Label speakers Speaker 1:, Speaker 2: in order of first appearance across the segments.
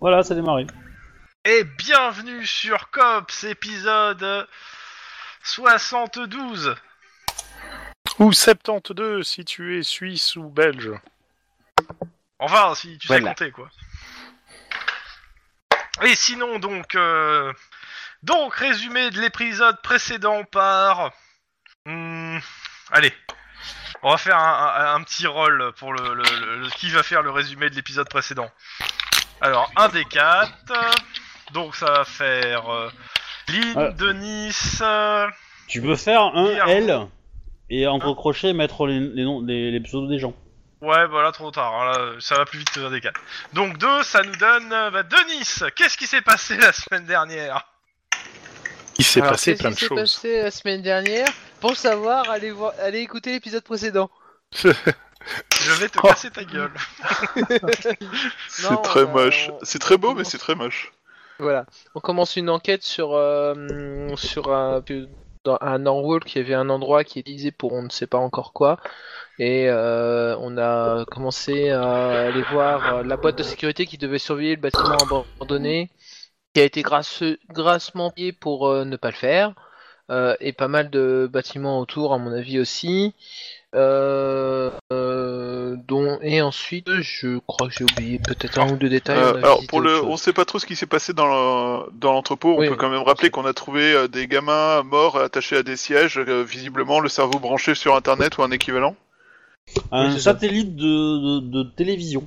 Speaker 1: Voilà, ça a démarré.
Speaker 2: Et bienvenue sur Cops, épisode 72.
Speaker 3: Ou 72 si tu es suisse ou belge.
Speaker 2: Enfin, si tu sais
Speaker 4: Voilà.
Speaker 2: compter, quoi. Et sinon, donc... euh, Donc, résumé de l'épisode précédent par... Hmm, Allez. On va faire un, un- un petit rôle pour le, le- le- le- Qui va faire le résumé de l'épisode précédent Alors, un des quatre... Donc, ça va faire... euh, Lynn,
Speaker 1: Ouais.
Speaker 2: Denis... euh,
Speaker 1: Tu peux faire un
Speaker 2: Guillermo.
Speaker 1: L et en crochet mettre les, les noms, les, les pseudos des gens.
Speaker 2: Ouais, voilà, trop tard. hein, là, ça va plus vite que des quatre. Donc deux, ça nous donne euh, bah, Denis. Qu'est-ce qui s'est passé la semaine dernière
Speaker 3: Il s'est
Speaker 4: Alors,
Speaker 3: passé
Speaker 4: qu'est-ce
Speaker 3: plein de
Speaker 4: qui s'est
Speaker 3: choses.
Speaker 4: passé la semaine dernière Pour savoir, allez, voir, allez écouter l'épisode précédent.
Speaker 2: Je vais te
Speaker 5: Oh.
Speaker 2: casser ta gueule.
Speaker 4: Non,
Speaker 5: C'est très
Speaker 4: euh,
Speaker 5: moche.
Speaker 4: on-
Speaker 5: C'est très beau,
Speaker 4: on-
Speaker 5: mais c'est très moche.
Speaker 4: Voilà. On commence une enquête sur, euh, sur un, dans, à Norwalk. Il y avait un endroit qui est utilisé pour on ne sait pas encore quoi. Et euh, on a commencé à aller voir euh, la boîte de sécurité qui devait surveiller le bâtiment abandonné, qui a été grasseux- grassement payé pour euh, ne pas le faire. Euh, et pas mal de bâtiments autour, à mon avis aussi. Euh, euh, dont, et ensuite, je crois que j'ai oublié peut-être un ou deux détails.
Speaker 5: Euh,
Speaker 4: on a
Speaker 5: alors
Speaker 4: visité
Speaker 5: pour
Speaker 4: autre
Speaker 5: le,
Speaker 4: chose.
Speaker 5: on sait pas trop ce qui s'est passé dans le- dans l'entrepôt.
Speaker 4: Oui.
Speaker 5: on peut quand même rappeler qu'on a trouvé euh, des gamins morts attachés à des sièges, euh, visiblement le cerveau branché sur Internet ou un équivalent.
Speaker 1: Un
Speaker 4: c'est ça.
Speaker 1: satellite de, de, de télévision.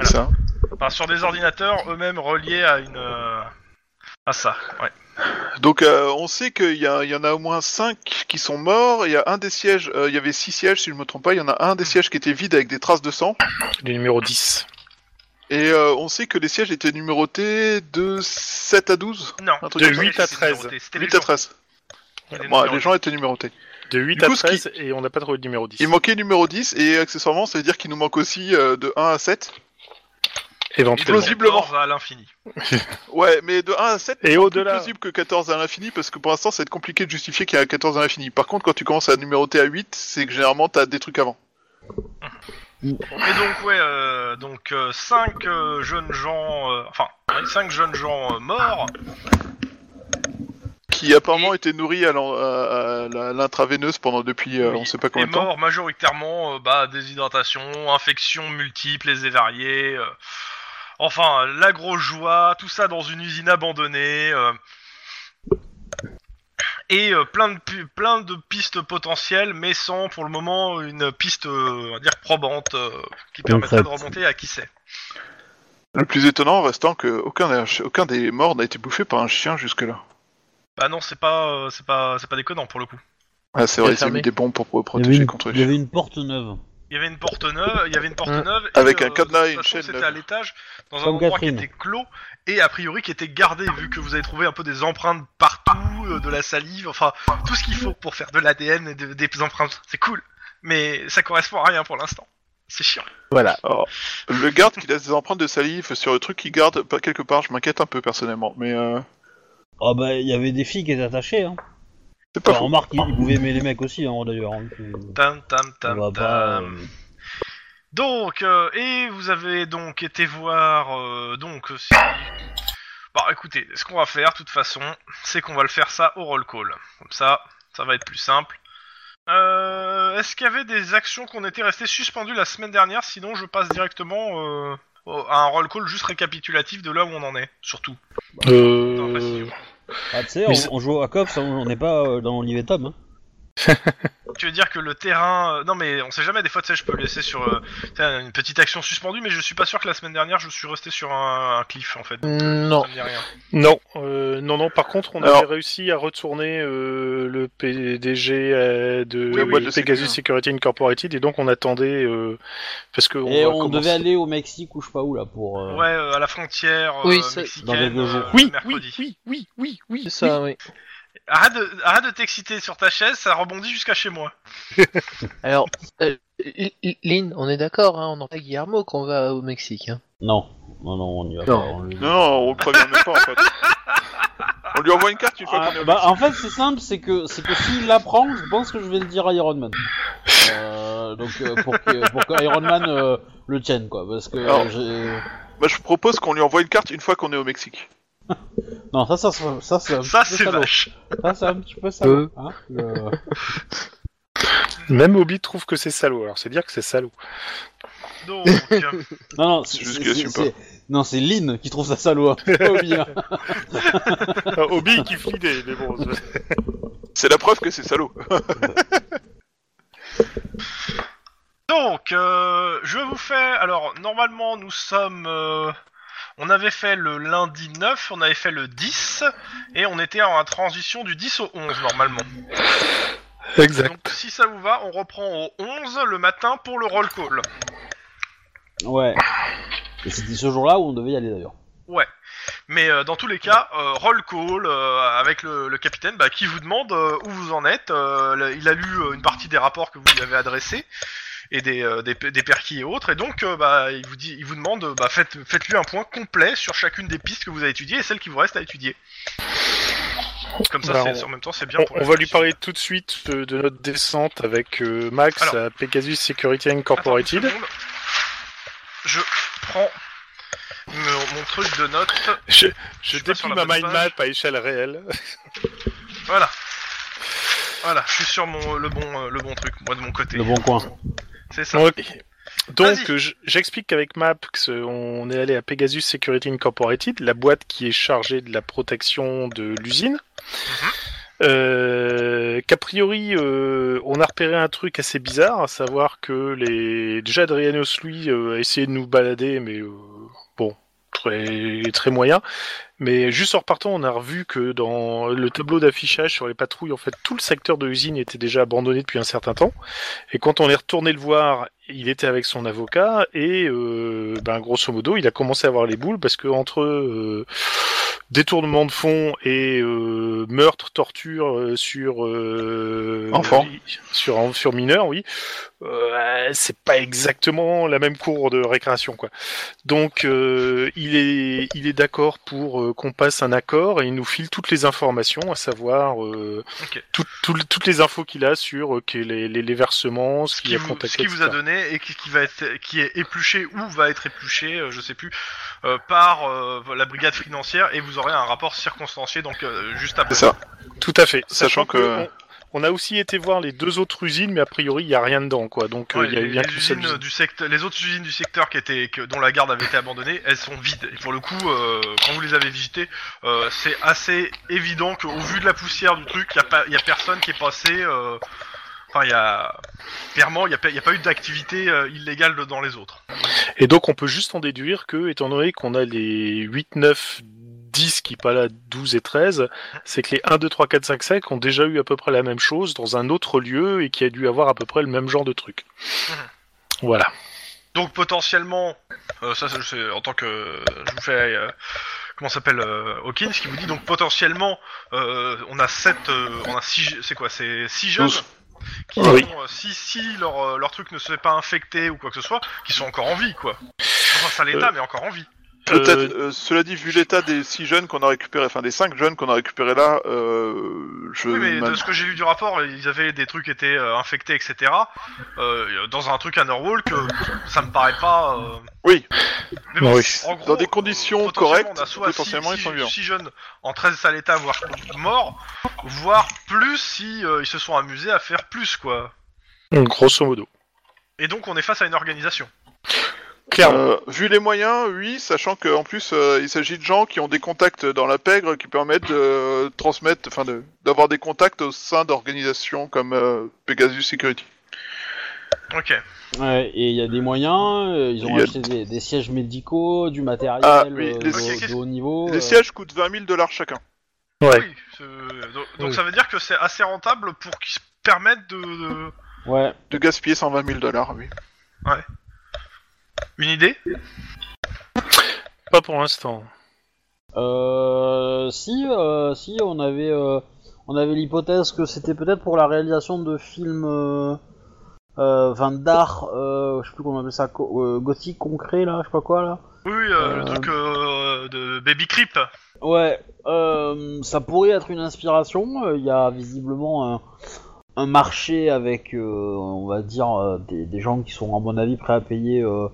Speaker 5: C'est ça.
Speaker 2: Enfin, sur des ordinateurs eux-mêmes reliés à une euh, à ça. Ouais.
Speaker 5: Donc euh, on sait qu'il y, a- il y en a au moins cinq qui sont morts. Il y a un des sièges, euh, il y avait six sièges si je me trompe pas. Il y en a un des
Speaker 3: Hmm.
Speaker 5: sièges qui était vide avec des traces de sang.
Speaker 3: Le numéro 10.
Speaker 5: Et euh, on sait que les sièges étaient numérotés de 7 à 12.
Speaker 2: Non.
Speaker 5: Un truc
Speaker 3: De
Speaker 5: comme ça.
Speaker 3: 8 à
Speaker 2: C'était
Speaker 3: 13.
Speaker 2: numéroté, c'était
Speaker 5: 8
Speaker 2: les
Speaker 5: à
Speaker 2: gens.
Speaker 5: 13.
Speaker 2: C'était les
Speaker 5: Bon,
Speaker 2: numéros.
Speaker 5: les gens étaient numérotés.
Speaker 3: De 8
Speaker 5: Du
Speaker 3: à
Speaker 5: coup, ce qui-
Speaker 3: 13 et on n'a pas trouvé le numéro 10.
Speaker 5: Il manquait le numéro 10 et accessoirement ça veut dire qu'il nous manque aussi euh, de 1 à 7.
Speaker 2: Et
Speaker 3: Éventuellement.
Speaker 5: Explosif. plausiblement.
Speaker 2: morts à l'infini.
Speaker 5: Ouais mais de 1 à 7
Speaker 3: Et
Speaker 5: c'est plus
Speaker 3: au-delà.
Speaker 5: plausible que 14 à l'infini parce que pour l'instant ça va être compliqué de justifier qu'il y a 14 à l'infini. Par contre quand tu commences à numéroter à 8 c'est que généralement t'as des trucs avant.
Speaker 2: Et donc ouais, euh, donc euh, cinq euh, jeunes gens, euh, enfin ouais, cinq jeunes gens euh, morts.
Speaker 5: Qui apparemment étaient nourris à l'en- à- à la- l'intraveineuse pendant depuis euh,
Speaker 2: Oui,
Speaker 5: on sait pas
Speaker 2: Et
Speaker 5: combien de temps.
Speaker 2: morts majoritairement, euh, bah, déshydratation, infections multiples et variées. euh, enfin, la grosse joie, tout ça dans une usine abandonnée. euh, et euh, plein, de, pu- plein de pistes potentielles, mais sans pour le moment une piste, euh, on va dire, probante euh, qui permettrait de
Speaker 1: Concrète.
Speaker 2: remonter à qui c'est.
Speaker 5: Le plus étonnant restant que aucun, aucun des morts n'a été bouffé par un chien jusque là.
Speaker 2: Bah non, c'est pas, euh, c'est pas, c'est pas déconnant pour le coup.
Speaker 5: Ah c'est
Speaker 4: Il
Speaker 5: vrai
Speaker 4: a
Speaker 5: ils ont
Speaker 4: fermé.
Speaker 5: mis des bombes pour, pour
Speaker 1: Il y avait
Speaker 5: protéger
Speaker 1: une- il
Speaker 5: contre
Speaker 1: y
Speaker 5: les chiens.
Speaker 1: avait une porte neuve.
Speaker 2: Il y avait une porte neuve, il y avait une porte
Speaker 4: Hein.
Speaker 2: neuve et,
Speaker 5: Avec un
Speaker 2: euh,
Speaker 5: cadenas
Speaker 2: de
Speaker 5: et une
Speaker 2: toute façon,
Speaker 5: chaîne
Speaker 2: C'était
Speaker 5: neuve.
Speaker 2: à l'étage, dans un
Speaker 1: Comme
Speaker 2: endroit
Speaker 1: Catherine.
Speaker 2: qui était clos et a priori qui était gardé vu que vous avez trouvé un peu des empreintes partout, euh, de la salive, enfin tout ce qu'il faut pour faire de l'ADN et de- des empreintes. C'est cool, mais ça correspond à rien pour l'instant. C'est chiant.
Speaker 4: Voilà.
Speaker 5: Le garde qui laisse des empreintes de salive sur le truc qu'il garde pas- quelque part je m'inquiète un peu personnellement mais euh,
Speaker 1: Ah bah, il y avait des filles qui étaient attachées. Hein.
Speaker 5: c'est pas
Speaker 1: Enfin,
Speaker 5: faux.
Speaker 1: remarque, ils ils pouvaient aimer les mecs aussi, hein, d'ailleurs. hein, puis,
Speaker 2: Tam tam
Speaker 1: on va pas,
Speaker 2: tam tam.
Speaker 1: euh,
Speaker 2: Donc euh, et vous avez donc été voir euh, donc si. Bah écoutez, ce qu'on va faire de toute façon, c'est qu'on va le faire ça au roll call. Comme ça, ça va être plus simple. Euh, Est-ce qu'il y avait des actions qu'on était resté suspendues la semaine dernière Sinon, je passe directement euh, au- à un roll call juste récapitulatif de là où on en est, surtout. Non, pas si
Speaker 3: Euh...
Speaker 1: Ah, tu sais,
Speaker 3: Mais ça-
Speaker 1: on, on joue à Cops, hein, on n'est pas euh, dans Olivier Tom. Hein.
Speaker 2: Tu veux dire que le terrain. euh, Non, mais on sait jamais, des fois, tu sais, je peux laisser sur euh, tu sais, une petite action suspendue, mais je suis pas sûr que la semaine dernière, je suis resté sur un, un cliff en fait.
Speaker 4: Non.
Speaker 2: Ça me dit rien.
Speaker 3: Non, euh, non, non. Par contre, on
Speaker 5: Alors-
Speaker 3: avait réussi à retourner euh, le PDG euh, de,
Speaker 5: Oui, oui,
Speaker 3: de
Speaker 5: le
Speaker 3: Pegasus
Speaker 5: sécu.
Speaker 3: Security Incorporated, et donc on attendait euh, parce que
Speaker 1: Et
Speaker 3: va
Speaker 1: on
Speaker 3: commencer-
Speaker 1: devait aller au Mexique ou je sais pas où là pour. euh,
Speaker 2: Ouais, euh, à la frontière euh,
Speaker 4: Oui, c'est-
Speaker 2: mexicaine.
Speaker 1: Dans quelques jours.
Speaker 2: euh,
Speaker 3: Oui, oui,
Speaker 2: mercredi.
Speaker 3: oui, oui, oui, oui.
Speaker 4: C'est ça, oui.
Speaker 2: Arrête de, arrête de t'exciter sur ta chaise, ça rebondit jusqu'à chez moi.
Speaker 4: Alors, euh, L- L- Lynn, on est d'accord, hein, on en fait Guillermo qu'on va au Mexique. Hein.
Speaker 1: Non, non, non, on y va
Speaker 4: Non.
Speaker 1: pas. on le-
Speaker 5: Non, non, on le prévient même pas en fait. On lui envoie une carte une fois
Speaker 1: Ah,
Speaker 5: qu'on est au
Speaker 1: bah, en fait, c'est simple, c'est que c'est que s'il l'apprend, je pense que je vais le dire à Iron Man. Euh, donc euh, pour que pour que Iron Man euh, le tienne quoi, parce que euh,
Speaker 5: Alors.
Speaker 1: j'ai-
Speaker 5: Bah, je propose qu'on lui envoie une carte une fois qu'on est au Mexique.
Speaker 1: Non, ça, ça, ça, ça, c'est un
Speaker 2: Ça,
Speaker 1: petit peu
Speaker 2: c'est
Speaker 1: Ah, salaud.
Speaker 2: vache.
Speaker 1: Ça, c'est un petit peu salaud. Hein le-
Speaker 3: Même Obi trouve que c'est salaud, alors c'est dire que c'est salaud.
Speaker 2: Donc, euh,
Speaker 1: Non, non, c'est
Speaker 5: C'est juste
Speaker 1: c'est-
Speaker 5: que je suis
Speaker 1: c'est- Non, c'est Lynn qui trouve ça salaud. hein. Faut pas oublier.
Speaker 3: Enfin, Obi qui l'idée, mais bon. c'est-
Speaker 5: C'est la preuve que c'est salaud.
Speaker 2: donc euh, je vous fais. Alors, normalement, nous sommes. euh, on avait fait le lundi 9, on avait fait le 10, et on était en transition du 10 au 11 normalement.
Speaker 3: Exact.
Speaker 2: Donc, si ça vous va, on reprend au 11 le matin pour le roll call.
Speaker 1: Ouais. Et c'était ce jour-là où on devait y aller d'ailleurs.
Speaker 2: Mais euh, dans tous les cas, euh, roll call euh, avec le, le capitaine bah, qui vous demande euh, où vous en êtes. Euh, le- il a lu euh, une partie des rapports que vous lui avez adressés et des, euh, des, des perquis et autres. Et donc, euh, bah, il vous dit, il vous demande, euh, bah, faites, faites-lui un point complet sur chacune des pistes que vous avez étudiées et celles qui vous restent à étudier. Comme ça,
Speaker 3: Bah,
Speaker 2: c'est-
Speaker 3: on-
Speaker 2: en même temps, c'est bien.
Speaker 3: On,
Speaker 2: pour
Speaker 3: on
Speaker 2: la
Speaker 3: va lui
Speaker 2: discussion.
Speaker 3: parler tout de suite euh, de notre descente avec euh, Max
Speaker 2: Alors.
Speaker 3: à Pegasus Security
Speaker 2: Attends une
Speaker 3: Incorporated.
Speaker 2: seconde. Je prends mon, mon truc de notes.
Speaker 3: Je,
Speaker 2: Je
Speaker 3: je
Speaker 2: suis pas sur
Speaker 3: déplie
Speaker 2: la
Speaker 3: ma
Speaker 2: bonne
Speaker 3: mind
Speaker 2: page.
Speaker 3: map à échelle réelle.
Speaker 2: Voilà. Voilà, je suis sur mon, le, bon, euh, le bon truc, moi de mon côté.
Speaker 1: Le bon coin.
Speaker 2: C'est ça.
Speaker 3: Ok. Donc,
Speaker 2: Vas-y.
Speaker 3: euh, je- j'explique qu'avec Max, euh, on est allé à Pegasus Security Incorporated, la boîte qui est chargée de la protection de l'usine.
Speaker 2: Mm-hmm.
Speaker 3: Euh, Qu'a priori, euh, on a repéré un truc assez bizarre, à savoir que les déjà Adrianos lui euh, a essayé de nous balader, mais euh, bon, très très moyen. Mais juste en repartant, on a revu que dans le tableau d'affichage sur les patrouilles, en fait, tout le secteur de l'usine était déjà abandonné depuis un certain temps. Et quand on est retourné le voir, il était avec son avocat et euh, ben, grosso modo, il a commencé à avoir les boules parce que entre euh, détournement de fonds et euh, meurtre, torture euh, sur euh,
Speaker 5: Enfant.
Speaker 3: sur sur mineur, oui, euh, c'est pas exactement la même cour de récréation quoi. Donc euh, il est il est d'accord pour euh, qu'on passe un accord et il nous file toutes les informations, à savoir euh,
Speaker 2: Ok.
Speaker 3: tout- tout- toutes les infos qu'il a sur euh, que les, les, les versements, ce,
Speaker 2: ce
Speaker 3: qu'il
Speaker 2: qui,
Speaker 3: a
Speaker 2: vous,
Speaker 3: contacté.
Speaker 2: ce qui vous a
Speaker 3: etc.
Speaker 2: donné et qui, qui va être qui est épluché ou va être épluché, euh, je sais plus, euh, par euh, la brigade financière et vous aurez un rapport circonstancié donc euh, juste après.
Speaker 5: C'est ça.
Speaker 3: Tout à fait.
Speaker 5: Sachant que-
Speaker 3: on- on a aussi été voir les deux autres usines, mais a priori il y a rien dedans quoi. Donc euh,
Speaker 2: Ouais,
Speaker 3: il y a
Speaker 2: les,
Speaker 3: eu bien
Speaker 2: les
Speaker 3: qu'une seule
Speaker 2: usines
Speaker 3: usine.
Speaker 2: du secteur, les autres usines du secteur qui étaient, que- dont la garde avait été abandonnée, elles sont vides. Et pour le coup, euh, quand vous les avez visitées, euh, c'est assez évident qu'au vu de la poussière du truc, il y a pas, y a personne qui est passé. euh, Enfin, il y a clairement, il n'y a, pas- y a pas eu d'activité euh, illégale dans les autres.
Speaker 3: Et donc on peut juste en déduire que, étant donné qu'on a les 8, 9, 10 qui pas là, 12 et 13, c'est que les 1, 2, 3, 4, 5, 5 ont déjà eu à peu près la même chose dans un autre lieu et qui a dû avoir à peu près le même genre de truc.
Speaker 5: Ah.
Speaker 3: Voilà.
Speaker 2: Donc potentiellement, euh, ça c'est- c'est en tant que euh, je vous fais euh, comment ça s'appelle euh, Hawkins qui vous dit donc potentiellement euh, on a sept, euh, on a six, c'est quoi, c'est six jeunes
Speaker 5: Douze.
Speaker 2: qui
Speaker 3: Oui.
Speaker 2: sont, euh, si si leur euh, leur truc ne se fait pas infecté ou quoi que ce soit, qui sont encore en vie quoi. Enfin ça l'état mais encore en vie.
Speaker 5: Peut-être,
Speaker 3: Euh,
Speaker 5: euh, cela dit, vu l'état des six jeunes qu'on a récupérés, enfin des cinq jeunes qu'on a récupérés là, euh, je.
Speaker 2: Oui mais
Speaker 5: m'in-
Speaker 2: de ce que j'ai lu du rapport, ils avaient des trucs qui étaient euh, infectés etc. Euh, dans un truc à Norwalk, euh, ça me paraît pas. euh,
Speaker 5: Oui.
Speaker 2: Mais bon,
Speaker 3: Oui.
Speaker 2: en gros,
Speaker 5: Dans des conditions
Speaker 2: euh, potentiellement,
Speaker 5: correctes,
Speaker 2: on a soit
Speaker 5: potentiellement, ils sont vivants.
Speaker 2: Si jeunes en 13 sales états, voire morts, voire plus si euh, ils se sont amusés à faire plus, quoi.
Speaker 3: Grosso modo.
Speaker 2: Et donc, on est face à une organisation.
Speaker 3: Clairement.
Speaker 5: Euh, vu les moyens, oui, sachant qu'en plus euh, il s'agit de gens qui ont des contacts dans la pègre qui permettent de euh, transmettre, enfin de- d'avoir des contacts au sein d'organisations comme euh, Pegasus Security.
Speaker 2: Ok.
Speaker 1: Ouais, et il y a des moyens, euh, ils ont
Speaker 5: Il y a-
Speaker 1: acheté des, des sièges médicaux, du matériel
Speaker 5: Ah, oui,
Speaker 1: euh,
Speaker 5: les-
Speaker 1: de, de haut niveau. euh.
Speaker 5: Les sièges coûtent 20 000 dollars chacun.
Speaker 3: Ouais.
Speaker 2: Oui, c'est- donc, donc
Speaker 4: Oui.
Speaker 2: ça veut dire que c'est assez rentable pour qu'ils se permettent de, de-
Speaker 1: Ouais.
Speaker 5: De gaspiller 120 000 dollars, oui.
Speaker 2: Une idée
Speaker 3: Pas pour l'instant.
Speaker 1: Euh, si, euh, si, on avait, euh, on avait l'hypothèse que c'était peut-être pour la réalisation de films, euh, euh, enfin d'art, euh, je sais plus comment on appelle ça, co- euh, gothique concret là, je sais pas quoi là.
Speaker 2: Oui, oui, euh, le
Speaker 1: Euh.
Speaker 2: truc euh, de Baby Creep.
Speaker 1: Ouais, euh, ça pourrait être une inspiration. euh, Il y a visiblement un, un marché avec, euh, on va dire, euh, des, des gens qui sont, à mon avis, prêts à payer euh,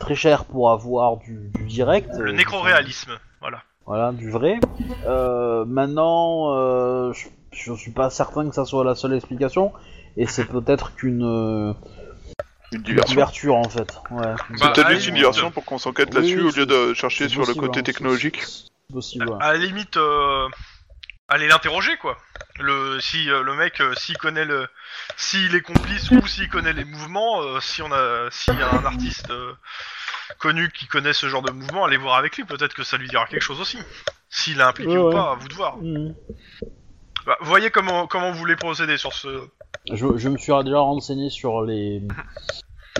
Speaker 6: très cher pour avoir du, du direct.
Speaker 2: Le
Speaker 6: euh,
Speaker 2: nécro-réalisme, voilà.
Speaker 6: Voilà, du vrai. Euh, maintenant, euh, je, je suis pas certain que ça soit la seule explication, et c'est peut-être qu'une euh,
Speaker 5: Une
Speaker 6: une
Speaker 5: diversion.
Speaker 6: couverture, en fait. Ouais.
Speaker 2: Bah,
Speaker 5: C'est peut-être
Speaker 2: à
Speaker 5: juste
Speaker 2: la
Speaker 5: une
Speaker 2: limite,
Speaker 5: diversion pour qu'on s'enquête
Speaker 6: Oui,
Speaker 5: là-dessus
Speaker 6: oui,
Speaker 5: au lieu de chercher
Speaker 6: ah, C'est
Speaker 5: sur le
Speaker 6: possible,
Speaker 5: côté
Speaker 6: hein, Ah, c'est-
Speaker 5: technologique.
Speaker 6: C'est possible, ouais.
Speaker 2: À la limite, euh, allez l'interroger quoi. Le si euh, le mec euh, s'il connaît le s'il est complice ou s'il connaît les mouvements, euh, si on a si y a un artiste euh, connu qui connaît ce genre de mouvement, allez voir avec lui. Peut-être que ça lui dira quelque chose aussi. S'il a impliqué
Speaker 6: Ouais,
Speaker 2: ou
Speaker 6: ouais.
Speaker 2: pas, à vous de voir.
Speaker 6: Mhm.
Speaker 2: Bah, voyez comment comment vous voulez procéder sur ce.
Speaker 6: Je, je me suis déjà renseigné sur les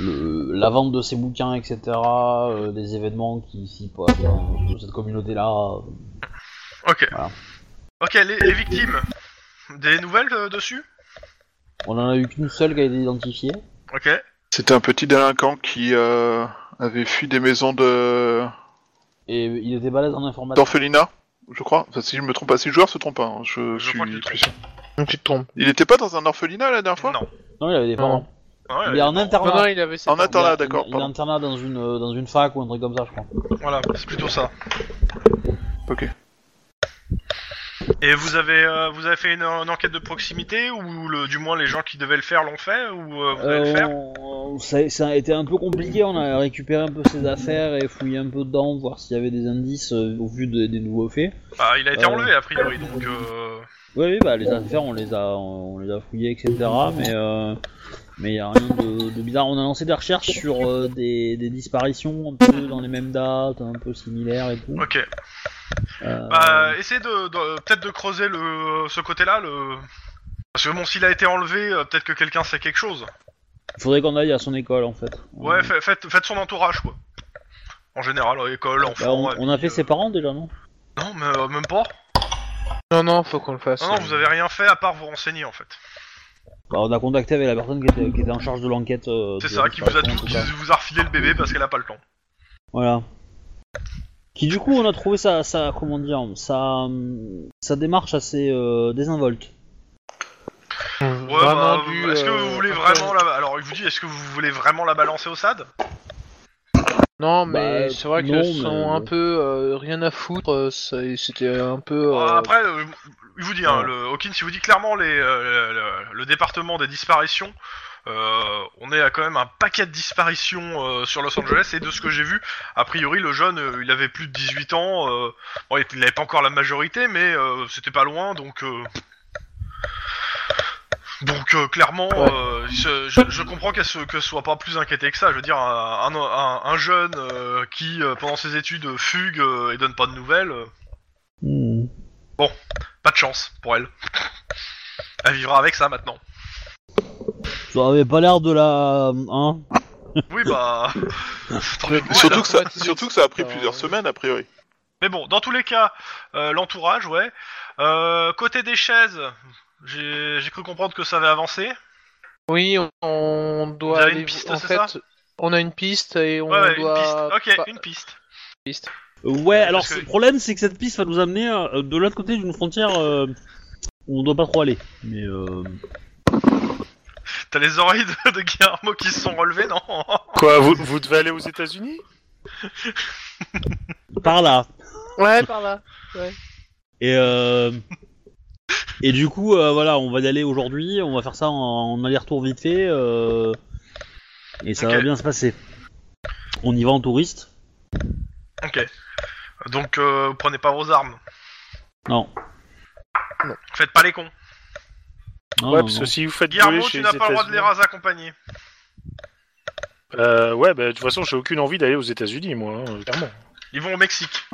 Speaker 6: le- la vente de ces bouquins, etc. euh, des événements qui s'y passent dans dans cette communauté-là.
Speaker 2: Ok.
Speaker 6: Voilà.
Speaker 2: Ok, les, les victimes. Des nouvelles euh, dessus
Speaker 6: On en a eu qu'une seule qui a été identifiée.
Speaker 2: Ok.
Speaker 5: C'était un petit délinquant qui euh, avait fui des maisons de
Speaker 6: Et il était balèze en informatique.
Speaker 5: d'orphelinat, je crois. Enfin, si je me trompe pas, si le joueur se trompe pas, hein, je,
Speaker 2: Je
Speaker 5: suis
Speaker 2: crois que tu te
Speaker 5: plus
Speaker 2: trompes.
Speaker 5: sûr.
Speaker 4: Donc tu te trompes.
Speaker 5: Il était pas dans un orphelinat la dernière fois
Speaker 2: Non.
Speaker 6: Non, il avait des parents.
Speaker 2: Ah ouais,
Speaker 6: il est en internat.
Speaker 4: Non, non, il avait ses
Speaker 5: En
Speaker 2: Ah,
Speaker 4: parents.
Speaker 5: attendant,
Speaker 6: Il est-
Speaker 5: d'accord,
Speaker 6: Il est
Speaker 5: pardon.
Speaker 6: internat dans une, euh, dans une fac ou un truc comme ça, je crois.
Speaker 2: Voilà, c'est plutôt ça.
Speaker 5: Ok.
Speaker 2: Et vous avez euh, vous avez fait une, une enquête de proximité ou le, du moins les gens qui devaient le faire l'ont fait ou euh, vous allez le
Speaker 6: Euh,
Speaker 2: faire
Speaker 6: on- ça, ça a été un peu compliqué, on a récupéré un peu ses affaires et fouillé un peu dedans, voir s'il y avait des indices euh, au vu de- des nouveaux faits.
Speaker 2: Bah, il a été
Speaker 6: euh,
Speaker 2: enlevé a priori donc euh,
Speaker 6: Oui, oui, bah les affaires, on les a, on les a fouillées, etc. Mais euh, mais y a rien de, de bizarre. On a lancé des recherches sur euh, des, des disparitions un peu dans les mêmes dates, un peu similaires et tout.
Speaker 2: ok.
Speaker 6: Euh,
Speaker 2: Bah, essayez de, de- peut-être de creuser le ce côté-là le parce que bon s'il a été enlevé euh, peut-être que quelqu'un sait quelque chose.
Speaker 6: Il faudrait qu'on aille à son école en fait. Euh,
Speaker 2: Ouais,
Speaker 6: Mm.
Speaker 2: fa- faites faites son entourage quoi. En général à l'école
Speaker 6: Bah,
Speaker 2: enfant.
Speaker 6: on,
Speaker 2: amis,
Speaker 6: on a fait
Speaker 2: euh,
Speaker 6: ses parents déjà, non
Speaker 2: Non mais euh, même pas.
Speaker 4: Non, non, faut qu'on le fasse.
Speaker 2: Non non vous avez rien fait à part vous renseigner en fait.
Speaker 6: Bah, On a contacté avec la personne qui était, qui était en charge de l'enquête. euh,
Speaker 2: C'est
Speaker 6: de
Speaker 2: ça
Speaker 6: la
Speaker 2: qui vous a
Speaker 6: disparition,
Speaker 2: tout
Speaker 6: en
Speaker 2: qui
Speaker 6: cas.
Speaker 2: vous a refilé le bébé parce qu'elle a pas le temps.
Speaker 6: Voilà. Qui du coup, on a trouvé ça, ça comment dire, ça, hum, sa démarche assez euh, désinvolte.
Speaker 4: Vraiment
Speaker 2: Ouais, bah,
Speaker 4: dû,
Speaker 2: est-ce que
Speaker 4: euh,
Speaker 2: vous voulez
Speaker 4: à-
Speaker 2: vraiment la... Alors, il vous dit, est-ce que vous voulez vraiment la balancer au SAD
Speaker 4: Non, mais
Speaker 6: Bah,
Speaker 4: c'est vrai
Speaker 6: non,
Speaker 4: que sont
Speaker 6: mais-
Speaker 4: un peu euh, rien à foutre. euh, c'est- C'était un peu. euh,
Speaker 2: Après, euh, il vous dit, hein,
Speaker 6: ouais.
Speaker 2: le... Hawkins, il vous dit clairement, les, euh, le- le, le département des disparitions, euh, on est à quand même un paquet de disparitions euh, sur Los Angeles, et de ce que j'ai vu, a priori, le jeune, euh, il avait plus de 18 ans, euh, bon, il n'avait pas encore la majorité, mais euh, c'était pas loin, donc... euh, Donc euh, clairement,
Speaker 4: Ouais.
Speaker 2: euh, je, je- je comprends qu'elle se, que soit pas plus inquiétée que ça. Je veux dire, un, un- un- un jeune euh, qui, euh, pendant ses études, euh, fugue euh, et donne pas de nouvelles, euh, pas de chance pour elle. Elle vivra avec ça maintenant.
Speaker 6: Ça avait pas l'air de la, hein
Speaker 2: Oui, bah... tant pis pour elle,
Speaker 5: surtout,
Speaker 2: hein.
Speaker 5: que ça,
Speaker 4: traumatisé.
Speaker 5: surtout que ça a pris
Speaker 4: Alors,
Speaker 5: plusieurs
Speaker 4: euh,
Speaker 5: semaines a priori.
Speaker 2: Mais bon, dans tous les cas, euh, l'entourage, ouais. Euh, côté des chaises, j'ai j'ai cru comprendre que ça avait avancé.
Speaker 4: Oui, on- on doit.
Speaker 2: Vous avez
Speaker 4: aller-
Speaker 2: une piste,
Speaker 4: en
Speaker 2: c'est
Speaker 4: fait,
Speaker 2: ça
Speaker 4: on a une piste et on
Speaker 2: Ouais, ouais, une
Speaker 4: doit.
Speaker 2: piste. Ok,
Speaker 4: pas-
Speaker 2: une piste.
Speaker 4: piste.
Speaker 6: Ouais, alors
Speaker 2: Parce que-
Speaker 6: le problème c'est que cette piste va nous amener euh, de l'autre côté d'une frontière euh, où on doit pas trop aller. Mais euh...
Speaker 2: T'as les oreilles de, de Guillermo qui se sont relevées, non
Speaker 3: Quoi, vous, vous devez aller aux États-Unis
Speaker 6: par là.
Speaker 4: Ouais, par là.
Speaker 6: Et euh... et du coup, euh, voilà, on va y aller aujourd'hui. On va faire ça en, en aller-retour vite fait. euh, Et ça va
Speaker 2: Ok.
Speaker 6: bien se passer. On y va en touriste.
Speaker 2: Ok. Donc, euh, prenez pas vos armes.
Speaker 6: Non.
Speaker 4: Non.
Speaker 2: Faites pas les cons.
Speaker 6: Non,
Speaker 3: Ouais,
Speaker 6: non,
Speaker 3: parce
Speaker 6: non.
Speaker 3: que si vous faites voler
Speaker 2: Guillermo,
Speaker 3: chez
Speaker 2: tu
Speaker 3: les
Speaker 2: n'as pas le droit de
Speaker 3: États-Unis-
Speaker 2: les raser accompagnés.
Speaker 3: Euh, ouais, bah, de toute façon, j'ai aucune envie d'aller aux États-Unis, moi, hein, clairement.
Speaker 2: Ils vont au Mexique.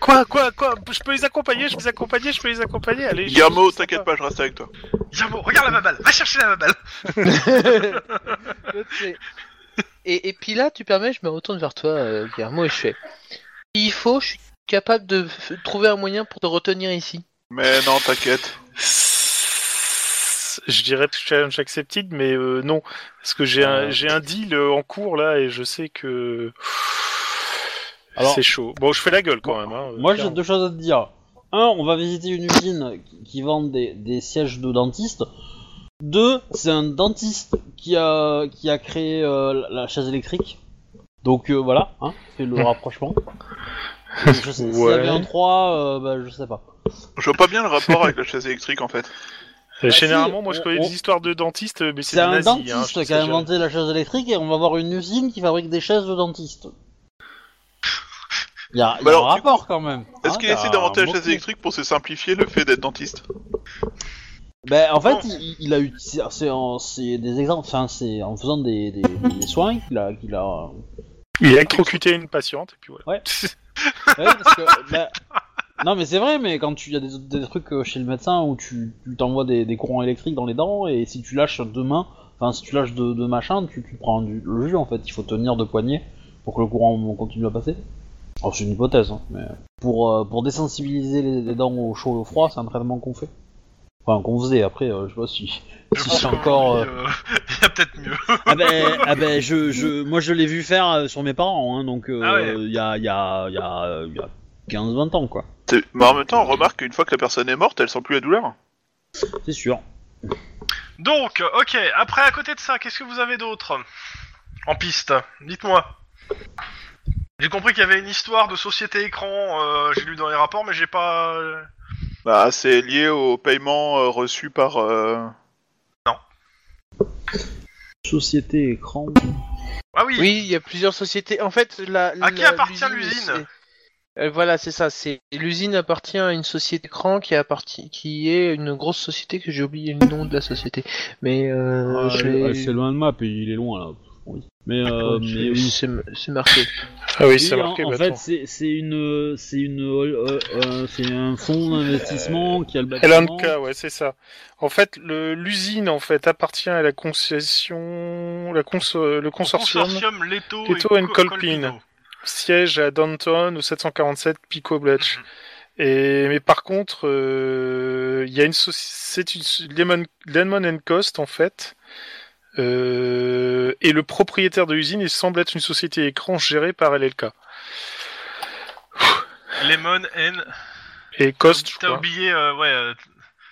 Speaker 3: Quoi, quoi, quoi Je peux les accompagner, je peux les accompagner, je peux les accompagner. Allez,
Speaker 5: Guillermo, t'inquiète pas, je reste avec toi.
Speaker 2: Guillermo, regarde la baballe. Va chercher la baballe.
Speaker 4: L'autre, c'est- et, et puis là, tu permets, je me retourne vers toi, euh, Guillermo, et je fais. Il faut, je suis capable de f- trouver un moyen pour te retenir ici.
Speaker 5: Mais non, t'inquiète.
Speaker 3: Je dirais challenge accepted, mais euh, non. Parce que j'ai
Speaker 6: Euh.
Speaker 3: un, j'ai un deal euh, en cours, là, et je sais que.
Speaker 6: Alors-
Speaker 3: C'est chaud. Bon, je fais la gueule quand même. hein,
Speaker 6: Moi, j'ai
Speaker 3: clairement.
Speaker 6: deux choses à te dire. Un, on va visiter une usine qui- qui vend des, des sièges de dentiste. Deux, c'est un dentiste qui a, qui a créé euh, la- la chaise électrique. Donc euh, voilà, hein, c'est le rapprochement. Et je sais, S'il y avait
Speaker 3: Ouais.
Speaker 6: un 3, euh, bah, je sais pas.
Speaker 5: Je vois pas bien le rapport avec la chaise électrique en fait.
Speaker 6: Bah,
Speaker 3: Euh, Généralement,
Speaker 6: si,
Speaker 3: moi je
Speaker 6: on-
Speaker 3: connais
Speaker 6: on-
Speaker 3: des histoires de dentistes, mais c'est
Speaker 6: C'est
Speaker 3: des
Speaker 6: un
Speaker 3: nazis. hein,
Speaker 6: dentiste
Speaker 3: je sais
Speaker 6: qui a
Speaker 3: jamais.
Speaker 6: inventé la chaise électrique et on va voir une usine qui fabrique des chaises de dentiste. Il y a, y a
Speaker 5: Bah alors,
Speaker 6: un
Speaker 5: du
Speaker 6: rapport quand même.
Speaker 5: Est-ce
Speaker 6: hein,
Speaker 5: qu'il
Speaker 6: y a
Speaker 5: essaie d'inventer
Speaker 6: un
Speaker 5: la chaise
Speaker 6: motif.
Speaker 5: électrique pour se simplifier le fait d'être dentiste
Speaker 6: Ben, en fait, il, il a eu. C'est c'est en- c'est des exemples, enfin, c'est en faisant des, des, des soins qu'il a. qu'il a...
Speaker 3: Il a électrocuté une patiente, et puis voilà.
Speaker 6: Ouais. Ouais, parce que, ben, Non, mais c'est vrai, mais quand tu y a des, des trucs euh, chez le médecin où tu tu t'envoies des, des courants électriques dans les dents et si tu lâches deux mains, enfin, si tu lâches deux, deux machins, tu, tu prends du, le jus en fait. Il faut tenir deux poignées pour que le courant continue à passer. Alors, c'est une hypothèse, hein, mais. Pour, euh, pour désensibiliser les, les dents au chaud et au froid, c'est un traitement qu'on fait. Enfin, qu'on faisait après, euh, je sais pas si,
Speaker 2: Je
Speaker 6: si
Speaker 2: pense
Speaker 6: c'est
Speaker 2: qu'aujourd'hui,
Speaker 6: encore. euh,
Speaker 2: euh, il y a peut-être mieux.
Speaker 6: Ah ben, ah ben je, je, moi je l'ai vu faire euh, sur mes parents, hein, donc euh,
Speaker 2: Ah ouais.
Speaker 6: il y a, il y a, il y a, euh, il y a 15-20 ans, quoi.
Speaker 5: C'est- Mais en même temps, on remarque qu'une fois que la personne est morte, elle sent plus la douleur.
Speaker 6: C'est sûr.
Speaker 2: Donc, euh, ok, après, à côté de ça, qu'est-ce que vous avez d'autre En piste, dites-moi. J'ai compris qu'il y avait une histoire de société écran, euh, j'ai lu dans les rapports, mais j'ai pas... euh,
Speaker 5: Bah, c'est lié au paiement euh, reçu par. euh,
Speaker 6: Société, écran.
Speaker 2: Ah oui,
Speaker 4: Oui, il y a plusieurs sociétés. En fait, la.
Speaker 2: À qui
Speaker 4: la-
Speaker 2: appartient l'usine
Speaker 4: c'est- Euh, Voilà, c'est ça. C'est l'usine appartient à une société cran qui appartient, qui est une grosse société que j'ai oublié le nom de la société. Mais
Speaker 6: Ah,
Speaker 4: euh, je vais-
Speaker 6: c'est loin de map et il est loin là. Oui. Mais, euh,
Speaker 4: Ouais,
Speaker 6: mais
Speaker 4: c'est-
Speaker 6: E, oui.
Speaker 4: c'est c'est marqué.
Speaker 3: Ah oui,
Speaker 6: Oui,
Speaker 3: c'est
Speaker 6: en-
Speaker 3: marqué.
Speaker 6: en,
Speaker 3: bah,
Speaker 6: fait,
Speaker 3: attends.
Speaker 6: c'est c'est une, c'est une, euh, euh, c'est un fonds d'investissement qui a le bâtiment.
Speaker 3: LNK, ouais, c'est ça. En fait, le- l'usine en fait appartient à la concession, la cons- euh, le consortium,
Speaker 2: consortium Leto,
Speaker 3: Leto
Speaker 2: et
Speaker 3: and
Speaker 2: Co-
Speaker 3: Colpin.
Speaker 2: Colpino.
Speaker 3: siège à Downton au 747 Pico Bletch. Et mais par contre, euh, il y a une soci- c'est une so- Lemon, Lemon and Cost en fait. Euh, et le propriétaire de l'usine il semble être une société écran gérée par LLK.
Speaker 2: Lemon and...
Speaker 3: Et Cost, je
Speaker 2: T'as
Speaker 3: crois.
Speaker 2: oublié, euh, ouais, euh,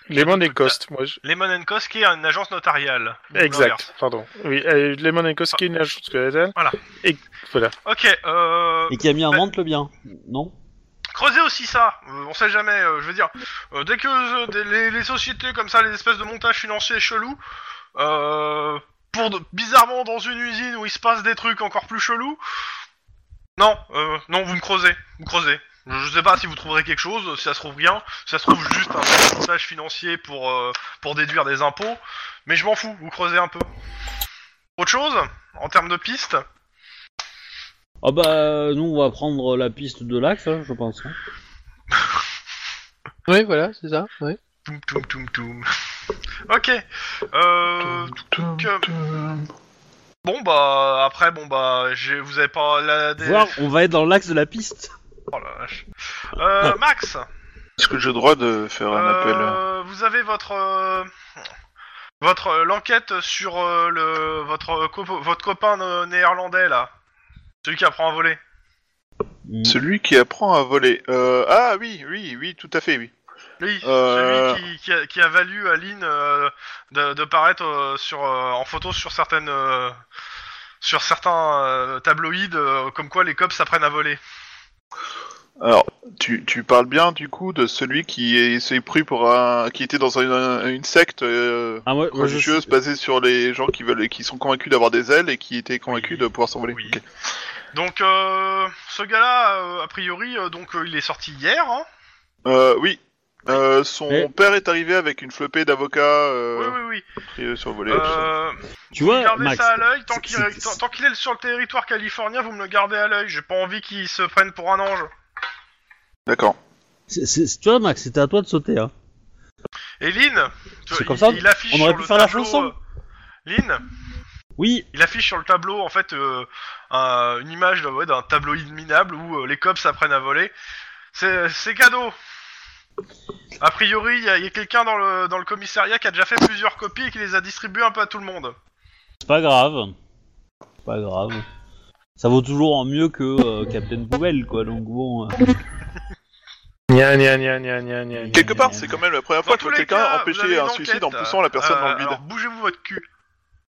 Speaker 3: Lemon et
Speaker 2: T'as-
Speaker 3: Cost, moi. je-
Speaker 2: Lemon and Cos qui est une agence notariale. Ou l'inverse.
Speaker 3: Exact, pardon. Oui, euh, Lemon and Cost qui est une agence collatérale.
Speaker 2: Voilà.
Speaker 3: Et voilà.
Speaker 2: Ok, euh...
Speaker 6: Et qui a mis en vente le bien, non
Speaker 2: Creusez aussi ça, euh, on sait jamais, euh, je veux dire, euh, dès que euh, des- les, les sociétés comme ça, les espèces de montages financiers chelous, euh, pour de- bizarrement dans une usine où il se passe des trucs encore plus chelous, non, euh, non, vous me creusez, vous creusez. Je je sais pas si vous trouverez quelque chose, si ça se trouve rien, si ça se trouve juste un montage financier pour, euh, pour déduire des impôts, mais je m'en fous, vous creusez un peu. Autre chose, en termes de pistes
Speaker 6: Ah bah nous on va prendre la piste de l'axe, hein, je pense. hein.
Speaker 4: Oui, voilà, c'est ça. Ouais.
Speaker 2: Toum toum toum toum. Ok. Euh, donc, euh, Bon bah après bon bah j'ai- vous avez pas la. des-
Speaker 6: Voir, on va être dans l'axe de la piste.
Speaker 2: Oh la vache. Euh, Max.
Speaker 5: Est-ce que j'ai le droit de faire un appel
Speaker 2: euh, vous avez votre euh, votre euh, l'enquête sur euh, le votre euh, copo- votre copain euh, néerlandais là. Celui qui apprend à voler.
Speaker 6: Mm.
Speaker 5: Celui qui apprend à voler. Euh, Ah oui, oui, oui, tout à fait, oui.
Speaker 2: Oui,
Speaker 5: Euh.
Speaker 2: celui qui, qui, a, qui a valu à Lynn euh, de, de paraître euh, sur, euh, en photo sur certaines euh, sur certains euh, tabloïds euh, comme quoi les cops s'apprennent à voler.
Speaker 5: Alors, tu, tu parles bien du coup de celui qui est- s'est pris pour un. qui était dans un- une secte euh,
Speaker 6: Ah, moi, moi, je-
Speaker 5: religieuse basée sur les gens qui veulent qui sont convaincus d'avoir des ailes et qui étaient convaincus de pouvoir s'envoler.
Speaker 2: Oui.
Speaker 5: Ok.
Speaker 2: Donc euh, ce gars-là, euh, a priori, euh, donc euh, il est sorti hier. Hein
Speaker 5: Euh, oui. Euh, son
Speaker 6: Et-
Speaker 5: père est arrivé avec une flopée d'avocats
Speaker 2: oui,
Speaker 5: euh,
Speaker 2: oui, oui.
Speaker 5: et survolés, tout ça.
Speaker 2: Euh,
Speaker 6: Tu vois,
Speaker 2: gardez
Speaker 6: Max,
Speaker 2: ça à l'œil. Tant
Speaker 6: c'est-
Speaker 2: qu'il
Speaker 6: c'est-
Speaker 2: tant- tant qu'il est sur le territoire californien, vous me le gardez à l'œil. J'ai pas envie qu'il se prenne pour un ange.
Speaker 5: D'accord.
Speaker 6: c'est- c'est- tu vois, Max, c'était à toi de sauter. Hein.
Speaker 2: Et Lynn, tu
Speaker 6: C'est
Speaker 2: vois,
Speaker 6: comme
Speaker 2: il-
Speaker 6: ça,
Speaker 2: il affiche
Speaker 6: on aurait
Speaker 2: sur
Speaker 6: pu
Speaker 2: le
Speaker 6: faire la
Speaker 2: tableau,
Speaker 6: chanson.
Speaker 2: euh, Lynn,
Speaker 6: Oui,
Speaker 2: Il affiche sur le tableau en fait euh, un- une image d'un- ouais, d'un tabloïd minable où euh, les cops s'apprennent à voler. C'est c'est cadeau. A priori, il y a, il y a quelqu'un dans le, dans le commissariat qui a déjà fait plusieurs copies et qui les a distribuées un peu à tout le monde.
Speaker 6: C'est pas grave. C'est Pas grave. Ça vaut toujours en mieux que euh, Captain Poubelle, quoi. Donc bon. euh.
Speaker 3: Gna, gna, gna, gna, gna, gna, gna.
Speaker 5: Quelque part,
Speaker 6: euh,
Speaker 5: c'est quand même la première
Speaker 2: Dans
Speaker 5: fois que
Speaker 2: tous
Speaker 5: tu vois
Speaker 2: les
Speaker 5: quelqu'un
Speaker 2: cas, vous avez une
Speaker 5: empêcher un suicide en
Speaker 2: enquête.
Speaker 5: poussant la personne
Speaker 2: Euh,
Speaker 5: dans le vide.
Speaker 2: alors, Bougez-vous votre cul.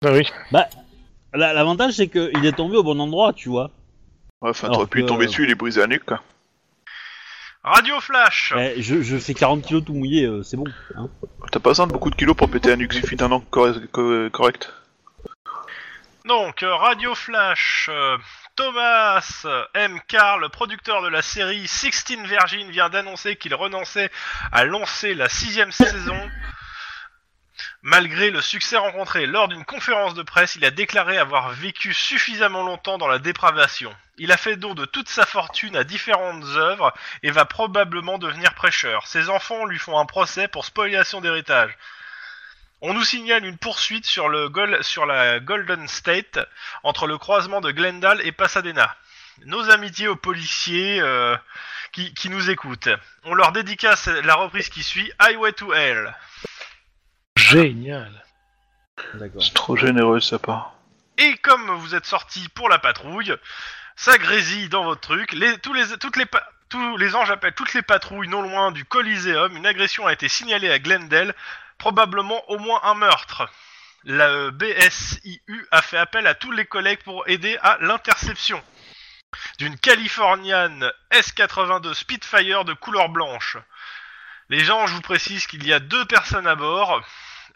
Speaker 3: Ah oui.
Speaker 6: Là, L'avantage, c'est qu'il est tombé au bon endroit, tu vois.
Speaker 5: Ouais, Enfin,
Speaker 1: Alors
Speaker 5: t'aurais pu
Speaker 1: que-
Speaker 5: tomber dessus et les briser à nuque, quoi.
Speaker 2: Radio Flash
Speaker 1: Eh, je, je fais 40 kilos tout mouillé, euh, c'est bon. hein.
Speaker 5: T'as pas besoin de beaucoup de kilos pour péter à nuque, suffit d'un angle cor- co- correct.
Speaker 2: Donc, euh, Radio Flash, euh, Thomas euh, M. Carr, le producteur de la série 16 Virgin, vient d'annoncer qu'il renonçait à lancer la sixième saison. Malgré le succès rencontré lors d'une conférence de presse, il a déclaré avoir vécu suffisamment longtemps dans la dépravation. Il a fait don de toute sa fortune à différentes œuvres et va probablement devenir prêcheur. Ses enfants lui font un procès pour spoliation d'héritage. On nous signale une poursuite sur, le Gol- sur la Golden State entre le croisement de Glendale et Pasadena. Nos amitiés aux policiers euh, qui, qui nous écoutent. On leur dédicace la reprise qui suit, Highway to Hell.
Speaker 3: Génial.
Speaker 1: D'accord.
Speaker 5: C'est trop généreux de sa part.
Speaker 2: Et comme vous êtes sortis pour la patrouille, ça grésille dans votre truc. Les, tous les, toutes les, pa- tous les anges appellent toutes les patrouilles non loin du Coliseum. Une agression a été signalée à Glendale, probablement au moins un meurtre. La euh, BSIU a fait appel à tous les collègues pour aider à l'interception d'une Californian S82 Spitfire de couleur blanche. Les gens, je vous précise qu'il y a deux personnes à bord,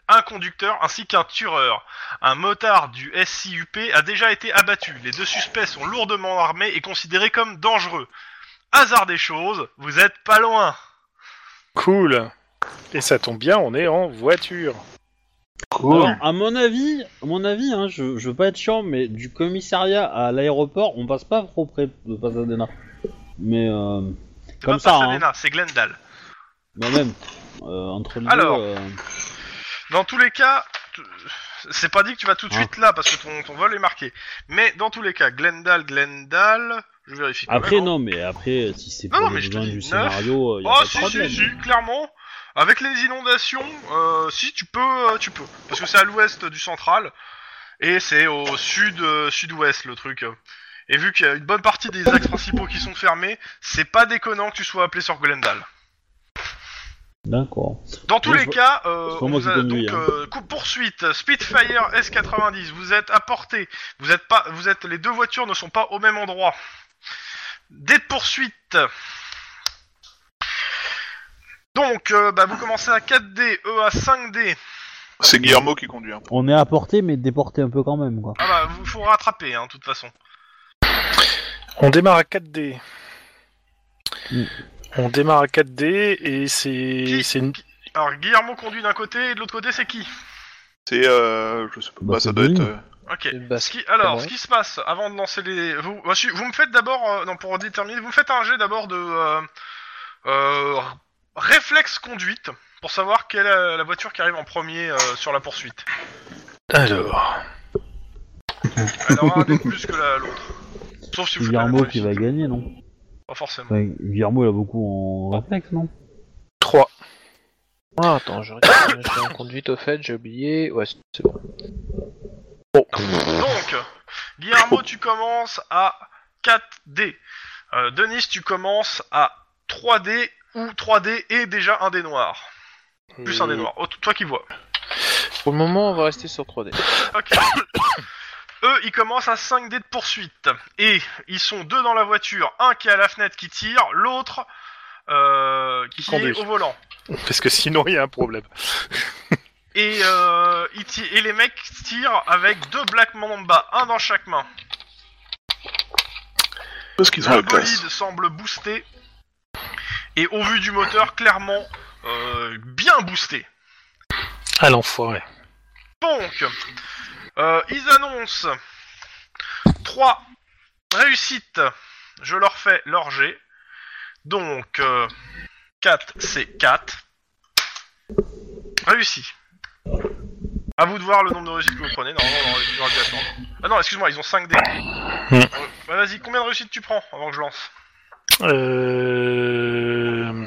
Speaker 2: un conducteur ainsi qu'un tueur. Un motard du SCUP a déjà été abattu. Les deux suspects sont lourdement armés et considérés comme dangereux. Hasard des choses, vous êtes pas loin.
Speaker 3: Cool. Et ça tombe bien, on est en voiture.
Speaker 1: Alors, à mon avis, à mon avis, hein, je, je veux pas être chiant, mais du commissariat à l'aéroport, on passe pas trop près de Pasadena. Mais euh,
Speaker 2: C'est
Speaker 1: Comme
Speaker 2: pas
Speaker 1: ça,
Speaker 2: Pasadena, c'est Glendale.
Speaker 1: bah même, euh, entre les
Speaker 2: Alors.
Speaker 1: deux, euh,
Speaker 2: Dans tous les cas, tu- c'est pas dit que tu vas tout de
Speaker 1: Ah.
Speaker 2: suite là parce que ton, ton vol est marqué. Mais dans tous les cas, Glendale, Glendale, je vérifie. quand
Speaker 1: après
Speaker 2: même, hein.
Speaker 1: non, mais après si c'est
Speaker 2: Non,
Speaker 1: pour
Speaker 2: non, mais
Speaker 1: les
Speaker 2: je te
Speaker 1: besoins
Speaker 2: dis
Speaker 1: du
Speaker 2: neuf.
Speaker 1: scénario, euh, y a
Speaker 2: Ah
Speaker 1: pas de
Speaker 2: si,
Speaker 1: problème.
Speaker 2: si, si, clairement. Avec les inondations, euh, si tu peux, euh, tu peux. Parce que c'est à l'ouest du central et c'est au sud, euh, sud-ouest le truc. Et vu qu'il y a une bonne partie des axes principaux qui sont fermés, c'est pas déconnant que tu sois appelé sur Glendale.
Speaker 1: D'accord.
Speaker 2: Dans tous
Speaker 1: Oui,
Speaker 2: les
Speaker 1: je vois-
Speaker 2: cas, euh,
Speaker 1: c'est pas
Speaker 2: on
Speaker 1: moi
Speaker 2: vous
Speaker 1: qui
Speaker 2: a-
Speaker 1: conduis,
Speaker 2: donc
Speaker 1: hein.
Speaker 2: euh, coup- poursuite, Spitfire S90, vous êtes à portée, vous êtes pas, vous êtes les deux voitures ne sont pas au même endroit. Des poursuites. Donc, euh, bah, vous commencez à 4D, eux à 5D.
Speaker 5: C'est Guillermo qui conduit. hein.
Speaker 1: On est à portée, mais déporté un peu quand même, quoi.
Speaker 2: Ah bah, vous faut rattraper, hein, de toute façon.
Speaker 3: On démarre à 4D.
Speaker 1: Mm.
Speaker 3: On démarre à 4D et c'est.
Speaker 2: Qui-
Speaker 3: c'est une-
Speaker 2: Alors, Guillermo conduit d'un côté et de l'autre côté, c'est qui
Speaker 5: C'est, euh, je sais pas,
Speaker 1: Bah,
Speaker 5: bah, ça
Speaker 1: c'est
Speaker 5: doit être...
Speaker 1: Denis.
Speaker 5: euh,
Speaker 2: Ok.
Speaker 4: Bah,
Speaker 2: Ce qui- alors,
Speaker 4: Comment
Speaker 2: ce qui se passe avant de lancer les. Vous, voici- vous me faites d'abord. euh, non, pour déterminer, vous me faites un jet d'abord de. euh, euh, réflexe conduite pour savoir quelle est la voiture qui arrive en premier euh, sur la poursuite.
Speaker 3: Alors.
Speaker 2: Elle aura un dé de plus que la- l'autre. Sauf si vous faites la
Speaker 1: Guillermo
Speaker 2: même
Speaker 1: qui va
Speaker 2: réussite.
Speaker 1: gagner, non
Speaker 2: Pas forcément.
Speaker 1: Enfin, Guillermo il a beaucoup en réflexe, non
Speaker 3: 3.
Speaker 4: Ah, attends, je regarde. j'ai en conduite au fait, j'ai oublié. Ouais, c'est bon.
Speaker 2: Donc, Guillermo, tu commences à 4D. Euh, Denis, tu commences à 3D ou 3D et déjà un dé noir. Plus un dé noir. Oh, toi qui vois.
Speaker 4: Pour le moment, on va rester sur 3D.
Speaker 2: Ok. Eux, ils commencent à 5 dés de poursuite. Et ils sont deux dans la voiture. Un qui est à la fenêtre qui tire, l'autre euh, qui
Speaker 3: Conduit.
Speaker 2: est au volant.
Speaker 3: Parce que sinon, il y a un problème.
Speaker 2: Et, euh, ils ti- et les mecs tirent avec deux Black Mamba, un dans chaque main.
Speaker 5: Parce qu'ils ont
Speaker 2: Le
Speaker 5: la classe.
Speaker 2: bolide semble boosté. Et au vu du moteur, clairement, euh, bien boosté.
Speaker 3: Ah, l'enfoiré.
Speaker 2: Donc, euh, ils annoncent 3 réussites. Je leur fais leur jet. Donc, 4, c'est 4. Réussi. À vous de voir le nombre de réussites que vous prenez. Normalement, on aurait on aurait dû attendre. Ah non, excuse-moi, ils ont 5 dés.
Speaker 3: Hmm.
Speaker 2: Euh, bah Vas-y, combien de réussites tu prends avant que je lance
Speaker 3: Euh...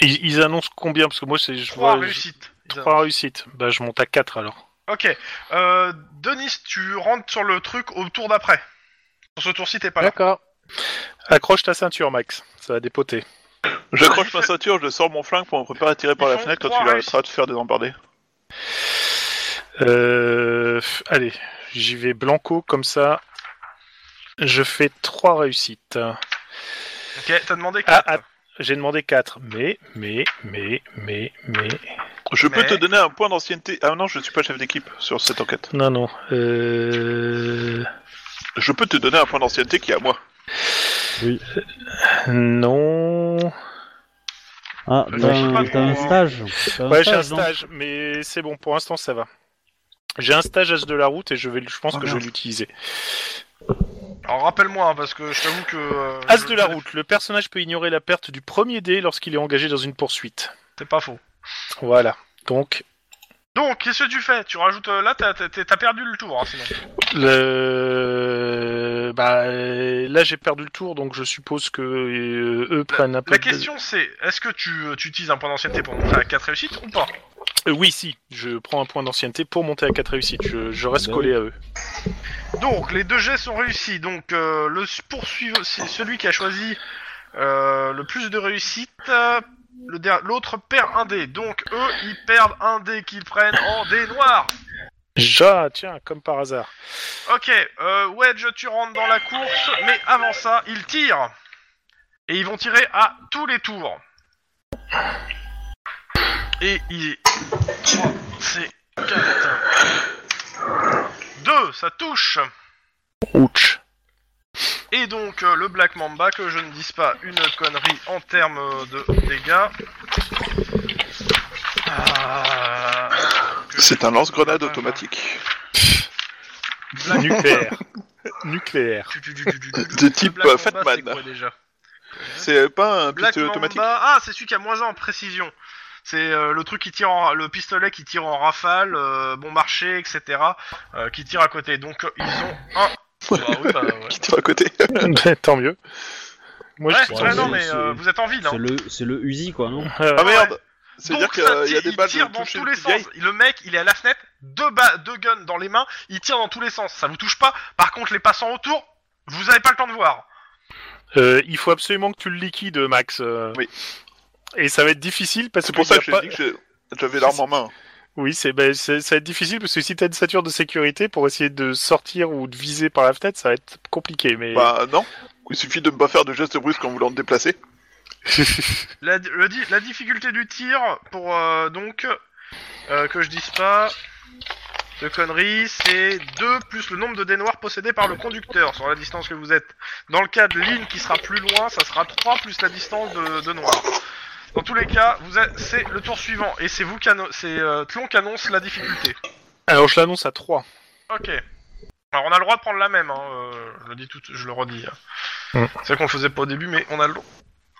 Speaker 3: Ils, ils annoncent combien Parce que moi, c'est. je
Speaker 2: 3
Speaker 3: vois-
Speaker 2: réussites. Ils
Speaker 3: Trois réussites. Bah, je monte à 4 alors.
Speaker 2: Ok. Euh, Denis, tu rentres sur le truc au tour d'après. Pour ce tour-ci, t'es pas là.
Speaker 4: D'accord.
Speaker 3: Accroche ta ceinture, Max. Ça va dépoter.
Speaker 5: J'accroche ma ceinture, je sors mon flingue pour me préparer à tirer par
Speaker 2: Ils
Speaker 5: la
Speaker 2: font
Speaker 5: fenêtre quand
Speaker 2: trois
Speaker 5: tu arrêteras de faire des embardés.
Speaker 3: Euh... f- Allez, j'y vais blanco comme ça. Je fais trois réussites.
Speaker 2: Ok, t'as demandé
Speaker 3: Ah,
Speaker 2: quatre.
Speaker 3: ah, j'ai demandé 4, mais, mais, mais, mais, mais.
Speaker 5: Je peux
Speaker 2: Mais-
Speaker 5: te donner un point d'ancienneté. Ah non, je ne suis pas chef d'équipe sur cette enquête.
Speaker 3: Non, non. Euh...
Speaker 5: Je peux te donner un point d'ancienneté qui est à moi.
Speaker 3: Non.
Speaker 1: Ah,
Speaker 2: Je
Speaker 1: t'as
Speaker 2: sais pas
Speaker 1: un, t'as un
Speaker 2: trop, hein.
Speaker 1: stage. T'as
Speaker 3: Ouais, j'ai un
Speaker 1: donc.
Speaker 3: stage, mais c'est bon, pour l'instant ça va. J'ai un stage As de la route et je, vais, je pense
Speaker 2: Oh,
Speaker 3: que je vais l'utiliser.
Speaker 2: Alors rappelle-moi, hein, parce que je t'avoue que. euh,
Speaker 3: As
Speaker 2: je-
Speaker 3: de la route, le personnage peut ignorer la perte du premier dé lorsqu'il est engagé dans une poursuite.
Speaker 2: C'est pas faux.
Speaker 3: Voilà. Donc,
Speaker 2: Donc, qu'est-ce que tu fais Tu rajoutes. euh, Là, t'as- t'as t'as perdu le tour, hein, sinon.
Speaker 3: le... bah, là j'ai perdu le tour, donc je suppose que euh, eux prennent un peu
Speaker 2: La
Speaker 3: de-
Speaker 2: question c'est est-ce que tu, euh, tu utilises un point d'ancienneté pour monter à 4 réussites ou pas
Speaker 3: Euh, oui, si, je prends un point d'ancienneté pour monter à 4 réussites. Je, je reste
Speaker 5: Bah
Speaker 1: Ben
Speaker 3: collé à eux.
Speaker 2: Donc les deux jets sont réussis. Donc euh, le poursuivant, c'est celui qui a choisi euh, le plus de réussites. euh, le der- L'autre perd un dé. Donc eux ils perdent un dé qu'ils prennent en dé noir.
Speaker 3: Ja, tiens, comme par hasard.
Speaker 2: Ok, euh, Wedge, tu rentres dans la course, mais avant ça, ils tirent. Et ils vont tirer à tous les tours. Et il 3, c'est 4. 2, ça touche.
Speaker 3: Ouch.
Speaker 2: Et donc euh, le Black Mamba, que je ne dise pas une connerie en termes de dégâts. Ah, que-
Speaker 5: C'est un lance-grenade
Speaker 2: Ah,
Speaker 5: automatique.
Speaker 2: Black-
Speaker 3: Nucléaire. Nucléaire.
Speaker 2: Tu- tu- tu- tu- tu- tu-
Speaker 5: De
Speaker 2: le
Speaker 5: type,
Speaker 2: Black
Speaker 5: euh, Fat
Speaker 2: Mamba, c'est
Speaker 5: Man.
Speaker 2: quoi déjà
Speaker 5: C'est pas un
Speaker 2: Black
Speaker 5: pistolet automatique.
Speaker 2: Mamba- Ah, c'est celui qui a moins 1 en précision. C'est euh, le truc qui tire en... le pistolet qui tire en rafale, euh, bon marché, etc. euh, qui tire à côté. Donc euh, ils ont un. Bah oui, bah ouais.
Speaker 5: Qui tire à côté.
Speaker 3: Ben, Tant mieux. Moi,
Speaker 2: Ouais,
Speaker 3: je
Speaker 1: Ouais,
Speaker 2: ouais, non
Speaker 1: c'est-
Speaker 2: mais euh,
Speaker 1: c'est-
Speaker 2: vous êtes en ville.
Speaker 1: C'est
Speaker 2: Hein.
Speaker 1: le, c'est le Uzi, quoi, non
Speaker 5: Ah
Speaker 2: ouais.
Speaker 5: merde C'est-à-dire
Speaker 2: Donc
Speaker 5: qu'il
Speaker 2: ça
Speaker 5: y a
Speaker 2: tire,
Speaker 5: des
Speaker 2: il
Speaker 5: balles
Speaker 2: tire
Speaker 5: de
Speaker 2: dans
Speaker 5: toucher
Speaker 2: tous
Speaker 5: le
Speaker 2: les
Speaker 5: petit gars.
Speaker 2: sens. Le mec, il est à la fenêtre, deux, ba... deux guns dans les mains, il tire dans tous les sens. Ça vous touche pas. Par contre, les passants autour, vous avez pas le temps de voir.
Speaker 3: Euh, il faut absolument que tu le liquides, Max. euh.
Speaker 5: Oui.
Speaker 3: Et ça va être difficile parce
Speaker 5: C'est
Speaker 3: que.
Speaker 5: pour ça que
Speaker 3: y
Speaker 5: j'ai
Speaker 3: a pas-
Speaker 5: dit que j'ai- j'avais l'arme en main.
Speaker 3: Oui, c'est, ben, c'est- ça va être difficile parce que si t'as une ceinture de sécurité pour essayer de sortir ou de viser par la fenêtre, ça va être compliqué. Mais.
Speaker 5: Bah non. Il suffit de ne pas faire de gestes brusques en voulant te déplacer.
Speaker 2: La, le di- la difficulté du tir pour euh, donc euh, que je dise pas de conneries, c'est 2 plus le nombre de dés noirs possédés par le conducteur sur la distance que vous êtes. Dans le cas de l'île qui sera plus loin, ça sera 3 plus la distance de, de noir. Dans tous les cas, vous êtes- c'est le tour suivant et c'est vous qui anno- c'est euh, Tlon qui annonce la difficulté.
Speaker 3: Alors je l'annonce à 3.
Speaker 2: Ok. Alors on a le droit de prendre la même, hein, euh, je le dis tout, je le redis. hein.
Speaker 3: Mm.
Speaker 2: C'est vrai qu'on le faisait pas au début, mais on a le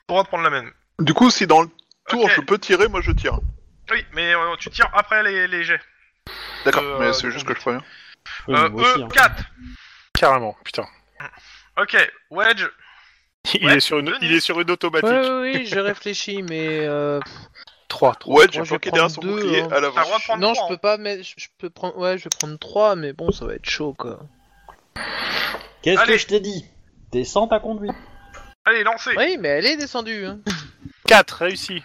Speaker 2: droit de prendre la même.
Speaker 5: Du coup, si dans le tour
Speaker 2: Ok.
Speaker 5: je peux tirer, moi je tire.
Speaker 2: Oui, mais euh, tu tires après les, les jets.
Speaker 5: D'accord,
Speaker 2: Euh,
Speaker 5: mais c'est
Speaker 2: de
Speaker 5: juste que je préviens.
Speaker 1: Oui,
Speaker 2: Euh,
Speaker 1: moi aussi, hein.
Speaker 2: E4.
Speaker 3: Carrément, putain.
Speaker 2: Ok, Wedge.
Speaker 3: Il,
Speaker 2: Ouais,
Speaker 3: est sur une,
Speaker 2: Denis.
Speaker 3: il est sur une automatique.
Speaker 4: Ouais, ouais, oui, j'ai réfléchi, mais euh,
Speaker 3: 3, 3.
Speaker 5: Ouais, j'ai
Speaker 4: Moi, je vais
Speaker 5: bloqué derrière
Speaker 4: prendre
Speaker 5: son
Speaker 4: deux,
Speaker 5: bouclier
Speaker 4: hein.
Speaker 5: à
Speaker 2: T'as le droit
Speaker 5: l'avance.
Speaker 2: de prendre
Speaker 4: non, je
Speaker 2: trois,
Speaker 4: peux
Speaker 2: hein.
Speaker 4: pas. Mais je je peux prendre. Ouais, je vais prendre 3, mais bon, ça va être chaud quoi.
Speaker 1: Qu'est-ce
Speaker 2: Allez.
Speaker 1: que je t'ai dit Descends ta conduite.
Speaker 2: Allez, lancez.
Speaker 4: Oui, mais elle est descendue. Hein.
Speaker 3: 4 réussi.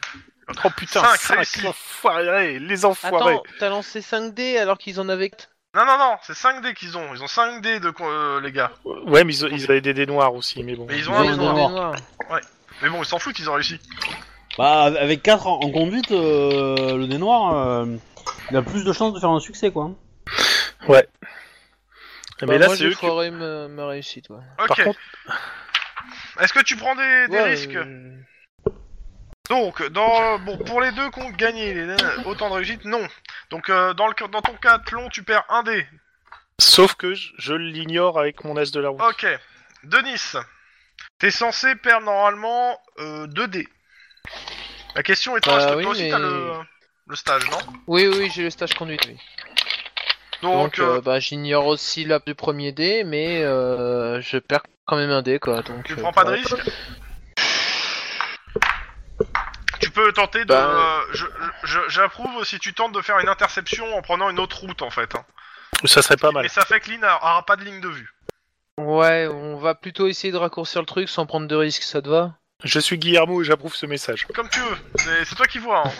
Speaker 3: Oh putain,
Speaker 2: Cinq
Speaker 3: 5
Speaker 2: réussis.
Speaker 3: enfoirés, les enfoirés.
Speaker 4: Attends, t'as lancé 5 dés alors qu'ils en avaient. que-
Speaker 2: Non, non, non, c'est 5 dés qu'ils ont. Ils ont 5 dés, de, co- euh, les gars.
Speaker 3: Ouais, mais ils, ont- ils avaient des dés noirs aussi, mais bon.
Speaker 2: Mais ils ont
Speaker 1: Ouais,
Speaker 2: un dé
Speaker 4: Ouais,
Speaker 1: ils
Speaker 4: ils
Speaker 1: ont
Speaker 2: noir.
Speaker 4: en
Speaker 1: noir.
Speaker 4: avaient noir.
Speaker 2: Mais bon, ils s'en foutent, ils ont réussi.
Speaker 1: Bah, avec 4 en, en conduite, euh, le dé noir, euh, il a plus de chances de faire un succès, quoi. hein.
Speaker 3: Mais
Speaker 4: Bah,
Speaker 3: Ah, là,
Speaker 4: moi,
Speaker 3: c'est
Speaker 4: je
Speaker 3: eux qui...
Speaker 4: ferai ma, ma réussite. Ouais.
Speaker 2: Ok.
Speaker 3: Par contre,
Speaker 2: Est-ce que tu prends des, des
Speaker 4: Ouais,
Speaker 2: risques
Speaker 4: euh,
Speaker 2: Donc, dans, bon, pour les deux qui ont gagné les- autant de réussites, non. Donc, euh, dans, le, ca- dans ton cas, Tlon, tu perds un dé.
Speaker 3: sauf que je, je l'ignore avec mon as de la route.
Speaker 2: Ok. Denis, t'es censé perdre normalement euh, 2 dés. La question étant,
Speaker 4: Bah
Speaker 2: est-ce que
Speaker 4: oui,
Speaker 2: toi aussi
Speaker 4: mais-
Speaker 2: t'as le, le stage, non
Speaker 4: Oui, oui, j'ai le stage conduite. Oui.
Speaker 2: Donc,
Speaker 4: Donc,
Speaker 2: euh,
Speaker 4: euh, bah, j'ignore aussi la du premier dé, mais euh, je perds quand même un dé quoi. Donc,
Speaker 2: Tu
Speaker 4: euh,
Speaker 2: prends pas de
Speaker 4: ouais.
Speaker 2: risque Tu peux tenter de.
Speaker 5: Ben-
Speaker 2: euh, je- je- J'approuve si tu tentes de faire une interception en prenant une autre route en fait. hein.
Speaker 3: Ça serait pas
Speaker 2: Mais
Speaker 3: mal.
Speaker 2: ça fait que Lynn aura pas de ligne de vue.
Speaker 4: Ouais, on va plutôt essayer de raccourcir le truc sans prendre de risques, ça te va
Speaker 3: Je suis Guillermo et j'approuve ce message.
Speaker 2: Comme tu veux, c'est c'est toi qui vois. hein.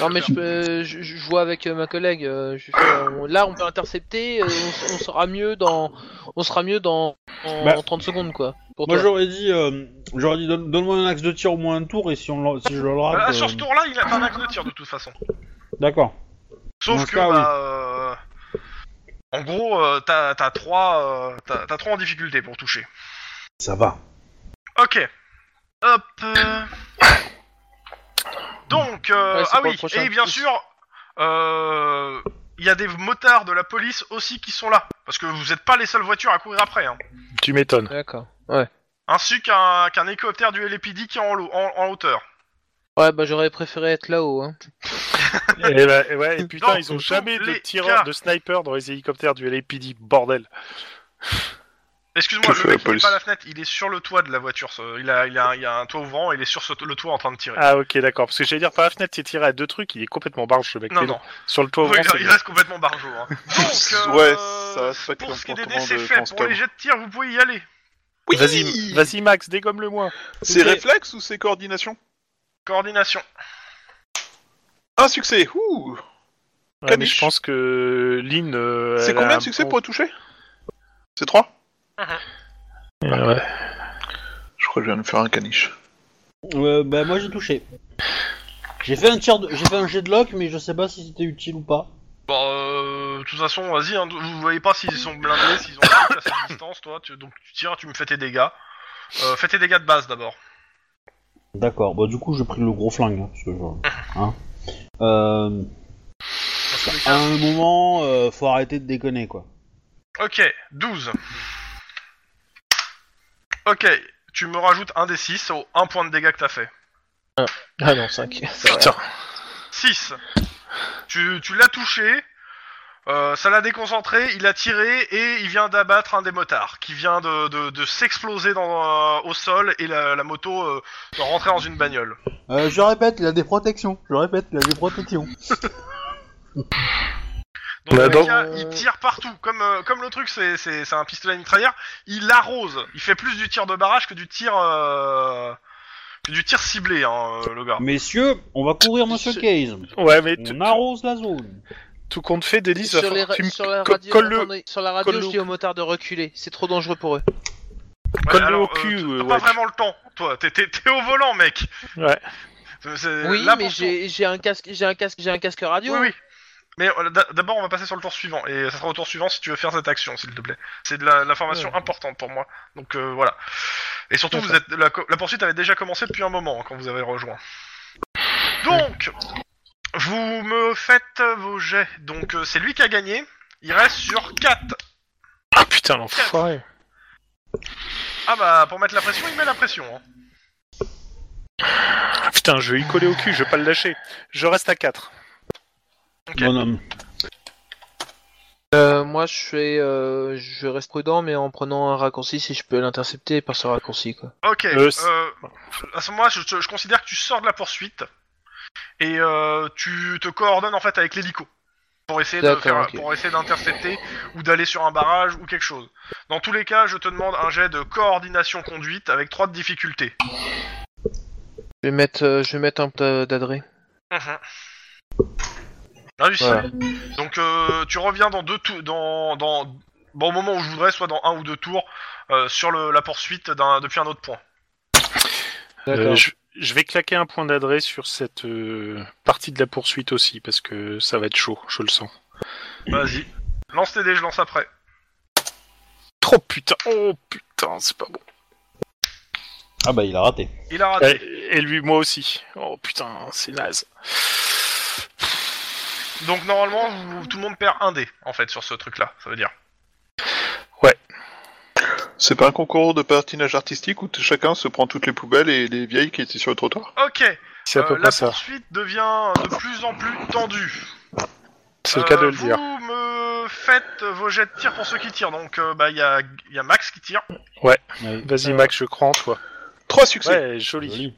Speaker 4: Non mais je, peux- je, je vois avec euh, ma collègue. euh, je fais, euh, on- là on peut intercepter. euh, on, s- on sera mieux dans, on sera mieux dans en
Speaker 1: Bah.
Speaker 4: 30 secondes quoi. Pour
Speaker 1: Moi
Speaker 4: toi.
Speaker 1: j'aurais dit, euh, j'aurais dit donne- donne-moi un axe de tir au moins un tour et si, on le- si je le
Speaker 6: Ah,
Speaker 1: rate.
Speaker 2: Bah,
Speaker 6: ben,
Speaker 1: euh,
Speaker 2: là, sur ce tour-là, il a pas d'axe de tir de toute façon.
Speaker 1: D'accord. Dans
Speaker 2: Sauf
Speaker 1: ce
Speaker 2: que,
Speaker 1: cas, oui.
Speaker 2: bah, euh, en gros, euh, t'as t'as trois, euh, t'as t'as trois en difficulté pour toucher.
Speaker 1: Ça va.
Speaker 2: Ok. Hop. euh. Donc, euh,
Speaker 4: Ouais, c'est
Speaker 2: ah
Speaker 4: pour le
Speaker 2: oui,
Speaker 4: prochain
Speaker 2: et bien
Speaker 4: quiz.
Speaker 2: sûr, euh, il y a des motards de la police aussi qui sont là. Parce que vous n'êtes pas les seules voitures à courir après. Hein.
Speaker 3: Tu m'étonnes.
Speaker 4: D'accord.
Speaker 2: Ainsi qu'un qu'un hélicoptère du LPD qui est en, lo- en, en hauteur.
Speaker 4: Ouais bah j'aurais préféré être là-haut. Hein.
Speaker 3: et, bah, et ouais, et putain,
Speaker 2: Dans
Speaker 3: ils ont
Speaker 2: tous
Speaker 3: jamais de
Speaker 2: les
Speaker 3: tireurs,
Speaker 2: cas.
Speaker 3: de snipers dans les hélicoptères du LAPD, bordel.
Speaker 2: Excuse-moi,
Speaker 5: Que fait
Speaker 2: le
Speaker 5: la
Speaker 2: mec il est
Speaker 5: police
Speaker 2: pas à la fenêtre, il est sur le toit de la voiture. ce- Il a, il a, un- il a un toit ouvrant, il est sur ce- le toit en train de tirer.
Speaker 3: Ah ok, d'accord. Parce que j'allais dire, par la fenêtre, c'est tiré à deux trucs, il est complètement barge, le mec.
Speaker 2: non,
Speaker 3: mais
Speaker 2: non,
Speaker 3: Sur le toit ouvrant,
Speaker 2: il,
Speaker 3: c'est
Speaker 2: il
Speaker 3: bien.
Speaker 2: reste complètement barjo. Hein. Donc,
Speaker 5: Ouais,
Speaker 2: euh,
Speaker 5: ça reste pas
Speaker 2: pour ce qui est des dés,
Speaker 5: comportement
Speaker 2: c'est
Speaker 5: de
Speaker 2: fait. Pour
Speaker 5: constable.
Speaker 2: les jets de tir, vous pouvez y aller.
Speaker 3: Vas-y, vas-y Max, dégomme-le moi.
Speaker 5: C'est
Speaker 1: Ok.
Speaker 5: réflexe ou c'est coordination
Speaker 2: Coordination.
Speaker 5: Un succès ouh.
Speaker 3: Ouais, mais
Speaker 5: Caniche.
Speaker 3: je pense que Lynn. euh,
Speaker 5: C'est
Speaker 3: elle a
Speaker 5: combien
Speaker 3: un
Speaker 5: de succès
Speaker 3: bon-
Speaker 5: pour le toucher C'est 3
Speaker 3: Euh, ouais.
Speaker 5: Je crois que je viens de faire un caniche.
Speaker 1: Euh, bah moi j'ai touché. J'ai fait un tir, de... j'ai fait un jet de lock, mais je sais pas si c'était utile ou pas.
Speaker 2: Bon, euh, de toute façon, vas-y, hein, vous voyez pas s'ils sont blindés, s'ils ont un truc à cette distance, toi, tu- donc tu tires, tu me fais tes dégâts. Euh, fais tes dégâts de base d'abord.
Speaker 1: D'accord. Bah du coup j'ai pris le gros flingue hein, parce que je- hein. Euh,
Speaker 2: Dans tous les
Speaker 1: à
Speaker 2: cas.
Speaker 1: un moment, euh, faut arrêter de déconner quoi.
Speaker 2: Ok, 12. Ok, tu me rajoutes un des 6 au 1 point de dégâts que t'as fait.
Speaker 4: Ah non 5.
Speaker 2: 6. Tu, tu l'as touché, euh, ça l'a déconcentré, il a tiré et il vient d'abattre un des motards qui vient de, de- de s'exploser dans, euh, au sol et la, la moto euh, de rentrer dans une bagnole.
Speaker 1: Euh, je répète, il a des protections. Je répète, il a des protections.
Speaker 2: Donc
Speaker 3: Bah,
Speaker 2: le
Speaker 3: dans-
Speaker 2: gars, il tire partout. Comme, euh, comme le truc, c'est- c'est c'est un pistolet mitrailleur, il arrose. Il fait plus du tir de barrage que du tir... euh, que du tir ciblé, hein, euh, le gars.
Speaker 1: Messieurs, on va courir Monsieur
Speaker 4: Ce-
Speaker 1: Case.
Speaker 3: Ouais, mais tout,
Speaker 1: On arrose la zone.
Speaker 3: tout compte fait, Delis,
Speaker 4: Sur,
Speaker 3: va
Speaker 4: les ra-
Speaker 3: falloir que tu me
Speaker 4: sur la
Speaker 3: co-
Speaker 4: radio,
Speaker 3: colle-le
Speaker 4: attendez, sur la radio
Speaker 3: colle-le
Speaker 4: je
Speaker 3: au
Speaker 4: dis aux motards de reculer. C'est trop dangereux pour eux.
Speaker 3: colle-le
Speaker 2: alors,
Speaker 3: au cul.
Speaker 2: euh,
Speaker 3: euh,
Speaker 2: T'as
Speaker 3: ouais.
Speaker 2: pas vraiment le temps, toi. T'es t'es- t'es au volant, mec.
Speaker 3: Ouais.
Speaker 2: C'est-
Speaker 4: Oui
Speaker 2: Euh, là,
Speaker 4: mais
Speaker 2: pour-
Speaker 4: j'ai j'ai un casque, j'ai un casque, j'ai un casque radio.
Speaker 2: Oui, oui. Mais euh, d'a- d'abord, on va passer sur le tour suivant. Et euh, ça sera au tour suivant si tu veux faire cette action, s'il te plaît. C'est de la- l'information importante pour moi. Donc euh, voilà. Et surtout, vous êtes, la, co- la poursuite avait déjà commencé depuis un moment hein, quand vous avez rejoint. Donc, vous me faites vos jets. Donc, euh, c'est lui qui a gagné. Il reste sur 4.
Speaker 3: Ah putain, l'enfoiré.
Speaker 2: Ah bah, pour mettre la pression, il met la pression. hein.
Speaker 3: Ah, putain, je vais y coller au cul, je vais pas le lâcher. Je reste à 4.
Speaker 2: Ok.
Speaker 1: Bonhomme.
Speaker 4: Euh, moi, je fais, euh, je reste prudent, mais en prenant un raccourci, si je peux l'intercepter par ce raccourci, quoi.
Speaker 2: Ok,
Speaker 3: Euh, c'est-
Speaker 2: euh, à ce moment-là, je, je- je considère que tu sors de la poursuite et euh, tu te coordonnes en fait avec l'hélico pour essayer de
Speaker 4: D'accord,
Speaker 2: faire,
Speaker 4: ok.
Speaker 2: pour essayer d'intercepter ou d'aller sur un barrage ou quelque chose. Dans tous les cas, je te demande un jet de coordination conduite avec trois de difficulté.
Speaker 4: Je vais mettre, euh, je vais mettre un peu d'adré.
Speaker 2: Réussi.
Speaker 4: Voilà.
Speaker 2: Donc euh, tu reviens dans deux tours, dans, dans bon, au moment où je voudrais, soit dans un ou deux tours euh, sur le- la poursuite d'un- depuis un autre point.
Speaker 4: D'accord.
Speaker 3: Euh, je, je vais claquer un point d'adresse sur cette euh, partie de la poursuite aussi, parce que ça va être chaud, je le sens.
Speaker 2: Vas-y. Lance tes dés, je lance après.
Speaker 3: Trop putain, oh putain, c'est pas bon.
Speaker 1: Ah bah il a raté.
Speaker 2: Il a raté.
Speaker 3: Et, et lui, moi aussi. Oh putain, c'est naze.
Speaker 2: Donc normalement, vous- tout le monde perd un dé, en fait, sur ce truc-là, ça veut dire.
Speaker 5: C'est pas un concours de patinage artistique où t- chacun se prend toutes les poubelles et les vieilles qui étaient sur le trottoir
Speaker 2: Ok,
Speaker 3: C'est à
Speaker 2: euh,
Speaker 3: peu
Speaker 2: la
Speaker 3: près ça.
Speaker 2: poursuite devient de plus en plus tendue.
Speaker 3: C'est le cas de
Speaker 2: Euh,
Speaker 3: le dire.
Speaker 2: Vous me faites vos jets de tir pour ceux qui tirent, donc euh, bah, il y, a, il y a Max qui tire.
Speaker 3: Vas-y, Max, je crois en toi.
Speaker 5: Trois succès
Speaker 3: Ouais, euh, joli.
Speaker 1: Joli.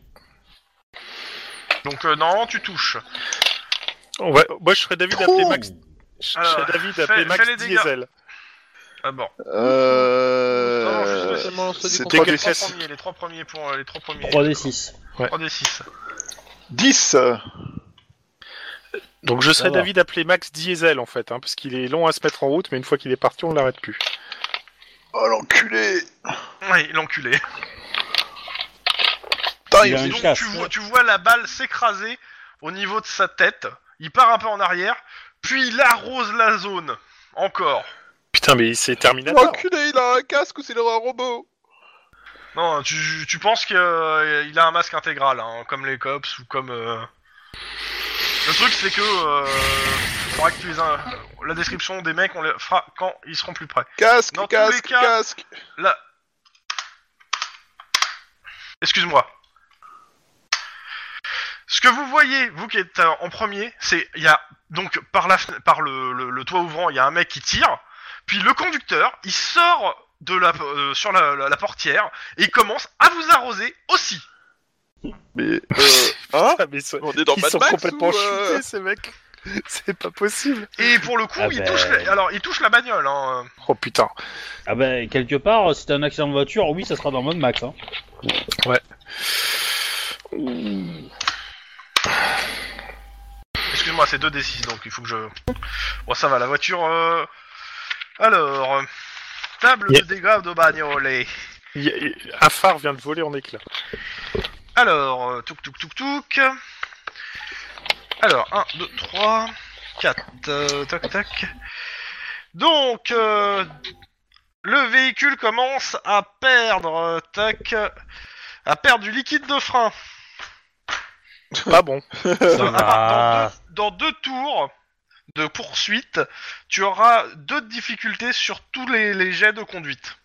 Speaker 2: Donc euh, normalement, tu touches.
Speaker 3: On va- Moi, je serais David d'appeler Max. Je serais
Speaker 2: Alors,
Speaker 3: David
Speaker 2: fais-
Speaker 3: d'appeler
Speaker 2: fais les
Speaker 3: Max
Speaker 2: dégâts.
Speaker 3: Diesel.
Speaker 2: Ah bon. Non, juste le
Speaker 5: Euh...
Speaker 4: seulement lancer du
Speaker 5: C'était quoi
Speaker 4: concours.
Speaker 5: des
Speaker 2: les, trois
Speaker 5: fesses
Speaker 2: premiers, les trois premiers pour euh, les trois premiers.
Speaker 1: 3d6.
Speaker 2: 3 des 6.
Speaker 5: 10
Speaker 3: Donc je serais
Speaker 1: Ça va.
Speaker 3: d'avis d'appeler Max Diesel en fait, hein, parce qu'il est long à se mettre en route, mais une fois qu'il est parti, on ne l'arrête plus.
Speaker 5: Oh l'enculé
Speaker 2: Oui, l'enculé.
Speaker 5: Putain,
Speaker 6: Il y
Speaker 5: il
Speaker 6: a
Speaker 5: fait
Speaker 6: une
Speaker 2: Donc,
Speaker 6: chasse.
Speaker 2: tu vois, tu vois la balle s'écraser au niveau de sa tête. Il part un peu en arrière, puis il arrose la zone. Encore.
Speaker 3: Putain, mais c'est Terminator.
Speaker 5: L'enculé, il a un casque ou c'est un robot
Speaker 2: Non, tu, tu penses qu'il a un masque intégral, hein, comme les cops ou comme. euh, Le truc, c'est que. euh, faudra que tu les in- La description des mecs, on les fera quand ils seront plus près.
Speaker 5: Casque,
Speaker 2: Dans tous les
Speaker 5: casque,
Speaker 2: cas-
Speaker 5: casque
Speaker 2: Là. Excuse-moi. Ce que vous voyez, vous qui êtes euh, en premier, c'est il y a donc par la fen- par le, le- le toit ouvrant, il y a un mec qui tire, puis le conducteur, il sort de la euh, sur la, la- la portière et il commence à vous arroser aussi.
Speaker 5: Mais euh... hein
Speaker 3: Ah, mais ça-
Speaker 5: On est dans
Speaker 3: Ils
Speaker 5: Mad
Speaker 3: sont
Speaker 5: Max
Speaker 3: complètement
Speaker 5: ou, euh,
Speaker 3: shootés ces mecs. C'est pas possible.
Speaker 2: Et pour le coup,
Speaker 6: Ah
Speaker 2: il
Speaker 6: ben.
Speaker 2: touche la- alors il touche la bagnole. Hein.
Speaker 3: Oh putain.
Speaker 6: Ah ben, quelque part, si t'as un accident de voiture, oui, ça sera dans Mad Max. Hein.
Speaker 2: Excuse-moi, c'est 2d6 donc il faut que je. Bon ça va, la voiture. euh, Alors, euh, table
Speaker 3: Yeah.
Speaker 2: de dégâts de bagnole. et-
Speaker 3: Il y a- il- Un phare vient de voler en éclats.
Speaker 2: Alors, euh, touk touk touk touk. Alors, 1, 2, 3, 4, euh, tac tac. Donc, euh, le véhicule commence à perdre, euh, tac, à perdre du liquide de frein.
Speaker 3: Ah bon.
Speaker 6: Ça
Speaker 2: Ah,
Speaker 6: va.
Speaker 2: dans, deux, dans deux tours de poursuite, tu auras deux difficultés sur tous les, les jets de conduite.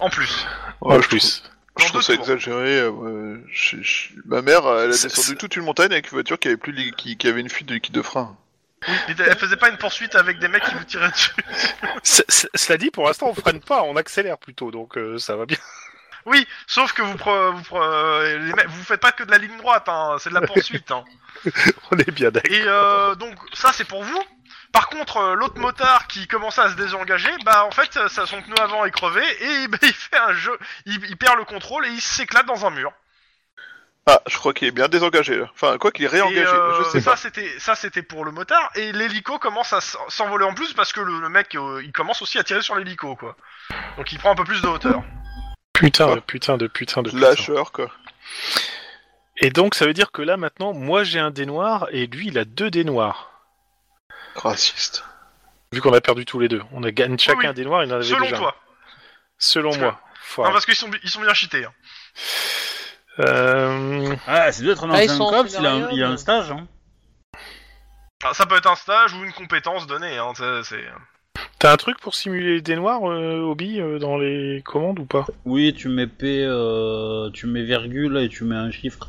Speaker 2: En plus.
Speaker 3: Oh, En
Speaker 5: Ouais, je
Speaker 3: plus.
Speaker 5: Je
Speaker 2: Dans
Speaker 5: trouve
Speaker 2: deux
Speaker 5: ça
Speaker 2: tours.
Speaker 5: exagéré. euh, ouais, je- je- Ma mère, euh, elle a
Speaker 3: C'est-
Speaker 5: descendu
Speaker 3: c'est-
Speaker 5: toute une montagne avec une voiture qui avait plus de liqui- qui, avait une fuite de liquide de frein.
Speaker 2: Elle elle faisait pas une poursuite avec des mecs qui vous tiraient dessus.
Speaker 3: C- c- Cela dit, pour l'instant, on freine pas, on accélère plutôt, donc euh, ça va bien.
Speaker 2: Oui, sauf que vous pre- vous, pre- les mecs- vous faites pas que de la ligne droite, hein, c'est de la poursuite. hein.
Speaker 3: On est bien d'accord.
Speaker 2: Et euh, donc ça c'est pour vous. Par contre, euh, l'autre motard qui commençait à se désengager, bah en fait, euh, ça, son pneu avant est crevé et bah, il fait un jeu, il, il perd le contrôle et il s'éclate dans un mur.
Speaker 5: Ah, je crois qu'il est bien désengagé là. Enfin, quoi qu'il est réengagé,
Speaker 2: Et, euh,
Speaker 5: je sais
Speaker 2: ça
Speaker 5: pas.
Speaker 2: c'était ça c'était pour le motard et l'hélico commence à s- s'envoler en plus parce que le, le mec euh, il commence aussi à tirer sur l'hélico quoi. Donc il prend un peu plus de hauteur.
Speaker 3: Putain de putain de putain de putain.
Speaker 5: Lâcheur quoi.
Speaker 3: Et donc, ça veut dire que là, maintenant, moi j'ai un dé noir et lui, il a deux dés noirs.
Speaker 5: Raciste.
Speaker 3: Vu qu'on a perdu tous les deux. On a gagné chacun
Speaker 2: oui.
Speaker 3: un dé noir, il en avait
Speaker 2: Selon
Speaker 3: déjà un.
Speaker 2: toi.
Speaker 3: Selon
Speaker 2: Parce
Speaker 3: moi.
Speaker 2: Non,
Speaker 3: Foiré.
Speaker 2: parce qu'ils sont bi- ils sont bien cheatés. hein.
Speaker 3: Euh,
Speaker 6: Ah, c'est doit être un
Speaker 4: Ah, ils
Speaker 6: ancien
Speaker 4: sont en
Speaker 6: cop, il a un,
Speaker 4: scénario, euh.
Speaker 6: il a un
Speaker 4: mais-
Speaker 6: stage. Hein.
Speaker 2: Ah, Ça peut être un stage ou une compétence donnée. Hein, ça, c'est...
Speaker 3: T'as un truc pour simuler les dés noirs, euh, Obi, euh, dans les commandes ou pas
Speaker 6: Oui, tu mets P, euh, tu mets virgule et tu mets un chiffre.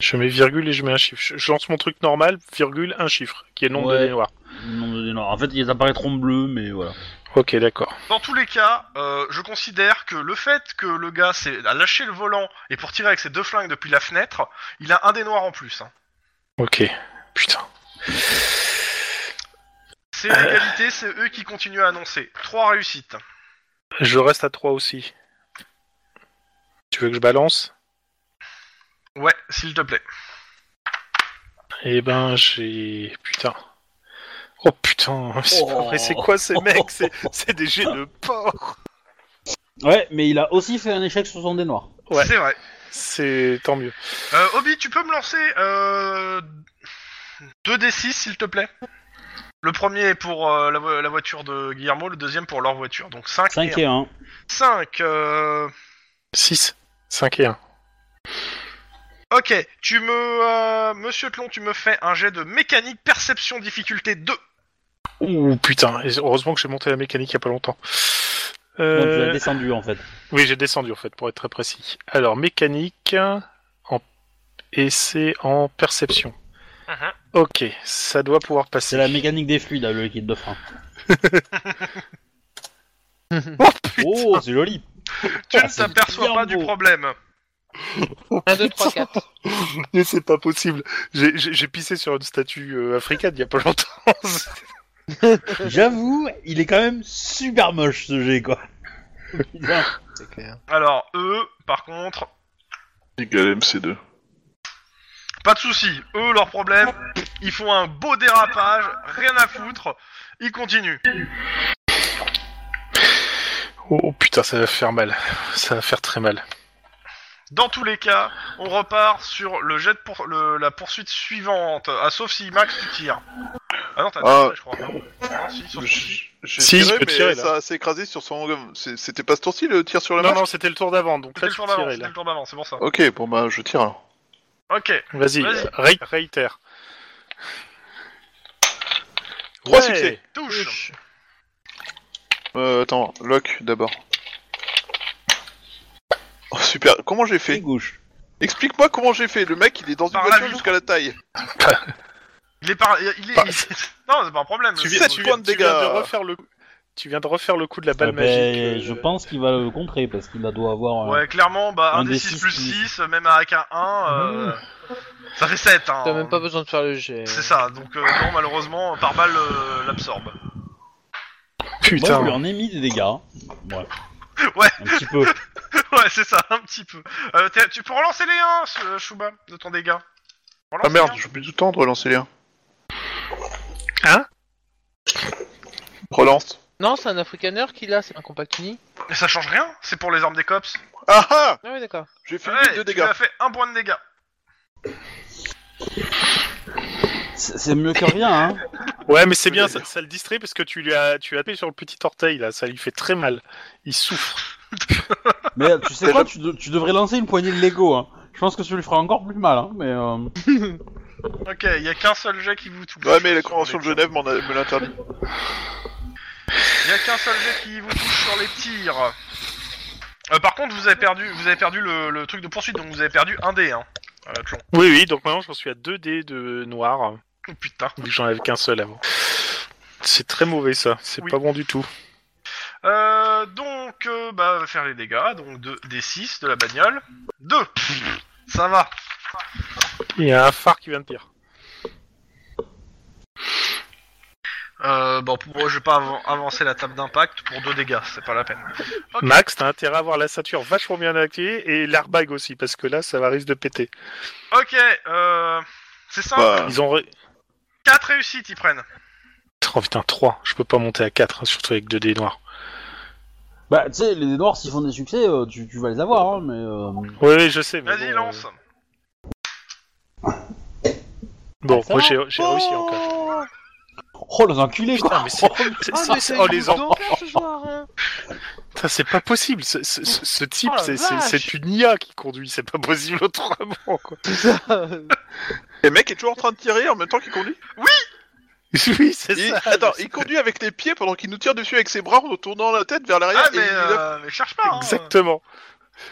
Speaker 3: Je mets virgule et je mets un chiffre. Je- Je lance mon truc normal, virgule, un chiffre, qui est le nombre de
Speaker 6: Ouais.
Speaker 3: dés noirs.
Speaker 6: Le nombre de dés noirs. En fait, ils apparaîtront bleus, mais voilà.
Speaker 3: Ok, d'accord.
Speaker 2: Dans tous les cas, euh, je considère que le fait que le gars s'est- a lâché le volant et pour tirer avec ses deux flingues depuis la fenêtre, il a un des noirs en plus. hein.
Speaker 3: Ok. Putain.
Speaker 2: C'est l'égalité, c'est eux qui continuent à annoncer. Trois réussites.
Speaker 3: Je reste à 3 aussi. Tu veux que je balance
Speaker 2: Ouais, s'il te plaît.
Speaker 3: Eh ben, j'ai. Putain. Oh putain, c'est pas
Speaker 6: Oh.
Speaker 3: vrai, c'est quoi ces mecs C'est- C'est des jets de porc
Speaker 1: Ouais, mais il a aussi fait un échec sur son dé noir.
Speaker 3: Ouais.
Speaker 2: C'est vrai.
Speaker 3: C'est tant mieux.
Speaker 2: Euh, Obi, tu peux me lancer euh, 2d6 s'il te plaît le premier est pour euh, la, vo- la voiture de Guillermo, le deuxième pour leur voiture. Donc 5
Speaker 1: 5 et 1.
Speaker 2: 5. euh,
Speaker 3: 6, 5 et 1.
Speaker 2: Ok, tu me... euh, Monsieur Tlon, tu me fais un jet de mécanique perception difficulté 2.
Speaker 3: Ouh putain, et heureusement que j'ai monté la mécanique il y a pas longtemps.
Speaker 1: Donc tu
Speaker 3: Euh,
Speaker 1: l'as descendu en fait.
Speaker 3: Oui, j'ai descendu en fait, pour être très précis. Alors, mécanique, en... et c'est en perception.
Speaker 2: Mhm.
Speaker 3: Ok, ça doit pouvoir
Speaker 1: C'est
Speaker 3: passer.
Speaker 1: la mécanique des fluides, là, le liquide de frein. Oh, c'est joli.
Speaker 2: Tu
Speaker 1: Ah,
Speaker 2: ne
Speaker 1: c'est
Speaker 2: t'aperçois
Speaker 1: bien
Speaker 2: pas
Speaker 1: beau.
Speaker 2: du problème.
Speaker 4: 1, 2, 3, 4.
Speaker 3: Mais c'est pas possible. J'ai- J'ai j'ai pissé sur une statue euh, africaine il y a pas longtemps.
Speaker 1: J'avoue, il est quand même super moche ce G, quoi. Putain.
Speaker 4: C'est clair.
Speaker 2: Alors, eux, par contre,
Speaker 5: Égale MC2.
Speaker 2: pas de souci. Eux, leur problème, Ils font un beau dérapage, rien à foutre. Ils continuent.
Speaker 3: Oh, oh, putain, ça va faire mal. Ça va faire très mal.
Speaker 2: Dans tous les cas, on repart sur le jet de pour... le- la poursuite suivante. Ah, sauf si Max tu tires. Ah non, t'as
Speaker 5: Ah.
Speaker 2: tiré, je crois. Ah, si, sauf si.
Speaker 5: J- J'ai
Speaker 3: Si,
Speaker 5: tiré,
Speaker 3: il peut
Speaker 5: mais
Speaker 3: tirer, là.
Speaker 5: ça s'est écrasé sur son. c'est- C'était pas ce tour-ci le tir sur la
Speaker 3: Non,
Speaker 5: marche
Speaker 3: non, c'était le tour d'avant, donc
Speaker 2: C'était
Speaker 3: là,
Speaker 2: le
Speaker 3: tu
Speaker 2: tour d'avant,
Speaker 3: tirais,
Speaker 2: c'était
Speaker 3: là.
Speaker 2: le tour d'avant, c'est pour ça.
Speaker 5: Ok, bon bah je tire alors.
Speaker 2: Ok.
Speaker 3: Vas-y,
Speaker 2: Vas-y.
Speaker 3: ré- réitère.
Speaker 5: Trois
Speaker 3: Ouais.
Speaker 5: succès.
Speaker 2: Touche.
Speaker 5: Euh, attends, lock d'abord. Oh, super, comment j'ai fait
Speaker 1: gauche.
Speaker 5: Explique-moi comment j'ai fait. Le mec il est dans une
Speaker 2: Par Ah, la
Speaker 5: voiture
Speaker 2: vue.
Speaker 5: jusqu'à la taille.
Speaker 2: Il est par... Il est...
Speaker 3: Pas-
Speaker 2: il est- Non, c'est pas un problème.
Speaker 5: Tu
Speaker 2: C'est-
Speaker 5: viens-
Speaker 2: c'est-
Speaker 5: tu viens- de
Speaker 3: Tu viens de
Speaker 5: dégâts.
Speaker 3: refaire le, tu viens de refaire le coup de la
Speaker 6: Ah
Speaker 3: balle
Speaker 6: ben,
Speaker 3: magique. euh,
Speaker 6: Je pense qu'il va le contrer parce qu'il la doit avoir. euh,
Speaker 2: Ouais, clairement, bah,
Speaker 6: Un
Speaker 2: 1
Speaker 6: des
Speaker 2: des 6
Speaker 6: six
Speaker 2: plus
Speaker 6: plus
Speaker 2: 6, même avec un 1, euh, ça fait 7. Hein.
Speaker 4: T'as même pas besoin de faire le jet.
Speaker 2: C'est ça, donc euh, non, malheureusement, par balle euh, l'absorbe.
Speaker 3: Putain.
Speaker 6: Moi, je lui en ai mis des dégâts. hein. Ouais.
Speaker 2: Ouais.
Speaker 6: Un petit peu.
Speaker 2: ouais, c'est ça, un petit peu. Euh, t'es- tu peux relancer les 1, Chouba, de ton dégât. Relance
Speaker 5: Ah merde,
Speaker 2: les
Speaker 5: j'ai oublié tout le temps de relancer les uns.
Speaker 3: Hein
Speaker 5: Relance.
Speaker 4: Non, c'est un africaner qu'il a, c'est un compactini.
Speaker 2: un. Mais ça change rien, c'est pour les armes des cops.
Speaker 5: Ah ah
Speaker 4: Ah oui, d'accord.
Speaker 5: J'ai fait
Speaker 2: Ouais,
Speaker 5: huit de
Speaker 2: tu
Speaker 5: dégâts.
Speaker 2: lui as fait 1 point de dégâts.
Speaker 1: C'est c'est mieux que rien, hein.
Speaker 3: Ouais, mais c'est bien, ça, ça le distrait parce que tu lui as, tu as appuyé sur le petit orteil là, ça lui fait très mal. Il souffre.
Speaker 1: Mais tu sais quoi, tu, de- tu devrais lancer une poignée de Lego, hein. Je pense que tu lui feras encore plus mal, hein, mais... euh,
Speaker 2: Ok, il y a qu'un seul jet qui vous touche.
Speaker 5: Ouais, mais la
Speaker 2: sur
Speaker 5: convention de
Speaker 2: les-
Speaker 5: Genève m'en a- me l'interdit.
Speaker 2: Il y a qu'un seul jet qui vous touche sur les tirs. Euh, par contre, vous avez perdu, vous avez perdu le, le truc de poursuite, donc vous avez perdu un dé. Hein. Euh, Tlon.
Speaker 3: Oui, oui. Donc maintenant, j'en suis à 2 dés de noir,
Speaker 2: Oh, putain.
Speaker 3: vu que j'en avais qu'un seul avant. C'est très mauvais ça. C'est
Speaker 2: Oui.
Speaker 3: pas bon du tout.
Speaker 2: Euh, donc, euh, bah, on va faire les dégâts. Donc, deux, des 6 de la bagnole. 2 Ça va.
Speaker 3: Il y a un phare qui vient de pire.
Speaker 2: Euh, bon, pour moi, je vais pas avan- avancer la table d'impact pour deux dégâts, c'est pas la peine. Ok.
Speaker 3: Max, t'as intérêt à avoir la ceinture vachement bien activée et l'airbag aussi parce que là, ça va risque de péter.
Speaker 2: Ok, euh, c'est simple.
Speaker 5: Bah,
Speaker 3: Ils ont. ré-
Speaker 2: 4 réussites, ils prennent.
Speaker 3: Oh putain, 3. Je peux pas monter à 4, surtout avec 2 dés noirs.
Speaker 1: Bah, tu sais, les Noirs, s'ils font des succès, euh, tu, tu vas les avoir, hein, mais... euh,
Speaker 3: Oui, oui, je sais. mais
Speaker 2: Vas-y,
Speaker 3: bon,
Speaker 2: lance.
Speaker 3: euh,
Speaker 2: Ah,
Speaker 3: Bon,
Speaker 6: Ça
Speaker 3: moi
Speaker 6: va
Speaker 3: j'ai j'ai réussi
Speaker 2: Oh
Speaker 3: encore.
Speaker 1: Oh, les enculés,
Speaker 3: Putain,
Speaker 1: quoi
Speaker 3: mais c'est c'est
Speaker 4: Ah,
Speaker 3: ça,
Speaker 4: mais c'est
Speaker 3: oh,
Speaker 4: une
Speaker 3: les
Speaker 4: bouffe
Speaker 3: enfants.
Speaker 4: d'enfer, ce soir, hein.
Speaker 3: Putain, c'est pas possible. Ce, ce- ce- ce type,
Speaker 4: Oh, la
Speaker 3: c'est- c'est
Speaker 4: vache.
Speaker 3: c'est une IA qui conduit. C'est pas possible autrement, quoi.
Speaker 5: Et le mec est toujours en train de tirer en même temps qu'il conduit.
Speaker 3: Oui, c'est
Speaker 5: Il-
Speaker 3: ça.
Speaker 5: Attends, il conduit avec les pieds pendant qu'il nous tire dessus avec ses bras en tournant la tête vers l'arrière.
Speaker 2: Ah,
Speaker 5: et
Speaker 2: mais,
Speaker 5: il-
Speaker 2: euh, mais cherche pas. hein.
Speaker 3: Exactement.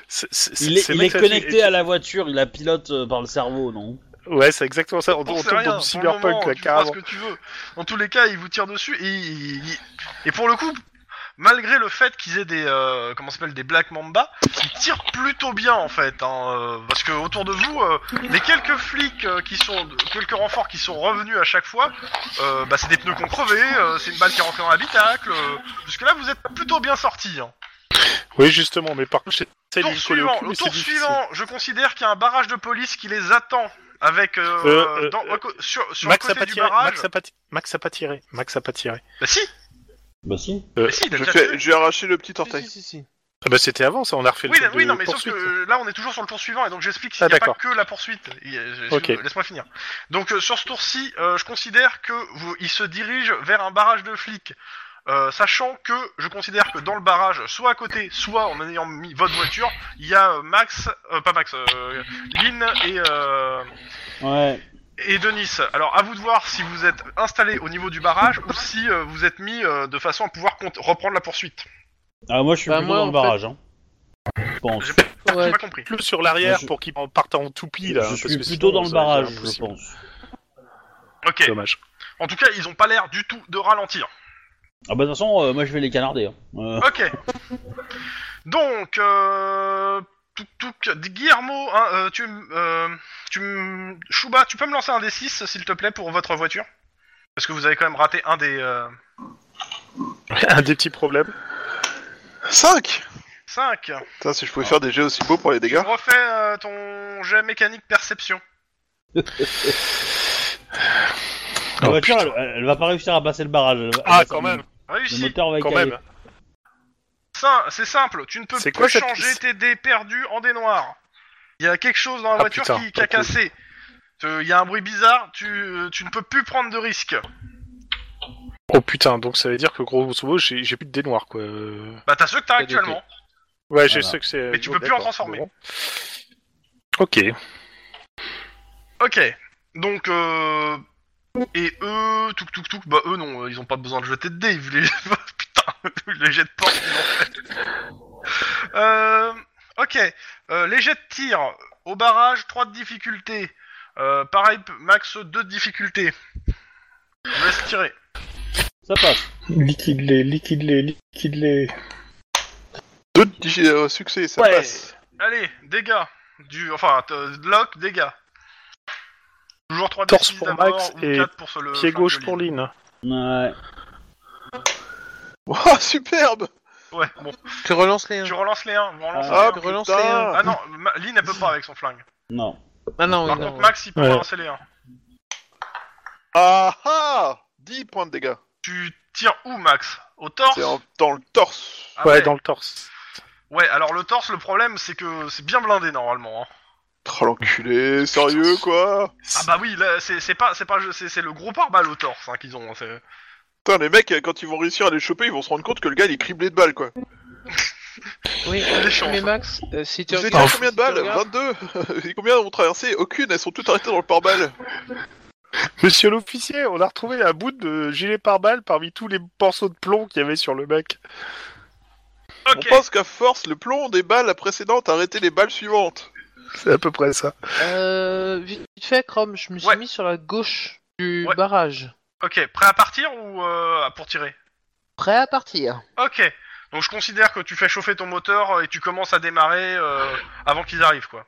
Speaker 3: C'est- c'est- c'est-
Speaker 6: Il est,
Speaker 3: ces
Speaker 6: il
Speaker 3: mecs,
Speaker 6: est
Speaker 3: ça, tu-
Speaker 6: connecté à la voiture, il la pilote euh, par le cerveau, non
Speaker 3: Ouais, c'est exactement ça. On, on
Speaker 2: Bon,
Speaker 3: tombe
Speaker 2: c'est rien,
Speaker 3: dans du
Speaker 2: pour le moment,
Speaker 3: cyberpunk, là,
Speaker 2: tu feras
Speaker 3: carrément.
Speaker 2: ce que tu veux. Dans tous les cas, ils vous tirent dessus et ils- ils- et pour le coup, malgré le fait qu'ils aient des euh, comment ça s'appelle des Black Mamba, ils tirent plutôt bien en fait, hein, euh, parce que autour de vous, euh, les quelques flics euh, qui sont quelques renforts qui sont revenus à chaque fois, euh, bah c'est des pneus qui ont crevé, euh, c'est une balle qui est rentrée dans l'habitacle. jusque là, vous êtes plutôt bien sortis. Hein.
Speaker 3: Oui, justement, mais par contre, j'essaie de
Speaker 2: Tour
Speaker 3: lui coller au
Speaker 2: suivant,
Speaker 3: cul,
Speaker 2: le
Speaker 3: mais
Speaker 2: tour
Speaker 3: c'est difficile.
Speaker 2: suivant, je considère qu'il y a un barrage de police qui les attend. Avec euh,
Speaker 3: Euh, euh,
Speaker 2: dans-
Speaker 3: euh,
Speaker 2: co- sur, sur
Speaker 3: Max
Speaker 2: le
Speaker 3: a
Speaker 2: côté
Speaker 3: pas
Speaker 2: du
Speaker 3: tiré.
Speaker 2: barrage.
Speaker 3: Max a pas ti- Max a pas tiré. Max a pas tiré.
Speaker 2: Bah si,
Speaker 6: Bah si.
Speaker 2: Mais si, il a
Speaker 5: Je
Speaker 2: déjà
Speaker 5: fais-
Speaker 2: tué.
Speaker 5: J'ai arraché le petit
Speaker 4: Si,
Speaker 5: orteil.
Speaker 4: si, si, si.
Speaker 3: Ah bah c'était avant ça, on a refait
Speaker 2: Oui,
Speaker 3: le
Speaker 2: là-
Speaker 3: truc
Speaker 2: oui,
Speaker 3: de
Speaker 2: non, mais sauf
Speaker 3: poursuite.
Speaker 2: que là, on est toujours sur le tour suivant, et donc j'explique qu'il
Speaker 3: Ah,
Speaker 2: n'y a pas
Speaker 3: d'accord.
Speaker 2: que la poursuite. Il y a- je-
Speaker 3: Ok.
Speaker 2: Laisse-moi finir. Donc, euh, sur ce tour-ci, euh, je considère que vous, il se dirige vers un barrage de flics. Euh, sachant que je considère que dans le barrage, soit à côté, soit en ayant mis votre voiture, il y a euh, Max, euh, pas Max, euh, Lynn et, euh,
Speaker 6: Ouais.
Speaker 2: et Denis. Alors à vous de voir si vous êtes installé au niveau du barrage ou si euh, vous êtes mis euh, de façon à pouvoir cont- reprendre la poursuite.
Speaker 6: Ah, moi, je suis
Speaker 4: Bah,
Speaker 6: plutôt
Speaker 4: moi,
Speaker 6: dans
Speaker 4: en
Speaker 6: le
Speaker 4: fait-
Speaker 6: barrage, hein. Je pense.
Speaker 2: Je- J'ai
Speaker 4: Ouais.
Speaker 2: pas compris.
Speaker 3: Plus sur l'arrière
Speaker 6: Moi, je-
Speaker 3: pour qu'il en parte en toupie là. hein,
Speaker 6: je
Speaker 3: parce
Speaker 6: suis
Speaker 3: que
Speaker 6: plutôt
Speaker 3: sinon,
Speaker 6: dans le
Speaker 3: ça va être
Speaker 6: barrage, je
Speaker 3: impossible.
Speaker 6: pense.
Speaker 2: Ok.
Speaker 3: Dommage.
Speaker 2: En tout cas, ils ont pas l'air du tout de ralentir.
Speaker 6: Ah, bah, de toute façon, euh, moi, je vais les canarder. hein. Euh,
Speaker 2: Ok. Donc, euh, touc, touc, Guillermo, hein, euh, tu, m- euh, tu, m- Chouba, tu peux me lancer un des 6 s'il te plaît pour votre voiture Parce que vous avez quand même raté un des euh,
Speaker 3: Un des petits problèmes.
Speaker 5: 5
Speaker 2: 5.
Speaker 5: Putain, si je pouvais faire des jets aussi beaux pour les dégâts.
Speaker 2: Refais euh, ton jet mécanique perception.
Speaker 6: La
Speaker 3: Oh,
Speaker 6: voiture,
Speaker 3: putain.
Speaker 6: elle, elle va pas réussir à passer le barrage. Elle va-
Speaker 3: Ah,
Speaker 6: elle va-
Speaker 3: quand même,
Speaker 6: Le
Speaker 2: Réussi.
Speaker 6: moteur va
Speaker 3: quand
Speaker 6: caler.
Speaker 3: même.
Speaker 2: Ça, c'est simple. Tu ne peux
Speaker 3: C'est
Speaker 2: plus
Speaker 3: quoi cette-
Speaker 2: changer tes dés perdus en dés noirs. Il y a quelque chose dans la
Speaker 3: Ah,
Speaker 2: voiture
Speaker 3: putain,
Speaker 2: qui, qui a
Speaker 3: pas cool.
Speaker 2: cassé. Euh, Il y a un bruit bizarre. Tu, tu ne peux plus prendre de risques.
Speaker 3: Oh putain, donc ça veut dire que grosso modo, j'ai j'ai plus de dés noirs, quoi. Euh,
Speaker 2: Bah t'as ceux que t'as
Speaker 4: Pas du tout.
Speaker 2: actuellement.
Speaker 3: Ouais, j'ai
Speaker 6: Voilà.
Speaker 3: sais que c'est.
Speaker 2: Mais tu
Speaker 3: oh,
Speaker 2: peux plus
Speaker 3: d'accord,
Speaker 2: en transformer.
Speaker 3: bon. Ok.
Speaker 2: Ok. Donc euh... et eux, touk touk touk. Bah eux non, euh, ils ont pas besoin de jeter de dés. Ils les putain, ils les jettent pas. ils l'ont fait. euh... Ok. Euh, les jets de tir au barrage, 3 de difficulté. Euh, pareil, p- max 2 de difficulté. Je laisse tirer.
Speaker 6: Ça passe.
Speaker 3: Liquide-les, liquide-les, liquide-les.
Speaker 2: Euh,
Speaker 5: Deux petits, euh, succès, ça
Speaker 2: Ouais.
Speaker 5: passe.
Speaker 2: Allez, dégâts. Du, enfin, t- euh, lock, dégâts. Toujours 3
Speaker 3: Torse
Speaker 2: d
Speaker 3: pour Max et
Speaker 2: pour se le
Speaker 3: Pied
Speaker 2: enfin,
Speaker 3: gauche
Speaker 2: le
Speaker 3: pour
Speaker 2: lead.
Speaker 3: Lynn.
Speaker 6: Ouais.
Speaker 5: Ouah, Oh, superbe
Speaker 2: Ouais, bon.
Speaker 4: Tu relances les.
Speaker 2: Tu relances les 1.
Speaker 5: Ah,
Speaker 4: tu relances les.
Speaker 5: putain
Speaker 2: Ah non, Ma- Lynn elle peut pas avec son flingue.
Speaker 6: Non.
Speaker 4: Ah non, oui,
Speaker 2: Par
Speaker 4: non.
Speaker 2: contre, Max il peut
Speaker 3: Ouais.
Speaker 2: relancer les 1.
Speaker 5: Ah ah 10 points de dégâts.
Speaker 2: Tu tires où, Max Au torse
Speaker 5: C'est en- dans le torse.
Speaker 2: Ah
Speaker 3: ouais,
Speaker 2: ouais.
Speaker 3: dans le torse.
Speaker 2: Ouais, alors le torse, le problème c'est que c'est bien blindé normalement. hein.
Speaker 5: Oh l'enculé, sérieux quoi
Speaker 2: Ah bah oui, là, c'est c'est pas, c'est pas, c'est c'est le gros pare-balles au torse hein, qu'ils ont. hein, c'est-
Speaker 5: Putain, les mecs, quand ils vont réussir à les choper, ils vont se rendre compte que le gars il est criblé de balles quoi.
Speaker 4: Oui,
Speaker 2: les chances.
Speaker 4: mais Max, euh, si tu
Speaker 5: Vous avez
Speaker 4: regardes-
Speaker 5: tiré combien de
Speaker 4: si tu
Speaker 5: balles
Speaker 4: regardes-
Speaker 5: 22 Et combien ont traversé Aucune, elles sont toutes arrêtées dans le pare-balles.
Speaker 3: Monsieur l'officier, on a retrouvé un bout de gilet pare-balles parmi tous les morceaux de plomb qu'il y avait sur le mec.
Speaker 2: Ok,
Speaker 5: On pense qu'à force, le plomb des balles précédentes a arrêté les balles suivantes.
Speaker 3: C'est à peu près ça.
Speaker 4: Euh, vite fait, Chrome, je me suis
Speaker 2: Ouais.
Speaker 4: mis sur la gauche du
Speaker 2: Ouais.
Speaker 4: barrage.
Speaker 2: ok, prêt à partir ou euh, pour tirer
Speaker 4: Prêt à partir.
Speaker 2: Ok, donc je considère que tu fais chauffer ton moteur euh, et tu commences à démarrer euh, avant qu'ils arrivent quoi.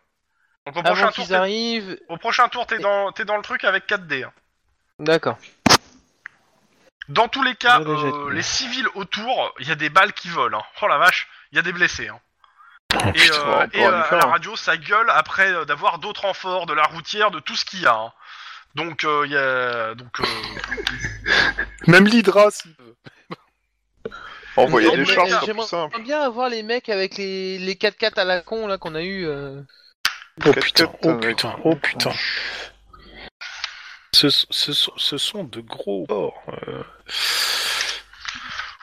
Speaker 2: Donc au
Speaker 4: Avant
Speaker 2: prochain, tour,
Speaker 4: qu'ils
Speaker 2: t'es-
Speaker 4: arrivent.
Speaker 2: au prochain tour, t'es dans, t'es dans le truc avec 4D. hein.
Speaker 4: D'accord.
Speaker 2: Dans tous les cas,
Speaker 4: Ouais, déjà,
Speaker 2: euh,
Speaker 4: tout.
Speaker 2: les civils autour, il y a des balles qui volent. hein. Oh la vache, il y a des blessés. hein. et
Speaker 5: putain,
Speaker 2: euh,
Speaker 5: on
Speaker 2: et, euh,
Speaker 5: pourra lui faire,
Speaker 2: à la
Speaker 5: hein.
Speaker 2: radio, ça gueule après euh, d'avoir d'autres renforts, de la routière, de tout ce qu'il y a. hein. Donc, euh, il y a... Donc, euh,
Speaker 3: Même l'Hydra, s'il veut.
Speaker 5: Envoyer
Speaker 2: Non,
Speaker 5: des
Speaker 2: mais-
Speaker 5: charges,
Speaker 2: euh,
Speaker 5: c'est plus
Speaker 4: j'aimerais-
Speaker 5: simple.
Speaker 4: J'aime bien avoir les mecs avec les, les 4x4 à la con là qu'on a eu. euh.
Speaker 3: Oh
Speaker 5: Quatre,
Speaker 3: putain,
Speaker 5: quatre,
Speaker 3: oh
Speaker 5: euh,
Speaker 3: putain, oh putain. Ce, ce, ce- ce sont de gros porcs. euh.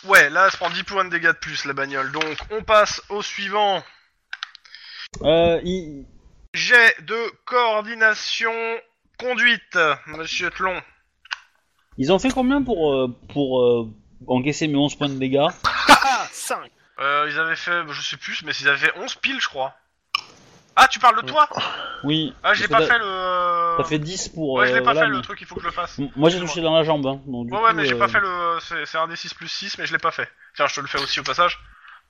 Speaker 2: ouais, là, ça prend 10 points de dégâts de plus, la bagnole. Donc, on passe au suivant.
Speaker 6: Euh, il-
Speaker 2: Jet de coordination conduite, monsieur Tlon.
Speaker 6: Ils ont fait combien pour, euh, pour euh, encaisser mes 11 points de dégâts
Speaker 3: Ah, 5
Speaker 2: Euh, ils avaient fait, je sais plus, mais ils avaient fait 11 piles, je crois. Ah, tu parles de toi
Speaker 6: Oui.
Speaker 2: Ah, j'ai
Speaker 6: Ça
Speaker 2: pas
Speaker 6: t'a-
Speaker 2: fait le...
Speaker 6: Ça fait 10 pour.
Speaker 2: Ouais, je l'ai
Speaker 6: euh,
Speaker 2: pas
Speaker 6: voilà,
Speaker 2: fait le
Speaker 6: mais-
Speaker 2: truc, il faut que je le fasse.
Speaker 6: M- Moi j'ai touché dans la jambe, hein. Donc, du
Speaker 2: Ouais, ouais,
Speaker 6: coup,
Speaker 2: mais j'ai
Speaker 6: euh,
Speaker 2: pas fait le. C'est c'est un des 6 plus 6, mais je l'ai pas fait. Tiens, je te le fais aussi au passage.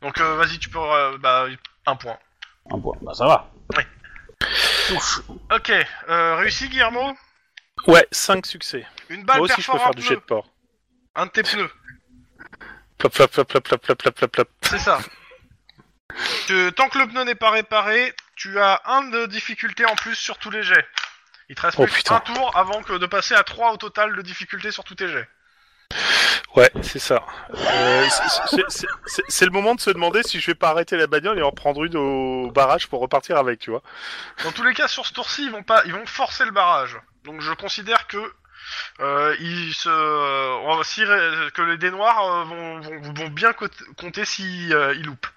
Speaker 2: Donc euh, vas-y, tu peux. euh, bah, un point.
Speaker 6: Un point. Bah ça va.
Speaker 2: Ok, euh, réussi Guillermo
Speaker 3: Ouais, 5 succès.
Speaker 2: Une balle
Speaker 3: Moi aussi, je peux
Speaker 2: perfore un
Speaker 3: faire du jet
Speaker 2: pneu.
Speaker 3: de porc.
Speaker 2: Un de tes pneus,
Speaker 3: Plop, plop, plop, plop, plop, plop, plop, plop, plop.
Speaker 2: c'est ça. Que- tant que le pneu n'est pas réparé, tu as un de difficulté en plus sur tous les jets. Il te reste
Speaker 3: Oh,
Speaker 2: plus
Speaker 3: putain.
Speaker 2: un tour avant que de passer à 3 au total de difficulté sur tous tes jets.
Speaker 3: Ouais, c'est ça. Euh, c'est- c'est- c'est- c'est- C'est le moment de se demander si je vais pas arrêter la bagnole et en prendre une au barrage pour repartir avec, tu vois.
Speaker 2: Dans tous les cas, sur ce tour-ci, ils vont pas, ils vont forcer le barrage. Donc je considère que euh, ils se, euh, si- que les dés noirs euh, vont, vont, vont bien co- compter si euh, ils loupent.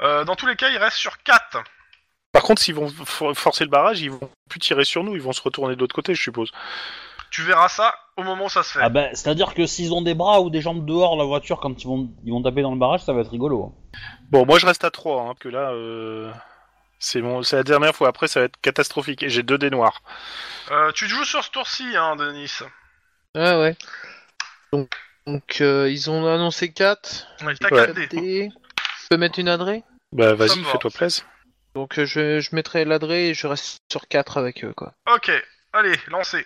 Speaker 2: Euh, dans tous les cas, ils restent sur 4.
Speaker 3: Par contre, s'ils vont for- forcer le barrage, ils vont plus tirer sur nous, ils vont se retourner de l'autre côté, je suppose.
Speaker 2: Tu verras ça au moment où ça se fait.
Speaker 6: Ah bah c'est à dire que s'ils ont des bras ou des jambes dehors la voiture quand ils vont ils vont taper dans le barrage ça va être rigolo. hein.
Speaker 3: Bon, moi je reste à 3, hein, parce que là, euh, c'est mon... c'est la dernière fois. Après, ça va être catastrophique. Et j'ai deux dés noirs.
Speaker 2: Euh, tu joues sur ce tour-ci, hein, Denis.
Speaker 4: Ouais, ouais. Donc, donc, euh, ils ont annoncé 4.
Speaker 2: T'as
Speaker 3: Ouais.
Speaker 2: 4 dés.
Speaker 4: Je peux mettre une adrée
Speaker 3: Bah,
Speaker 2: Ça
Speaker 3: vas-y,
Speaker 2: me va.
Speaker 3: fais-toi plaisir.
Speaker 4: Donc euh, je, je mettrai l'adré et je reste sur 4 avec eux quoi.
Speaker 2: Ok, allez, lancez.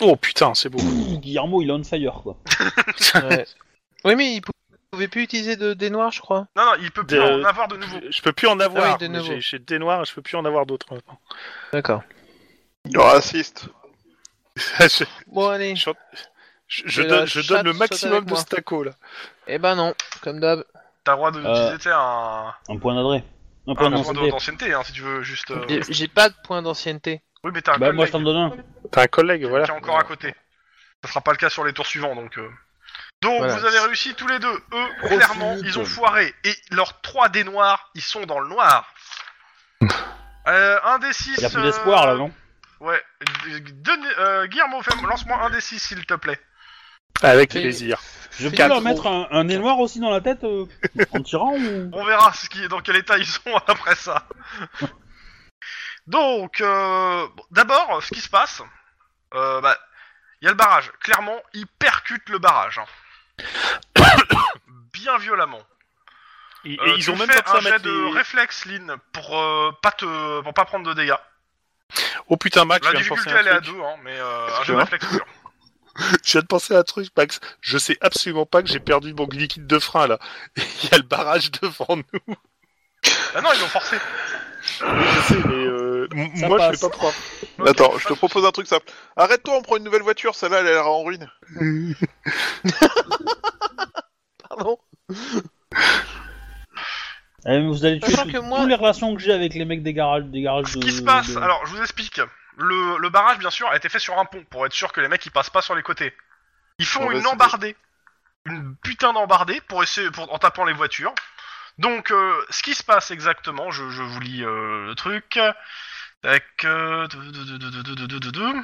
Speaker 3: Oh putain, c'est beau.
Speaker 6: Pff, Guillermo il est on fire quoi.
Speaker 4: Ouais. oui mais ils pou- pouvaient plus utiliser de des noirs je crois.
Speaker 2: Non, non, il peut plus
Speaker 3: De-
Speaker 2: en avoir de nouveau.
Speaker 3: Je peux plus en avoir.
Speaker 4: Ah oui, de
Speaker 3: mais
Speaker 4: nouveau.
Speaker 3: j'ai- j'ai des noirs, je peux plus en avoir d'autres maintenant.
Speaker 4: D'accord.
Speaker 5: Il leur assiste.
Speaker 3: je,
Speaker 4: Bon, allez.
Speaker 3: je- je- je
Speaker 4: Mais
Speaker 3: donne,
Speaker 4: la
Speaker 3: je
Speaker 4: chatte
Speaker 3: donne le
Speaker 4: saute
Speaker 3: maximum
Speaker 4: avec
Speaker 3: de
Speaker 4: moi.
Speaker 3: stacco là.
Speaker 4: Eh ben non, comme d'hab.
Speaker 2: T'as le droit de
Speaker 6: Euh,
Speaker 2: utiliser un,
Speaker 6: Un point d'adresse. Un
Speaker 2: Ah, un
Speaker 6: point
Speaker 2: point
Speaker 6: d'ancienneté.
Speaker 2: d'ancienneté, hein, si tu veux juste. euh,
Speaker 4: J'ai- J'ai pas de point d'ancienneté.
Speaker 2: Oui, mais t'as un
Speaker 6: Bah, moi, je
Speaker 2: collègue
Speaker 6: t'en donne un.
Speaker 3: T'as un collègue, voilà.
Speaker 2: qui est encore à côté. Ça sera pas le cas sur les tours suivants, donc. euh. Donc
Speaker 4: Voilà.
Speaker 2: vous avez réussi tous les deux. Eux, clairement, ils ont foiré. Et leurs 3 dés noirs, ils sont dans le noir. Euh, un des 6.
Speaker 6: Il a plus d'espoir, là, non
Speaker 2: Ouais. D- Denis- euh, Guillermo, fais- lance-moi un des 6, s'il te plaît.
Speaker 3: Avec
Speaker 4: Fais-
Speaker 3: plaisir.
Speaker 6: Je peux
Speaker 4: Quatre.
Speaker 6: leur mettre un, un nez noir aussi dans la tête euh, en tirant ou...
Speaker 2: On verra ce qui, dans quel état ils sont après ça. Donc, euh, bon, d'abord, ce qui se passe, euh, bah, il y a le barrage. Clairement, ils percutent le barrage. hein. Bien violemment.
Speaker 3: Et- et
Speaker 2: Euh,
Speaker 3: ils
Speaker 2: tu
Speaker 3: ont même
Speaker 2: fais
Speaker 3: pas besoin
Speaker 2: un
Speaker 3: de
Speaker 2: jet
Speaker 3: mettre
Speaker 2: de
Speaker 3: les-
Speaker 2: réflexe, Lynn, pour euh, pas te, pour pas prendre de dégâts.
Speaker 3: Oh putain, Max,
Speaker 2: La
Speaker 3: je Ah, viens de penser
Speaker 2: difficulté elle
Speaker 3: à un
Speaker 2: est à
Speaker 3: truc.
Speaker 2: deux, hein, mais euh, un
Speaker 5: Excuse-moi.
Speaker 2: jet de réflexe pur.
Speaker 3: Je viens de penser à un truc, Max. Je sais absolument pas que j'ai perdu mon liquide de frein là. Il y a le barrage devant nous.
Speaker 2: Ah non, ils l'ont forcé.
Speaker 3: Je sais, mais euh, m-
Speaker 6: Ça
Speaker 3: moi
Speaker 6: passe.
Speaker 3: je vais pas prendre.
Speaker 5: Attends, je te propose un truc simple. Arrête-toi, on prend une nouvelle voiture, celle-là elle a l'air en ruine.
Speaker 4: Pardon.
Speaker 6: Eh, mais Vous allez tuer
Speaker 4: Sachant
Speaker 6: tout-
Speaker 4: que moi-
Speaker 6: toutes les relations que j'ai avec les mecs des garages, des garages
Speaker 2: Ce
Speaker 6: de-
Speaker 2: qui se passe,
Speaker 6: de-
Speaker 2: alors je vous explique. Le, le barrage, bien sûr, a été fait sur un pont pour être sûr que les mecs ils passent pas sur les côtés. Ils font
Speaker 5: Mauvaise
Speaker 2: une embardée, une putain d'embardée pour essayer, pour, en tapant les voitures. Donc, euh, ce qui se passe exactement, je, je vous lis euh, le truc. Tac, euh, dou- dou- dou- dou- dou- dou- dou- dou- dou- dou.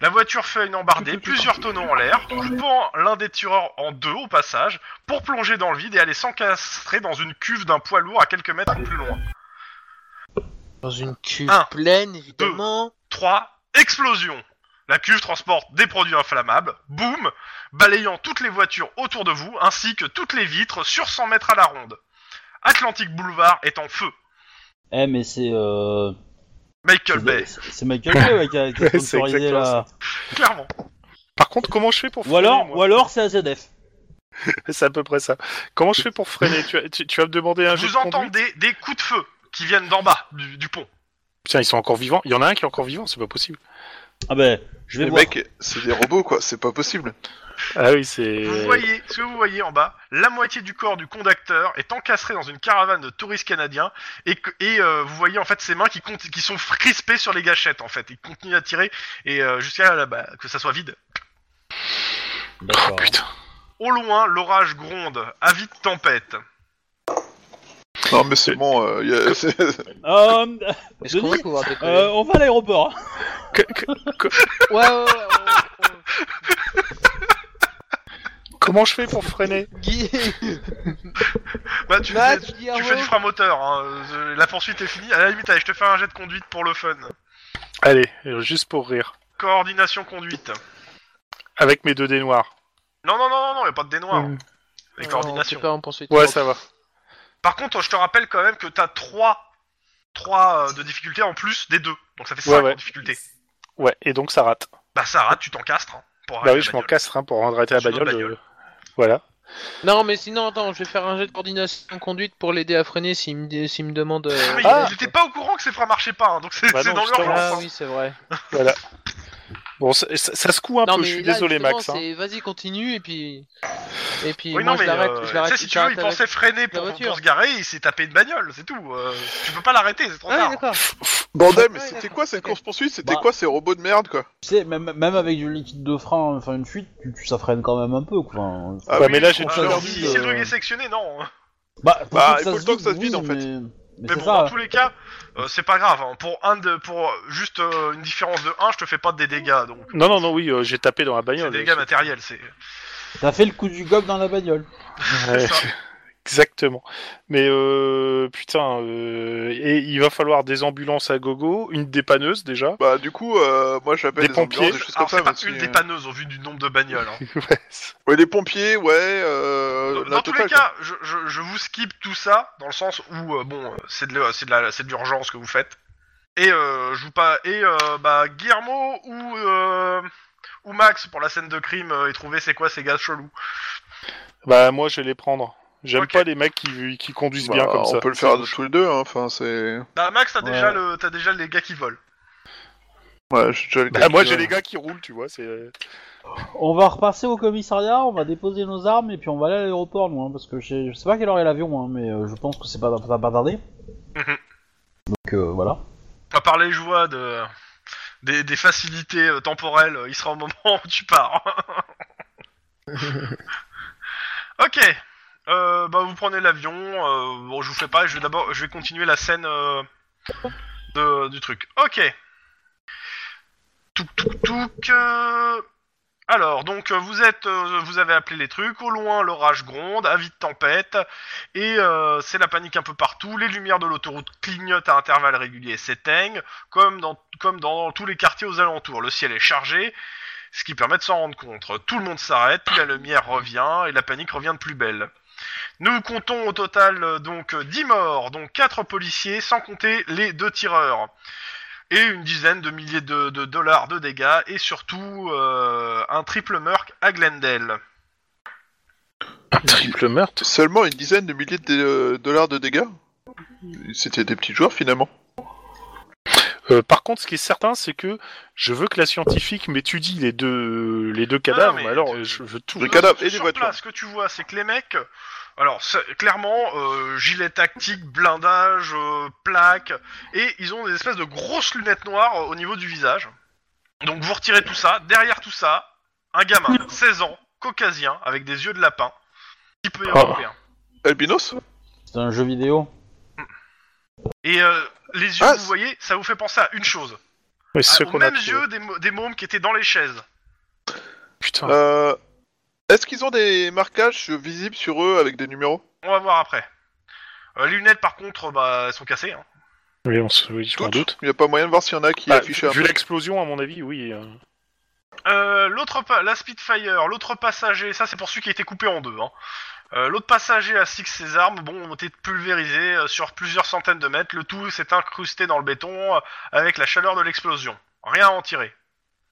Speaker 2: La voiture fait une embardée, plusieurs tonneaux en l'air, coupant l'un des tireurs en deux au passage, pour plonger dans le vide et aller s'encastrer dans une cuve d'un poids lourd à quelques mètres plus loin.
Speaker 4: Dans une cuve
Speaker 2: Un,
Speaker 4: pleine, évidemment.
Speaker 2: 3. Explosion. La cuve transporte des produits inflammables, boum, balayant toutes les voitures autour de vous, ainsi que toutes les vitres sur 100 mètres à la ronde. Atlantic Boulevard est en feu.
Speaker 6: Eh mais c'est euh...
Speaker 2: Michael Bay,
Speaker 6: c'est- c'est Michael Bay ouais, qui a, qui a
Speaker 3: C'est
Speaker 6: sponsorisé
Speaker 3: exactement
Speaker 6: là.
Speaker 2: clairement.
Speaker 3: Par contre, comment je fais pour
Speaker 6: Ou
Speaker 3: freiner
Speaker 6: alors,
Speaker 3: moi
Speaker 6: ou alors c'est AZF.
Speaker 3: C'est à peu près ça. Comment je fais pour freiner tu, as- tu- tu vas me demander un jet
Speaker 2: Vous
Speaker 3: de conduite
Speaker 2: entendez des coups de feu qui viennent d'en bas du, du pont.
Speaker 3: Putain, ils sont encore vivants. Il y en a un qui est encore vivant, c'est pas possible.
Speaker 6: Ah ben, je vais
Speaker 5: Les
Speaker 6: voir.
Speaker 5: mecs, c'est des robots quoi, c'est pas possible.
Speaker 3: Ah oui, c'est.
Speaker 2: Vous voyez, ce que vous voyez en bas, la moitié du corps du conducteur est encastré dans une caravane de touristes canadiens et, que- et euh, vous voyez en fait ses mains qui, cont- qui sont crispées sur les gâchettes en fait. Ils continuent à tirer et euh, jusqu'à là, bah, que ça soit vide.
Speaker 3: Oh
Speaker 6: D'accord.
Speaker 3: putain.
Speaker 2: Au loin, l'orage gronde, avide tempête.
Speaker 5: Non mais c'est bon, euh, y a- c'est-
Speaker 6: Euh,
Speaker 4: Est-ce qu'on va
Speaker 6: Denis,
Speaker 4: pouvoir décoller
Speaker 6: euh, on va à l'aéroport. hein.
Speaker 3: Que- que-
Speaker 4: Ouais, ouais, ouais, ouais, ouais,
Speaker 3: comment je fais pour freiner
Speaker 4: ouais. Guy,
Speaker 2: Bah, tu,
Speaker 4: Matt,
Speaker 2: fais, tu
Speaker 4: Guillermo.
Speaker 2: fais du frein moteur, hein. Euh, la poursuite est finie. À la limite, allez, je te fais un jet de conduite pour le fun.
Speaker 3: Allez, euh, juste pour rire.
Speaker 2: Coordination conduite.
Speaker 3: Avec mes deux dés noirs.
Speaker 2: Non, non, non, non, non, y a pas de dénoir.
Speaker 3: Mm.
Speaker 2: Les
Speaker 4: Non,
Speaker 2: coordinations.
Speaker 4: c'est Euh, pas en poursuite.
Speaker 3: Ouais, ça va.
Speaker 2: Par contre, je te rappelle quand même que t'as 3, 3 de difficulté en plus des deux. Donc ça fait 5
Speaker 3: Ouais, ouais.
Speaker 2: de difficulté.
Speaker 3: Ouais, et donc ça rate.
Speaker 2: Bah, ça rate, tu t'encastres. hein, pour
Speaker 3: bah
Speaker 2: arrêter
Speaker 3: oui,
Speaker 2: la
Speaker 3: je m'en
Speaker 2: bagnole.
Speaker 3: casse hein, pour rendre arrêter la
Speaker 2: Sur notre
Speaker 3: bagnole. euh, Voilà.
Speaker 4: Non, mais sinon, attends, je vais faire un jet de coordination conduite pour l'aider à freiner s'il me, dé- s'il me demande. euh,
Speaker 2: Mais
Speaker 3: Ah.
Speaker 2: il était pas au courant que ses freins marchaient pas, hein, donc c'est
Speaker 3: Bah
Speaker 2: c'est
Speaker 3: non,
Speaker 2: dans
Speaker 3: justement.
Speaker 2: l'urgence.
Speaker 4: Ah
Speaker 2: hein.
Speaker 4: oui, c'est vrai.
Speaker 3: Voilà. Bon, ça, ça- ça secoue un
Speaker 4: non,
Speaker 3: peu,
Speaker 4: mais
Speaker 3: Ah, je suis
Speaker 4: là,
Speaker 3: désolé,
Speaker 4: justement,
Speaker 3: Max. hein.
Speaker 4: c'est Vas-y, continue, et puis. Et puis,
Speaker 2: Oui,
Speaker 4: moi,
Speaker 2: non,
Speaker 4: je
Speaker 2: mais
Speaker 4: l'arrête.
Speaker 2: euh,
Speaker 4: je
Speaker 2: tu sais,
Speaker 4: l'arrête
Speaker 2: si tu veux, il
Speaker 4: j'arrête avec-
Speaker 2: pensait freiner pour,
Speaker 4: voiture.
Speaker 2: pour se garer, il s'est tapé une bagnole, c'est tout. Euh, tu peux pas l'arrêter, c'est trop
Speaker 4: Ah,
Speaker 2: tard.
Speaker 4: oui, d'accord.
Speaker 5: Bordel, mais
Speaker 4: Ouais,
Speaker 5: c'était
Speaker 4: d'accord,
Speaker 5: quoi cette
Speaker 4: ok.
Speaker 5: course poursuite C'était
Speaker 6: Bah.
Speaker 5: quoi ces robots de merde quoi
Speaker 6: Tu sais, même, même avec du liquide de frein, enfin une fuite, tu, tu- ça freine quand même un peu. Quoi. Enfin,
Speaker 5: Ah
Speaker 3: Ouais,
Speaker 5: oui,
Speaker 3: mais là,
Speaker 5: je
Speaker 3: j'ai
Speaker 5: trouve
Speaker 6: Ah,
Speaker 5: ça
Speaker 2: Alors,
Speaker 6: perdu,
Speaker 5: vide.
Speaker 2: si si
Speaker 6: euh,
Speaker 2: le gars est sectionné, non. hein.
Speaker 6: bah, pour
Speaker 5: Bah,
Speaker 6: peu
Speaker 5: il faut le temps que ça se vide, en fait.
Speaker 6: Mais, mais
Speaker 2: Mais
Speaker 6: c'est
Speaker 2: bon,
Speaker 6: ça.
Speaker 2: dans tous les cas, euh, c'est pas grave. hein. Pour un de, pour juste euh, une différence de 1, je te fais pas des dégâts, donc
Speaker 3: Non, non, non, oui, euh, j'ai tapé dans la
Speaker 2: c'est
Speaker 3: bagnole.
Speaker 2: des dégâts matériels, c'est.
Speaker 6: T'as fait le coup du gobe dans la bagnole.
Speaker 3: Ouais.
Speaker 2: ça.
Speaker 3: Exactement. Mais euh, putain, euh, et il va falloir des ambulances à gogo, une dépanneuse déjà.
Speaker 5: Bah du coup, euh, moi j'appelle
Speaker 3: Des
Speaker 5: des, ambulances,
Speaker 3: pompiers.
Speaker 5: des choses comme
Speaker 2: Alors
Speaker 5: ça.
Speaker 2: Ah, c'est pas
Speaker 5: parce
Speaker 2: une
Speaker 5: que-
Speaker 2: dépanneuse au vu du nombre de bagnoles. hein.
Speaker 3: Ouais, c'est-
Speaker 5: Ouais, les pompiers, ouais. Euh,
Speaker 2: Dans,
Speaker 5: la
Speaker 2: dans tous les
Speaker 5: totale, quoi.
Speaker 2: cas, je, je, je vous skip tout ça dans le sens où euh, bon, euh, c'est de la- c'est de la- c'est de l'urgence que vous faites. Et euh, je vous pas et euh, bah Guillermo ou euh, ou Max pour la scène de crime euh, et trouver c'est quoi ces gars chelous.
Speaker 3: Bah moi je vais les prendre. J'aime
Speaker 2: Ok.
Speaker 3: pas les mecs qui, qui conduisent
Speaker 5: Bah,
Speaker 3: bien comme ça.
Speaker 5: On peut le faire tous les deux. hein, Enfin, c'est.
Speaker 2: Bah Max t'as
Speaker 6: Ouais.
Speaker 2: déjà le t'as déjà les gars qui volent.
Speaker 5: Ouais, je- je-
Speaker 3: Bah, moi, j'ai les gars qui roulent, tu vois. C'est... euh,
Speaker 6: On va repasser au commissariat, on va déposer nos armes et puis on va aller à l'aéroport, nous, hein, parce que je sais- je sais pas quelle heure est l'avion, hein, mais euh, je pense que c'est pas, ça va pas tarder.
Speaker 2: Mhm.
Speaker 6: Donc euh, voilà.
Speaker 2: À part les joies de... des, des facilités euh, temporelles, euh, il sera au moment où tu pars. ok. Euh, bah, vous prenez l'avion. euh, bon, je vous fais pas. Je vais d'abord, je vais continuer la scène euh, de- du truc. Ok. Touk touk touk. euh, Alors, donc, euh, vous êtes, euh, vous avez appelé les trucs. Au loin, l'orage gronde, avis de tempête. Et euh, c'est la panique un peu partout. Les lumières de l'autoroute clignotent à intervalles réguliers et s'éteignent, comme dans, comme dans tous les quartiers aux alentours. Le ciel est chargé, ce qui permet de s'en rendre compte. Tout le monde s'arrête, puis la lumière revient et la panique revient de plus belle. Nous comptons au total euh, donc euh, 10 morts, donc 4 policiers, sans compter les deux tireurs. Et une dizaine de milliers de, de dollars de dégâts, et surtout euh, un triple meurtre à Glendale.
Speaker 3: Triple meurtre.
Speaker 5: Seulement une dizaine de milliers de dé- euh, dollars de dégâts C'était des petits joueurs finalement.
Speaker 3: Euh, par contre, ce qui est certain, c'est que je veux que la scientifique m'étudie les deux, les deux cadavres.
Speaker 2: mais
Speaker 3: mais alors,
Speaker 2: tu-
Speaker 3: je veux tout.
Speaker 5: Le cadavre et
Speaker 2: Sur
Speaker 5: des
Speaker 2: place,
Speaker 5: voitures.
Speaker 2: ce que tu vois, c'est que les mecs, alors ça- clairement, euh, gilet tactique, blindage, euh, plaque, et ils ont des espèces de grosses lunettes noires euh, au niveau du visage. Donc vous retirez tout ça, derrière tout ça, un gamin, 16 ans, caucasien, avec des yeux de lapin, petit peu
Speaker 3: Oh.
Speaker 2: européen.
Speaker 5: Albinos
Speaker 6: C'est un jeu vidéo.
Speaker 2: Et euh, les yeux,
Speaker 5: Ah,
Speaker 2: vous
Speaker 5: c'est-
Speaker 2: voyez, ça vous fait penser à une chose.
Speaker 3: Mais ce
Speaker 2: À- aux
Speaker 3: qu'on a
Speaker 2: mêmes
Speaker 3: trouvé.
Speaker 2: yeux des, mo- des mômes qui étaient dans les chaises.
Speaker 3: Putain.
Speaker 5: Euh, Est-ce qu'ils ont des marquages visibles sur eux avec des numéros
Speaker 2: On va voir après. Euh, les lunettes, par contre, bah, elles sont cassées. hein.
Speaker 3: Oui, on se... oui, je m'en
Speaker 5: Toutes
Speaker 3: doute.
Speaker 5: Il n'y a pas moyen de voir s'il y en a qui
Speaker 3: Bah,
Speaker 5: affichent un
Speaker 3: vu
Speaker 5: truc.
Speaker 3: l'explosion, à mon avis, oui. euh.
Speaker 2: Euh, l'autre pa- la Spitfire, l'autre passager, ça c'est pour celui qui a été coupé en deux. Hein. Euh, l'autre passager a six ses armes, bon, ont été pulvérisées euh, sur plusieurs centaines de mètres. Le tout s'est incrusté dans le béton euh, avec la chaleur de l'explosion. Rien à en tirer.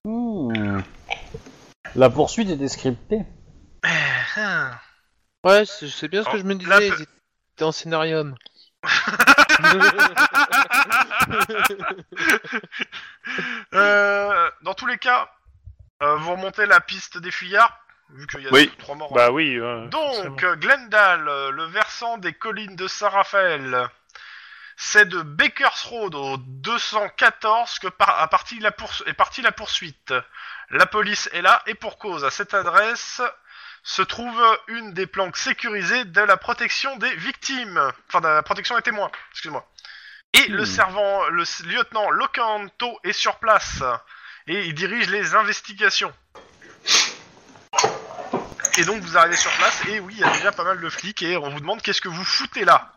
Speaker 6: Hmm. La poursuite est descriptée.
Speaker 4: Ouais, c'est c'est bien ce que
Speaker 2: Oh,
Speaker 4: je me
Speaker 2: la
Speaker 4: disais.
Speaker 2: pe-
Speaker 4: Ils étaient en scénarium.
Speaker 2: Euh, dans tous les cas, euh, vous remontez la piste des fuyards, vu qu'il y a
Speaker 5: Oui.
Speaker 2: trois morts.
Speaker 3: Bah oui. euh, forcément.
Speaker 2: Donc, euh, Glendale, euh, le versant des collines de Saint-Raphaël, c'est de Baker's Road au 214 que par à partie la poursu- est partie la poursuite. La police est là et pour cause. À cette adresse se trouve une des planques sécurisées de la protection des victimes, enfin de la protection des témoins, excuse-moi. Et le
Speaker 6: Hmm.
Speaker 2: servant, le s- lieutenant Locanto est sur place et il dirige les investigations. Et donc vous arrivez sur place et oui, il y a déjà pas mal de flics et on vous demande qu'est-ce que vous foutez là.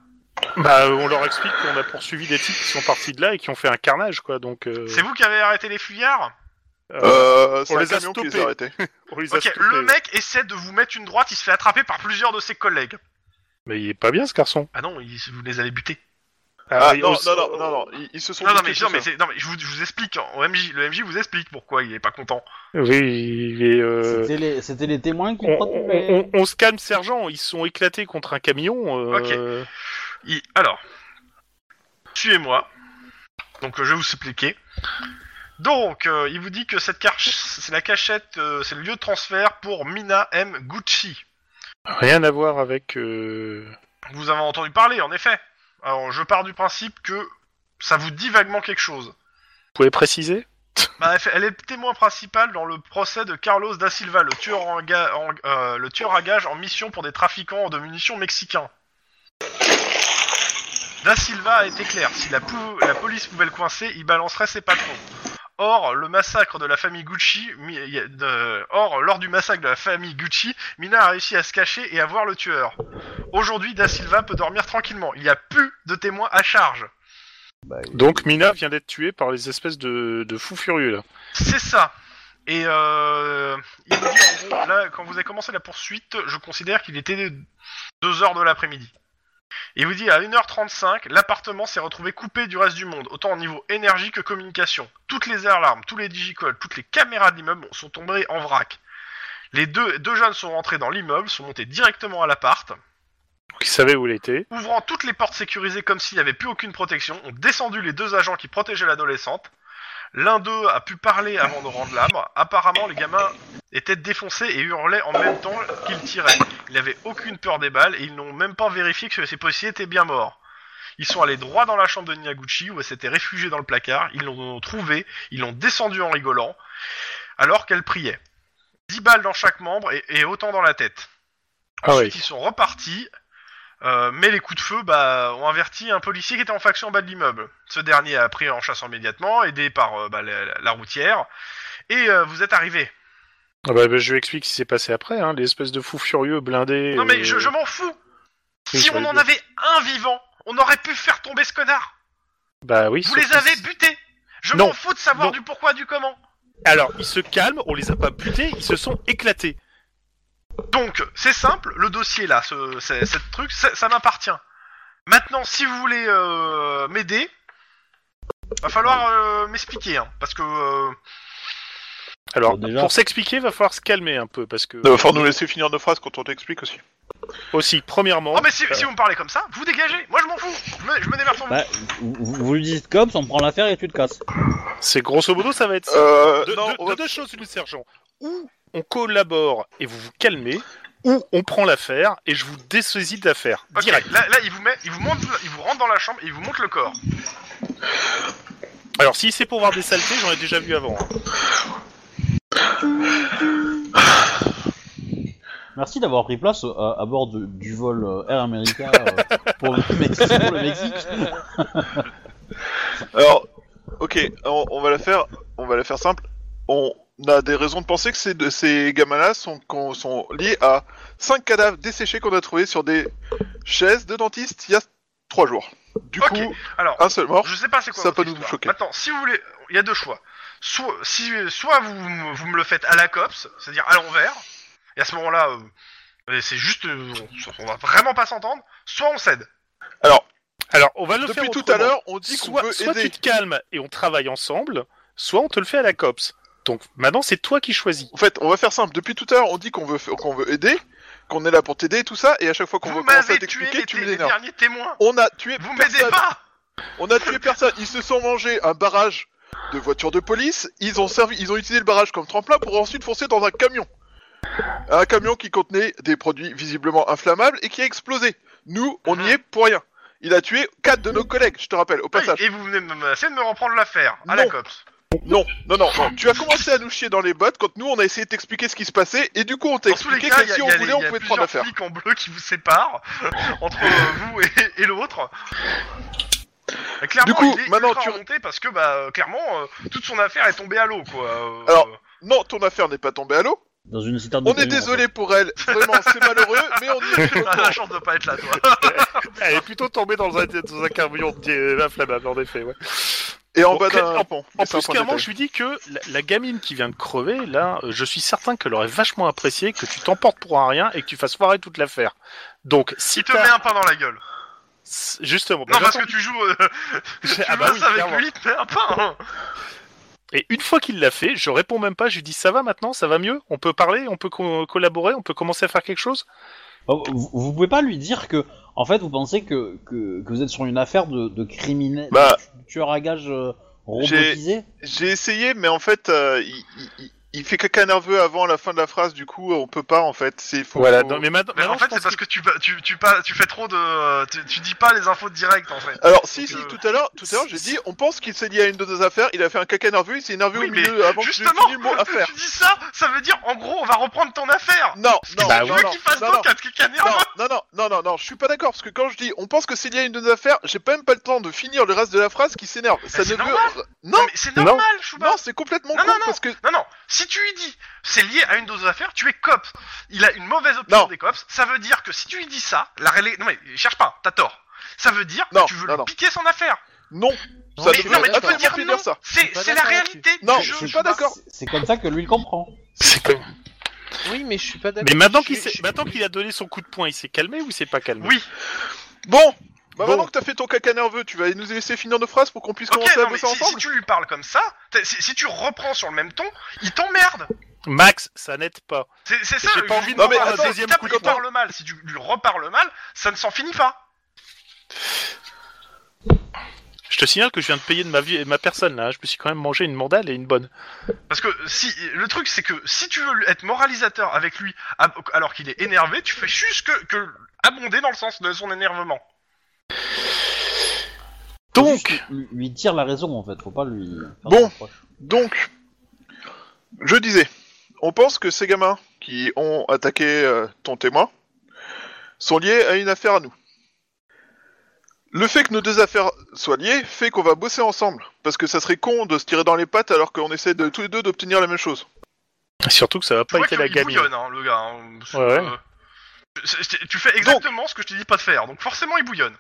Speaker 3: Bah, euh, on leur explique qu'on a poursuivi des types qui sont partis de là et qui ont fait un carnage, quoi. Donc, euh,
Speaker 2: C'est vous qui avez arrêté les fuyards
Speaker 3: euh,
Speaker 5: Euh, c'est
Speaker 3: on
Speaker 5: un
Speaker 3: les a
Speaker 5: camion qui les
Speaker 3: stoppés.
Speaker 5: a arrêtés.
Speaker 3: on les a
Speaker 2: Ok,
Speaker 3: stoppés,
Speaker 2: le
Speaker 3: ouais.
Speaker 2: mec essaie de vous mettre une droite, il se fait attraper par plusieurs de ses collègues.
Speaker 3: Mais il est pas bien, ce garçon.
Speaker 2: Ah non, il- vous les avez butés.
Speaker 5: Ah,
Speaker 3: oui,
Speaker 5: non,
Speaker 3: on-
Speaker 5: non, non, non, non, ils, ils se sont
Speaker 2: Non, non,
Speaker 5: butés
Speaker 2: mais,
Speaker 5: tout
Speaker 2: non, mais,
Speaker 5: seuls.
Speaker 2: c'est- non, mais je, vous, je vous explique, hein, au MJ, le MJ vous explique pourquoi il est pas content.
Speaker 3: Oui, il est. euh,
Speaker 6: C'était les, c'était les témoins qui
Speaker 3: On, on-
Speaker 6: protégeaient.
Speaker 3: on- on se calme, sergent. Ils se sont éclatés contre un camion. euh,
Speaker 2: Il- Alors, suivez-moi. Donc, euh, je vais vous expliquer. Donc, euh, il vous dit que cette cache, c'est la cachette, euh, c'est le lieu de transfert pour Mina M. Gucci.
Speaker 3: Rien à voir avec. euh,
Speaker 2: Vous avez entendu parler, en effet. Alors, je pars du principe que ça vous dit vaguement quelque chose.
Speaker 3: Vous pouvez préciser
Speaker 2: Bah, elle fait- elle est témoin principale dans le procès de Carlos da Silva, le tueur, en ga- en- euh, le tueur à gages en mission pour des trafiquants de munitions mexicains. Da Silva a été clair, si la, pou- la police pouvait le coincer, il balancerait ses patrons. Or, le massacre de la famille Gucci, mi- y a- de- or, lors du massacre de la famille Gucci, Mina a réussi à se cacher et à voir le tueur. Aujourd'hui, Da Silva peut dormir tranquillement, il n'y a plus de témoins à charge.
Speaker 6: Bah,
Speaker 3: Donc Mina vient d'être tuée par les espèces de, de fous furieux là.
Speaker 2: C'est ça. Et euh, il vous dit, en gros, là, quand vous avez commencé la poursuite, je considère qu'il était 2h de l'après-midi. Il vous dit à 1h35, l'appartement s'est retrouvé coupé du reste du monde, autant au niveau énergie que communication. Toutes les alarmes, tous les digicodes, toutes les caméras de l'immeuble sont tombées en vrac. Les deux, deux jeunes sont rentrés dans l'immeuble, sont montés directement à l'appart,
Speaker 3: Qui savait où elle était.
Speaker 2: ouvrant toutes les portes sécurisées comme s'il n'y avait plus aucune protection, ont descendu les deux agents qui protégeaient l'adolescente. L'un d'eux a pu parler avant de rendre l'âme. Apparemment, les gamins étaient défoncés et hurlaient en même temps qu'ils tiraient. Ils n'avaient aucune peur des balles et ils n'ont même pas vérifié que ces policiers étaient bien morts. Ils sont allés droit dans la chambre de Niaguchi où elle s'était réfugiée dans le placard. Ils l'ont trouvé, ils l'ont descendu en rigolant alors qu'elle priait. 10 balles dans chaque membre et, et autant dans la tête.
Speaker 3: Ah
Speaker 2: Ensuite,
Speaker 3: oui.
Speaker 2: ils sont repartis, euh, mais les coups de feu bah, ont averti un policier qui était en faction en bas de l'immeuble. Ce dernier a pris en chasse immédiatement, aidé par euh, bah, la, la- la routière. Et euh, vous êtes arrivés.
Speaker 3: Ah bah, bah, je lui explique ce qui s'est passé après, hein, l'espèce de fou furieux blindé.
Speaker 2: Non mais
Speaker 3: euh,
Speaker 2: je, je m'en fous
Speaker 3: oui,
Speaker 2: Si
Speaker 3: sur
Speaker 2: on
Speaker 3: les
Speaker 2: en
Speaker 3: deux.
Speaker 2: avait un vivant, on aurait pu faire tomber ce connard
Speaker 3: Bah oui.
Speaker 2: Vous
Speaker 3: sauf
Speaker 2: les
Speaker 3: qu'ils-
Speaker 2: avez butés Je
Speaker 7: Non.
Speaker 2: m'en fous de savoir
Speaker 7: Non.
Speaker 2: du pourquoi du comment
Speaker 7: Alors, ils se calment, on les a pas butés, ils se sont éclatés.
Speaker 2: Donc, c'est simple, le dossier là, ce, c'est- cette truc, ça, ça m'appartient. Maintenant, si vous voulez euh, m'aider, va falloir euh, m'expliquer, hein, parce que euh,
Speaker 3: Alors,
Speaker 6: Bon, déjà-
Speaker 3: pour s'expliquer, va falloir se calmer un peu parce que
Speaker 5: Il va falloir nous laisser finir nos phrases quand on t'explique aussi.
Speaker 3: aussi, premièrement,
Speaker 2: ah mais si,
Speaker 3: euh,
Speaker 2: si vous me parlez comme ça, vous dégagez. Moi, je m'en fous. Je me, je me démerde sans vous.
Speaker 6: Bah, vous, vous lui dites cops, on prend l'affaire et tu te casses.
Speaker 3: c'est grosso modo, ça va être ça.
Speaker 5: Euh,
Speaker 7: De,
Speaker 5: non,
Speaker 7: de-
Speaker 5: on
Speaker 7: de
Speaker 5: va-
Speaker 2: oh.
Speaker 7: deux choses, une sergent. Ou on collabore et vous vous calmez, ou on prend l'affaire et je vous dessaisis de l'affaire.
Speaker 2: Ok,
Speaker 7: Direct.
Speaker 2: Là, là, il vous met, il vous monte, il vous rentre dans la chambre et il vous monte le corps.
Speaker 7: Alors, si c'est pour voir des saletés, j'en ai déjà vu avant. hein.
Speaker 6: Merci d'avoir pris place euh, à, bord de- du vol euh, Air America euh, pour, le Mexique, pour le Mexique.
Speaker 5: Alors, ok, on, on va la faire, on va la faire simple. On a des raisons de penser que ces, de- ces gamins-là sont, qu'on- sont liés à cinq cadavres desséchés qu'on a trouvés sur des chaises de dentistes il y a trois jours. Du
Speaker 2: Ok.
Speaker 5: coup,
Speaker 2: Alors,
Speaker 5: un seul mort.
Speaker 2: je sais pas c'est quoi.
Speaker 5: ça
Speaker 2: votre
Speaker 5: peut nous
Speaker 2: histoire.
Speaker 5: choquer.
Speaker 2: Maintenant, si vous voulez, il y a deux choix. Soit, si, soit vous, me- vous me le faites à la copse, c'est-à-dire à l'envers, et à ce moment-là, euh, et c'est juste, euh, on, on va vraiment pas s'entendre. Soit on cède.
Speaker 7: Alors, on va le faire
Speaker 5: Depuis tout à
Speaker 7: autrement.
Speaker 5: l'heure, on dit qu'on
Speaker 7: soit,
Speaker 5: veut
Speaker 7: soit tu
Speaker 5: aider.
Speaker 7: te calmes et on travaille ensemble, soit on te le fait à la COPS. Donc maintenant, c'est toi qui choisis.
Speaker 5: En fait, on va faire simple. Depuis tout à l'heure, on dit qu'on veut, f- qu'on veut aider, qu'on est là pour t'aider, tout ça, et à chaque fois qu'on
Speaker 2: Vous
Speaker 5: veut commencer à
Speaker 2: m'avez tué les,
Speaker 5: t'expliquer, tu
Speaker 2: les
Speaker 5: m'énerves.
Speaker 2: derniers témoins.
Speaker 5: On a tué
Speaker 2: Vous m'aidez
Speaker 5: personne.
Speaker 2: pas.
Speaker 5: On a tué personne. Ils se sont mangés un barrage de voitures de police. Ils ont servi, ils ont utilisé le barrage comme tremplin pour ensuite foncer dans un camion. Un camion qui contenait des produits visiblement inflammables et qui a explosé. Nous, on y est pour rien. Il a tué quatre de nos collègues, je te rappelle, au
Speaker 2: Oui,
Speaker 5: passage.
Speaker 2: et vous venez de me menacer de me reprendre l'affaire à la
Speaker 5: Non.
Speaker 2: copse.
Speaker 5: Non, non, non, non. Tu as commencé à nous chier dans les bottes quand nous, on a essayé de t'expliquer ce qui se passait et du coup, on t'a
Speaker 2: Dans tous les
Speaker 5: expliqué
Speaker 2: cas,
Speaker 5: que
Speaker 2: il y a,
Speaker 5: si
Speaker 2: il
Speaker 5: on
Speaker 2: y a des-
Speaker 5: voulait,
Speaker 2: il y
Speaker 5: on
Speaker 2: a
Speaker 5: pouvait te prendre
Speaker 2: plusieurs
Speaker 5: l'affaire.
Speaker 2: flics en bleu qui vous séparent entre euh, vous et, et l'autre. Et Clairement,
Speaker 5: Du coup,
Speaker 2: il est
Speaker 5: maintenant,
Speaker 2: ultra
Speaker 5: tu-
Speaker 2: remonté parce que bah euh, clairement, euh, toute son affaire est tombée à l'eau quoi. Euh,
Speaker 5: Alors, Non, ton affaire n'est pas tombée à l'eau.
Speaker 6: Dans une citerne de
Speaker 5: On est
Speaker 6: camions, en
Speaker 5: désolé pour elle. Vraiment, c'est malheureux, mais on y est.
Speaker 2: t'as la chance de pas être là toi.
Speaker 7: Elle est plutôt tombée dans un, dans un carburant de- inflammable, en effet. ouais.
Speaker 5: Et en
Speaker 7: Bon,
Speaker 5: bas
Speaker 7: clair-
Speaker 5: d'un pont.
Speaker 7: En
Speaker 5: Mais c'est un
Speaker 7: plus,
Speaker 5: point
Speaker 7: clairement,
Speaker 5: détail.
Speaker 7: je lui dis que la, la gamine qui vient de crever, là, euh, je suis certain qu'elle aurait vachement apprécié que tu t'emportes pour un rien et que tu fasses foirer toute l'affaire. Donc, si
Speaker 2: Il te
Speaker 7: t'as-
Speaker 2: met un pain dans la gueule.
Speaker 7: s- Justement, bah,
Speaker 2: Non parce
Speaker 7: j'attends-
Speaker 2: que tu joues, euh, tu
Speaker 7: Ah bah
Speaker 2: bosses
Speaker 7: oui,
Speaker 2: avec
Speaker 7: clairement.
Speaker 2: lui, t'es un pain. hein.
Speaker 7: Et une fois qu'il l'a fait, je réponds même pas, je lui dis ça va maintenant, ça va mieux, on peut parler, on peut co- collaborer, on peut commencer à faire quelque chose.
Speaker 6: Oh, Vous, vous pouvez pas lui dire que, en fait, vous pensez que, que, que vous êtes sur une affaire de, de criminel,
Speaker 5: Bah.
Speaker 6: de tueur à gage
Speaker 5: J'ai-
Speaker 6: robotisé
Speaker 5: J'ai essayé, mais en fait, euh, il, il- il- il fait caca nerveux avant la fin de la phrase, du coup, on peut pas, en fait. C'est faut.
Speaker 7: Voilà,
Speaker 3: Bah,
Speaker 5: faut-
Speaker 7: non, mais maintenant,
Speaker 2: Mais en
Speaker 7: maintenant,
Speaker 2: fait,
Speaker 7: je pense
Speaker 2: c'est parce que tu pa- tu tu pas tu fais trop de euh, tu, tu dis pas les infos directes en fait.
Speaker 5: Alors, si, si,
Speaker 2: Donc, euh,
Speaker 5: tout à l'heure, tout à l'heure, j'ai dit, on pense qu'il s'est lié à une de nos affaires, il a fait un caca nerveux, il s'est énervé
Speaker 2: Oui,
Speaker 5: au
Speaker 2: mais
Speaker 5: milieu avant que j'ai
Speaker 2: Justement,
Speaker 5: fini le mot affaire.
Speaker 2: tu dis ça, ça veut dire en gros on va reprendre ton affaire.
Speaker 5: Non, non,
Speaker 7: Bah
Speaker 5: non,
Speaker 2: tu veux
Speaker 5: non,
Speaker 2: qu'il fasse
Speaker 5: non, non,
Speaker 2: d'autres qu'un truc énervant
Speaker 5: non, non, non, non, non, je suis pas d'accord, parce que quand je dis, on pense que c'est lié à une de nos affaires, j'ai pas même pas le temps de finir le reste de la phrase qui s'énerve. Ça
Speaker 2: c'est
Speaker 5: ne veut.
Speaker 2: normal.
Speaker 5: Non,
Speaker 2: mais c'est normal, Chouba.
Speaker 5: non, c'est complètement
Speaker 2: Non,
Speaker 5: con,
Speaker 2: non, non.
Speaker 5: parce que
Speaker 2: Non, non, si tu lui dis c'est lié à une dose d'affaires, tu es cops. Il a une mauvaise opinion
Speaker 5: Non.
Speaker 2: des cops. Ça veut dire que si tu lui dis ça, la relais. Non, mais cherche pas, t'as tort. Ça veut dire
Speaker 5: Non,
Speaker 2: que tu veux
Speaker 5: non,
Speaker 2: lui
Speaker 5: non.
Speaker 2: piquer son affaire.
Speaker 5: non,
Speaker 4: Non,
Speaker 5: ça ne
Speaker 4: mais- non,
Speaker 5: veut
Speaker 4: mais tu peux
Speaker 5: absolument
Speaker 2: dire
Speaker 5: plus
Speaker 2: non.
Speaker 5: dire ça.
Speaker 2: C'est
Speaker 4: pas
Speaker 2: c'est la
Speaker 4: d'accord là-dessus.
Speaker 2: réalité. du
Speaker 5: Non,
Speaker 2: jeu,
Speaker 5: je suis
Speaker 2: Chouba.
Speaker 5: pas d'accord.
Speaker 6: C'est- C'est comme ça que lui le comprend.
Speaker 7: c'est comme-
Speaker 4: Oui, mais je suis pas d'accord.
Speaker 7: Mais maintenant
Speaker 4: Je-
Speaker 7: qu'il s'est-
Speaker 4: je-
Speaker 7: maintenant qu'il a donné son coup de poing, il s'est calmé ou il s'est pas calmé
Speaker 2: Oui,
Speaker 5: Bon, bah
Speaker 7: Bon.
Speaker 5: maintenant que t'as fait ton caca nerveux, tu vas nous laisser finir nos phrases pour qu'on puisse
Speaker 2: ok,
Speaker 5: commencer à
Speaker 2: non, mais
Speaker 5: bosser
Speaker 2: si, si
Speaker 5: ensemble
Speaker 2: tu lui parles comme ça, t'es- si, si tu reprends sur le même ton, il t'emmerde.
Speaker 7: Max, ça n'aide pas.
Speaker 2: C'est c'est
Speaker 7: J'ai
Speaker 2: ça.
Speaker 7: pas
Speaker 2: je-
Speaker 7: envie de
Speaker 2: non,
Speaker 5: me
Speaker 2: mais
Speaker 5: prendre un
Speaker 2: attends,
Speaker 7: deuxième
Speaker 2: si t'as
Speaker 7: coup de
Speaker 2: lui
Speaker 7: poing.
Speaker 2: parles mal, si tu lui reparles mal, ça ne s'en finit pas.
Speaker 7: Je
Speaker 3: te signale que je viens de payer de ma vie et de ma personne là. Je me suis quand même mangé une mandale et une bonne.
Speaker 2: Parce que si le truc c'est que si tu veux être moralisateur avec lui ab- alors qu'il est énervé, tu fais juste que, que abonder dans le sens de son énervement.
Speaker 3: Donc,
Speaker 6: Juste lui, lui dire la raison en fait, faut pas lui. faire
Speaker 5: Bon.
Speaker 6: des reproches.
Speaker 5: Donc, je disais, on pense que ces gamins qui ont attaqué euh, ton témoin sont liés à une affaire à nous. Le fait que nos deux affaires soient liées fait qu'on va bosser ensemble, parce que ça serait con de se tirer dans les pattes alors qu'on essaie de tous les deux d'obtenir la même chose.
Speaker 3: surtout que ça va
Speaker 2: Tu
Speaker 3: pas
Speaker 2: vois
Speaker 3: être la
Speaker 2: qu'il
Speaker 3: gamine.
Speaker 2: bouillonne, hein, le gars. hein. C'est,
Speaker 3: Ouais, ouais.
Speaker 2: euh, c'est- c'est- tu fais exactement ce que je t'ai dit pas de faire, donc forcément il bouillonne.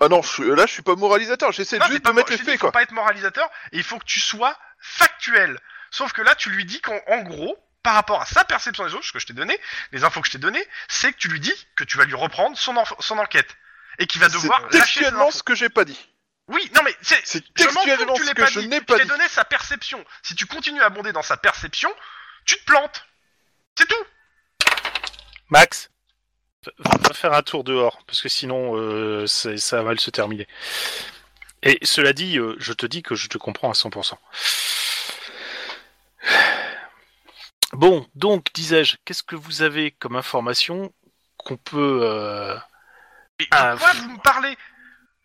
Speaker 5: Ah non, je suis- là je suis pas moralisateur, j'essaie
Speaker 2: Non, t'es
Speaker 5: juste de
Speaker 2: pas
Speaker 5: mettre
Speaker 2: mor-
Speaker 5: les
Speaker 2: je t'ai dit,
Speaker 5: faits
Speaker 2: faut
Speaker 5: quoi.
Speaker 2: pas être moralisateur et il faut que tu sois factuel. Sauf que là, tu lui dis qu'en en gros, par rapport à sa perception des choses, ce que je t'ai donné, les infos que je t'ai donné, c'est que tu lui dis que tu vas lui reprendre son, enf- son enquête et qu'il va devoir lâcher ses
Speaker 5: C'est textuellement
Speaker 2: infos.
Speaker 5: ce que j'ai pas dit.
Speaker 2: Oui, non mais c'est
Speaker 5: C'est
Speaker 2: je m'en fous
Speaker 5: textuellement
Speaker 2: tu
Speaker 5: ce
Speaker 2: l'aies
Speaker 5: que je n'ai pas
Speaker 2: Je
Speaker 5: dit.
Speaker 2: t'ai donné sa perception. Si tu continues à abonder dans sa perception, tu te plantes. C'est tout.
Speaker 3: Max, va va faire un tour dehors, parce que sinon euh, c'est- ça va mal se terminer. Et cela dit, euh, je te dis que je te comprends à 100%. Bon, donc, disais-je, qu'est-ce que vous avez comme information qu'on peut... euh,
Speaker 2: Mais
Speaker 3: Ah,
Speaker 2: de quoi
Speaker 3: pff.
Speaker 2: vous me parlez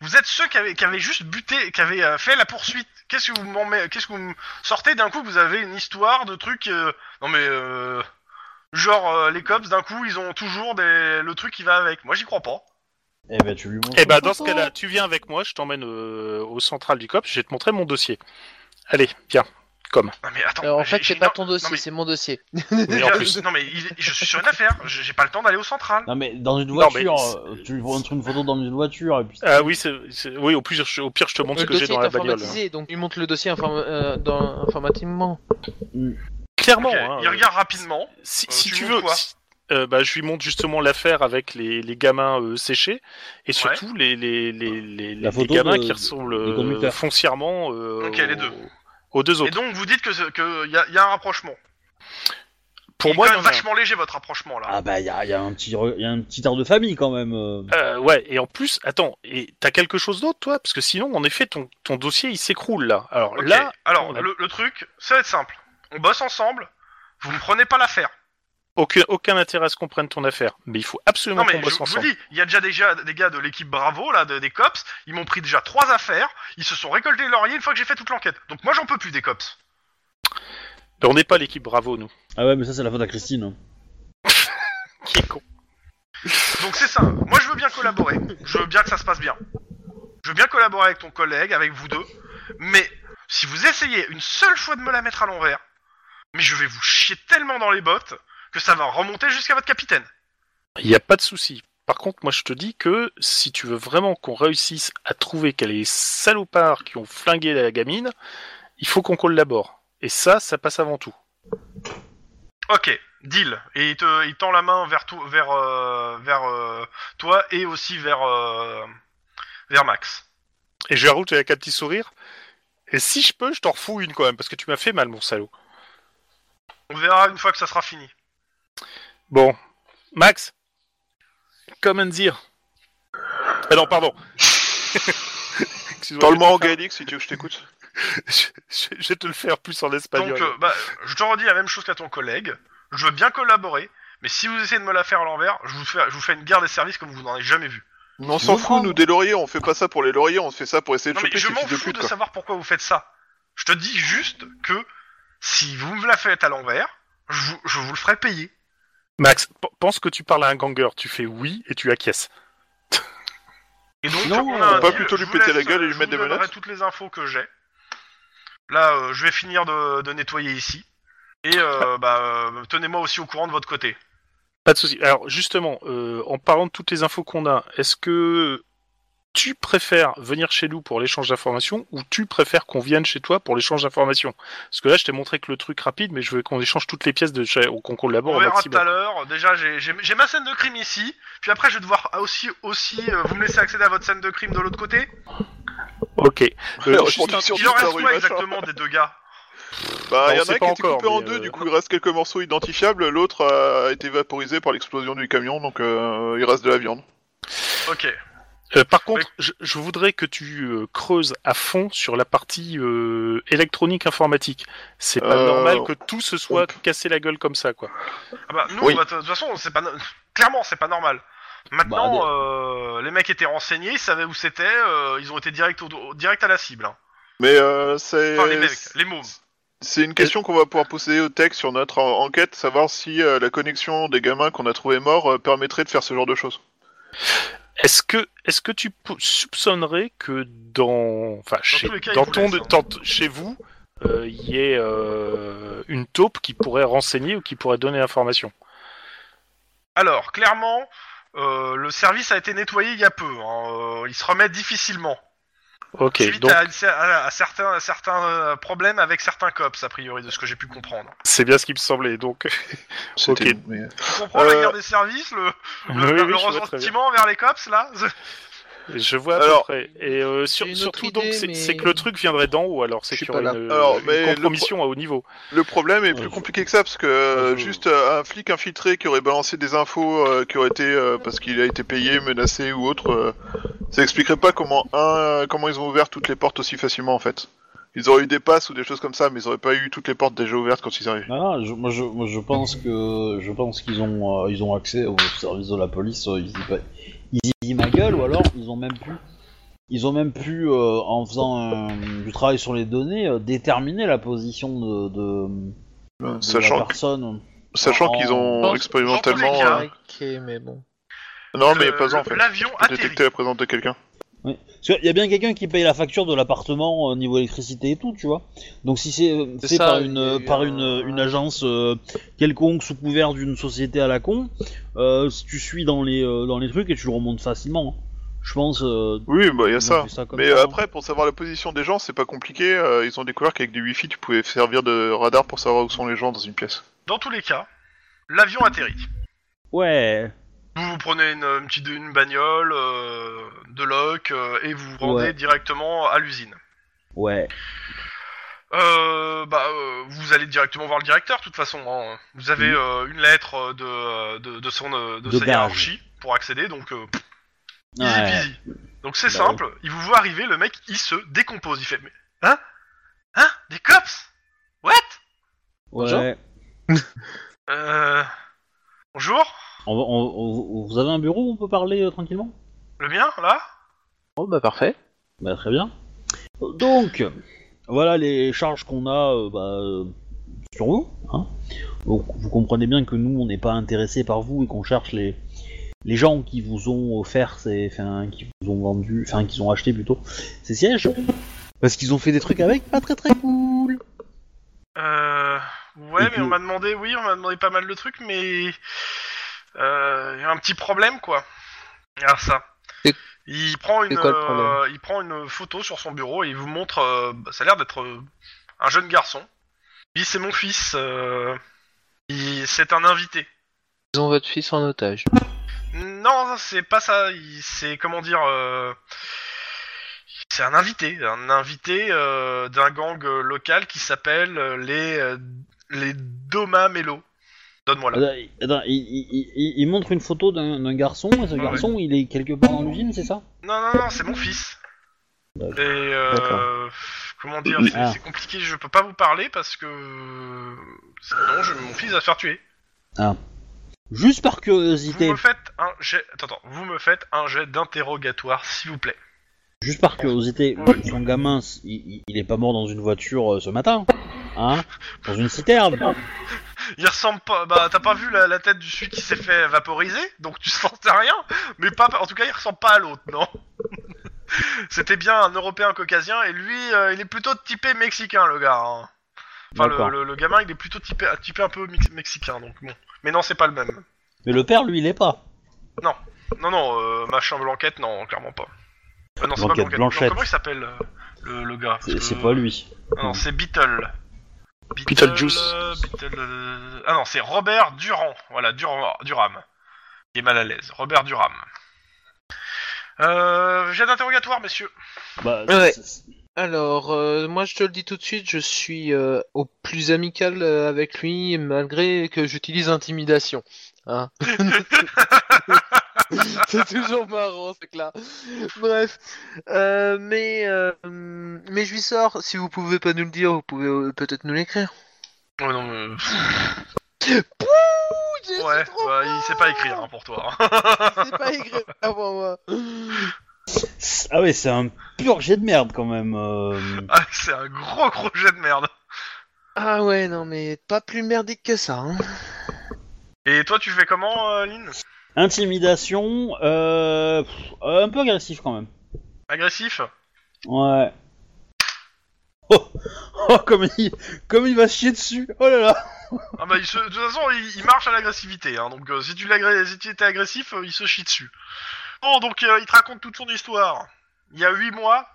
Speaker 2: Vous êtes ceux qui avaient, qui avaient juste buté, qui avaient euh, fait la poursuite. Qu'est-ce que vous m'en met- Qu'est-ce que vous me sortez d'un coup Vous avez une histoire de trucs. euh, Non mais euh... genre euh, les cops d'un coup ils ont toujours des... le truc qui va avec. Moi j'y crois pas.
Speaker 6: Eh ben tu lui montres.
Speaker 3: Eh ben, dans ce cas-là, tu viens avec moi, je t'emmène euh, au central du COP, je vais te montrer mon dossier. Allez, viens.
Speaker 2: Non mais attends.
Speaker 4: Alors, Euh, en
Speaker 2: j'ai-
Speaker 4: fait,
Speaker 2: j'ai-
Speaker 4: c'est pas
Speaker 2: non,
Speaker 4: ton dossier,
Speaker 2: mais-
Speaker 4: c'est mon dossier.
Speaker 3: Mais en
Speaker 2: je-
Speaker 3: plus-
Speaker 2: Non mais il- je suis sur une affaire. J'ai j'ai pas le temps d'aller au central.
Speaker 6: Non mais dans une
Speaker 3: Non, mais
Speaker 6: voiture, euh, tu lui montres une photo dans une voiture et puis.
Speaker 3: Ah oui, c'est, c'est- oui au, pire, je- au pire, je te montre
Speaker 4: Le
Speaker 3: ce que j'ai
Speaker 4: dossier
Speaker 3: dans
Speaker 4: est
Speaker 3: la bagnole. hein.
Speaker 4: informatisé, donc il monte le dossier informa- euh, dans- informatiquement.
Speaker 3: Clairement,
Speaker 2: Ok,
Speaker 3: hein,
Speaker 2: il
Speaker 3: euh,
Speaker 2: regarde rapidement.
Speaker 3: Si,
Speaker 2: Euh,
Speaker 3: si
Speaker 2: tu
Speaker 3: tu
Speaker 2: montres
Speaker 3: veux,
Speaker 2: quoi
Speaker 3: si- euh, bah, je lui montre justement l'affaire avec les, les gamins euh, séchés et surtout les, les, les, les,
Speaker 6: La
Speaker 3: les
Speaker 6: photo
Speaker 3: gamins
Speaker 6: de-
Speaker 3: qui ressemblent
Speaker 6: du
Speaker 3: euh,
Speaker 6: conducteur.
Speaker 3: foncièrement euh,
Speaker 2: Ok, les
Speaker 3: aux-
Speaker 2: deux.
Speaker 3: aux deux
Speaker 2: Et
Speaker 3: autres.
Speaker 2: donc vous dites que c'est- que y, a- y a un rapprochement.
Speaker 3: Pour
Speaker 2: Il est
Speaker 3: moi,
Speaker 2: quand
Speaker 3: il y
Speaker 2: même
Speaker 3: en a un.
Speaker 2: vachement léger votre rapprochement là.
Speaker 6: Ah bah il y a, y a un petit re- y a un petit air de famille quand même. euh.
Speaker 3: Euh, ouais, et en plus, attends, et t'as quelque chose d'autre, toi Parce que sinon, en effet, ton, ton dossier, il s'écroule, là. Alors
Speaker 2: Ok,
Speaker 3: là,
Speaker 2: alors
Speaker 3: on a-
Speaker 2: le, le truc, ça va être simple. On bosse ensemble, vous me prenez pas l'affaire.
Speaker 3: aucun, aucun intérêt à ce qu'on prenne ton affaire. Mais il faut absolument
Speaker 2: Non mais
Speaker 3: qu'on
Speaker 2: je,
Speaker 3: bosse
Speaker 2: je vous
Speaker 3: ensemble.
Speaker 2: dis, il y a déjà des gars, des gars de l'équipe Bravo, là, de- des cops, ils m'ont pris déjà trois affaires, ils se sont récoltés les lauriers une fois que j'ai fait toute l'enquête. Donc moi j'en peux plus des cops.
Speaker 3: Mais on n'est pas l'équipe Bravo, nous.
Speaker 6: Ah ouais mais ça c'est la faute à Christine. hein.
Speaker 3: Qui est con.
Speaker 2: Donc c'est ça, moi je veux bien collaborer, je veux bien que ça se passe bien. Je veux bien collaborer avec ton collègue, avec vous deux, mais si vous essayez une seule fois de me la mettre à l'envers, mais je vais vous chier tellement dans les bottes que ça va remonter jusqu'à votre capitaine.
Speaker 3: Il n'y a pas de souci. Par contre, moi, je te dis que si tu veux vraiment qu'on réussisse à trouver quels les salopards qui ont flingué la gamine, il faut qu'on collabore. Et ça, ça passe avant tout.
Speaker 2: Ok, deal. Et il, te, il tend la main vers, to- vers, euh, vers euh, toi et aussi vers, euh, vers Max.
Speaker 3: Et je route avec un petit sourire. Et si je peux, je t'en refous une quand même, parce que tu m'as fait mal, mon salaud.
Speaker 2: On verra une fois que ça sera fini.
Speaker 3: Bon. Max Comment dire Ah non, pardon. Excuse-moi,
Speaker 5: Parle-moi en
Speaker 3: je vais te
Speaker 5: gaélique si tu veux que je t'écoute.
Speaker 3: le faire- Je je vais te le faire plus en espagnol.
Speaker 2: Donc, euh, bah, je te redis la même chose qu'à ton collègue. Je veux bien collaborer, mais si vous essayez de me la faire à l'envers, je vous fais, je vous fais une guerre des services comme vous n'en avez jamais vu.
Speaker 5: On s'en fout,
Speaker 6: prendre
Speaker 5: nous, des lauriers, on fait pas ça pour les lauriers, on fait ça pour essayer de
Speaker 2: Non mais
Speaker 5: choper
Speaker 2: je
Speaker 5: ces
Speaker 2: m'en
Speaker 5: fils de
Speaker 2: fous
Speaker 5: pute,
Speaker 2: de
Speaker 5: quoi.
Speaker 2: savoir pourquoi vous faites ça. Je te dis juste que si vous me la faites à l'envers, je, vous- je vous le ferai payer.
Speaker 3: Max, p- pense que tu parles à un ganger. Tu fais oui et tu acquiesces.
Speaker 2: Et donc,
Speaker 6: Non,
Speaker 2: on a
Speaker 5: on
Speaker 2: un
Speaker 5: va
Speaker 2: deal.
Speaker 5: plutôt lui
Speaker 2: Je vous
Speaker 5: péter la
Speaker 2: laisse,
Speaker 5: gueule et
Speaker 2: euh,
Speaker 5: lui
Speaker 2: je
Speaker 5: mettre
Speaker 2: vous
Speaker 5: des
Speaker 2: donnerai
Speaker 5: menottes
Speaker 2: toutes les infos que j'ai. Là, euh, je vais finir de, de nettoyer ici. Et euh, bah, euh, tenez-moi aussi au courant de votre côté.
Speaker 3: Pas de souci. Alors justement, euh, en parlant de toutes les infos qu'on a, est-ce que tu préfères venir chez nous pour l'échange d'informations ou tu préfères qu'on vienne chez toi pour l'échange d'informations Parce que là, je t'ai montré que le truc rapide, mais je veux qu'on échange toutes les pièces de chez- ou qu'on collabore
Speaker 2: on
Speaker 3: au
Speaker 2: verra tout à
Speaker 3: maximum.
Speaker 2: l'heure. Déjà, j'ai j'ai- j'ai ma scène de crime ici. Puis après, je vais devoir aussi, aussi euh, vous me laissez accéder à votre scène de crime de l'autre côté.
Speaker 3: Ok. Euh,
Speaker 5: Alors,
Speaker 3: juste
Speaker 5: je
Speaker 3: un-
Speaker 5: suis sûr
Speaker 2: Il en
Speaker 5: de ta
Speaker 2: reste
Speaker 5: rue,
Speaker 2: quoi
Speaker 5: machin.
Speaker 2: exactement des deux gars
Speaker 5: Bah,
Speaker 3: Bah,
Speaker 5: il y
Speaker 3: on
Speaker 5: en
Speaker 3: sait
Speaker 5: a un qui
Speaker 3: pas
Speaker 5: a été
Speaker 3: encore,
Speaker 5: coupé en
Speaker 3: mais,
Speaker 5: deux,
Speaker 3: euh,
Speaker 5: du coup il reste quelques morceaux identifiables, l'autre euh, a été vaporisé par l'explosion du camion, donc euh, il reste de la viande.
Speaker 2: Ok.
Speaker 7: Euh, par contre, je, je voudrais que tu euh, creuses à fond sur la partie euh, électronique informatique. C'est pas
Speaker 5: Euh,
Speaker 7: normal que tout se soit
Speaker 5: on
Speaker 7: cassé la gueule comme ça, quoi.
Speaker 2: Ah bah, nous,
Speaker 5: Oui.
Speaker 2: bah, de toute façon, c'est pas. no- Clairement, c'est pas normal. Maintenant,
Speaker 1: Bah,
Speaker 2: euh, les mecs étaient renseignés, ils savaient où c'était, euh, ils ont été direct, au- au- direct à la cible. hein.
Speaker 5: Mais euh, c'est
Speaker 2: Enfin, les mecs, les mômes.
Speaker 5: c'est une question qu'on va pouvoir poser au texte sur notre en- enquête, savoir si euh, la connexion des gamins qu'on a trouvés morts euh, permettrait de faire ce genre de choses.
Speaker 7: Est-ce que, est-ce que tu pou- soupçonnerais que dans, enfin, chez,
Speaker 2: tous les cas,
Speaker 7: dans
Speaker 2: il
Speaker 7: ton,
Speaker 2: faut laisser,
Speaker 7: dans- chez vous, euh, il y ait euh, une taupe qui pourrait renseigner ou qui pourrait donner l'information
Speaker 2: Alors, clairement, euh, le service a été nettoyé il y a peu. hein, euh, il se remet difficilement.
Speaker 7: Ok,
Speaker 2: suite
Speaker 7: donc
Speaker 2: à, une cer- à- à certains, à certains euh, problèmes avec certains cops, a priori, de ce que j'ai pu comprendre.
Speaker 7: c'est bien ce qui me semblait. Donc,
Speaker 5: C'était-
Speaker 7: Ok.
Speaker 5: mais-
Speaker 2: Tu comprends la
Speaker 5: Euh,
Speaker 2: guerre des services, le,
Speaker 7: Oui,
Speaker 2: le, le
Speaker 7: oui, je vois très bien.
Speaker 2: ressentiment envers les cops, là
Speaker 7: Je vois à
Speaker 5: Alors,
Speaker 7: peu près. Et euh, sur-
Speaker 4: j'ai une autre
Speaker 7: surtout, donc,
Speaker 4: idée,
Speaker 7: c'est
Speaker 4: mais-
Speaker 7: c'est que le truc viendrait d'en haut, alors c'est
Speaker 5: Je suis
Speaker 7: qu'il y
Speaker 5: pas
Speaker 7: aurait
Speaker 5: là.
Speaker 7: une, euh,
Speaker 5: Alors,
Speaker 7: une
Speaker 5: mais le
Speaker 7: compromission à haut niveau.
Speaker 5: Le problème est
Speaker 6: Ouais,
Speaker 5: plus
Speaker 6: je-
Speaker 5: compliqué que ça parce que euh,
Speaker 6: Ouais, je-
Speaker 5: juste euh, un flic infiltré qui aurait balancé des infos euh, qui auraient été euh, parce qu'il a été payé, menacé ou autre, euh, ça expliquerait pas comment un euh, comment ils ont ouvert toutes les portes aussi facilement en fait. Ils auraient eu des passes ou des choses comme ça, mais ils auraient pas eu toutes les portes déjà ouvertes quand ils arrivent.
Speaker 6: Non, non, je, moi, je, moi, je pense que je pense qu'ils ont euh, ils ont accès au service de la police. euh, ils y pa- ils y disent ma gueule ou alors ils ont même pu ils ont même pu euh, en faisant euh, du travail sur les données euh, déterminer la position de, de, de la
Speaker 5: Sachant que-
Speaker 6: personne.
Speaker 5: sachant
Speaker 6: en-
Speaker 5: qu'ils
Speaker 4: dans-
Speaker 5: ont
Speaker 4: dans
Speaker 5: expérimentalement
Speaker 2: tous les cas,
Speaker 5: euh,
Speaker 4: Ok, mais bon.
Speaker 5: non mais
Speaker 2: Le-
Speaker 5: pas en
Speaker 2: le-
Speaker 5: fait
Speaker 2: Euh, L'avion
Speaker 5: pour
Speaker 2: atterrit.
Speaker 5: détecter la présence de quelqu'un.
Speaker 6: Parce qu'il y a bien quelqu'un qui paye la facture de l'appartement euh, niveau électricité et tout, tu vois. Donc si c'est euh,
Speaker 4: C'est
Speaker 6: fait
Speaker 4: ça,
Speaker 6: par
Speaker 4: il y
Speaker 6: une
Speaker 4: a
Speaker 6: euh,
Speaker 4: eu
Speaker 6: par
Speaker 4: un-
Speaker 6: une, euh, une agence euh, quelconque sous couvert d'une société à la con, euh, si tu suis dans les euh, dans les trucs et tu le remontes facilement. hein. Je pense. euh,
Speaker 5: Oui bah il y a
Speaker 6: ils
Speaker 5: ça.
Speaker 6: ont fait comme
Speaker 5: Mais
Speaker 6: ça,
Speaker 5: euh,
Speaker 6: hein.
Speaker 5: après pour savoir la position des gens c'est pas compliqué. euh, ils ont découvert qu'avec du wifi tu pouvais servir de radar pour savoir où sont les gens dans une pièce.
Speaker 2: Dans tous les cas, l'avion atterrit.
Speaker 6: Ouais.
Speaker 2: Vous, vous prenez une, une petite une bagnole, euh, de loc, euh, et vous vous rendez
Speaker 6: Ouais.
Speaker 2: directement à l'usine.
Speaker 6: Ouais.
Speaker 2: Euh, bah, euh, vous allez directement voir le directeur, de toute façon. hein. Vous avez
Speaker 6: Mhm.
Speaker 2: euh, une lettre euh, de, euh, de, de son euh, de,
Speaker 6: De
Speaker 2: sa
Speaker 6: base.
Speaker 2: hiérarchie pour accéder, donc euh, pff, easy
Speaker 6: Ouais.
Speaker 2: peasy. Donc c'est
Speaker 6: Bah
Speaker 2: simple, il vous voit arriver, le mec il se décompose, il fait mais hein hein des cops what
Speaker 6: Ouais.
Speaker 2: euh, bonjour
Speaker 6: On, va- on- on- vous avez un bureau où on peut parler euh, tranquillement
Speaker 2: le mien là
Speaker 4: Oh bah parfait.
Speaker 6: Bah très bien. Donc, voilà les charges qu'on a euh, bah, euh, sur vous. hein. Donc, vous comprenez bien que nous, on n'est pas intéressés par vous et qu'on cherche les, les gens qui vous ont offert, ces, enfin, qui vous ont vendu, enfin, qui ont acheté plutôt ces sièges. Parce qu'ils ont fait des trucs avec pas très très cool.
Speaker 2: Euh, ouais,
Speaker 6: Et
Speaker 2: mais
Speaker 6: puis-
Speaker 2: on m'a demandé, oui, on m'a demandé pas mal de trucs, mais euh, il y a un petit problème, quoi. Alors ça.
Speaker 4: C'est-
Speaker 2: Il prend une,
Speaker 4: c'est quoi le problème
Speaker 2: euh, il prend une photo sur son bureau et il vous montre. euh, bah, ça a l'air d'être euh, un jeune garçon. Oui, c'est mon fils. euh, il- c'est un invité.
Speaker 4: Ils ont votre fils en otage.
Speaker 2: Non, c'est pas ça. il- C'est comment dire. euh, C'est un invité, un invité euh, d'un gang euh, local qui s'appelle euh, les euh, les Doma Mello. Donne-moi là.
Speaker 6: Attends, il- attends, il, il- il- il montre une photo d'un d'un garçon et ce
Speaker 2: Ouais.
Speaker 6: garçon, il est quelque part dans l'usine, c'est ça
Speaker 2: Non, non, non, c'est mon fils. Et
Speaker 6: D'accord.
Speaker 2: euh, comment dire, c'est
Speaker 6: Ah.
Speaker 2: c'est compliqué. Je peux pas vous parler parce que sinon, je, mon fils va se faire tuer.
Speaker 6: Juste par
Speaker 2: Vous
Speaker 6: curiosité.
Speaker 2: me faites un jet. Attends, attends, vous me faites un jet d'interrogatoire, s'il vous plaît.
Speaker 6: Juste par curiosité,
Speaker 2: Ouais.
Speaker 6: son gamin, c- il, il- il est pas mort dans une voiture euh, ce matin Hein Dans une citerne
Speaker 2: Il ressemble pas. Bah, t'as pas vu la, la tête du celui qui s'est fait vaporiser, donc tu sens rien. Mais pas. En tout cas, il ressemble pas à l'autre, non. C'était bien un Européen caucasien et lui, euh, il est plutôt typé mexicain, le gars. hein. Enfin, le,
Speaker 6: D'accord.
Speaker 2: le- le gamin, il est plutôt typé, typé un peu mix- mexicain, donc bon. Mais non, c'est pas le même.
Speaker 6: Mais le père, lui, il est pas.
Speaker 2: Non, non, euh, machin blanquette, non, clairement pas. Ah non, c'est pas
Speaker 6: Blanquette,
Speaker 2: blanquette.
Speaker 6: Blanchette.
Speaker 2: Non, comment il s'appelle euh, le, le gars Parce
Speaker 6: C'est
Speaker 2: que-
Speaker 6: c'est pas lui.
Speaker 2: Ah non, c'est Beatle.
Speaker 7: Beetlejuice.
Speaker 2: euh, Beatle, euh, Ah non, c'est Robert Durand. Voilà, Durand, Durham. Il est mal à l'aise. Robert Durham. Euh, J'ai d'interrogatoire, messieurs.
Speaker 6: Bah,
Speaker 4: Ouais.
Speaker 6: c'est- c'est-
Speaker 4: Alors, euh, moi je te le dis tout de suite, je suis euh, au plus amical euh, avec lui malgré que j'utilise intimidation. Hein c'est toujours marrant ce là. Bref, Euh, mais euh, mais je lui sors. Si vous pouvez pas nous le dire, vous pouvez euh, peut-être nous l'écrire.
Speaker 2: Oh non, mais...
Speaker 4: J'ai- c'est
Speaker 2: Ouais,
Speaker 4: trop
Speaker 2: bah, il sait pas
Speaker 4: fort
Speaker 2: écrire hein, pour toi.
Speaker 4: Il sait pas écrire pour moi.
Speaker 6: Ah ouais, c'est un pur jet de merde quand même. euh.
Speaker 2: Ah, c'est un gros gros jet de merde.
Speaker 4: Ah ouais, non mais pas plus merdique que ça. Hein.
Speaker 2: Et toi, tu fais comment, euh, Lynn
Speaker 6: Intimidation, euh, pff, euh, un peu agressif quand même.
Speaker 2: Agressif
Speaker 6: Ouais. Oh, oh comme, il, comme il va se chier dessus. Oh là là.
Speaker 2: Ah bah, il se... de toute façon, il, il marche à l'agressivité. Hein, donc, euh, si tu l'agré- si tu étais agressif, euh, il se chie dessus. Bon, donc, euh, il te raconte toute son histoire. Il y a 8 mois,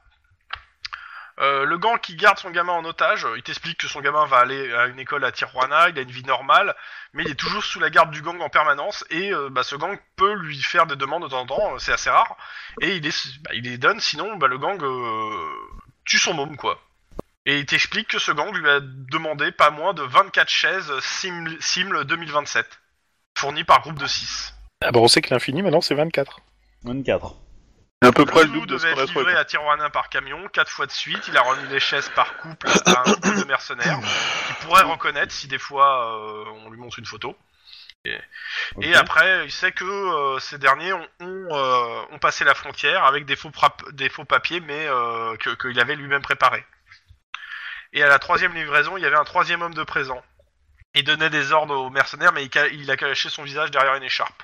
Speaker 2: euh, le gang qui garde son gamin en otage, euh, il t'explique que son gamin va aller à une école à Tijuana, il a une vie normale, mais il est toujours sous la garde du gang en permanence, et euh, bah, ce gang peut lui faire des demandes de temps en temps, euh, c'est assez rare, et il les, bah, il les donne, sinon bah, le gang euh, tue son môme, quoi. Et il t'explique que ce gang lui a demandé pas moins de 24 chaises Siml, Siml 2027, fournies par groupe de 6.
Speaker 7: Ah bah on sait que l'infini maintenant c'est 24.
Speaker 6: 24.
Speaker 5: À peu près
Speaker 2: Le
Speaker 5: le
Speaker 2: loup
Speaker 5: double de ce
Speaker 2: devait
Speaker 5: qu'on a
Speaker 2: être
Speaker 5: trouvé.
Speaker 2: livré à Tijuana par camion quatre fois de suite. Il a remis les chaises par couple à un couple de mercenaires qui pourrait reconnaître si des fois euh, on lui montre une photo. Et, et
Speaker 6: Ok.
Speaker 2: après, il sait que euh, ces derniers ont, ont, euh, ont passé la frontière avec des faux, prap- des faux papiers, mais euh, que- qu'il avait lui-même préparé. Et à la troisième livraison, il y avait un troisième homme de présent. Il donnait des ordres aux mercenaires, mais il, ca- il a caché son visage derrière une écharpe.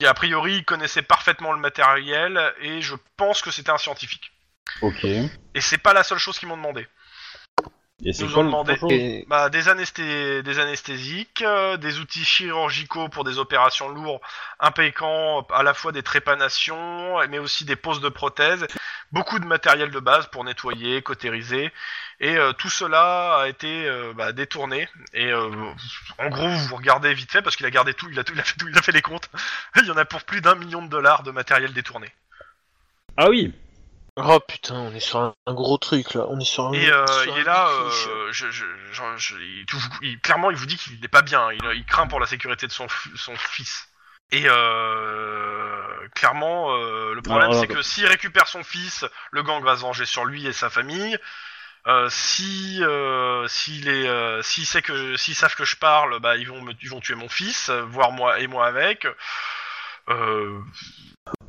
Speaker 2: Et a priori, il connaissait parfaitement le matériel, et je pense que c'était un scientifique.
Speaker 6: Ok. Et
Speaker 2: Et c'est pas la seule chose qu'ils m'ont demandé.
Speaker 6: c'est
Speaker 2: Nous
Speaker 6: quoi
Speaker 2: ont
Speaker 6: le
Speaker 2: demandé.
Speaker 6: prochain
Speaker 4: Et-
Speaker 2: Bah, des, anesthé- des anesthésiques, euh, des outils chirurgicaux pour des opérations lourdes, impliquant euh, à la fois des trépanations, mais aussi des poses de prothèses, beaucoup de matériel de base pour nettoyer, cautériser, et euh, tout cela a été euh, bah, détourné. Et euh, en gros, vous regardez vite fait parce qu'il a gardé tout, il a tout, il a fait tout, il a fait les comptes. Il y en a pour plus d'un million de dollars de matériel détourné.
Speaker 6: Ah oui.
Speaker 4: Oh putain, on est sur un, un gros truc là. On est sur un.
Speaker 2: Et euh,
Speaker 4: Bah, sur
Speaker 2: il
Speaker 4: un
Speaker 2: est là,
Speaker 4: gros fiche.
Speaker 2: euh, je, je, je- je- il, tout- il- clairement, il vous dit qu'il n'est pas bien. Il, il craint pour la sécurité de son, f- son fils. Et euh, clairement, euh, le problème,
Speaker 6: Alors,
Speaker 2: c'est que s'il récupère son fils, le gang va se venger sur lui et sa famille. Euh, si euh, s'il est euh, s'il sait que s'ils savent que je parle, bah ils vont me, ils vont tuer mon fils, euh, voire moi et moi avec. Euh,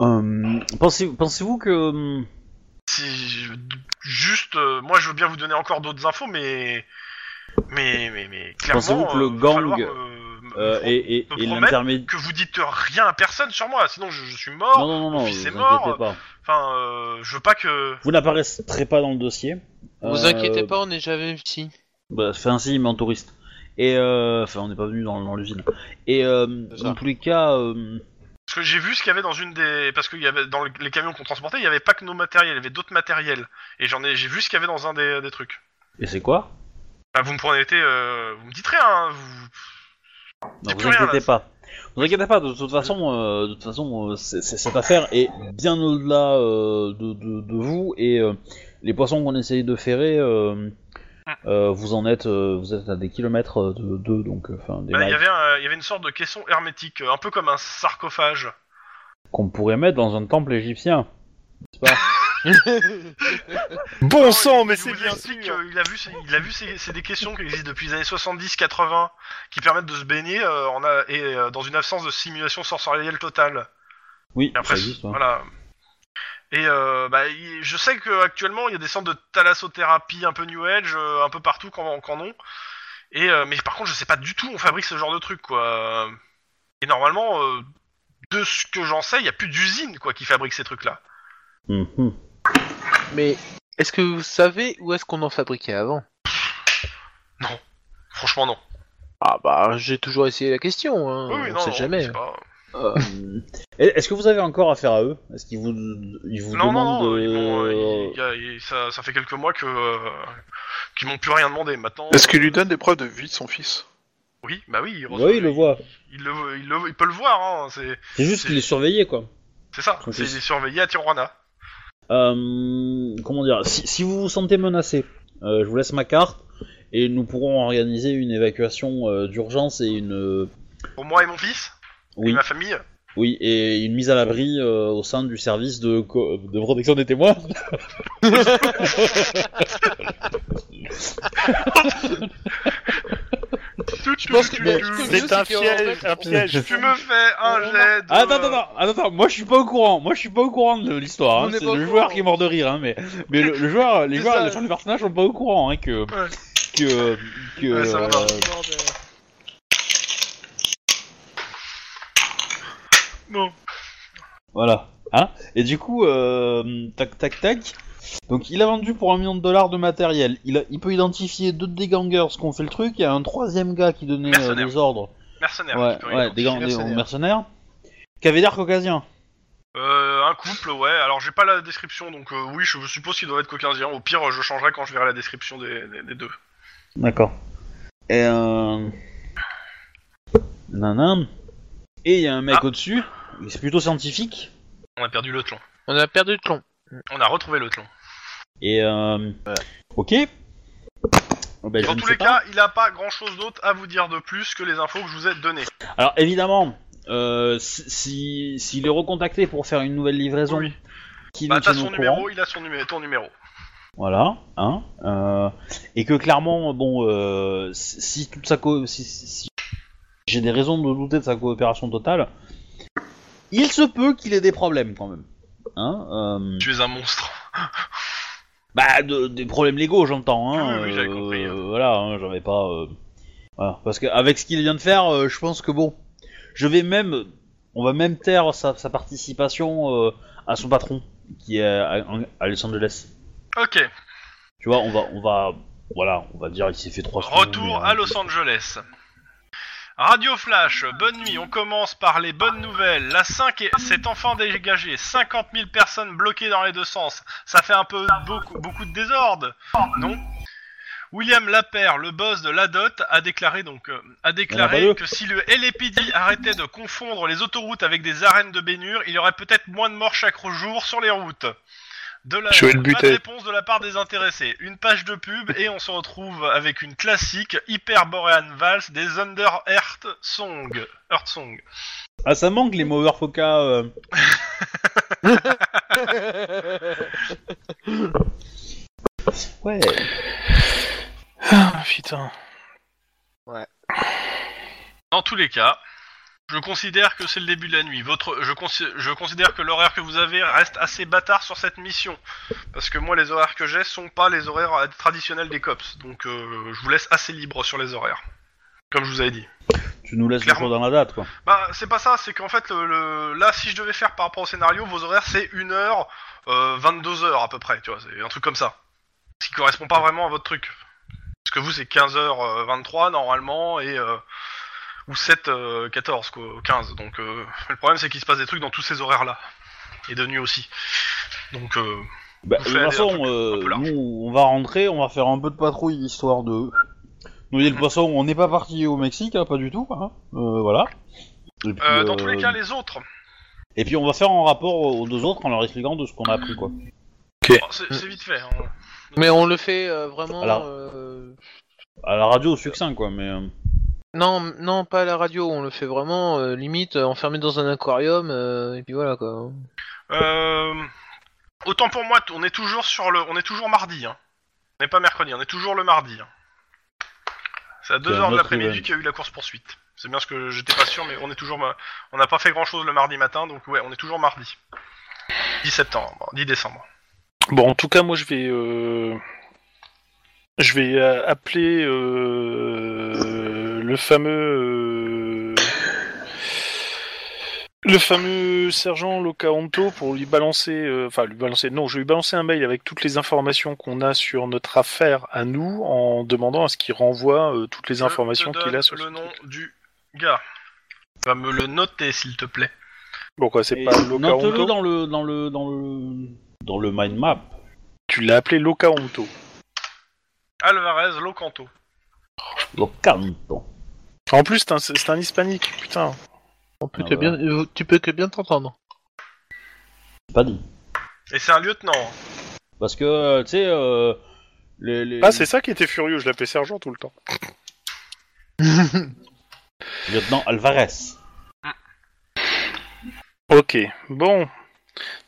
Speaker 6: Euh, pensez, pensez-vous que hum,
Speaker 2: Si je- juste, euh, moi je veux bien vous donner encore d'autres infos, mais mais mais mais clairement,
Speaker 6: Pensez-vous que le
Speaker 2: euh, va falloir,
Speaker 6: gang,
Speaker 2: euh, me-
Speaker 6: euh,
Speaker 2: me-
Speaker 6: et, et,
Speaker 2: te
Speaker 6: et
Speaker 2: promettre
Speaker 6: l'intermédiaire
Speaker 2: que vous dites rien à personne sur moi, sinon je, je suis
Speaker 6: Non
Speaker 2: mort.
Speaker 6: non non
Speaker 2: mon
Speaker 6: non,
Speaker 2: fils
Speaker 6: vous
Speaker 2: est mort.
Speaker 6: inquiétez pas.
Speaker 2: Enfin, euh, je veux pas que.
Speaker 6: Vous n'apparaîtrez pas dans le dossier.
Speaker 4: Vous
Speaker 6: Euh,
Speaker 4: inquiétez pas, on n'est jamais ici.
Speaker 6: Bah, enfin, si, mais en touriste. Et euh, enfin, on n'est pas venu dans, dans l'usine. Et euh,
Speaker 4: C'est ça.
Speaker 6: dans tous les cas, euh,
Speaker 2: Parce que j'ai vu ce qu'il y avait dans une des, parce qu'il y avait dans le- les camions qu'on transportait, il y avait pas que nos matériels, il y avait d'autres matériels. Et j'en ai, j'ai vu ce qu'il y avait dans un des, des trucs.
Speaker 6: et c'est quoi
Speaker 2: Bah, vous me promettez, euh, vous me dites rien. hein, vous-
Speaker 6: Non,
Speaker 2: C'est
Speaker 6: vous
Speaker 2: plus rien,
Speaker 6: inquiétez
Speaker 2: là.
Speaker 6: pas. Vous inquiétez pas. De toute façon, euh, de toute façon, euh, c'est- c'est- cette affaire est bien au-delà euh, de, de- de vous et euh, les poissons qu'on essaye de ferrer. euh,
Speaker 2: Ah.
Speaker 6: euh, vous en êtes, euh, vous êtes à des kilomètres de d'eux, donc euh, enfin des
Speaker 2: Bah, il y
Speaker 6: mailles
Speaker 2: avait, un- il y avait une sorte de caisson hermétique, euh, un peu comme un sarcophage.
Speaker 6: qu'on pourrait mettre dans un temple égyptien. n'est-ce pas
Speaker 7: Bon
Speaker 2: Non,
Speaker 7: sang,
Speaker 2: il-
Speaker 7: mais
Speaker 2: il
Speaker 7: c'est
Speaker 2: Ah vous
Speaker 7: bien
Speaker 2: explique
Speaker 7: sûr.
Speaker 2: que euh, Il a vu, c'est- il a vu, c'est c'est des questions qui existent depuis les années 70-80, qui permettent de se baigner euh, en a- et euh, dans une absence de simulation sensorielle totale.
Speaker 6: Oui.
Speaker 2: Et après,
Speaker 6: ça
Speaker 4: hein.
Speaker 6: existe, hein. ouais.
Speaker 2: voilà. Et euh, bah, il- je sais qu'actuellement, il y a des centres de thalassothérapie un peu New Age, euh, un peu partout qu'en qu'en ont. Et euh, mais par contre, je sais pas du tout où on fabrique ce genre de truc, quoi. Et normalement, euh, de ce que j'en sais, il y a plus d'usine, quoi, qui fabrique ces trucs-là.
Speaker 6: Mhm.
Speaker 4: Mais est-ce que vous savez où est-ce qu'on en fabriquait avant
Speaker 2: Franchement, non.
Speaker 4: Ah bah j'ai toujours essayé la question. Hein.
Speaker 2: Oui, oui,
Speaker 4: on
Speaker 2: non,
Speaker 4: sait
Speaker 2: non,
Speaker 4: jamais.
Speaker 2: c'est pas-
Speaker 6: Euh, Est-ce que vous avez encore affaire à eux Est-ce qu'ils vous, ils vous
Speaker 2: Non, non,
Speaker 6: demandent
Speaker 2: non,
Speaker 6: de-
Speaker 2: ils m'ont, euh, il- il y a- il- ça, ça fait quelques mois que euh, qu'ils m'ont plus rien demandé. Maintenant,
Speaker 5: Est-ce qu'il lui donne des preuves de vie de son fils
Speaker 2: oui, bah oui, heureusement,
Speaker 6: Ouais, il le voit.
Speaker 2: il le, il le- il peut le voir, hein, c'est,
Speaker 6: C'est juste qu'il est surveillé, quoi.
Speaker 2: c'est ça,
Speaker 6: Son
Speaker 2: c'est
Speaker 6: fils.
Speaker 2: il est surveillé à Tijuana.
Speaker 6: Euh, comment dire si, si vous vous sentez menacé, euh, je vous laisse ma carte et nous pourrons organiser une évacuation euh, d'urgence et une.
Speaker 2: Pour moi et mon fils,
Speaker 6: Oui,
Speaker 2: et ma famille,
Speaker 6: Oui, et une mise à l'abri euh, au sein du service de, co- de protection des témoins.
Speaker 5: Je pense que- mais-
Speaker 3: C'est un piège, un piège.
Speaker 2: Tu me fais un jet de...
Speaker 6: Ah, Attends, attends, attends, attends, moi je suis pas au courant, moi je suis pas au courant de l'histoire,
Speaker 4: On
Speaker 6: hein.
Speaker 4: est
Speaker 6: c'est
Speaker 4: pas
Speaker 6: le
Speaker 4: au
Speaker 6: joueur
Speaker 4: courant.
Speaker 6: qui est mort de rire, hein, mais, mais le, le joueur, les
Speaker 4: C'est
Speaker 6: joueurs,
Speaker 4: ça.
Speaker 6: les gens du personnage sont pas au courant, hein, que,
Speaker 2: Ouais.
Speaker 6: que, euh, que,
Speaker 2: Ouais, ça va.
Speaker 6: euh,
Speaker 2: Bon.
Speaker 6: voilà, hein, et du coup, euh, tac, tac, tac, donc il a vendu pour un million de dollars de matériel, il, a- il peut identifier deux des gangers qui ont fait le truc, il y a un troisième gars qui donnait euh,
Speaker 2: Mercenaire.
Speaker 6: des ordres,
Speaker 2: Mercenaire.
Speaker 6: ouais,
Speaker 2: tu peux
Speaker 6: ouais,
Speaker 2: y
Speaker 6: des, gang- des
Speaker 4: mercenaires.
Speaker 6: mercenaires, qui avait l'air caucasien,
Speaker 2: Euh, un couple, ouais. Alors j'ai pas la description, donc euh, oui, je suppose qu'il doit être caucasien. Au pire, je changerai quand je verrai la description des, des- des deux.
Speaker 6: D'accord. Et euh... Nanan. Et il y a un mec
Speaker 2: Ah.
Speaker 6: au-dessus, c'est plutôt scientifique,
Speaker 2: On a perdu le tlon.
Speaker 4: On a perdu le clon.
Speaker 2: On a retrouvé le tlon.
Speaker 6: et euh... Ok. Oh, ben, je
Speaker 2: Dans
Speaker 6: ne
Speaker 2: tous
Speaker 6: sais
Speaker 2: les
Speaker 6: pas.
Speaker 2: cas, il a pas grand chose d'autre à vous dire de plus que les infos que je vous ai données.
Speaker 6: Alors évidemment, euh, si- si- s'il est recontacté pour faire une nouvelle livraison,
Speaker 2: Oui.
Speaker 6: qui
Speaker 2: Bah
Speaker 6: nous
Speaker 2: t'as
Speaker 6: tient au
Speaker 2: son
Speaker 6: courant,
Speaker 2: numéro, il a son numéro, ton numéro.
Speaker 6: voilà, hein, euh, et que clairement, bon, euh, si- si toute sa co- si, si- si j'ai des raisons de douter de sa coopération totale, il se peut qu'il ait des problèmes quand même. Hein, euh,
Speaker 2: Tu es un monstre.
Speaker 6: Bah, de- des problèmes légaux, j'entends. Hein,
Speaker 2: Oui, oui,
Speaker 6: euh,
Speaker 2: j'avais compris, hein.
Speaker 6: Voilà, hein, j'avais pas. euh, Voilà, parce qu'avec ce qu'il vient de faire, euh, je pense que bon, je vais même, on va même taire sa, sa participation euh, à son patron qui est à, à Los Angeles.
Speaker 2: Ok.
Speaker 6: Tu vois, on va, on va, voilà, on va dire il s'est fait trois. sous,
Speaker 2: Retour
Speaker 6: mais,
Speaker 2: à
Speaker 6: euh,
Speaker 2: Los Angeles. Radio Flash, bonne nuit, on commence par les bonnes nouvelles. La 5 est- s'est enfin dégagée, 50 000 personnes bloquées dans les deux sens. Ça fait un peu beaucoup, beaucoup de désordre, non William Lapère, le boss de l'ADOT, a déclaré donc euh, a
Speaker 6: Il y en a
Speaker 2: déclaré
Speaker 6: pas
Speaker 2: que si le LAPD arrêtait de confondre les autoroutes avec des arènes de baignure, il y aurait peut-être moins de morts chaque jour sur les routes. De la,
Speaker 3: Je vais le
Speaker 2: pas de
Speaker 3: buter.
Speaker 2: réponse de la part des intéressés. Une page de pub et on se retrouve avec une classique Hyperborean Vals des Under Earth Song. Earth Song.
Speaker 6: Ah, ça manque les mauvais focas. euh. Ouais.
Speaker 3: Ah, putain.
Speaker 2: Dans tous les cas, je considère que c'est le début de la nuit. Votre, je, consi- je considère que l'horaire que vous avez reste assez bâtard sur cette mission. Parce que moi, les horaires que j'ai sont pas les horaires euh, traditionnels des cops. Donc, euh, je vous laisse assez libre sur les horaires. Comme je vous avais dit.
Speaker 6: Tu nous laisses
Speaker 2: Clairement.
Speaker 6: toujours dans la date, quoi.
Speaker 2: Bah, c'est pas ça, c'est qu'en fait, le, le- là, si je devais faire par rapport au scénario, vos horaires, c'est 1h, 22h à peu près, tu vois, c'est un truc comme ça. Ce qui correspond pas vraiment à votre truc. Parce que vous, c'est 15h23 normalement, et. euh, ou 7, euh, 14, quoi, 15. Donc, euh, le problème, c'est qu'il se passe des trucs dans tous ces horaires-là. Et de nuit aussi. Donc, euh,
Speaker 6: Bah,
Speaker 2: Vous
Speaker 6: de toute
Speaker 2: faites un
Speaker 6: façon,
Speaker 2: truc
Speaker 6: euh,
Speaker 2: un peu large.
Speaker 6: nous, on va rentrer, on va faire un peu de patrouille histoire de noyer le poisson. On n'est pas parti au Mexique, hein, pas du tout. hein. Euh, voilà. Et puis,
Speaker 2: euh, dans tous
Speaker 6: euh,
Speaker 2: les cas, les autres,
Speaker 6: Et puis, on va faire un rapport aux deux autres en leur expliquant de ce qu'on a appris, quoi.
Speaker 2: oh, c'est c'est vite fait. hein.
Speaker 4: Mais on le fait euh, vraiment.
Speaker 6: Alors-
Speaker 4: euh,
Speaker 6: À la radio, au succinct, quoi. Mais euh,
Speaker 4: Non, non, pas à la radio. On le fait vraiment euh, limite euh, enfermé dans un aquarium euh, et puis voilà quoi.
Speaker 2: Euh, autant pour moi, t- on est toujours sur le, on est toujours mardi. Hein. On n'est pas mercredi, on est toujours le mardi. hein. C'est à
Speaker 6: C'est
Speaker 2: 2
Speaker 6: un
Speaker 2: heures de
Speaker 6: autre
Speaker 2: l'après-midi
Speaker 6: event.
Speaker 2: qu'il y a eu la course poursuite. C'est bien ce que j'étais pas sûr, mais on est toujours, ma- on n'a pas fait grand chose le mardi matin, donc ouais, on est toujours mardi. 10 septembre, 10 décembre.
Speaker 3: Bon, en tout cas, moi, je vais, euh, je vais euh, appeler euh, le fameux, euh, le fameux sergent Locaonto pour lui balancer, euh, enfin lui balancer. Non, je vais lui balancer un mail avec toutes les informations qu'on a sur notre affaire à nous, en demandant à ce qu'il renvoie euh, toutes les
Speaker 2: Je
Speaker 3: informations
Speaker 2: te donne
Speaker 3: qu'il a sur
Speaker 2: le
Speaker 3: ce
Speaker 2: nom
Speaker 3: truc.
Speaker 2: du gars. Va me le noter s'il te plaît.
Speaker 3: Bon quoi, c'est
Speaker 6: et
Speaker 3: pas
Speaker 6: note-le
Speaker 3: Locaonto.
Speaker 6: dans le dans le dans le dans le mind map.
Speaker 3: Tu l'as appelé Locaonto.
Speaker 2: Alvarez Locanto.
Speaker 6: Le canton.
Speaker 3: En plus, c'est un, c'est un hispanique, putain.
Speaker 6: Ah que bah. bien-
Speaker 4: tu peux que bien t'entendre.
Speaker 6: C'est Pas dit.
Speaker 2: Et c'est un lieutenant. hein.
Speaker 6: Parce que euh, tu sais. euh, les, les...
Speaker 3: Ah, c'est ça qui était furieux. Je l'appelais sergent tout le temps.
Speaker 6: Lieutenant Alvarez.
Speaker 7: Ok, bon.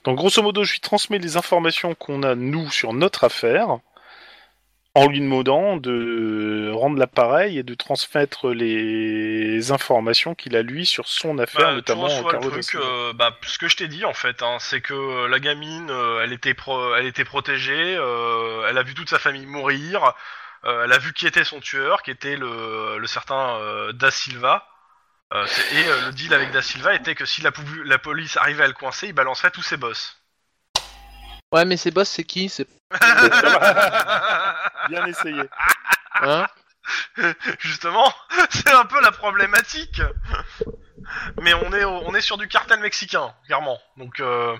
Speaker 7: Donc grosso modo, je lui transmets les informations qu'on a, nous, sur notre affaire, en lui demandant de rendre l'appareil et de transmettre les informations qu'il a, lui, sur son affaire,
Speaker 2: Bah, tu
Speaker 7: notamment au
Speaker 2: reçois le
Speaker 7: Carlo
Speaker 2: truc,
Speaker 7: Dassin.
Speaker 2: euh, bah, ce que je t'ai dit en fait, hein, c'est que euh, la gamine, euh, elle, était pro- elle était protégée, euh, elle a vu toute sa famille mourir, euh, elle a vu qui était son tueur, qui était le, le certain euh, Da Silva. Euh, c'est- et euh, le deal avec Da Silva était que si la, pou- la police arrivait à le coincer, il balancerait tous ses boss.
Speaker 4: Ouais, mais ces boss, c'est qui C'est
Speaker 7: Bien essayé.
Speaker 4: hein
Speaker 2: Justement, c'est un peu la problématique. Mais on est, au- on est sur du cartel mexicain, clairement. Donc, euh,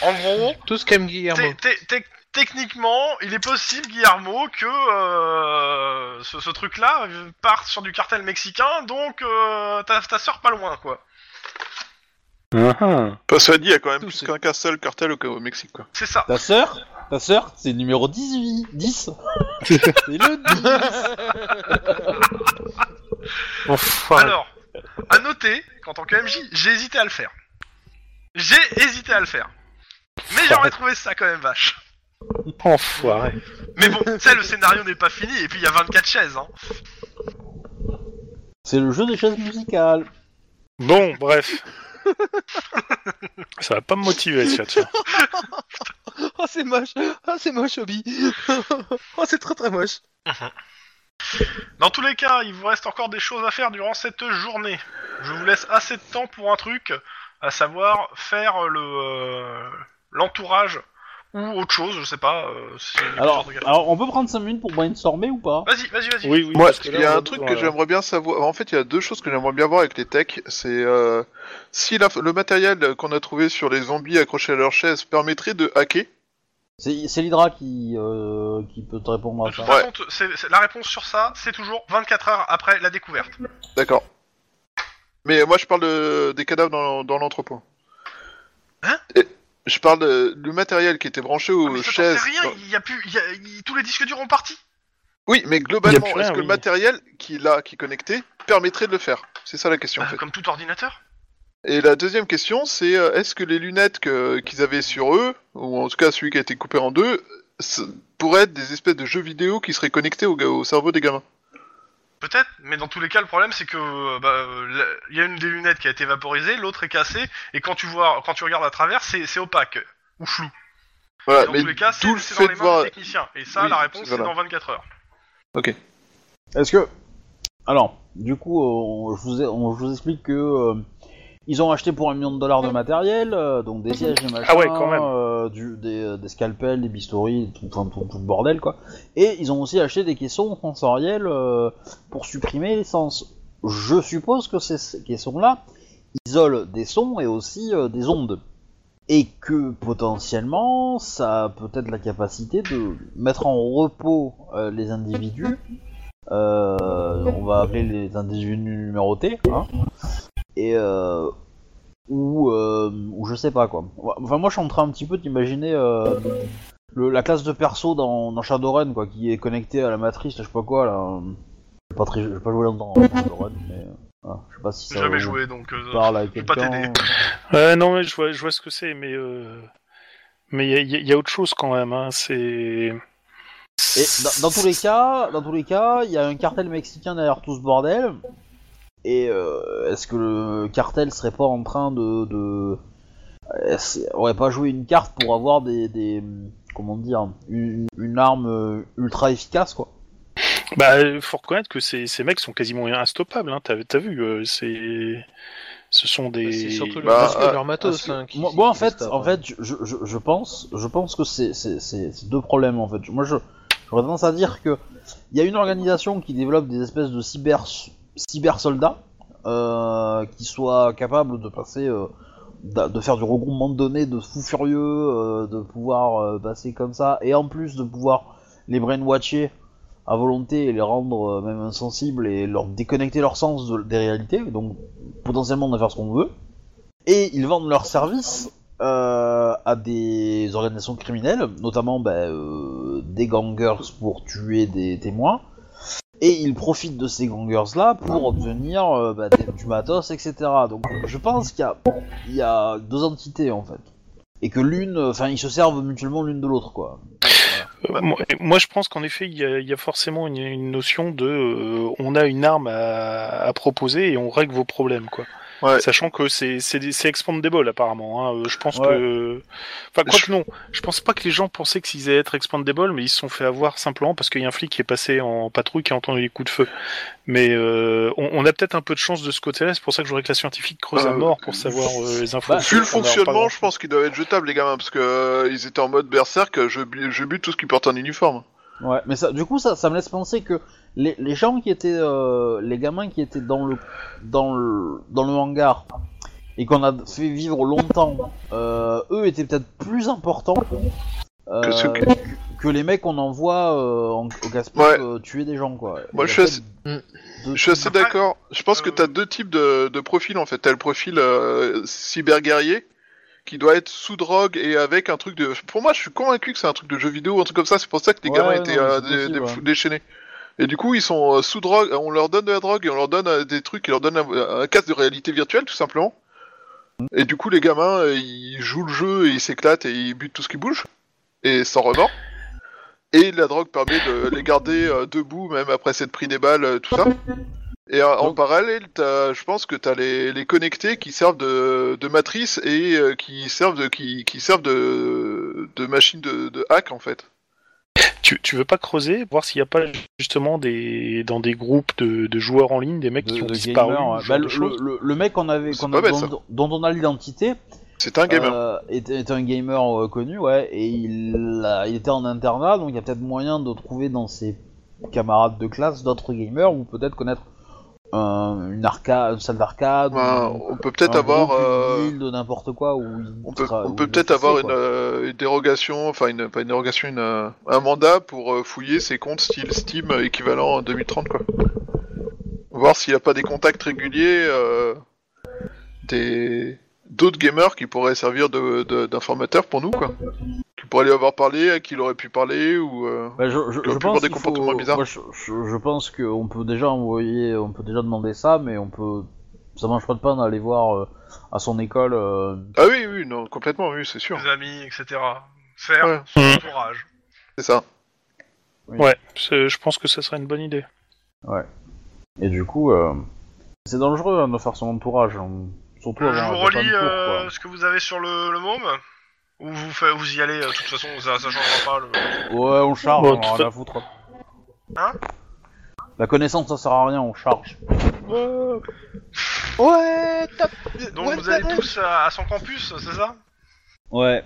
Speaker 2: en gros,
Speaker 4: Tout ce qu'aime Guillermo.
Speaker 2: Té- té- té- Techniquement, il est possible, Guillermo, que euh, ce, ce truc-là euh, parte sur du cartel mexicain, donc euh, ta, ta soeur pas loin, quoi.
Speaker 5: Pas ça dit, il y a quand même
Speaker 4: Tous,
Speaker 5: plus
Speaker 4: c'est-
Speaker 5: qu'un qu'un seul cartel au, au Mexique, quoi.
Speaker 2: C'est ça.
Speaker 6: Ta sœur Ta sœur, c'est numéro 18 10 C'est le 10
Speaker 7: Enfin,
Speaker 2: Alors, à noter qu'en tant que MJ, j'ai hésité à le faire. J'ai hésité à le faire. Mais j'aurais trouvé ça quand même vache.
Speaker 7: enfoiré.
Speaker 2: Mais bon, tu sais, le scénario n'est pas fini, et puis il y a 24 chaises, hein.
Speaker 6: C'est le jeu des chaises musicales.
Speaker 7: Bon, bref. Ça va pas me motiver, ça, tiens.
Speaker 4: Oh, c'est moche. Oh, c'est moche, Obi. oh, c'est très très moche.
Speaker 2: Dans tous les cas, il vous reste encore des choses à faire durant cette journée. Je vous laisse assez de temps pour un truc, à savoir faire le euh, l'entourage ou autre chose, je sais pas. euh, c'est une
Speaker 6: Alors,
Speaker 2: sorte de-
Speaker 6: alors, on peut prendre 5 minutes pour brainstormer ou pas
Speaker 2: vas-y, vas-y, vas-y.
Speaker 7: Oui, oui.
Speaker 5: Moi,
Speaker 7: parce que
Speaker 5: il
Speaker 7: là,
Speaker 5: y
Speaker 7: on
Speaker 5: a un
Speaker 7: va
Speaker 5: truc
Speaker 7: devoir,
Speaker 5: que
Speaker 7: euh,
Speaker 5: j'aimerais bien savoir. En fait, il y a deux choses que j'aimerais bien voir avec les techs. C'est euh, si la- le matériel qu'on a trouvé sur les zombies accrochés à leur chaise permettrait de hacker.
Speaker 6: C'est c'est l'Hydra qui, euh, qui peut te répondre
Speaker 2: De
Speaker 6: à
Speaker 2: toute
Speaker 6: ça.
Speaker 2: façon, t- c'est- c'est- la réponse sur ça, c'est toujours 24 heures après la découverte.
Speaker 5: D'accord. Mais moi, je parle de- des cadavres dans, dans l'entrepôt.
Speaker 2: Hein
Speaker 5: Et Je parle de- du matériel qui était branché
Speaker 2: Ah,
Speaker 5: aux
Speaker 2: mais ça, t'en sais
Speaker 5: chaises.
Speaker 2: rien,
Speaker 5: dans-
Speaker 2: il y a plus, il y a- il- tous les disques durs ont parti.
Speaker 5: Oui, mais
Speaker 7: Il
Speaker 5: globalement,
Speaker 7: y a plus
Speaker 5: est-ce
Speaker 7: rien,
Speaker 5: que
Speaker 7: oui.
Speaker 5: le matériel qui est là, qui est connecté, permettrait de le faire C'est ça la question. en
Speaker 2: Bah,
Speaker 5: fait.
Speaker 2: comme tout ordinateur.
Speaker 5: Et la deuxième question, c'est euh, est-ce que les lunettes que- qu'ils avaient sur eux, ou en tout cas celui qui a été coupé en deux, s- pourraient être des espèces de jeux vidéo qui seraient connectés au, ga- au cerveau des gamins
Speaker 2: Peut-être, mais dans tous les cas, le problème c'est que euh, bah, euh, la- il y a une des lunettes qui a été vaporisée, l'autre est cassée, et quand tu vois, quand tu regardes à travers, c'est c'est opaque ou flou. Dans
Speaker 5: Voilà, Bah, mais
Speaker 2: tous les cas, c'est
Speaker 5: d'où le
Speaker 2: c'est
Speaker 5: fait
Speaker 2: dans les
Speaker 5: de
Speaker 2: mains
Speaker 5: voir-
Speaker 2: des techniciens. Et ça,
Speaker 5: Oui,
Speaker 2: la réponse,
Speaker 5: voilà.
Speaker 2: c'est dans 24 heures.
Speaker 6: Est-ce que. Alors, du coup, euh, on- je, vous ai- on- je vous explique que. euh, ils ont acheté pour un million de dollars de matériel, euh, donc des sièges, des machins,
Speaker 7: Ah ouais, quand même.
Speaker 6: euh, du- des, euh, des scalpels, des bistoris, tout, enfin, tout- tout le bordel quoi. Et ils ont aussi acheté des caissons sensoriels euh, pour supprimer les sens. Je suppose que ces caissons-là isolent des sons et aussi euh, des ondes. Et que potentiellement, ça a peut-être la capacité de mettre en repos euh, les individus. Euh, on va appeler les individus numérotés. Hein, et euh, ou, euh, ou je sais pas quoi. Enfin moi je suis en train un petit peu d'imaginer euh, le- la classe de perso dans, dans Shadowrun quoi, qui est connectée à la matrice, je sais pas quoi là. J'ai pas, très, j'ai pas joué longtemps à Shadowrun, mais euh, voilà, je sais pas si
Speaker 2: J'ai
Speaker 6: ça
Speaker 2: jamais
Speaker 6: vous
Speaker 2: joué, donc euh,
Speaker 6: parle à
Speaker 2: je peux pas
Speaker 6: quelqu'un.
Speaker 2: t'aider.
Speaker 7: Ouais, Euh, non, mais je vois, je vois ce que c'est, mais euh, mais il y a- il y, a- il y a autre chose quand même. Hein, c'est
Speaker 6: Et dans, dans tous les cas, dans tous les cas, il y a un cartel mexicain derrière tout ce bordel. Et euh, est-ce que le cartel serait pas en train de, de... est-ce- aurait pas joué une carte pour avoir des, des comment dire, une, une arme euh, ultra efficace quoi
Speaker 7: bah euh, faut reconnaître que ces, ces mecs sont quasiment instoppables. Hein, T'as t'as vu, euh, c'est ce sont des
Speaker 4: C'est surtout le
Speaker 5: Bah,
Speaker 4: masque de
Speaker 5: euh,
Speaker 6: parce
Speaker 4: leur matos.
Speaker 6: que
Speaker 4: hein, qui-
Speaker 6: moi, moi, en
Speaker 4: qui
Speaker 6: fait,
Speaker 4: se tape,
Speaker 6: en
Speaker 4: hein.
Speaker 6: fait, je, je, je pense, je pense que c'est c'est- c'est- c'est deux problèmes en fait. Moi, je j'aurais tendance à dire que il y a une organisation qui développe des espèces de cyber cyber soldats euh, qui soient capables de passer, euh, d'a- de faire du regroupement de données, de fous furieux, euh, de pouvoir euh, passer comme ça, et en plus de pouvoir les brainwatcher à volonté et les rendre euh, même insensibles et leur déconnecter leur sens de- des réalités, donc potentiellement de faire ce qu'on veut. Et ils vendent leurs services euh, à des organisations criminelles, notamment bah, euh, des gangers pour tuer des témoins, et ils profitent de ces gangers là pour obtenir euh, bah, des- du matos, etc. Donc je pense qu'il y a, il y a deux entités en fait. Et que l'une, euh, enfin ils se servent mutuellement l'une de l'autre quoi.
Speaker 3: Euh, moi, moi, je pense qu'en effet, il y, a- il y a forcément une, une notion de, euh, on a une arme à, à proposer et on règle vos problèmes, quoi.
Speaker 5: Ouais.
Speaker 3: Sachant que c'est c'est des- c'est expandable apparemment. hein. Euh, Je pense
Speaker 6: Ouais.
Speaker 3: que, enfin quoi
Speaker 5: Je-
Speaker 3: que non, je pense pas que les gens pensaient que s'ils allaient être expandable, mais ils se sont fait avoir simplement parce qu'il y a un flic qui est passé en patrouille qui a entendu les coups de feu. Mais euh, on, on a peut-être un peu de chance de ce côté-là. C'est pour ça que j'aurais que la scientifique creuse à
Speaker 5: Euh,
Speaker 3: mort pour savoir euh, les infos.
Speaker 6: bah,
Speaker 5: Vu le
Speaker 3: On en reparlera.
Speaker 5: fonctionnement, je pense qu'ils doivent être jetables, les gamins, parce que euh, ils étaient en mode berserk, je, bu- je bute tout ce qui porte un uniforme.
Speaker 6: Ouais, mais ça, du coup, ça, ça me laisse penser que les, les gens qui étaient, euh, les gamins qui étaient dans le, dans le, dans le hangar et qu'on a fait vivre longtemps, euh, eux étaient peut-être plus importants euh,
Speaker 5: Que
Speaker 6: que,
Speaker 5: ceux que-
Speaker 6: que les mecs qu'on envoie euh, en- au gaspillage
Speaker 5: Ouais.
Speaker 6: euh, tuer des gens, quoi.
Speaker 5: Moi,
Speaker 6: Il y a
Speaker 5: je suis
Speaker 6: peut-être deux
Speaker 5: Je suis assez
Speaker 2: Après,
Speaker 5: d'accord. Je pense que
Speaker 2: euh,
Speaker 5: t'as deux types de, de profils, en fait. T'as le profil euh, cyberguerrier, qui doit être sous drogue et avec un truc de... Pour moi, je suis convaincu que c'est un truc de jeu vidéo, un truc comme ça. C'est pour ça que les
Speaker 6: Ouais,
Speaker 5: gamins
Speaker 6: ouais,
Speaker 5: étaient
Speaker 6: non, mais
Speaker 5: euh,
Speaker 6: c'est
Speaker 5: dé-
Speaker 6: possible,
Speaker 5: dé-
Speaker 6: ouais.
Speaker 5: fou- déchaînés. Et du coup, ils sont euh, sous drogue, on leur donne de la drogue et on leur donne euh, des trucs, ils leur donnent un, un casque de réalité virtuelle, tout simplement. Et du coup, les gamins, euh, ils jouent le jeu et ils s'éclatent et ils butent tout ce qui bouge. Et sans remords. Et la drogue permet de les garder euh, debout, même après s'être pris des balles, euh, tout ça. Et euh, en
Speaker 6: Donc-
Speaker 5: parallèle, t'as- je pense que t'as les, les connectés qui servent de, de matrice et euh, qui servent de, qui, qui servent de, de machine de, de hack, en fait.
Speaker 3: Tu, tu veux pas creuser, voir s'il n'y a pas justement des dans des groupes de, de joueurs en ligne des mecs
Speaker 6: de-
Speaker 3: qui ont
Speaker 6: de
Speaker 3: disparu,
Speaker 6: gamers, ouais.
Speaker 3: ou ce genre
Speaker 6: Bah,
Speaker 3: de
Speaker 6: le,
Speaker 3: choses
Speaker 6: le- le mec qu'on avait,
Speaker 5: C'est
Speaker 6: qu'on
Speaker 5: pas
Speaker 6: a-
Speaker 5: bête, ça.
Speaker 6: dont, dont on a l'identité,
Speaker 5: C'est un gamer.
Speaker 6: Euh, était, était un gamer euh, connu, ouais, et il, a- il était en internat, donc il y a peut-être moyen de trouver dans ses camarades de classe d'autres gamers, ou peut-être connaître un- une, arcade, une salle d'arcade,
Speaker 5: Ben,
Speaker 6: ou
Speaker 5: on peut peut-être
Speaker 6: un
Speaker 5: avoir,
Speaker 6: groupe,
Speaker 5: euh,
Speaker 6: une build, n'importe quoi, où il
Speaker 5: on peut,
Speaker 6: tra-
Speaker 5: on
Speaker 6: où
Speaker 5: peut
Speaker 6: il
Speaker 5: peut-être
Speaker 6: fait
Speaker 5: avoir
Speaker 6: ça,
Speaker 5: une,
Speaker 6: quoi.
Speaker 5: euh, une dérogation, enfin une, pas une dérogation, une, euh, un mandat pour euh, fouiller ses comptes style Steam euh, équivalent en 2030, quoi. Voir s'il n'y a pas des contacts réguliers euh, des d'autres gamers qui pourraient servir de- de- d'informateurs pour nous, quoi. Qui pourraient lui avoir parlé, à qui il aurait pu parler, ou... euh,
Speaker 6: Bah, je, je,
Speaker 5: Tu vas
Speaker 6: je
Speaker 5: plus voir
Speaker 6: pense
Speaker 5: des
Speaker 6: qu'il
Speaker 5: comportements
Speaker 6: faut-
Speaker 5: bizarres.
Speaker 6: moi, je, je- je pense qu'on peut déjà envoyer, on peut déjà demander ça, mais on peut, ça mange pas de pain d'aller voir euh, à son école. euh,
Speaker 5: Ah oui, oui, non, complètement, oui, c'est sûr.
Speaker 2: Des amis, etc. Faire
Speaker 5: Ouais.
Speaker 2: son entourage.
Speaker 5: C'est ça.
Speaker 3: Ouais, c'est- je pense que ça serait une bonne idée.
Speaker 6: Et du coup, euh, c'est dangereux hein, de faire son entourage, hein. surtout avant
Speaker 2: je vous
Speaker 6: avant fin de
Speaker 2: relis
Speaker 6: cours,
Speaker 2: euh,
Speaker 6: quoi.
Speaker 2: ce que vous avez sur le, le môme. Ou vous, fa- vous y allez, euh, de toute façon, ça, ça changera pas. Le...
Speaker 6: Ouais, on charge,
Speaker 3: Bon,
Speaker 6: on
Speaker 3: de
Speaker 6: a
Speaker 3: toute
Speaker 6: rien à foutre.
Speaker 2: Hein
Speaker 6: La connaissance, ça sert à rien, on charge.
Speaker 4: Ouais, top
Speaker 2: Donc vous allez tous à, à son campus, c'est ça
Speaker 8: Ouais.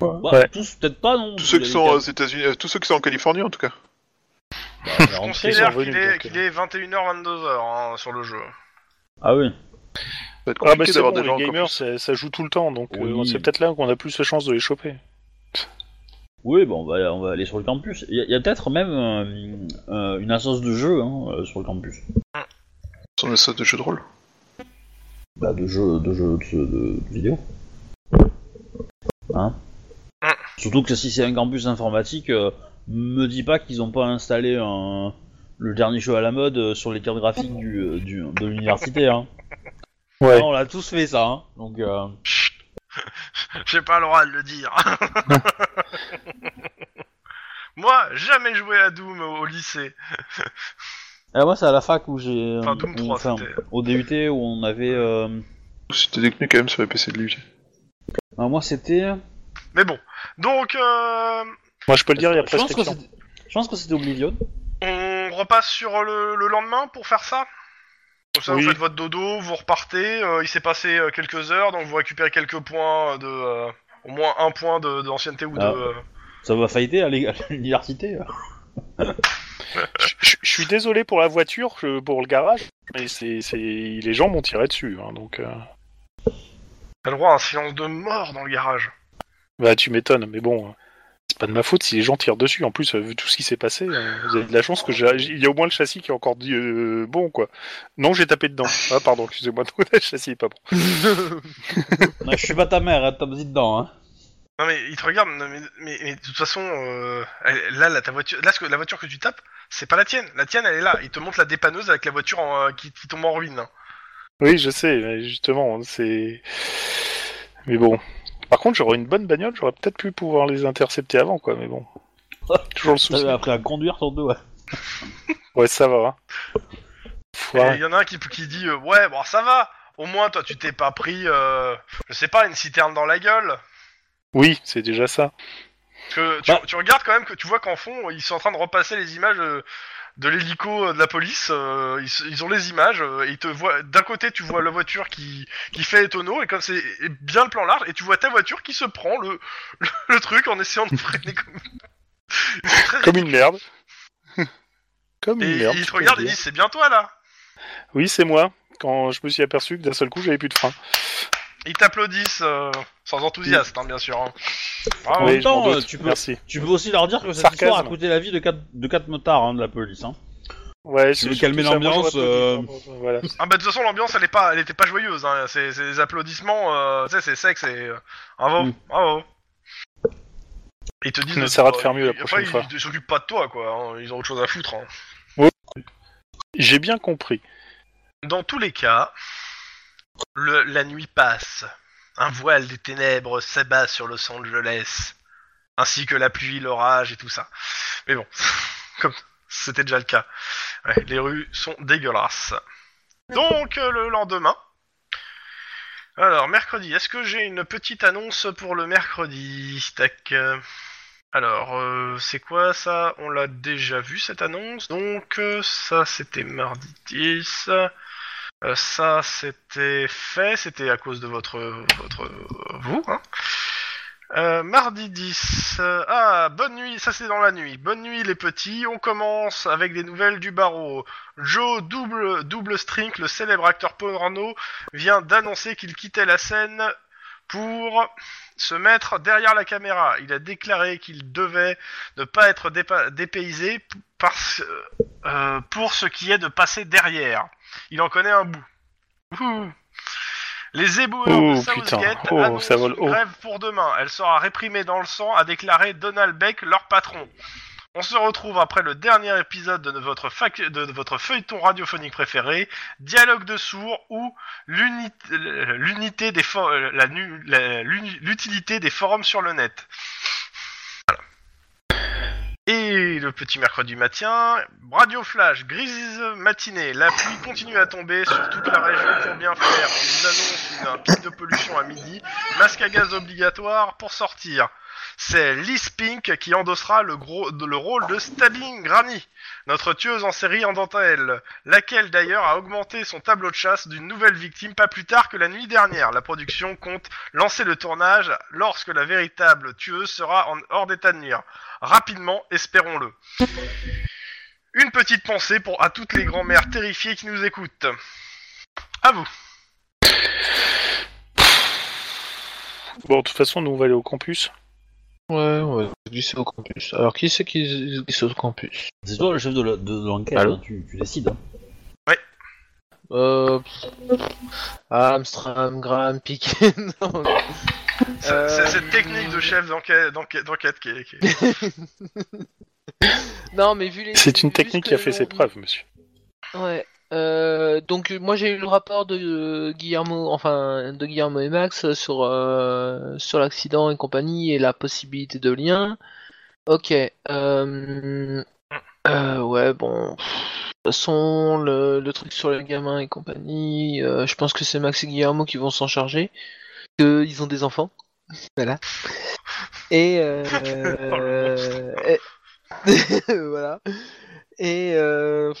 Speaker 8: Bah,
Speaker 3: Ouais.
Speaker 8: Tous, peut-être pas, non
Speaker 5: Tous ceux qui
Speaker 8: Vous
Speaker 5: sont
Speaker 8: avez
Speaker 5: aux États-Unis, euh, tous ceux qui sont en Californie, en tout cas.
Speaker 8: qu'à- bah,
Speaker 2: Je
Speaker 8: on-
Speaker 2: considère
Speaker 3: sont venus,
Speaker 2: qu'il est,
Speaker 3: donc,
Speaker 2: qu'il est 21h-22h hein, sur le jeu.
Speaker 8: Ah oui.
Speaker 5: Ça va être
Speaker 3: Ah
Speaker 5: compliqué
Speaker 3: bah c'est
Speaker 5: d'avoir
Speaker 3: bon,
Speaker 5: des gens
Speaker 3: les
Speaker 5: en
Speaker 3: gamers, ça, ça joue tout le temps, donc
Speaker 8: Oui.
Speaker 3: euh, c'est peut-être là qu'on a plus de chance de les choper.
Speaker 8: Oui, bon, on va, on va aller sur le campus. Il y a- il y a, peut-être même euh, euh, une instance de jeu hein, euh, sur le campus.
Speaker 5: Sur le site de jeux de rôle.
Speaker 8: Bah, de jeux de, jeux, de, de- de vidéo. Hein
Speaker 2: Ah.
Speaker 8: Surtout que si c'est un campus informatique, euh, me dis pas qu'ils ont pas installé un, le dernier jeu à la mode euh, sur les cartes graphiques du, euh, du- de l'université. Hein.
Speaker 3: Ouais.
Speaker 8: Ah, on l'a tous fait ça. Hein. Donc, euh,
Speaker 2: J'ai pas le droit de le dire. Moi, jamais joué à Doom au au lycée.
Speaker 8: ah, moi, c'est à la fac où j'ai.
Speaker 6: Euh,
Speaker 2: Enfin, Doom
Speaker 8: on-
Speaker 2: 3,
Speaker 8: enfin,
Speaker 2: c'était.
Speaker 8: Au DUT où on avait. euh,
Speaker 5: C'était technique quand même sur les PC de lui.
Speaker 8: ah, moi, c'était.
Speaker 2: Mais bon. Donc, euh,
Speaker 3: Moi je peux le dire, il y a
Speaker 8: Je pense que
Speaker 3: prescription.
Speaker 8: c'était- je pense que c'était Oblivion.
Speaker 2: on repasse sur le, le lendemain pour faire ça Comme ça,
Speaker 3: Oui.
Speaker 2: vous faites votre dodo, vous repartez. euh, il s'est passé euh, quelques heures, donc vous récupérez quelques points euh, de. euh, au moins un point de- d'ancienneté ou de.
Speaker 8: Ah.
Speaker 2: euh,
Speaker 8: Ça va fighter à l'é- à l'université.
Speaker 3: Je- Je je suis désolé pour la voiture, je- pour le garage, mais c'est c'est- les gens m'ont tiré dessus, hein, donc... euh,
Speaker 2: T'as le droit à un silence de mort dans le garage.
Speaker 3: Bah tu m'étonnes, mais bon... euh, C'est pas de ma faute si les gens tirent dessus. En plus, euh, vu tout ce qui s'est passé, euh, vous avez de la chance que j'ai. Il y a au moins le châssis qui est encore dit, euh, bon, quoi. Non, j'ai tapé dedans. Ah, pardon, excusez-moi, non, le châssis est pas bon.
Speaker 8: Non, je suis pas ta mère, hein, t'as pas dit dedans. Hein.
Speaker 2: Non mais il te regarde, non, mais, mais, mais de toute façon, euh, elle- là, là, ta voiture, là ce que, la voiture que tu tapes, c'est pas la tienne. La tienne, elle est là. Il te montre la dépanneuse avec la voiture en, euh, qui, qui tombe en ruine. hein.
Speaker 7: Oui, je sais, mais justement, c'est. Mais bon. Par contre, j'aurais une bonne bagnole, j'aurais peut-être pu pouvoir les intercepter avant, quoi, mais bon. Toujours le souci.
Speaker 6: T'avais appris à conduire sur deux,
Speaker 8: hein.
Speaker 6: ouais.
Speaker 7: Ouais, ça va. hein. Faut
Speaker 2: Et il y en a un qui, qui dit, euh, ouais, bon, ça va. Au moins, toi, tu t'es pas pris, euh, je sais pas, une citerne dans la gueule.
Speaker 7: Oui, c'est déjà ça.
Speaker 2: Parce que tu,
Speaker 6: Bah.
Speaker 2: tu regardes quand même que tu vois qu'en fond, ils sont en train de repasser les images euh, de l'hélico euh, de la police. euh, ils, s- ils ont les images euh, et ils te voient. D'un côté, tu vois la voiture qui, qui fait les tonneaux et comme c'est bien le plan large, et tu vois ta voiture qui se prend le, le, le truc en essayant de freiner comme. C'est très
Speaker 7: Comme une merde. Comme
Speaker 2: Et
Speaker 7: une merde.
Speaker 2: ils
Speaker 7: tu
Speaker 2: te
Speaker 7: peux
Speaker 2: regardent et
Speaker 7: le dire.
Speaker 2: disent c'est bien toi là.
Speaker 7: Oui, c'est moi. Quand je me suis aperçu que d'un seul coup, j'avais plus de frein.
Speaker 2: Ils t'applaudissent euh, sans enthousiasme, hein, bien sûr. hein. Bravo.
Speaker 6: En même
Speaker 7: Oui, je m'en
Speaker 6: temps,
Speaker 7: doute.
Speaker 6: euh, tu peux-
Speaker 7: Merci.
Speaker 6: Tu peux aussi leur dire que cette
Speaker 7: Sarcasme.
Speaker 6: histoire a coûté la vie de quatre, de quatre motards hein, de la police. Hein.
Speaker 7: Ouais,
Speaker 6: Tu
Speaker 7: c'est
Speaker 6: veux calmer
Speaker 7: surtout ça, moi,
Speaker 6: l'ambiance, euh,
Speaker 7: j'aurais pas dit. Voilà.
Speaker 2: Ah bah de toute façon l'ambiance elle est pas elle était pas joyeuse hein. c'est c'est des applaudissements euh, tu sais c'est sec c'est euh, bravo
Speaker 6: Mm.
Speaker 2: bravo ils te disent
Speaker 7: On essaiera de
Speaker 2: euh,
Speaker 7: faire mieux la
Speaker 2: après,
Speaker 7: prochaine
Speaker 2: ils-
Speaker 7: fois.
Speaker 2: ils s'occupent pas de toi quoi hein, ils ont autre chose à foutre hein.
Speaker 7: J'ai bien compris.
Speaker 2: dans tous les cas le, la nuit passe un voile des ténèbres s'abat sur Los Angeles ainsi que la pluie l'orage et tout ça mais bon comme c'était déjà le cas Ouais, les rues sont dégueulasses donc euh, le lendemain Alors, mercredi, est-ce que j'ai une petite annonce pour le mercredi Tac. euh, Alors, euh, c'est quoi ça On l'a déjà vu cette annonce. Donc, euh, ça c'était mardi 10. Euh, ça c'était fait, c'était à cause de votre. votre vous, hein. Euh, mardi 10. euh, ah, bonne nuit, ça c'est dans la nuit. Bonne nuit les petits, on commence avec des nouvelles du barreau. Joe Double, double Strink, le célèbre acteur porno, vient d'annoncer qu'il quittait la scène pour se mettre derrière la caméra. Il a déclaré qu'il devait ne pas être dépa- dépaysé p- parce, euh, pour ce qui est de passer derrière. Il en connaît un bout. Ouh. Les éboueurs de
Speaker 7: Oh, putain.
Speaker 2: Southgate
Speaker 7: Oh, ça
Speaker 2: annoncent
Speaker 7: vole haut.
Speaker 2: une grève pour demain. Elle sera réprimée dans le sang, a déclaré Donald Beck, leur patron. On se retrouve après le dernier épisode de votre, fac- de votre feuilleton radiophonique préféré, Dialogue de sourds ou l'uni- euh, l'unité des for- euh, la nu- la- l'uni- l'utilité des forums sur le net. Voilà. Et le petit mercredi matin, Radio Flash, grise matinée, la pluie continue à tomber sur toute la région pour bien faire. On nous annonce une- un pic de pollution à midi, masque à gaz obligatoire pour sortir. C'est Liz Pink qui endossera le, gros, le rôle de Stabbing Granny, notre tueuse en série en dentelle laquelle d'ailleurs a augmenté son tableau de chasse d'une nouvelle victime pas plus tard que la nuit dernière. La production compte lancer le tournage lorsque la véritable tueuse sera en hors d'état de nuire. Rapidement, espérons-le. Une petite pensée pour à toutes les grand-mères terrifiées qui nous écoutent. À vous.
Speaker 7: Bon, de toute façon, nous, on va aller au campus.
Speaker 4: Ouais, on va glisser au campus. Alors, qui c'est qui glisse au campus
Speaker 6: C'est toi le chef de la- de l'enquête,
Speaker 4: Allô
Speaker 6: hein, tu, tu décides. hein.
Speaker 4: Euh. Amstram, Graham, Piquet. non.
Speaker 2: C'est
Speaker 4: Euh,
Speaker 2: c'est cette technique de chef d'enquête d'enquête- d'enquête qui est... qui est-
Speaker 4: Non, mais vu les.
Speaker 7: C'est une
Speaker 4: vu ce
Speaker 7: technique
Speaker 4: que
Speaker 7: qui a fait
Speaker 2: euh,
Speaker 4: l'on
Speaker 7: ses
Speaker 4: dit-
Speaker 7: preuves, monsieur.
Speaker 4: Ouais. Euh, donc euh, moi j'ai eu le rapport de euh, Guillermo, enfin de Guillermo et Max sur euh, sur l'accident et compagnie et la possibilité de lien. Ok. Euh, euh, ouais bon. pff, De toute façon le, le truc sur les gamins et compagnie, euh, je pense que c'est Max et Guillermo qui vont s'en charger, que ils ont des enfants. Voilà. Et euh,
Speaker 2: Oh, le monstre.
Speaker 4: et- voilà. Et euh,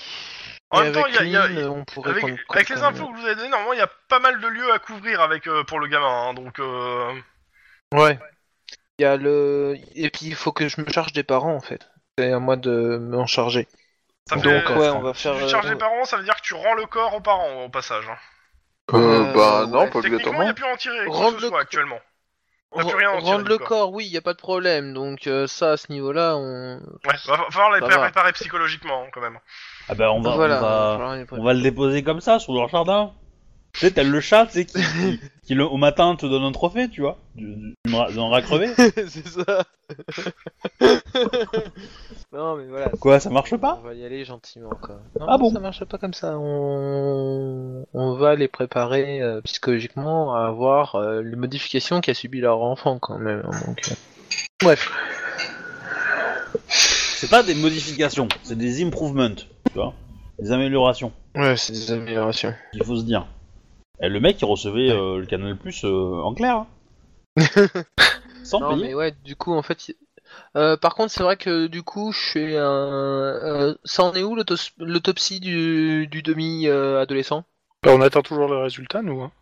Speaker 2: En
Speaker 4: et
Speaker 2: même temps,
Speaker 4: avec
Speaker 2: il y a- il y a-
Speaker 4: Lynn, on pourrait
Speaker 2: Avec,
Speaker 4: prendre-
Speaker 2: avec les
Speaker 4: prendre-
Speaker 2: infos que je vous avez données, normalement, il y a pas mal de lieux à couvrir avec euh, pour le gamin. hein, donc, euh,
Speaker 4: Ouais. Il y a le et puis il faut que je me charge des parents en fait. C'est à moi de m'en charger.
Speaker 2: ça
Speaker 4: Donc
Speaker 2: fait-
Speaker 4: ouais, on va faire.
Speaker 2: Tu
Speaker 4: euh,
Speaker 2: charges les parents, ça veut dire que tu rends le corps aux parents au passage. hein.
Speaker 5: Euh, bah
Speaker 4: ouais.
Speaker 5: non, pas
Speaker 2: Techniquement, il n'y
Speaker 5: obligatoirement.
Speaker 2: a plus à en tirer quoi
Speaker 4: Rendre
Speaker 2: que ce
Speaker 4: le
Speaker 2: soit
Speaker 4: co-
Speaker 2: actuellement. on
Speaker 4: on-
Speaker 2: a plus rien à en tirer
Speaker 4: Rendre
Speaker 2: du
Speaker 4: le
Speaker 2: corps.
Speaker 4: corps, oui, il y a pas de problème. Donc euh, ça, à ce niveau-là, on.
Speaker 2: Ouais, va va falloir les
Speaker 4: Ça
Speaker 2: pré-
Speaker 4: va.
Speaker 2: préparer psychologiquement hein, quand même.
Speaker 6: Ah ben on va,
Speaker 4: voilà.
Speaker 6: on va,
Speaker 4: falloir les préparer.
Speaker 6: on va le déposer comme ça sur leur jardin. Tu sais, tel le chat, c'est qui, qui, qui le- au matin te donne un trophée, tu vois, du- du- d'un rat- d'un rat crevé.
Speaker 4: c'est ça. non, mais voilà.
Speaker 6: Quoi, ça marche pas
Speaker 4: On va y aller gentiment, quoi. Non,
Speaker 6: Ah bon
Speaker 4: Ça marche pas comme ça. On, on va les préparer euh, psychologiquement à avoir euh, les modifications qu'a subi leur enfant, quand même. Donc, euh, Bref.
Speaker 6: C'est pas des modifications, c'est des improvements, tu vois, des améliorations,
Speaker 4: Ouais, c'est des améliorations.
Speaker 6: il faut se dire. Et le mec, il recevait euh, le Canal Plus en clair, hein. sans
Speaker 4: Non,
Speaker 6: payer.
Speaker 4: mais ouais, du coup, en fait. y- euh, par contre, c'est vrai que du coup, je suis un. euh, ça en est où l'autos- l'autopsie du, euh, du demi-adolescent
Speaker 3: Bah, on attend toujours le résultat, nous. hein.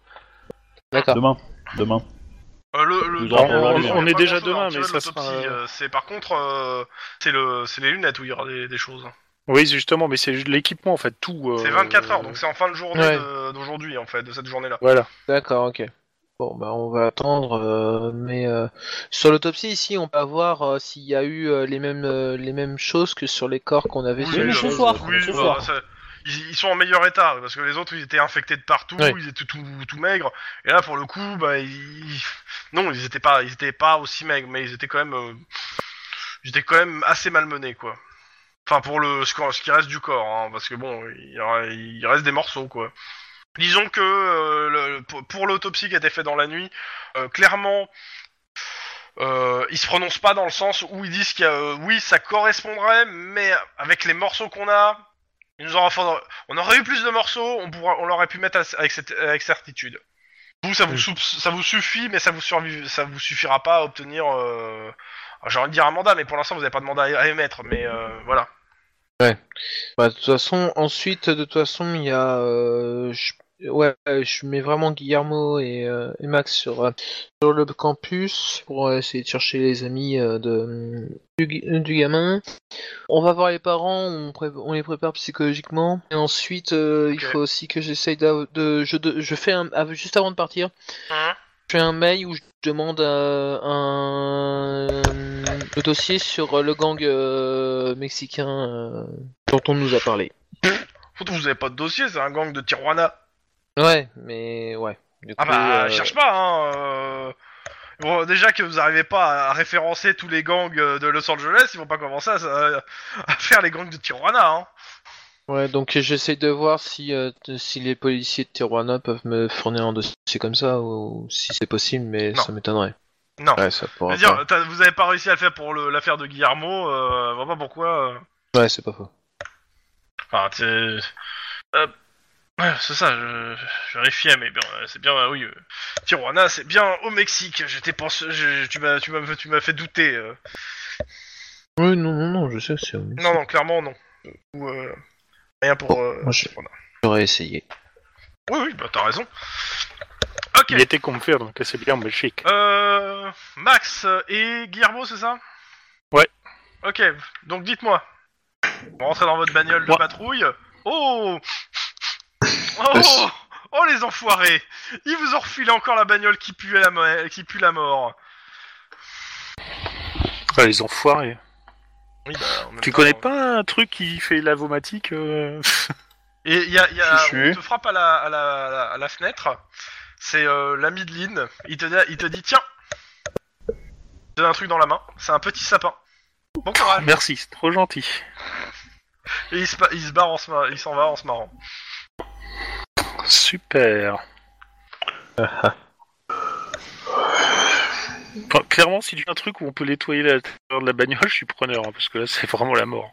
Speaker 4: D'accord.
Speaker 6: Demain, demain.
Speaker 2: Euh, le, le-
Speaker 6: Nous
Speaker 2: non,
Speaker 6: aurons
Speaker 2: non,
Speaker 6: aujourd'hui,
Speaker 2: non,
Speaker 3: on
Speaker 2: y a
Speaker 3: est
Speaker 2: pas
Speaker 3: déjà
Speaker 2: grand-chose à
Speaker 3: demain,
Speaker 2: retirer
Speaker 3: mais
Speaker 2: de
Speaker 3: ça sera-
Speaker 2: l'autopsie, euh, C'est par contre, euh, c'est le, c'est les lunettes où il y aura des, des choses.
Speaker 3: Oui, justement, mais c'est l'équipement en fait, tout. euh,
Speaker 2: C'est 24 heures, donc c'est en fin de journée
Speaker 4: Ouais.
Speaker 2: de- d'aujourd'hui en fait, de cette journée-là.
Speaker 3: Voilà.
Speaker 4: D'accord, ok. Bon, bah on va attendre, euh, mais euh, sur l'autopsie ici, on peut voir euh, s'il y a eu euh, les mêmes euh, les mêmes choses que sur les corps qu'on avait.
Speaker 6: mais
Speaker 2: euh,
Speaker 6: ce soir,
Speaker 2: oui,
Speaker 6: ce
Speaker 2: bah,
Speaker 6: soir.
Speaker 2: ça- ils, ils sont en meilleur état parce que les autres ils étaient infectés de partout,
Speaker 3: Ouais.
Speaker 2: ils étaient tout, tout maigres. Et là pour le coup, bah ils... non, ils étaient pas, ils étaient pas aussi maigres, mais ils étaient quand même, euh, ils étaient quand même assez malmenés quoi. Enfin pour le ce, qu'on- ce qui reste du corps, hein, parce que bon, il, y aura- il reste des morceaux quoi. Disons que euh, le- le- pour- pour l'autopsie qui a été faite dans la nuit, euh, clairement, euh, ils se prononcent pas dans le sens où ils disent que euh, oui, ça correspondrait, mais avec les morceaux qu'on a, il nous aura fallu- on aurait eu plus de morceaux, on, pourra, on l'aurait pu mettre à- avec, cette, avec certitude. Vous, ça vous, sou- ça vous suffit, mais ça vous, survi- ça vous suffira pas à obtenir, euh, j'ai envie de dire un mandat, mais pour l'instant vous n'avez pas de mandat à, à émettre, mais euh, voilà.
Speaker 4: Bah, de toute façon, ensuite, de toute façon, il y a. euh, je- Ouais, euh, je mets vraiment Guillermo et, euh, et Max sur, euh, sur le campus pour euh, essayer de chercher les amis euh, de, du, gui- euh, du gamin. On va voir les parents, on, pré- on les prépare psychologiquement. Et ensuite, euh, il
Speaker 2: Ok.
Speaker 4: faut aussi que j'essaye d'a- de, je, de- je fais un. av- Juste avant de partir, je fais un mail où je demande euh, un, le dossier sur euh, le gang euh, mexicain euh, dont on nous a parlé.
Speaker 2: Surtout vous avez pas de dossier, c'est un gang de Tijuana.
Speaker 4: Ouais, mais ouais. Du
Speaker 2: Ah
Speaker 4: coup,
Speaker 2: bah,
Speaker 4: euh,
Speaker 2: cherche pas, hein. euh. Bon, déjà que vous arrivez pas à référencer tous les gangs euh, de Los Angeles, ils vont pas commencer à, à faire les gangs de Tijuana, hein.
Speaker 4: euh, Ouais, donc j'essaie de voir si, euh, t- si les policiers de Tijuana peuvent me fournir un dossier comme ça ou si c'est possible, mais
Speaker 2: Non.
Speaker 4: ça m'étonnerait.
Speaker 2: Non.
Speaker 4: Ouais, ça pourra
Speaker 2: Je veux dire,
Speaker 4: pas.
Speaker 2: t'as- vous avez pas réussi à le faire pour le- l'affaire de Guillermo, euh, je vois pas pourquoi. euh.
Speaker 4: Ouais, c'est pas faux.
Speaker 2: Enfin, t'es. Euh, ouais, c'est ça, je, je vérifiais, mais bien, euh, c'est bien, euh, oui. euh, Tijuana, c'est bien au Mexique, j'étais pense. je- tu m'as- tu m'as tu m'as fait douter. euh.
Speaker 4: Oui, non, non, non, je sais, c'est.
Speaker 2: Non, non, clairement, non. Ou, euh, rien pour. euh,
Speaker 4: moi, je-
Speaker 2: Tijuana.
Speaker 4: J'aurais essayé.
Speaker 2: Oui, oui, bah t'as raison. Ok.
Speaker 3: Il était confirmé, donc c'est bien Belgique.
Speaker 2: Euh, Max et Guillermo, c'est ça
Speaker 3: Ouais.
Speaker 2: Ok, donc dites-moi. Vous rentrez dans votre bagnole de
Speaker 3: Ouais.
Speaker 2: patrouille. Oh Oh
Speaker 4: Yes.
Speaker 2: Oh les enfoirés Ils vous ont refilé encore la bagnole qui pue la, mo- qui pue la mort.
Speaker 3: Ah, les enfoirés.
Speaker 2: Oui, bah, en même
Speaker 3: Tu
Speaker 2: temps,
Speaker 3: connais pas un truc qui fait lavomatique euh
Speaker 2: Et il y a, il y a-
Speaker 5: Si, si.
Speaker 2: on te frappe à la, à la, à la- à la fenêtre. C'est euh, l'ami de Lynn. Il te, dit- il te dit tiens Il te donne un truc dans la main. C'est un petit sapin. Bon courage
Speaker 3: Merci, c'est trop gentil.
Speaker 2: Et il se, pa- il se barre en se mar- il s'en va en se marrant.
Speaker 3: Super. Enfin, Clairement, si tu as un truc où on peut nettoyer la l'intérieur de la bagnole, je suis preneur, hein, parce que là, c'est vraiment la mort.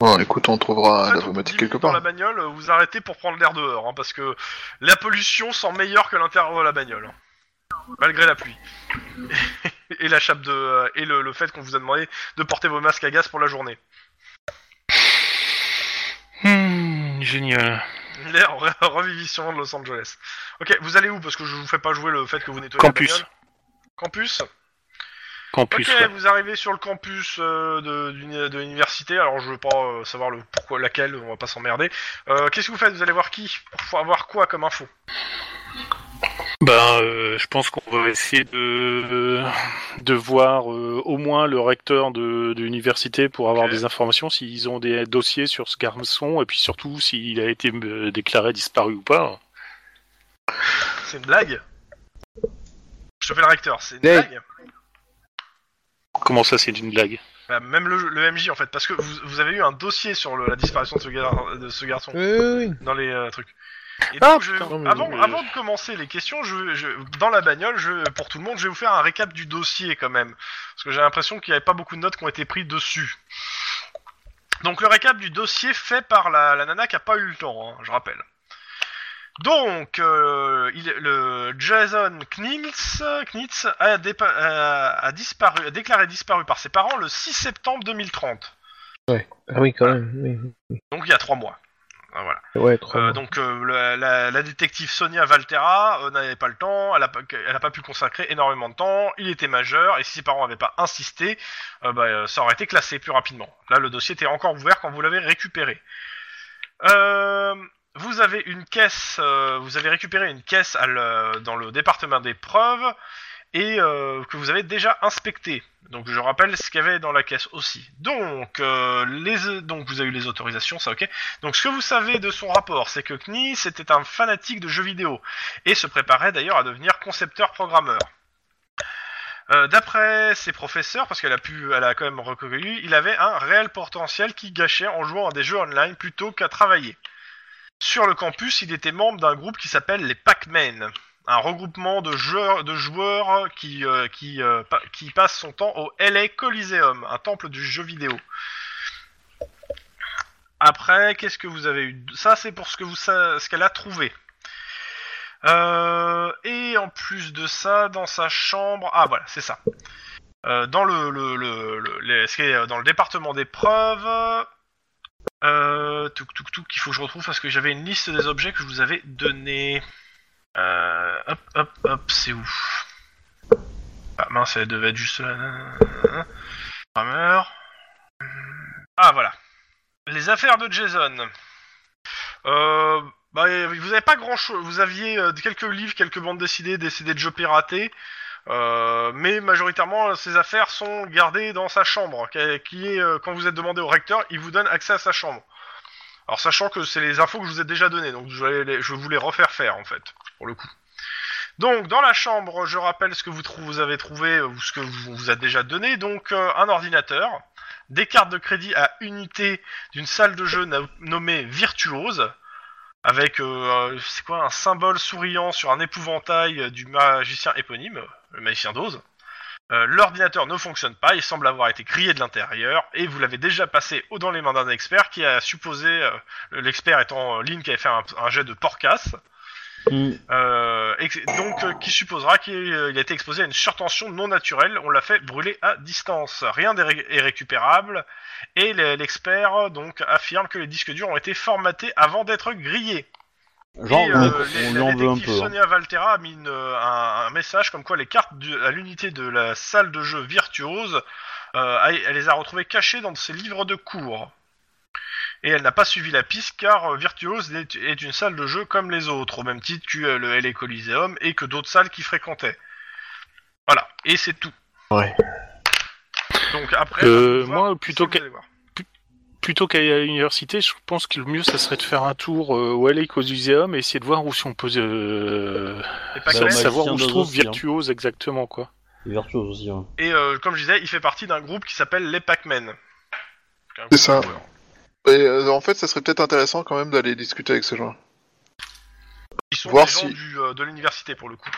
Speaker 5: Bon, écoute, on
Speaker 2: En
Speaker 5: trouvera
Speaker 2: fait, au
Speaker 5: un
Speaker 2: bout de
Speaker 5: lavomatique
Speaker 2: 10
Speaker 5: quelque
Speaker 2: minutes Ah, dans la
Speaker 5: part.
Speaker 2: bagnole, vous arrêtez pour prendre l'air dehors, hein, parce que la pollution sent meilleur que l'intérieur de la bagnole, hein, malgré la pluie et la chape de euh, et le, le fait qu'on vous a demandé de porter vos masques à gaz pour la journée.
Speaker 3: Hmm, génial.
Speaker 2: L'air re- revivifiant de Los Angeles. Ok, vous allez où Parce que je vous fais pas jouer le fait que vous nettoyez la
Speaker 3: Campus.
Speaker 2: bagnole. Campus.
Speaker 3: Campus,
Speaker 2: ok,
Speaker 3: ouais.
Speaker 2: vous arrivez sur le campus euh, de, d'une- de l'université. Alors je veux pas euh, savoir le pourquoi, laquelle, on va pas s'emmerder. Euh, qu'est-ce que vous faites Vous allez voir qui Pour avoir quoi comme info
Speaker 3: Ben, euh, je pense qu'on va essayer de, de voir euh, au moins le recteur de, de l'université pour avoir
Speaker 2: Ok.
Speaker 3: des informations, s'ils ont des dossiers sur ce garçon, et puis surtout s'il a été euh, déclaré disparu ou pas.
Speaker 2: C'est une blague Je te fais le recteur, c'est une
Speaker 4: Hey.
Speaker 2: blague
Speaker 7: Comment ça, c'est une blague
Speaker 2: Bah, Même le, le MJ en fait, parce que vous, vous avez eu un dossier sur le- la disparition de ce, gar- de ce garçon
Speaker 4: Oui, oui.
Speaker 2: dans les euh, trucs. Et
Speaker 7: Ah,
Speaker 2: donc, je-
Speaker 7: putain, non, mais-
Speaker 2: avant, avant de commencer les questions, je, je- dans la bagnole, je, pour tout le monde, je vais vous faire un récap du dossier quand même. Parce que j'ai l'impression qu'il n'y avait pas beaucoup de notes qui ont été prises dessus. Donc le récap du dossier fait par la, la nana qui n'a pas eu le temps, hein, je rappelle. Donc, euh, il, le Jason Knitz, Knitz a, dépa- a- a disparu, a déclaré disparu par ses parents le 6 septembre 2030.
Speaker 4: Ah oui, quand même.
Speaker 2: Donc il y a trois mois. Ah, Voilà.
Speaker 4: oui. Ouais, trop
Speaker 2: Euh,
Speaker 4: bien.
Speaker 2: donc euh, la, la- la détective Sonia Valtera euh, n'avait pas le temps, elle a pas, elle a pas pu consacrer énormément de temps, il était majeur, et si ses parents n'avaient pas insisté, euh, bah, euh, ça aurait été classé plus rapidement. Là, le dossier était encore ouvert quand vous l'avez récupéré. Euh, vous avez une caisse, euh, vous avez récupéré une caisse à le- dans le département des preuves, et euh, que vous avez déjà inspecté. Donc je rappelle ce qu'il y avait dans la caisse aussi. Donc, euh, les, donc vous avez eu les autorisations, ça ok. Donc ce que vous savez de son rapport, c'est que Kniss était un fanatique de jeux vidéo et se préparait d'ailleurs à devenir concepteur-programmeur. Euh, D'après ses professeurs, parce qu'elle a pu, elle a quand même reconnu, il avait un réel potentiel qui gâchait en jouant à des jeux online plutôt qu'à travailler. Sur le campus, il était membre d'un groupe qui s'appelle les Pac-Man, un regroupement de joueurs, de joueurs qui, euh, qui, euh, pa- qui passe son temps au LA Coliseum, un temple du jeu vidéo. Après, qu'est-ce que vous avez eu Ça, c'est pour ce que vous sa- ce qu'elle a trouvé. Euh, et en plus de ça, dans sa chambre, ah voilà, c'est ça. Euh, dans le, le, le- le- les- ce qui est dans le département des preuves, euh, tout tout tout qu'il faut que je retrouve parce que j'avais une liste des objets que je vous avais donné. Euh, hop hop hop, c'est où Ah mince, elle devait être juste là. Hammer. Ah voilà. Les affaires de Jason. Euh, bah, vous avez pas grand chose. Vous aviez euh, quelques livres, quelques bandes dessinées, des CD de jeux piratés. euh, mais majoritairement, ces affaires sont gardées dans sa chambre. qui- Qui est, euh, quand vous êtes demandé au recteur, il vous donne accès à sa chambre. Alors, sachant que c'est les infos que je vous ai déjà données, donc je vais, les- je vais vous les refaire faire, en fait, pour le coup. Donc, dans la chambre, je rappelle ce que vous, trou- vous avez trouvé, euh, ou ce que vous, vous a déjà donné. Donc, euh, un ordinateur, des cartes de crédit à unité d'une salle de jeu na- nommée Virtuose, avec euh, euh, c'est quoi un symbole souriant sur un épouvantail euh, du magicien éponyme, le magicien d'Oz. Euh, L'ordinateur ne fonctionne pas, il semble avoir été grillé de l'intérieur, et vous l'avez déjà passé au dans les mains d'un expert qui a supposé, euh, l'expert étant euh, Lynn qui avait fait un, un jet de porcasse,
Speaker 6: Hmm.
Speaker 2: euh, ex- donc euh, qui supposera qu'il euh, il a été exposé à une surtension non naturelle, on l'a fait brûler à distance. Rien n'est ré- est récupérable, et les- l'expert euh, donc affirme que les disques durs ont été formatés avant d'être grillés.
Speaker 6: Genre,
Speaker 2: et,
Speaker 6: on-
Speaker 2: euh, les-
Speaker 6: on lui
Speaker 2: la
Speaker 6: en veut un
Speaker 2: détective
Speaker 6: peu. hein.
Speaker 2: Sonia Valtera a mis une, euh, un, un message comme quoi les cartes du- à l'unité de la salle de jeu virtuose, euh, a- elle les a retrouvées cachées dans ses livres de cours. Et elle n'a pas suivi la piste car euh, Virtuose est, est une salle de jeu comme les autres, au même titre que euh, le LA Coliseum et que d'autres salles qui fréquentaient. Voilà, et c'est tout.
Speaker 3: Ouais.
Speaker 2: Donc après,
Speaker 7: Euh,
Speaker 2: on va
Speaker 7: moi,
Speaker 2: voir
Speaker 7: plutôt
Speaker 2: ce que
Speaker 7: que-
Speaker 2: vous allez voir.
Speaker 7: Plutôt qu'aller à l'université, je pense que le mieux, ça serait de faire un tour euh, au LA Coliseum et essayer de voir où si on peut euh,
Speaker 2: Et
Speaker 7: sa-
Speaker 2: pas que même.
Speaker 6: Magicien
Speaker 7: savoir où se
Speaker 6: d'Oz
Speaker 7: trouve
Speaker 6: aussi, hein.
Speaker 7: Virtuose exactement, quoi.
Speaker 6: Et Virtuose aussi, hein. ouais.
Speaker 2: Et euh, comme je disais, il fait partie d'un groupe qui s'appelle les Pac-Men.
Speaker 5: C'est ça. Et euh, en fait, ça serait peut-être intéressant quand même d'aller discuter avec ces gens.
Speaker 2: Ils sont
Speaker 5: Voir
Speaker 2: des gens
Speaker 5: si-
Speaker 2: du, euh, de l'université pour le coup.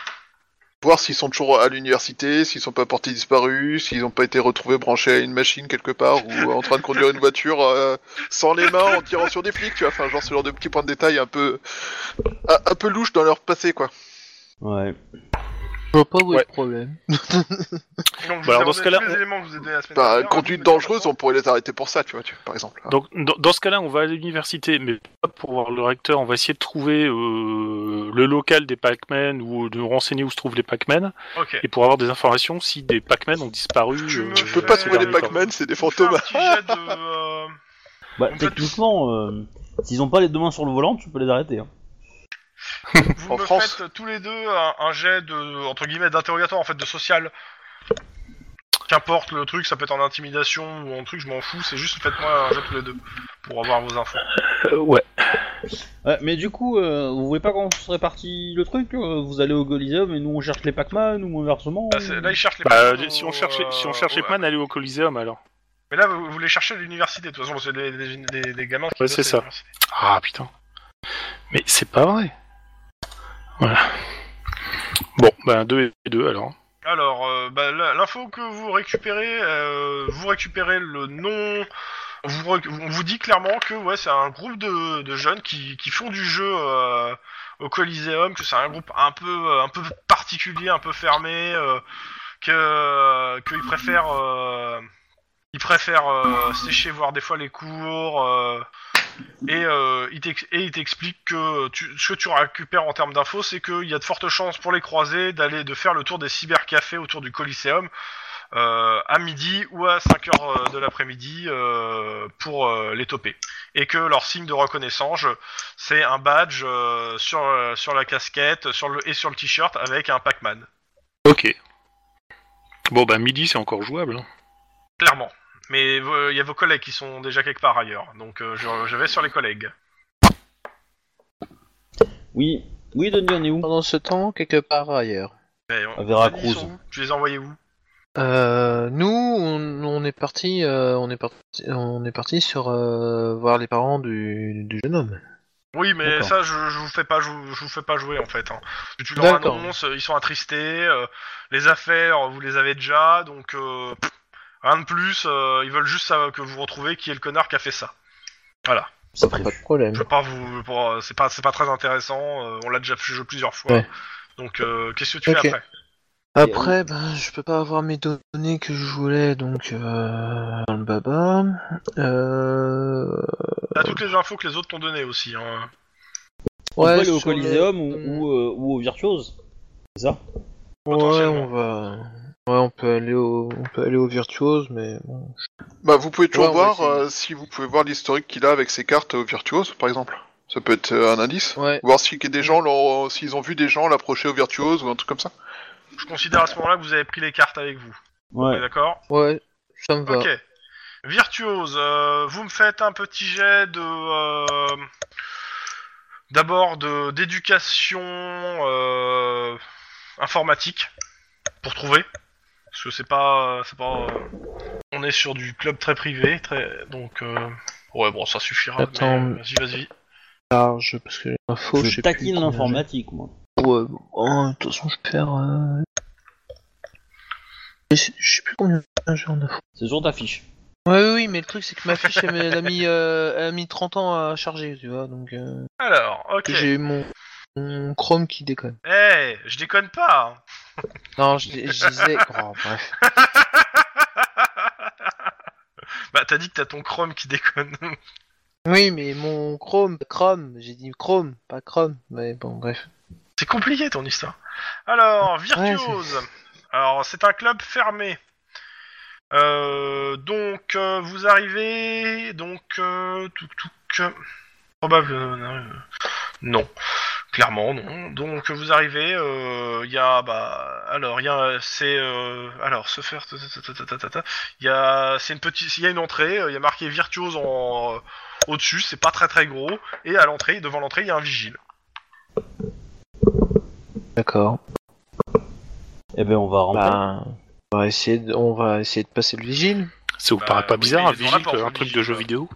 Speaker 5: Voir s'ils sont toujours à l'université, s'ils sont pas portés disparus, s'ils n'ont pas été retrouvés branchés à une machine quelque part ou en train de conduire une voiture euh, sans les mains en tirant sur des flics, tu vois. Enfin, genre ce genre de petits points de détail un peu, un, un peu louche dans leur passé, quoi.
Speaker 6: Ouais.
Speaker 4: Je vois pas où est
Speaker 7: Ouais.
Speaker 4: le problème.
Speaker 2: Donc,
Speaker 7: Bah, alors, dans ce cas-là,
Speaker 2: les
Speaker 7: on-
Speaker 2: éléments que vous avez donnés la semaine
Speaker 5: Bah,
Speaker 2: dernière,
Speaker 5: conduite
Speaker 2: vous pouvez
Speaker 5: dangereuse,
Speaker 2: dire
Speaker 5: on pourrait les arrêter pour ça, tu vois, tu- par exemple.
Speaker 7: Donc, dans, dans ce cas-là, on va à l'université, mais pas pour voir le recteur. On va essayer de trouver euh, le local des Pac-Man ou de renseigner où se trouvent les Pac-Man
Speaker 2: maintenant. Ok.
Speaker 7: et pour avoir des informations si des Pac-Man ont disparu.
Speaker 2: Tu me
Speaker 7: euh,
Speaker 5: Tu peux pas
Speaker 7: ces
Speaker 2: Euh,
Speaker 5: trouver les
Speaker 7: derniers temps.
Speaker 5: Pac-Man, c'est des
Speaker 2: Vous faites
Speaker 5: fantômes.
Speaker 2: un petit jet de, euh,
Speaker 6: Bah,
Speaker 2: En fait-
Speaker 6: techniquement, euh, s'ils ont pas les deux mains sur le volant, tu peux les arrêter. hein.
Speaker 2: vous
Speaker 5: En
Speaker 2: me
Speaker 5: France.
Speaker 2: faites tous les deux un, un jet de entre guillemets d'interrogatoire en fait de social. Qu'importe le truc, ça peut être en intimidation ou en truc, je m'en fous. C'est juste faites-moi un jet tous les deux pour avoir vos infos.
Speaker 7: Euh, ouais.
Speaker 6: Ouais, mais du coup, euh, vous voulez pas qu'on se répartit le truc euh, Vous allez au Coliseum et nous on cherche les Pac-Man ou inversement
Speaker 2: Là, c'est- là, ils cherchent les.
Speaker 7: Bah,
Speaker 2: Pac-Man
Speaker 7: si
Speaker 2: au-
Speaker 7: on cherchait, si on
Speaker 2: euh,
Speaker 7: cherchait
Speaker 2: au-
Speaker 7: Pac-Man, allez au Coliseum alors.
Speaker 2: Mais là, vous, vous les cherchez à l'université. De toute façon, c'est des, des- des- des gamins. qui
Speaker 7: Ouais,
Speaker 2: bossent
Speaker 7: c'est
Speaker 2: à
Speaker 7: ça.
Speaker 2: l'université.
Speaker 7: Ah putain. Mais c'est pas vrai. Voilà. Bon, ben 2 et 2 alors.
Speaker 2: Alors, euh, bah, la- l'info que vous récupérez, euh, vous récupérez le nom. Vous, rec- on vous dit clairement que ouais, c'est un groupe de, de jeunes qui, qui font du jeu euh, au Coliseum, que c'est un groupe un peu euh, un peu particulier, un peu fermé, euh, que qu'ils préfèrent euh, ils préfèrent euh, sécher voir des fois les cours. euh, et, euh, il t'ex- et il t'explique que tu- ce que tu récupères en termes d'infos, c'est qu'il y a de fortes chances pour les croisés d'aller de faire le tour des cybercafés autour du Coliseum euh, à midi ou à 5 heures euh, de l'après-midi euh, pour euh, les toper. Et que leur signe de reconnaissance, c'est un badge euh, sur, euh, sur la casquette sur le, et sur le t-shirt avec un Pac-Man.
Speaker 7: Ok. Bon, ben midi c'est encore jouable. hein.
Speaker 2: Clairement. Mais euh, il y a vos collègues qui sont déjà quelque part ailleurs. Donc euh, je, je vais sur les collègues.
Speaker 6: Oui, oui, Denis, on est où
Speaker 4: Pendant ce temps, quelque part ailleurs.
Speaker 2: Mais on-
Speaker 6: À Veracruz.
Speaker 2: Denis, ils sont où Tu les as envoyés où
Speaker 4: Euh, nous, on, on est parti, euh, on est parti, on est parti sur euh, voir les parents du, du jeune homme.
Speaker 2: Oui, mais
Speaker 6: D'accord.
Speaker 2: ça, je, je vous fais pas, jou- je, vous fais pas jouer en fait. Hein. Tu leur
Speaker 4: D'accord.
Speaker 2: annonces, ils sont attristés, euh, les affaires, vous les avez déjà, donc euh, pff, rien de plus. euh, ils veulent juste savoir que vous retrouviez qui est le connard qui a fait ça. Voilà.
Speaker 6: Ça
Speaker 4: Pas de problème.
Speaker 2: Je veux pas vous, pour, euh, c'est pas, c'est pas très intéressant. euh, on l'a déjà fait jouer plusieurs fois.
Speaker 4: Ouais.
Speaker 2: Donc, euh, qu'est-ce que tu
Speaker 4: Ok.
Speaker 2: fais après
Speaker 4: Après, ben, je peux pas avoir mes données que je voulais, donc euh, dans le baba. Euh...
Speaker 2: T'as toutes les infos que les autres t'ont données aussi. Hein.
Speaker 6: On peut aller au
Speaker 4: sur les-
Speaker 6: Coliseum ou, ou, euh, ou au Virtuose C'est ça
Speaker 4: Ouais, on va. Ouais, on peut aller au, on peut aller au virtuose, mais bon.
Speaker 5: Bah, vous pouvez toujours
Speaker 4: Ouais, on va
Speaker 5: voir euh, si vous pouvez voir l'historique qu'il a avec ses cartes au Virtuose, par exemple. Ça peut être euh, un indice.
Speaker 4: Ouais.
Speaker 5: Voir si des gens l'ont- s'ils ont vu des gens l'approcher au Virtuose ou un truc comme ça.
Speaker 2: Je considère à ce moment-là que vous avez pris les cartes avec vous. On est
Speaker 6: Ouais.
Speaker 2: D'accord.
Speaker 4: Ouais, ça me va.
Speaker 2: Ok. Virtuose, euh, vous me faites un petit jet de. euh, D'abord de d'éducation euh, informatique pour trouver. Parce que c'est pas. euh, C'est pas euh, on est sur du club très privé, très. Donc. euh, ouais, bon, ça suffira.
Speaker 4: Attends.
Speaker 2: mais, euh, Vas-y, vas-y.
Speaker 4: Large, parce que l'info, je,
Speaker 6: Je
Speaker 4: sais
Speaker 6: taquine
Speaker 4: plus combien
Speaker 6: l'informatique, moi.
Speaker 4: j'ai. Ouais, bon, oh, de toute façon, je perds. Euh... Je sais- je sais plus combien j'ai en info.
Speaker 6: C'est sur ta fiche.
Speaker 4: Ouais, oui, oui, mais le truc, c'est que ma fiche, elle, m'a- elle a mis, euh, elle a mis 30 ans à charger, tu vois, donc. euh,
Speaker 2: Alors, ok. Eh,
Speaker 4: J'ai mon, mon Chrome qui déconne.
Speaker 2: je déconne pas. hein.
Speaker 4: Non, je, dis- je disais. Oh, bref.
Speaker 2: hein. Bah, t'as dit que t'as ton Chrome qui déconne.
Speaker 4: Oui, mais mon Chrome, Chrome, j'ai dit Chrome, pas Chrome, mais bon, bref.
Speaker 2: C'est compliqué ton histoire. Alors,
Speaker 4: Ouais,
Speaker 2: Virtuose. Alors, c'est un club fermé. Euh, donc, euh, vous arrivez. Donc, euh, touc, touc. Probable. euh, non. Clairement, non. Donc, vous arrivez. euh, Il y a. Bah, alors, il y a. C'est. euh, alors, se faire. ta, ta, ta, ta, ta, ta, ta. Il y a. C'est une petite. Il y a une entrée. euh, Il y a marqué Virtuose en. euh, Au-dessus, c'est pas très très gros, et à l'entrée, devant l'entrée, il y a un vigile.
Speaker 4: D'accord.
Speaker 6: Eh ben, on va rentrer.
Speaker 4: Bah, on va essayer de, on va essayer de passer le vigile.
Speaker 7: Ça vous
Speaker 2: Bah,
Speaker 7: paraît pas
Speaker 2: oui,
Speaker 7: bizarre,
Speaker 2: mais
Speaker 7: un
Speaker 2: il est dans la
Speaker 7: vigile,
Speaker 2: porte,
Speaker 7: un
Speaker 2: le
Speaker 7: truc de
Speaker 2: vigile,
Speaker 7: jeu
Speaker 2: là.
Speaker 7: vidéo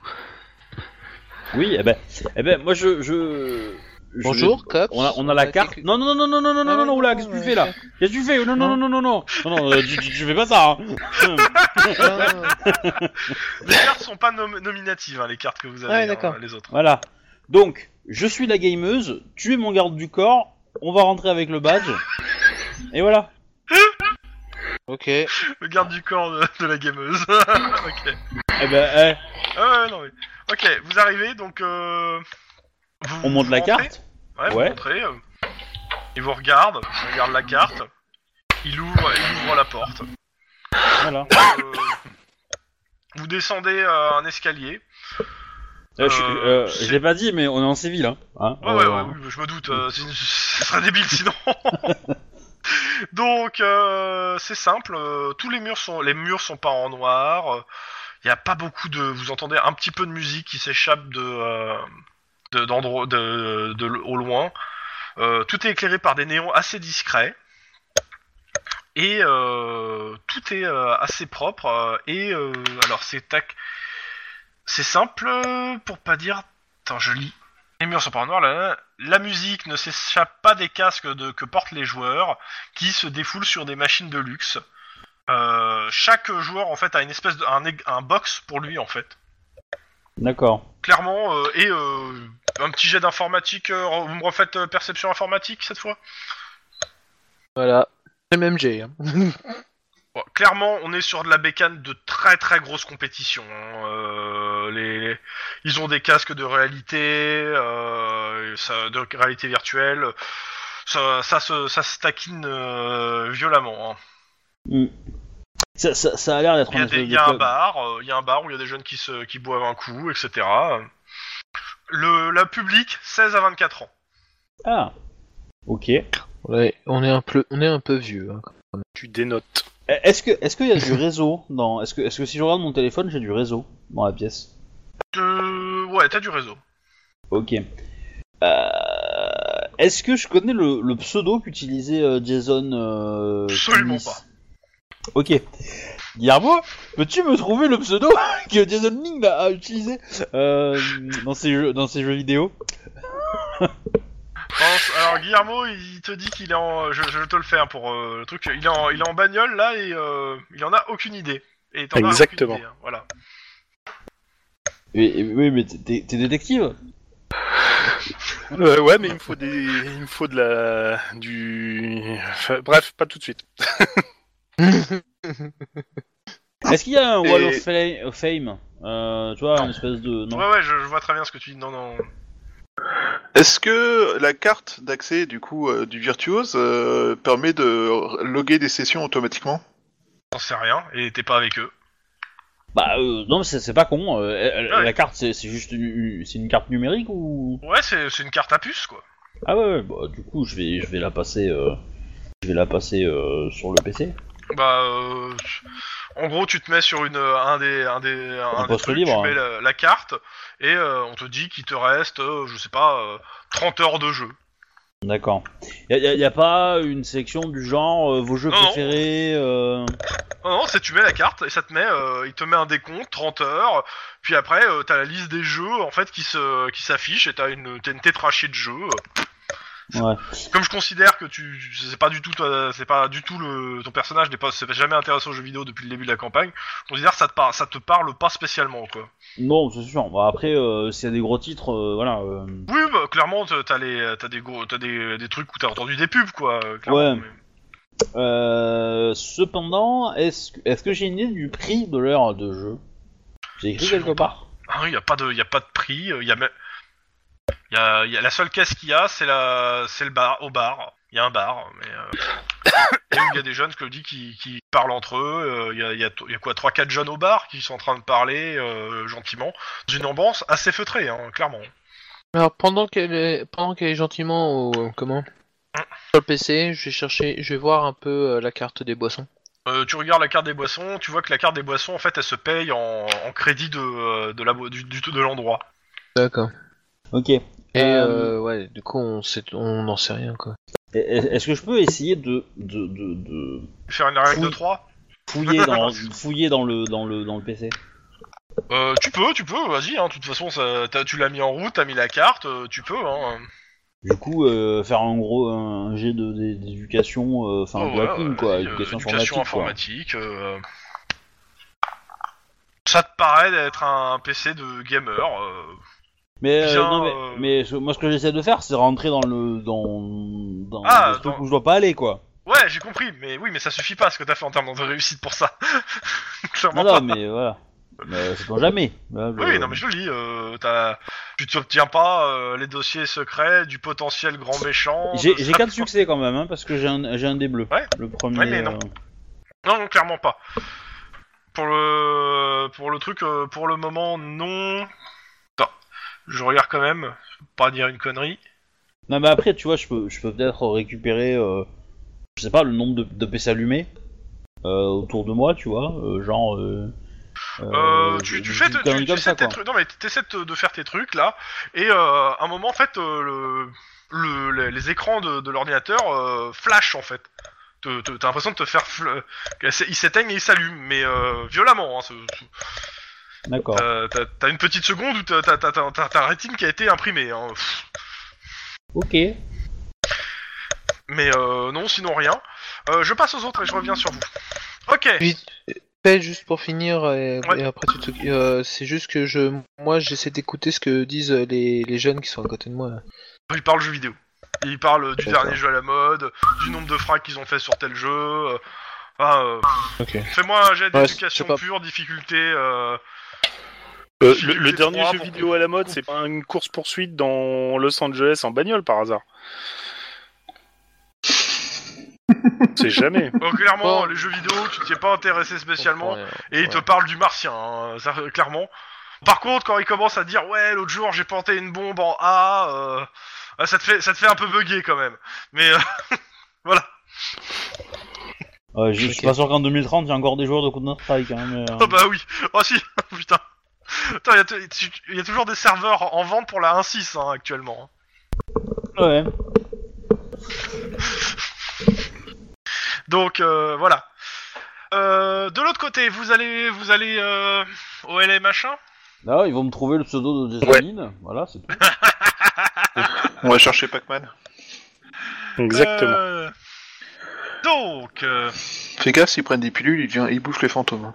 Speaker 6: Oui, eh ben, eh ben, moi je. je... je
Speaker 4: Bonjour,
Speaker 6: vais-
Speaker 4: Cops.
Speaker 6: On a, on a la carte.
Speaker 4: quelques-
Speaker 6: Non, non, non, non, non, non, non, non, non, oula, qu'est-ce que tu fais là Qu'est-ce que tu fais Non, non, non, non, non, non, non, non, euh, tu- tu- je fais pas ça. hein.
Speaker 4: Ah,
Speaker 2: Les cartes sont pas nom- nominatives, hein, les cartes que vous avez,
Speaker 4: Ouais,
Speaker 2: hein,
Speaker 4: d'accord.
Speaker 2: les autres.
Speaker 6: Voilà. Donc, je suis la gameuse, tu es mon garde du corps, on va rentrer avec le badge. Et voilà.
Speaker 4: ok.
Speaker 2: Le garde du corps de, de la gameuse. ok.
Speaker 6: Eh ben, eh,
Speaker 2: Ah ouais, non, mais- Ok, vous arrivez, donc... euh, vous-
Speaker 6: on monte
Speaker 2: vous
Speaker 6: la
Speaker 2: rentrez
Speaker 6: carte.
Speaker 2: Ouais, vous
Speaker 6: Ouais.
Speaker 2: rentrez. euh, Il vous regarde, il regarde la carte. Il ouvre, il ouvre la porte.
Speaker 6: Voilà.
Speaker 2: Euh, vous descendez euh, un escalier.
Speaker 6: Euh, je, euh, je
Speaker 2: c'est-
Speaker 6: l'ai pas dit, mais on est en Séville, hein. hein,
Speaker 2: Ouais, ouais,
Speaker 6: euh,
Speaker 2: ouais, oui, je me doute, euh, c'est- ce serait débile sinon. Donc, euh, c'est simple, euh, tous les murs sont les murs sont peints en noir. Il n'y a pas beaucoup de vous entendez un petit peu de musique qui s'échappe de euh, de- d'endro- de- de- de- au loin. Euh, tout est éclairé par des néons assez discrets. Et euh, tout est euh, assez propre. euh, et euh, alors c'est tac. C'est simple euh, pour pas dire. Attends, je lis. Les murs sont pas en noir. là, là. La musique ne s'échappe pas des casques de- que portent les joueurs qui se défoulent sur des machines de luxe. Euh, chaque joueur en fait a une espèce de un, ég- un box pour lui en fait.
Speaker 6: D'accord.
Speaker 2: Clairement euh, et euh, un petit jet d'informatique. euh, re- vous me refaites euh, perception informatique cette fois.
Speaker 4: Voilà. C'est le même G. hein.
Speaker 2: Bon, clairement, on est sur de la bécane de très très grosse compétition. hein. Euh, les, ils ont des casques de réalité, euh, ça- de réalité virtuelle. Ça, ça se, ça se taquine euh, violemment. hein.
Speaker 6: Hmm. Ça, ça- ça a l'air d'être
Speaker 2: Il y a,
Speaker 6: espèce
Speaker 2: des-
Speaker 6: de
Speaker 2: il y a un
Speaker 6: club.
Speaker 2: bar, euh, il y a un bar où il y a des jeunes qui, se, qui boivent un coup, etc. Le, la public, 16 à 24 ans.
Speaker 6: Ah. Ok. Eh,
Speaker 4: Ouais, on est un peu, on est un peu vieux. hein.
Speaker 7: Tu dénotes.
Speaker 6: Eh, Est-ce que est-ce qu'il y a du réseau dans est-ce que est-ce que si je regarde mon téléphone j'ai du réseau dans la pièce
Speaker 2: Euh, ouais, t'as du réseau.
Speaker 6: Ok. Euh, est-ce que je connais le, le pseudo qu'utilisait euh, Jason euh,
Speaker 2: Absolument
Speaker 6: Smith Ok. Guillermo, peux-tu me trouver le pseudo que Jason Ming a, a utilisé euh, dans ses jeux dans ses jeux vidéo
Speaker 2: Pense- alors Guillermo, il te dit qu'il est en, je, je vais te le fais hein, pour euh, le truc, il est en, il est en bagnole là et euh, il en a aucune idée. Et t'en as
Speaker 7: Exactement.
Speaker 2: aucune idée, hein, voilà.
Speaker 6: Oui, oui, mais t'es- t'es t'es détective
Speaker 7: Euh, ouais, mais il me faut des, il me faut de la, du, enfin, bref, pas tout de suite.
Speaker 6: Est-ce qu'il y a un Wall
Speaker 5: Et-
Speaker 6: of Fa- of Fame euh, Tu vois, une espèce de. Non.
Speaker 2: Ouais ouais, je, je vois très bien ce que tu dis. Non non.
Speaker 5: Est-ce que la carte d'accès du coup euh, du virtuose euh, permet de loguer des sessions automatiquement
Speaker 2: T'en sais rien et t'es pas avec eux.
Speaker 6: Bah, euh, non, mais c'est c'est pas con. euh, elle-
Speaker 2: Ouais.
Speaker 6: La carte, c'est c'est juste une, une- c'est une carte numérique ou.
Speaker 2: Ouais, c'est c'est une carte à puce quoi.
Speaker 6: Ah ouais, ouais, bah, du coup, je vais, je vais la passer. euh, Je vais la passer euh, sur le PC.
Speaker 2: Bah, euh, en gros, tu te mets sur une euh, un des un des un, des
Speaker 6: poste
Speaker 2: trucs,
Speaker 6: libre,
Speaker 2: tu mets
Speaker 6: hein.
Speaker 2: la, la carte et euh, on te dit qu'il te reste, euh, je sais pas, euh, 30 heures de jeu.
Speaker 6: D'accord. Y a, y a- y a pas une section du genre euh, vos jeux
Speaker 2: Non, non.
Speaker 6: préférés euh,
Speaker 2: Non, non, c'est tu mets la carte et ça te met, euh, il te met un décompte, 30 heures. Puis après, euh, t'as la liste des jeux en fait qui se qui s'affiche et t'as une t'as une tétrachie de jeux.
Speaker 6: Ouais.
Speaker 2: Comme je considère que tu c'est pas du tout toi- c'est pas du tout le ton personnage n'est pas s'est jamais intéressé aux jeux vidéo depuis le début de la campagne, je considère que ça te par- ça te parle pas spécialement quoi.
Speaker 6: Non, c'est sûr. Bah, après, euh, s'il y a des gros titres, euh, voilà. euh,
Speaker 2: Oui, bah, clairement, t'as t'as les, t'as des gros, t'as des, des trucs où t'as entendu des pubs, quoi. euh, clairement,
Speaker 6: Ouais.
Speaker 2: mais-
Speaker 6: Euh, cependant, est-ce que, est-ce que j'ai une idée du prix de l'heure de jeu J'ai écrit
Speaker 2: Absolument
Speaker 6: quelque part
Speaker 2: Ah, y a pas de, y a pas de prix. euh, Y a même, y a, y a- la seule caisse qu'il y a, c'est la, c'est le bar, au bar. Il y a un bar, mais euh, et où il y a des jeunes, que je dis, qui, qui parlent entre eux. Il y, a, y, a, t- y a quoi, trois, quatre jeunes au bar qui sont en train de parler euh, gentiment dans une ambiance assez feutrée, hein, clairement.
Speaker 4: Alors pendant qu'elle est, pendant qu'elle est gentiment au, comment, sur le PC, je vais chercher, je vais voir un peu euh, la carte des boissons.
Speaker 2: Euh, tu regardes la carte des boissons, tu vois que la carte des boissons, en fait, elle se paye en, en crédit de, euh, de la, bo- du, du tout de l'endroit.
Speaker 4: D'accord.
Speaker 6: Ok.
Speaker 4: Et
Speaker 6: Euh,
Speaker 4: euh, ouais, du coup on sait, on n'en sait rien quoi.
Speaker 6: Et- Est-ce que je peux essayer de, de, de, de
Speaker 2: Faire une règle de
Speaker 6: Oui.
Speaker 2: 3
Speaker 6: fouiller, dans, fouiller dans, le, dans, le, dans le PC
Speaker 2: Euh, tu peux, tu peux, vas-y, hein, de toute façon, ça, t'as- tu l'as mis en route, t'as mis la carte, euh, tu peux, hein.
Speaker 6: Du coup, euh, faire en gros un jet de- d'é- d'éducation, euh, enfin
Speaker 2: Oh,
Speaker 6: de
Speaker 2: voilà,
Speaker 6: hacking,
Speaker 2: vas-y,
Speaker 6: quoi,
Speaker 2: euh,
Speaker 6: éducation
Speaker 2: éducation
Speaker 6: informatique. quoi.
Speaker 2: informatique, euh, Ça te paraît d'être un PC de gamer. euh,
Speaker 6: Mais, euh,
Speaker 2: Bien,
Speaker 6: non,
Speaker 2: euh,
Speaker 6: mais, mais ce- moi, ce que j'essaie de faire, c'est rentrer dans le dans, dans le
Speaker 2: Ah,
Speaker 6: truc
Speaker 2: dans-
Speaker 6: où je dois pas aller, quoi.
Speaker 2: Ouais, j'ai compris, mais oui, mais ça suffit pas ce que t'as fait en termes de réussite pour ça. Clairement
Speaker 6: Non, non,
Speaker 2: pas.
Speaker 6: mais voilà. Mais, euh, c'est pas jamais. Là, je-
Speaker 2: Oui, non, mais je le dis, euh, t'as- tu t'obtiens pas euh, les dossiers secrets du potentiel grand méchant. de
Speaker 6: J'ai j'ai
Speaker 2: ça-
Speaker 6: quatre succès quand même, hein, parce que j'ai un, j'ai un des bleus.
Speaker 2: Ouais.
Speaker 6: Le premier.
Speaker 2: Ouais, mais non.
Speaker 6: euh,
Speaker 2: Non, non, clairement pas. Pour le pour le truc, euh, pour le moment, non. Attends, je regarde quand même, faut pas dire une connerie.
Speaker 6: Non, mais après, tu vois, je peux, je peux peut-être récupérer, euh, je sais pas, le nombre de, de PC allumés euh, autour de moi, tu vois. euh, genre, euh,
Speaker 2: Euh, tu, tu fais,
Speaker 6: des
Speaker 2: tu,
Speaker 6: conneries
Speaker 2: tu
Speaker 6: comme
Speaker 2: essaies
Speaker 6: ça,
Speaker 2: tes
Speaker 6: quoi.
Speaker 2: trucs- non mais t'essaies de, de faire tes trucs là, et euh, à un moment en fait euh, le, le- les, les écrans de, de l'ordinateur euh, flashent en fait. Te- te- T'as l'impression de te faire, fl- qu'elle s- ils s'éteignent et ils s'allument, mais euh, violemment. Hein, ce- ce-
Speaker 6: D'accord.
Speaker 2: t'as- t'as t'as une petite seconde où t'as t'as- t'as- t'as- t'as ta rétine qui a été imprimée. hein. Pff.
Speaker 6: Ok.
Speaker 2: Mais euh, non, sinon rien. Euh, je passe aux autres et je reviens sur vous. Ok.
Speaker 4: Vite, fais juste pour finir et,
Speaker 2: Ouais.
Speaker 4: et après tu te- euh, c'est juste que je moi j'essaie d'écouter ce que disent les, les jeunes qui sont à côté de moi. là.
Speaker 2: Il parle jeux vidéo. Il parle euh, du
Speaker 4: D'accord.
Speaker 2: dernier jeu à la mode, du nombre de frags qu'ils ont fait sur tel jeu. euh, ah, euh,
Speaker 3: Ok.
Speaker 2: Fais-moi un jet
Speaker 4: Ouais,
Speaker 2: d'éducation
Speaker 4: c'est pas-
Speaker 2: pure, difficulté. euh,
Speaker 3: Euh,
Speaker 2: Si
Speaker 3: le,
Speaker 2: tu
Speaker 3: le
Speaker 2: fais
Speaker 3: dernier
Speaker 2: trois
Speaker 3: jeu
Speaker 2: pour
Speaker 3: vidéo à la mode, c'est pas une course-poursuite dans Los Angeles en bagnole par hasard C'est jamais.
Speaker 2: euh, clairement,
Speaker 4: Bon.
Speaker 2: les jeux vidéo, tu t'y es pas intéressé spécialement.
Speaker 4: Ouais,
Speaker 2: Et il te
Speaker 4: ouais.
Speaker 2: parle du martien, hein, ça, euh, clairement. Par contre, quand il commence à dire ouais, l'autre jour j'ai planté une bombe en A, euh, ah, ça te fait ça te fait un peu bugger quand même. Mais euh, voilà.
Speaker 6: Euh, je je suis
Speaker 4: Ok.
Speaker 6: pas sûr qu'en 2030, il y a encore des joueurs de Counter-Strike. Hein, mais, euh,
Speaker 2: Oh bah oui. Oh si. Putain. Putain, il y a t- il y, a toujours des serveurs en vente pour la 1.6 hein, actuellement.
Speaker 6: Ouais.
Speaker 2: Donc euh, voilà. Euh, de l'autre côté, vous allez, vous allez euh, au LA machin.
Speaker 6: Là, ils vont me trouver le pseudo de Jessamine. Voilà, c'est tout.
Speaker 5: On va chercher Pac-Man.
Speaker 3: Exactement.
Speaker 2: Euh, donc, euh,
Speaker 5: Fais gaffe, s'ils prennent des pilules, ils, devient- ils bouffent les fantômes. hein.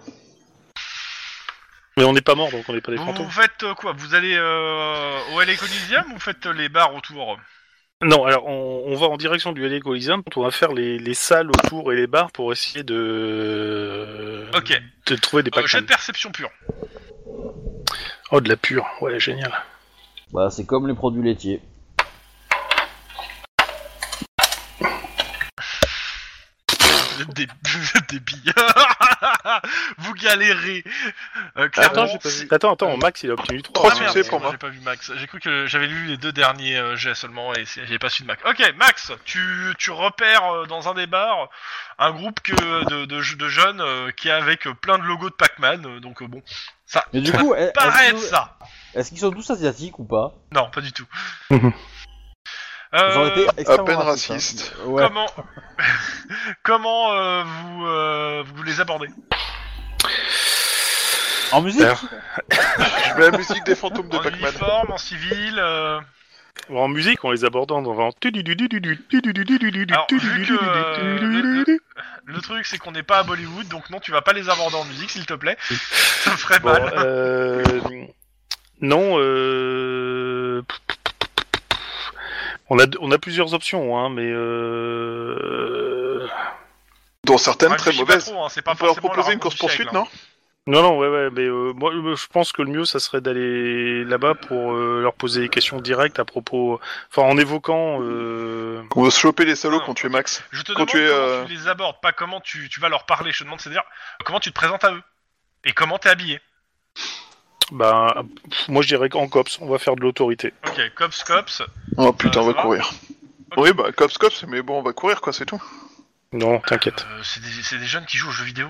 Speaker 3: Mais on n'est pas mort, donc on n'est pas des
Speaker 2: vous,
Speaker 3: fantômes.
Speaker 2: faites euh, quoi Vous allez euh, au LA Coliseum ou faites euh, les bars autour
Speaker 3: Non, alors on, on va en direction du LA Coliseum, on va faire les, les salles autour et les bars pour essayer de,
Speaker 2: Ok.
Speaker 3: de trouver des
Speaker 2: Euh, Jet
Speaker 3: Pac-Man.
Speaker 2: de perception pure.
Speaker 3: oh, de la pure, ouais, génial.
Speaker 6: Bah, c'est comme les produits laitiers.
Speaker 2: Vous êtes des, vous êtes des billes. vous galérez. Euh, clairement,
Speaker 4: Attends,
Speaker 5: Ah,
Speaker 4: j'ai pas vu.
Speaker 3: Attends, attends, Max il a obtenu 3.
Speaker 5: Trois
Speaker 2: Ah, Euh, merde,
Speaker 5: succès Oh, pour
Speaker 2: excuse-moi,
Speaker 5: moi.
Speaker 2: J'ai pas vu Max. J'ai cru que j'avais lu les deux derniers euh, jets seulement et c'est- j'ai pas su de Max. Ok, Max, tu, tu repères euh, dans un des bars un groupe que, de, de, de jeunes euh, qui est avec euh, plein de logos de Pac-Man. euh, donc euh, bon, ça
Speaker 6: Mais du coup, est-
Speaker 2: paraît
Speaker 6: est-ce
Speaker 2: être
Speaker 6: que-
Speaker 2: ça.
Speaker 6: est-ce qu'ils sont tous asiatiques ou pas
Speaker 2: Non, pas du tout.
Speaker 3: Mhm.
Speaker 6: Ils ont
Speaker 2: Euh,
Speaker 6: été
Speaker 5: À
Speaker 6: extrêmement
Speaker 5: peine
Speaker 6: racistes,
Speaker 5: raciste.
Speaker 6: hein. Ouais.
Speaker 2: Comment, comment euh, vous, euh, vous les abordez
Speaker 6: En musique
Speaker 5: Je mets la musique des fantômes de
Speaker 2: En
Speaker 5: Pac-Man.
Speaker 2: uniforme, en civil euh,
Speaker 3: En musique, on les aborde en en...
Speaker 2: Alors, vu que, euh, Le truc, c'est qu'on n'est pas à Bollywood, donc non, tu vas pas les aborder en musique, s'il te plaît. ça me ferait
Speaker 3: Bon,
Speaker 2: mal.
Speaker 3: euh, Non, euh... On a, on a plusieurs options, hein, mais... Euh...
Speaker 5: Dont certaines
Speaker 2: Ouais,
Speaker 5: très
Speaker 2: je sais
Speaker 5: mauvaises.
Speaker 2: Pas trop, hein, c'est pas
Speaker 5: On peut leur
Speaker 2: forcément
Speaker 5: proposer
Speaker 2: la
Speaker 5: une course
Speaker 2: rencontre du
Speaker 5: poursuite,
Speaker 2: siècle, hein.
Speaker 5: non
Speaker 3: Non, non, ouais, ouais, mais euh, moi, euh, je pense que le mieux, ça serait d'aller là-bas pour euh, leur poser des questions directes à propos... Enfin, en évoquant... euh,
Speaker 5: On va se choper les salauds
Speaker 2: Non.
Speaker 5: quand tu es Max.
Speaker 2: hein. Je te
Speaker 5: Quand
Speaker 2: demande
Speaker 5: tu es,
Speaker 2: comment
Speaker 5: euh,
Speaker 2: tu les abordes, pas comment tu, tu vas leur parler. Je te demande, c'est-à-dire comment tu te présentes à eux et comment t'es habillé.
Speaker 3: ben, pff, moi, je dirais qu'en COPS, on va faire de l'autorité.
Speaker 2: Ok, cops, cops.
Speaker 5: Oh putain,
Speaker 2: Euh,
Speaker 5: on va
Speaker 2: ça va
Speaker 5: courir. Oui, bah, cops, cops, mais bon, on va courir, quoi, c'est tout.
Speaker 3: Non, t'inquiète.
Speaker 2: Euh, c'est des, c'est des jeunes qui jouent aux jeux vidéo.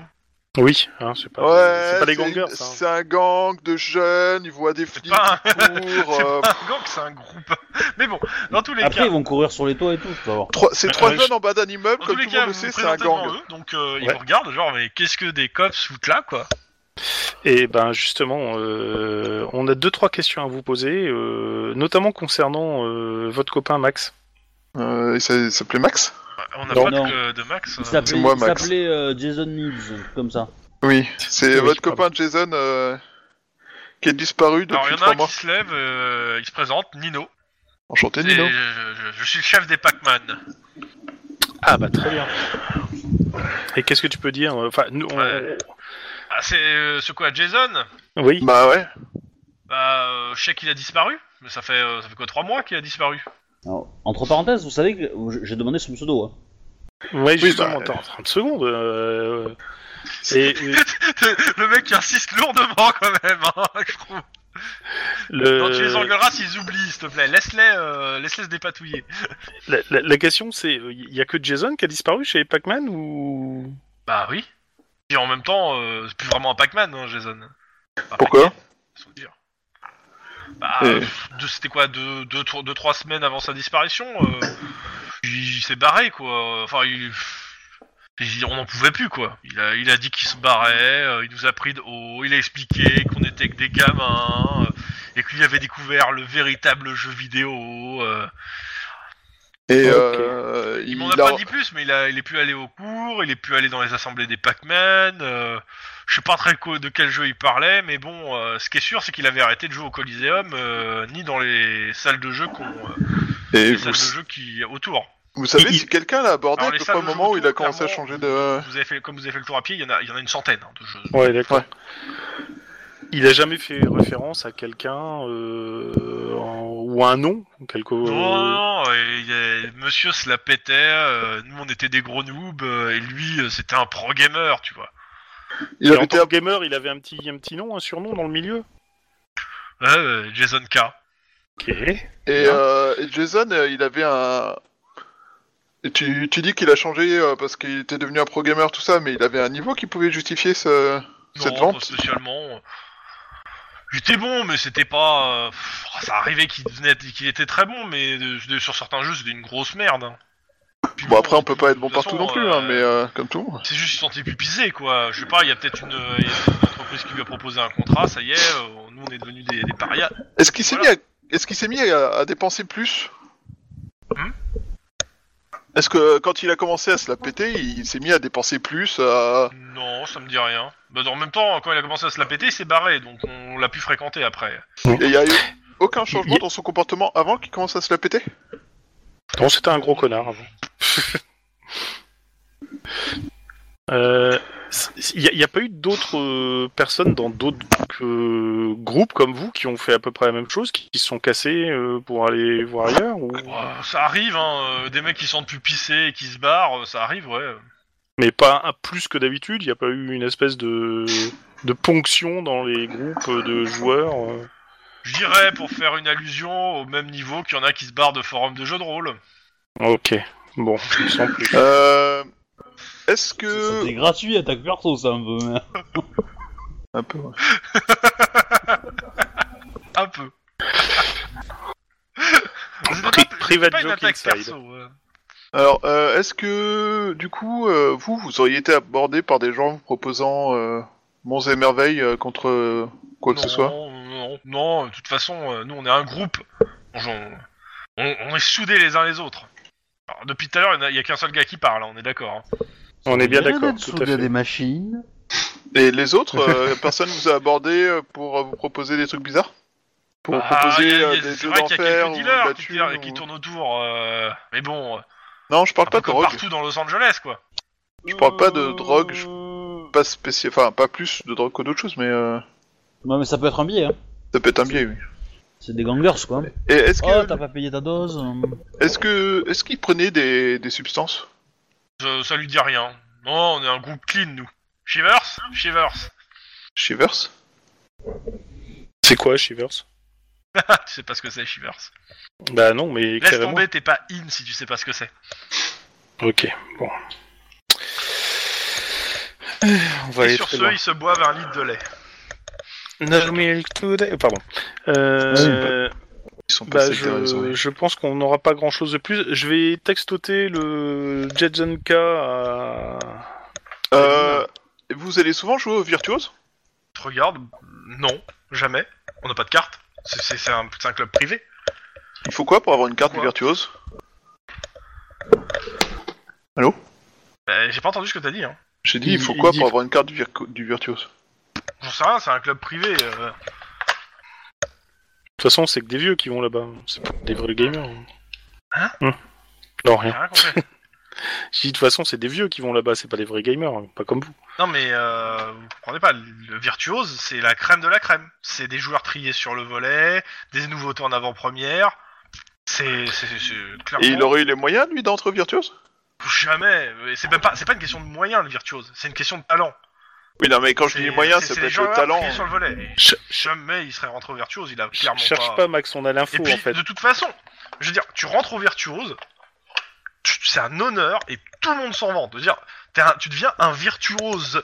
Speaker 3: Oui, hein, c'est pas, c'est pas les gangers, ça. hein.
Speaker 5: C'est un gang de jeunes, ils voient des flics
Speaker 2: pas
Speaker 5: qui courent.
Speaker 2: C'est
Speaker 5: euh,
Speaker 2: pas un gang, c'est un groupe. Mais bon, dans tous les
Speaker 6: Après,
Speaker 2: cas,
Speaker 6: ils vont courir sur les toits et tout, tu vas voir.
Speaker 5: trois- c'est
Speaker 3: Euh,
Speaker 5: trois
Speaker 3: je-
Speaker 5: jeunes en bas d'un immeuble,
Speaker 2: dans
Speaker 5: comme
Speaker 2: tous
Speaker 5: tout
Speaker 2: les
Speaker 5: le
Speaker 2: cas,
Speaker 5: monde le
Speaker 2: vous vous
Speaker 5: sait, c'est un
Speaker 2: présentez devant
Speaker 5: gang.
Speaker 2: eux, donc euh, ils
Speaker 3: Ouais.
Speaker 2: vous regardent, genre, mais qu'est-ce que des cops foutent là, quoi
Speaker 3: Et ben justement, euh, on a deux trois questions à vous poser, euh, notamment concernant euh, votre copain Max.
Speaker 2: hein.
Speaker 5: Euh, et ça il s'appelait Max
Speaker 2: On n'a
Speaker 6: Non,
Speaker 2: pas
Speaker 6: non.
Speaker 2: De, de Max.
Speaker 6: Il
Speaker 2: euh,
Speaker 6: s'appelait
Speaker 5: moi,
Speaker 6: il
Speaker 5: Max.
Speaker 6: s'appelait, euh, Jason Mills, un truc comme ça.
Speaker 5: Oui, c'est
Speaker 3: Oui,
Speaker 5: votre
Speaker 3: pardon.
Speaker 5: copain Jason euh, qui est disparu
Speaker 2: Alors, il
Speaker 5: depuis
Speaker 2: y en a
Speaker 5: trois
Speaker 2: un
Speaker 5: mois.
Speaker 2: qui se lève, euh, il se présente, Nino.
Speaker 5: Enchanté,
Speaker 2: Et
Speaker 5: Nino.
Speaker 2: je, je- je suis le chef des Pac-Man.
Speaker 3: Ah bah très bien. Et qu'est-ce que tu peux dire euh, Enfin, nous, on-
Speaker 2: Ouais. Ah, c'est euh, ce quoi, Jason
Speaker 3: oui.
Speaker 5: Bah ouais.
Speaker 2: Bah, euh, je sais qu'il a disparu. Mais ça fait, euh, ça fait quoi, trois mois qu'il a disparu
Speaker 6: Alors, entre parenthèses, vous savez que je- j'ai demandé son pseudo. Hein.
Speaker 3: Ouais, justement,
Speaker 5: bah,
Speaker 3: attends, 30 secondes. euh, et, et
Speaker 2: Le mec qui insiste lourdement quand même, hein, je trouve.
Speaker 3: le-
Speaker 2: Quand tu les engueuleras, s'ils oublient, s'il te plaît. Laisse-les euh, laisse-les se dépatouiller.
Speaker 3: la, la- euh, la question c'est, il y a que Jason qui a disparu chez Pac-Man ou
Speaker 2: Bah oui. Puis en même temps, euh, c'est plus vraiment un Pac-Man, hein, Jason. Enfin,
Speaker 5: Pourquoi
Speaker 2: Pac-Man, faut le dire. Bah,
Speaker 5: Euh.
Speaker 2: pff, deux- c'était quoi, deux, deux, trois, deux, trois semaines avant sa disparition euh, Il, il s'est barré, quoi. Enfin, il, il- on n'en pouvait plus, quoi. Il a, il a dit qu'il se barrait, euh, il nous a pris de haut, il a expliqué qu'on était que des gamins, euh, et qu'il avait découvert le véritable jeu vidéo. euh.
Speaker 5: Et euh,
Speaker 2: Il
Speaker 5: il,
Speaker 2: m'en a
Speaker 5: a-
Speaker 2: pas dit plus, mais il, a, il est plus allé au cours, il est plus allé dans les assemblées des Pac-Man. euh, je sais pas très co- de quel jeu il parlait, mais bon, euh, ce qui est sûr, c'est qu'il avait arrêté de jouer au Coliseum, euh, ni dans les salles de jeu qu'on, euh,
Speaker 5: Et
Speaker 2: les
Speaker 5: vous,
Speaker 2: salles de jeu qui autour.
Speaker 5: vous savez
Speaker 2: Et-
Speaker 5: si quelqu'un l'a abordé
Speaker 2: Alors, les
Speaker 5: pas
Speaker 2: salles
Speaker 5: au
Speaker 2: de
Speaker 5: moment
Speaker 2: jeu
Speaker 5: où il a
Speaker 2: autour,
Speaker 5: commencé à
Speaker 2: clairement,
Speaker 5: changer de.
Speaker 2: Vous avez fait, comme vous avez fait le tour à pied, il y en a, il y en a une centaine hein, de jeux.
Speaker 3: Ouais, d'accord. Il a jamais fait référence à quelqu'un euh, en- ou à un nom quelque...
Speaker 5: Euh.
Speaker 3: euh,
Speaker 2: Non, non, non, et il y a- Monsieur se la pétait, euh, nous on était des gros noobs, euh, et lui euh, c'était un pro gamer, tu vois.
Speaker 5: Il
Speaker 3: Et
Speaker 5: avait
Speaker 3: en
Speaker 5: été
Speaker 3: tant que gamer, il avait un petit, un petit nom, un surnom dans le milieu.
Speaker 2: Ouais, euh, Jason K.
Speaker 3: Ok.
Speaker 5: Et, euh, et Jason, euh, il avait un. Et tu, tu dis qu'il a changé euh, parce qu'il était devenu un pro gamer, tout ça, mais il avait un niveau qui pouvait justifier ce...
Speaker 2: Non,
Speaker 5: cette
Speaker 2: pas
Speaker 5: vente.
Speaker 2: spécialement. J'étais bon, mais c'était pas. euh, pff, Ça arrivait qu'il devenait- qu'il était très bon, mais de- de- sur certains jeux, c'était une grosse merde. hein. Puis
Speaker 5: Bon, après, on peut pas être bon
Speaker 2: de toute
Speaker 5: partout
Speaker 2: façon,
Speaker 5: non plus, hein,
Speaker 2: euh,
Speaker 5: mais euh, comme tout. le monde.
Speaker 2: C'est juste, il se sentait pupisé, quoi. Je sais pas, il y a peut-être une, euh, il y a peut-être une entreprise qui lui a proposé un contrat, ça y est, euh, nous on est devenus des, des parias.
Speaker 5: Est-ce qu'il s'est
Speaker 2: Voilà.
Speaker 5: mis, à... Est-ce qu'il s'est mis à... à dépenser plus
Speaker 2: Hmm
Speaker 5: Est-ce que quand il a commencé à se la péter, il, il s'est mis à dépenser plus à...
Speaker 2: Non, ça me dit rien. Bah, en même temps, quand il a commencé à se la péter, il s'est barré, donc on l'a pu fréquenter après.
Speaker 5: Et il y a eu aucun changement
Speaker 3: Il-
Speaker 5: dans son comportement avant qu'il commence à se la péter
Speaker 3: Non, c'était un gros connard avant. Euh, Il n'y a, pas eu d'autres euh, personnes dans d'autres euh, groupes comme vous qui ont fait à peu près la même chose, qui qui se sont cassés euh, pour aller voir ailleurs ou-
Speaker 2: Euh, ça arrive, hein, euh, des mecs qui se sentent pupissés et qui se barrent, euh, ça arrive, ouais.
Speaker 3: Mais pas un plus que d'habitude, il n'y a pas eu une espèce de, de ponction dans les groupes de joueurs. euh.
Speaker 2: Je dirais, pour faire une allusion, au même niveau qu'il y en a qui se barrent de forums de jeux de rôle.
Speaker 3: Ok, bon, sans plus.
Speaker 5: euh... Est-ce que...
Speaker 6: C'était gratuit, attaque perso, ça un peu. mais-
Speaker 5: Un peu, ouais.
Speaker 2: Un peu. C'était
Speaker 3: Pri-
Speaker 2: pas-
Speaker 3: private
Speaker 2: c'était pas une
Speaker 3: joke
Speaker 2: attaque
Speaker 3: inside.
Speaker 2: perso, ouais.
Speaker 5: Alors, euh, est-ce que, du coup, euh, vous, vous auriez été abordé par des gens vous proposant euh, monts et merveilles euh, contre euh, quoi que
Speaker 2: non,
Speaker 5: ce soit
Speaker 2: Non, non, de toute façon, euh, nous on est un groupe. On, on- on est soudés les uns les autres. Alors, depuis tout à l'heure, il y en a- il y a, qu'un seul gars qui parle, hein, on est d'accord. hein.
Speaker 3: On est bien d'accord,
Speaker 9: d'être
Speaker 3: tout à
Speaker 9: soudé
Speaker 3: fait.
Speaker 9: des machines.
Speaker 5: Et les autres, euh, personne vous a abordé euh, pour euh, vous proposer des trucs bizarres Pour vous
Speaker 2: Bah, il y
Speaker 5: proposer
Speaker 2: a-
Speaker 5: euh,
Speaker 2: il y a-
Speaker 5: des
Speaker 2: c'est
Speaker 5: jeux
Speaker 2: vrai qu'il y a
Speaker 5: d'enfer
Speaker 2: quelques
Speaker 5: ou de la
Speaker 2: dealers hein, qui,
Speaker 5: thune
Speaker 2: qui- qui
Speaker 5: ou-
Speaker 2: tournent autour. euh, mais bon, euh,
Speaker 5: Non, je parle
Speaker 2: un
Speaker 5: pas
Speaker 2: peu
Speaker 5: de
Speaker 2: comme
Speaker 5: drogue.
Speaker 2: partout dans Los Angeles, quoi. Euh,
Speaker 5: Je parle pas de drogue, je- Pas spécial, enfin pas plus de drogue que d'autres choses, mais euh,
Speaker 6: Non, mais ça peut être un biais, hein.
Speaker 5: ça peut être un biais. Oui.
Speaker 6: C'est des gangers, quoi.
Speaker 5: Et est-ce que,
Speaker 6: Oh, t'as pas payé ta dose euh.
Speaker 5: est-ce que, est-ce qu'ils prenaient des, des substances
Speaker 2: Ça, ça lui dit rien. Non, on est un groupe clean, nous. Shivers Shivers.
Speaker 5: Shivers
Speaker 3: C'est quoi Shivers
Speaker 2: Ah, tu sais pas ce que c'est, Shivers.
Speaker 3: Bah non, mais
Speaker 2: Laisse
Speaker 3: carrément.
Speaker 2: tomber, t'es pas in si tu sais pas ce que c'est.
Speaker 3: Ok, bon. Euh, On va
Speaker 2: Et
Speaker 3: aller
Speaker 2: sur
Speaker 3: très
Speaker 2: ce,
Speaker 3: loin.
Speaker 2: ils se boivent un litre de lait.
Speaker 3: No milk today- Pardon. Euh,
Speaker 5: Ils sont
Speaker 3: bah,
Speaker 5: passés à la
Speaker 3: je, je pense qu'on n'aura pas grand chose de plus. Je vais textoter le Jetson K à...
Speaker 5: Euh, vous allez souvent jouer aux virtuoses
Speaker 2: Tu regardes Non, jamais. On n'a pas de carte. C'est- C'est c'est un, c'est un club privé.
Speaker 5: Il faut quoi pour avoir une carte
Speaker 2: Quoi
Speaker 5: virtuose
Speaker 2: Bah, J'ai pas entendu ce que t'as dit. Hein.
Speaker 5: J'ai dit,
Speaker 3: Il-
Speaker 5: il faut
Speaker 3: il
Speaker 5: quoi
Speaker 3: dit-
Speaker 5: pour avoir une carte du, virco- du virtuose
Speaker 2: J'en sais rien, c'est un club privé. euh.
Speaker 3: De toute façon, c'est que des vieux qui vont là-bas. C'est pas des vrais gamers.
Speaker 2: Hein
Speaker 3: Hum. Non,
Speaker 2: J'ai
Speaker 3: rien.
Speaker 2: rien compris.
Speaker 3: Je dis, de toute façon, c'est des vieux qui vont là-bas, c'est pas des vrais gamers, hein, pas comme vous.
Speaker 2: non mais euh, vous comprenez pas, le virtuose c'est la crème de la crème. C'est des joueurs triés sur le volet, des nouveautés en avant-première. C'est c'est- c'est- c'est clairement
Speaker 5: Et il aurait eu les moyens, lui, d'entrer aux virtuoses
Speaker 2: jamais. mais C'est même pas, c'est pas une question de moyens le virtuose, c'est une question de talent.
Speaker 5: Oui, non, mais quand je dis les moyens, ça
Speaker 2: c'est les
Speaker 5: peut être le
Speaker 2: joueurs
Speaker 5: talent.
Speaker 2: triés sur le volet.
Speaker 3: Ch-
Speaker 2: Jamais il serait rentré au virtuose, il a
Speaker 3: Ch-
Speaker 2: clairement
Speaker 3: cherche pas. Max, on a
Speaker 2: Et
Speaker 3: l'info
Speaker 2: puis,
Speaker 3: en fait.
Speaker 2: de toute façon, je veux dire, tu rentres au virtuose, tu- c'est un honneur et tout le monde s'en vante. Je veux dire, t'es un- tu deviens un virtuose.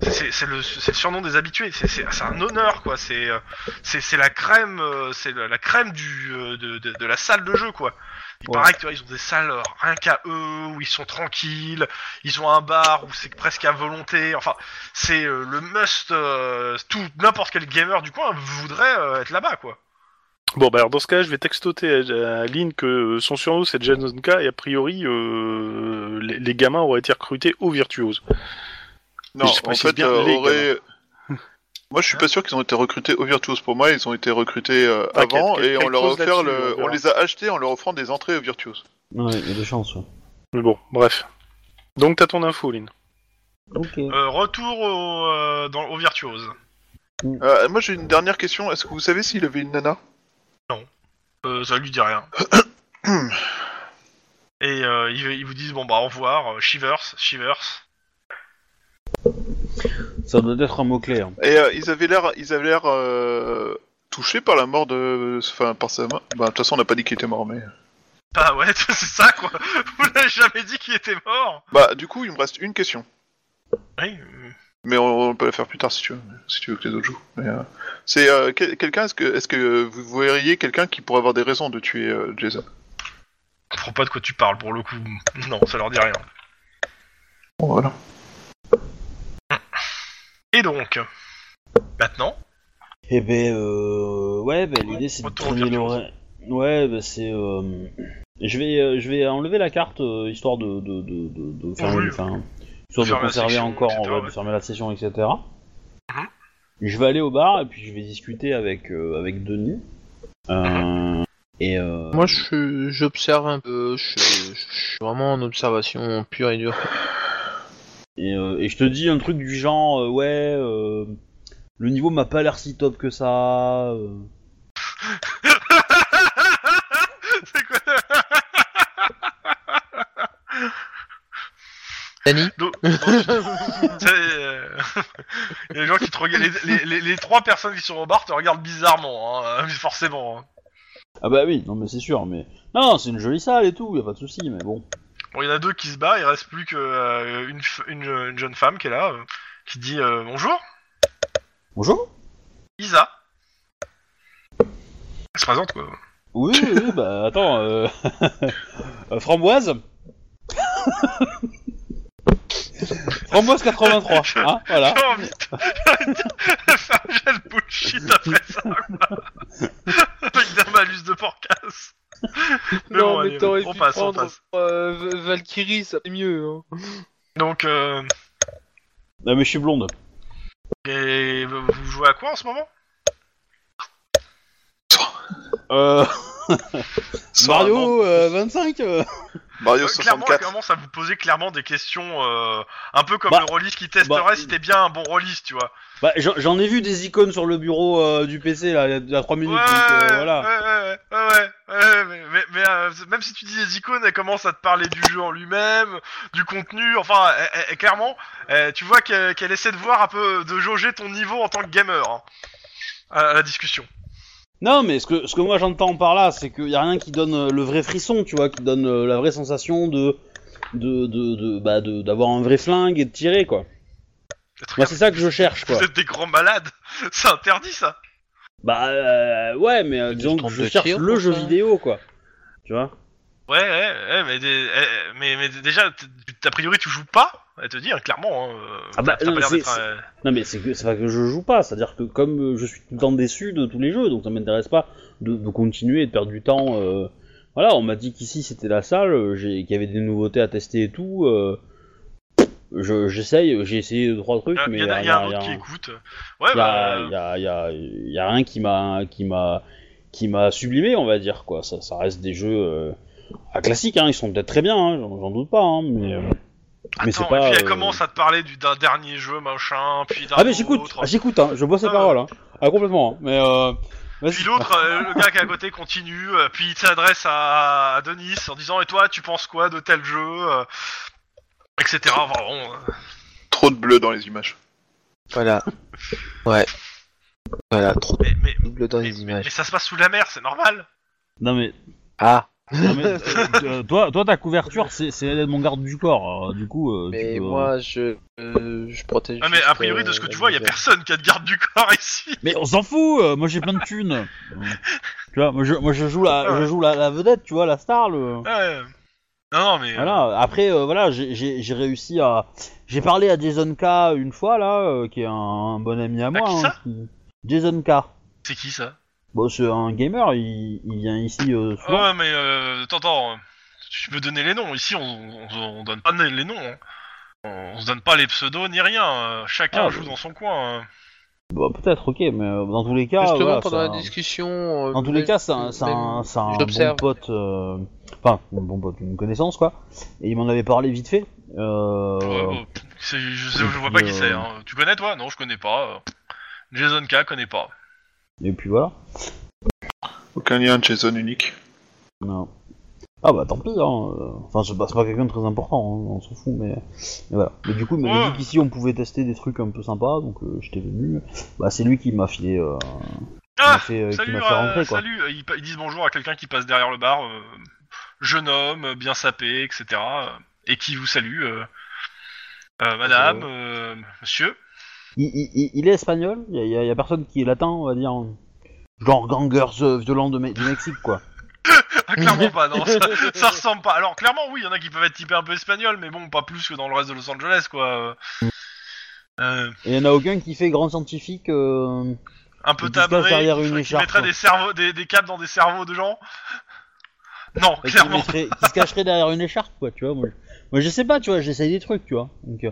Speaker 2: C'est- C'est c'est le, c'est le surnom des habitués, c'est- c'est c'est un honneur quoi, c'est euh, c'est- c'est la crème, euh, c'est la, la crème du, euh, de, de- de la salle de jeu quoi. Il
Speaker 1: Ouais.
Speaker 2: paraît que, tu vois, ils ont des salles euh, rien qu'à eux, où ils sont tranquilles, ils ont un bar où c'est presque à volonté, enfin c'est euh, le must, euh, tout n'importe quel gamer du coin voudrait euh, être là-bas quoi.
Speaker 7: Bon, bah alors dans ce cas, je vais textoter à, à Lynn que euh, son surnom c'est Jason K et a priori euh, les, les gamins auraient été recrutés aux virtuoses.
Speaker 5: Non,
Speaker 7: Je
Speaker 5: en
Speaker 7: précise
Speaker 5: fait,
Speaker 7: bien
Speaker 5: euh,
Speaker 7: les hein.
Speaker 5: aurait- Moi, je suis pas sûr qu'ils ont été recrutés aux Virtuos. Pour moi, ils ont été recrutés euh,
Speaker 7: T'inquiète,
Speaker 5: avant
Speaker 7: quel-
Speaker 5: et on
Speaker 7: quel
Speaker 5: leur a
Speaker 7: pause
Speaker 5: offert
Speaker 7: là-dessus, euh,
Speaker 5: le-
Speaker 7: on verra.
Speaker 5: on les a achetés en leur offrant des entrées aux Virtuos.
Speaker 6: Ouais, il y a des chances. ouais.
Speaker 7: Mais bon, bref. Donc t'as ton info, Lynn.
Speaker 6: Ok.
Speaker 2: Euh, retour au, euh, dans, aux virtuoses.
Speaker 5: Euh, moi, j'ai une dernière question. Est-ce que vous savez s'il avait une nana
Speaker 2: Euh, ça lui dit rien. Et euh, ils, ils vous disent bon bah au revoir, euh, Shivers, Shivers.
Speaker 6: Ça doit être un mot-clé. hein.
Speaker 5: Et euh, ils avaient l'air, ils avaient l'air euh, touchés par la mort de, enfin par sa mort. Bah, de toute façon, on n'a pas dit qu'il était mort, mais. euh.
Speaker 2: Bah ouais, c'est ça quoi. Vous l'avez jamais dit qu'il était mort.
Speaker 5: Bah, du coup, il me reste une question.
Speaker 2: Oui. euh,
Speaker 5: Mais on, on peut la faire plus tard si tu veux, si tu veux que les autres jouent. Mais, euh, c'est euh, quel- quelqu'un. Est-ce que, est-ce que vous verriez quelqu'un qui pourrait avoir des raisons de tuer euh, Jason
Speaker 2: Je comprends pas de quoi tu parles pour le coup. Non, ça leur dit rien.
Speaker 5: Bon, voilà.
Speaker 2: Et donc, maintenant,
Speaker 6: Eh ben, euh, ouais, ben, l'idée c'est de
Speaker 2: Retour aux
Speaker 6: traîner
Speaker 2: virtuoses.
Speaker 6: l'oreille. Ouais, ben, c'est. euh, Je vais, euh, je vais enlever la carte euh, histoire de, de, de, de, de fermer,
Speaker 2: Oui.
Speaker 6: enfin, histoire de
Speaker 2: Fermer la
Speaker 6: conserver
Speaker 2: section,
Speaker 6: encore,
Speaker 2: etc.,
Speaker 6: ouais, de
Speaker 2: ouais.
Speaker 6: fermer la session, etc.
Speaker 2: Mhm.
Speaker 6: Je vais aller au bar et puis je vais discuter avec euh, avec Denis. Euh, Et euh,
Speaker 4: Moi, je suis- j'observe un peu, je, suis- je suis vraiment en observation pure et dure.
Speaker 6: Et, euh, et je te dis un truc du genre, euh, ouais, euh, le niveau m'a pas l'air si top que ça. euh.
Speaker 2: c'est quoi
Speaker 4: Dani
Speaker 2: Donc, donc, c'est, euh, Il y a des gens qui te regardent. Les, les- les- les trois personnes qui sont au bar te regardent bizarrement, hein, forcément. hein.
Speaker 6: Ah bah oui, non mais c'est sûr, mais non, c'est une jolie salle et tout, y a pas de souci, mais bon.
Speaker 2: Bon, il y en a deux qui se barrent, il reste plus qu'une une, f- une- une jeune femme qui est là, euh, qui dit euh, bonjour,
Speaker 6: Bonjour.
Speaker 2: Isa. Elle se présente quoi.
Speaker 6: Oui, oui, oui, bah attends, euh... euh, framboise. framboise 83, hein, voilà.
Speaker 2: J'ai envie de j'ai envie de faire un jet de bullshit après ça, quoi. Avec d'un malus de porcasse. bon, allez, on passe, on passe.
Speaker 4: euh, Valkyrie, ça fait mieux. hein.
Speaker 2: Donc, euh,
Speaker 6: Non mais je suis blonde.
Speaker 2: et vous vous jouez à quoi en ce moment
Speaker 6: Euh...
Speaker 5: un
Speaker 6: Mario euh, 25. euh.
Speaker 5: Mario
Speaker 2: Euh, clairement,
Speaker 5: 64.
Speaker 2: clairement, ça vous posait clairement des questions euh, un peu comme
Speaker 6: Bah,
Speaker 2: le release qui testerait
Speaker 6: bah,
Speaker 2: si t'es bien un bon release, tu vois.
Speaker 6: Bah j'en- j'en ai vu des icônes sur le bureau euh, du PC là, il y a 3 minutes. donc, euh, voilà.
Speaker 2: ouais, ouais, ouais, ouais, mais, mais, mais, euh, même si tu dis les icônes, elle commence à te parler du jeu en lui-même, du contenu, enfin, elle- elle- elle- clairement, euh, tu vois qu'elle qu'elle essaie de voir un peu, de jauger ton niveau en tant que gamer, hein, à, à la discussion.
Speaker 6: Non, mais ce que, ce que moi j'entends par là, c'est qu'il n'y a rien qui donne euh, le vrai frisson, tu vois, qui donne euh, la vraie sensation de de de, de- bah, de- d'avoir un vrai flingue et de tirer quoi.
Speaker 2: Le truc,
Speaker 6: Moi c'est ça que je cherche quoi.
Speaker 2: Vous êtes des grands malades, c'est interdit ça.
Speaker 6: Bah euh, ouais, mais euh, disons que je
Speaker 4: 32
Speaker 6: cherche
Speaker 4: tirs,
Speaker 6: le
Speaker 4: pour
Speaker 6: jeu
Speaker 4: ça.
Speaker 6: vidéo quoi. Tu vois
Speaker 2: Ouais, ouais, ouais, mais, des- eh, mais, mais déjà, t- t- a priori, tu joues pas, elle te dit, hein, clairement. hein, euh,
Speaker 6: Ah bah,
Speaker 2: t'as pas
Speaker 6: non,
Speaker 2: l'air
Speaker 6: c'est-
Speaker 2: d'être euh, un-
Speaker 6: Non mais c'est que c'est pas que je joue pas, c'est-à-dire que comme euh, je suis tout le temps déçu de tous les jeux, donc ça m'intéresse pas de, de continuer et de perdre du temps. euh, Voilà, on m'a dit qu'ici c'était la salle, euh, j'ai- qu'il y avait des nouveautés à tester et tout. euh, je- J'essaye, j'ai essayé deux trois trucs,
Speaker 2: Euh,
Speaker 6: mais
Speaker 2: y en a,
Speaker 6: euh,
Speaker 2: y a un
Speaker 6: y a- y a
Speaker 2: autre qui
Speaker 6: un-
Speaker 2: écoute. Ouais,
Speaker 6: y
Speaker 2: bah.
Speaker 6: a, y a- y a- y a rien qui m'a qui m'a qui m'a sublimé on va dire quoi ça, ça reste des jeux euh, à classique hein ils sont peut-être très bien hein, j'en j'en doute pas hein, mais euh, mais
Speaker 2: Attends,
Speaker 6: c'est pas
Speaker 2: et puis elle
Speaker 6: euh,
Speaker 2: commence à te parler du- d'un dernier jeu, machin, puis d'un
Speaker 6: ah mais j'écoute
Speaker 2: autre.
Speaker 6: ah, j'écoute hein, je bois ses
Speaker 2: Ah.
Speaker 6: paroles hein. ah complètement hein, mais euh, vas-y.
Speaker 2: Puis l'autre, euh, le gars qui est à côté continue, euh, puis il s'adresse à, à Denis en disant Et toi, tu penses quoi de tel jeu euh, Etc. Enfin, bon, euh,
Speaker 5: Trop de bleu dans les images.
Speaker 4: Voilà. Ouais. Voilà, trop
Speaker 2: mais, mais,
Speaker 4: double dans
Speaker 2: mais,
Speaker 4: les images.
Speaker 2: mais ça se passe sous la mer, c'est normal.
Speaker 6: non mais
Speaker 4: Ah,
Speaker 6: Non, mais, euh, euh, toi, toi, ta couverture, c'est c'est l'aide de mon garde du corps. alors, du coup, euh, tu
Speaker 4: Mais
Speaker 6: peux-
Speaker 4: moi, je, euh, je protège.
Speaker 2: Ah, mais
Speaker 4: juste,
Speaker 2: a priori, de ce
Speaker 4: euh,
Speaker 2: que tu
Speaker 4: la
Speaker 2: vois, il y a
Speaker 4: nouvelle.
Speaker 2: personne qui a de garde du corps ici.
Speaker 6: Mais on s'en fout. euh, moi, j'ai plein de thunes. Euh, tu vois, moi, je, moi, je joue
Speaker 4: Ah
Speaker 6: la, je joue la, la vedette, tu vois, la star, le.
Speaker 2: Ouais. Non, non, mais.
Speaker 6: Voilà. Après, euh, voilà, j'ai- j'ai j'ai réussi à. J'ai parlé à Jason K une fois là, euh, qui est un, un bon ami à
Speaker 4: Ah,
Speaker 6: moi.
Speaker 2: qui
Speaker 6: hein,
Speaker 2: ça
Speaker 6: qui- Jason K.
Speaker 2: euh, C'est qui ça
Speaker 6: Bon, c'est un gamer. Il, il vient ici euh, souvent.
Speaker 2: Ouais, mais euh, attends, attends, euh, tu peux donner les noms. Ici, on, on, on donne pas les noms. hein. On, on se donne pas les pseudos ni rien. euh, Chacun
Speaker 6: Ah,
Speaker 2: joue
Speaker 6: je-
Speaker 2: dans son coin. hein.
Speaker 6: Bah, peut-être, ok, mais euh, dans tous les cas,
Speaker 4: Justement,
Speaker 6: voilà,
Speaker 4: pendant
Speaker 6: c'est
Speaker 4: la
Speaker 6: un-
Speaker 4: discussion. euh,
Speaker 6: Dans tous les
Speaker 4: même-
Speaker 6: cas, c'est un, c'est un,
Speaker 4: même-
Speaker 6: c'est un bon
Speaker 4: j'observe.
Speaker 6: pote, euh, enfin un bon pote, une connaissance quoi. Et il m'en avait parlé vite fait. Euh,
Speaker 2: Ouais, bon, Oh, pff, c'est- je, sais- je vois pas qui
Speaker 6: Euh.
Speaker 2: c'est. hein. Tu connais toi Non, je connais pas. euh. Jason K connaît pas.
Speaker 6: Et puis voilà.
Speaker 5: Aucun lien de Jason unique.
Speaker 6: Non. Ah bah tant pis. Hein. euh, Enfin, c'est pas, c'est pas quelqu'un de très important. hein, On s'en fout, mais, mais voilà. Mais du coup, il m'avait
Speaker 2: Ouais.
Speaker 6: dit qu'ici on pouvait tester des trucs un peu sympas, donc euh, j'étais venu. Bah c'est lui qui m'a filé, euh, qui m'a
Speaker 2: Ah
Speaker 6: fait, euh, qui
Speaker 2: Salut,
Speaker 6: m'a fait
Speaker 2: euh,
Speaker 6: rentrer quoi.
Speaker 2: salut. euh, Ils, pa- ils disent bonjour à quelqu'un qui passe derrière le bar. euh, jeune homme, euh, bien sapé, etc. euh, et qui vous salue. euh, euh, madame, euh, monsieur.
Speaker 6: Il, il- il- il est espagnol. Il y, a- il y a- il y a personne qui est latin, on va dire. Genre gangers euh, violents de Me- du Mexique quoi.
Speaker 2: Ah, clairement pas, non, ça, ça ressemble pas. Alors, clairement, oui, il y en a qui peuvent être typés un peu espagnol, mais bon, pas plus que dans le reste de Los Angeles, quoi. Euh,
Speaker 6: Et il en a aucun qui fait grand scientifique. euh,
Speaker 2: un peu
Speaker 6: Ils disent pas
Speaker 2: timbré,
Speaker 6: derrière
Speaker 2: qui,
Speaker 6: une
Speaker 2: ferait- qui
Speaker 6: écharpe,
Speaker 2: mettrait
Speaker 6: quoi.
Speaker 2: des, cerveaux, des, des câbles dans des cerveaux de gens. Non,
Speaker 6: qui,
Speaker 2: clairement.
Speaker 6: mettrait- qui se cacherait derrière une écharpe, quoi, tu vois. Moi, je, moi, je sais pas, tu vois, j'essaye des trucs, tu vois. Donc, euh,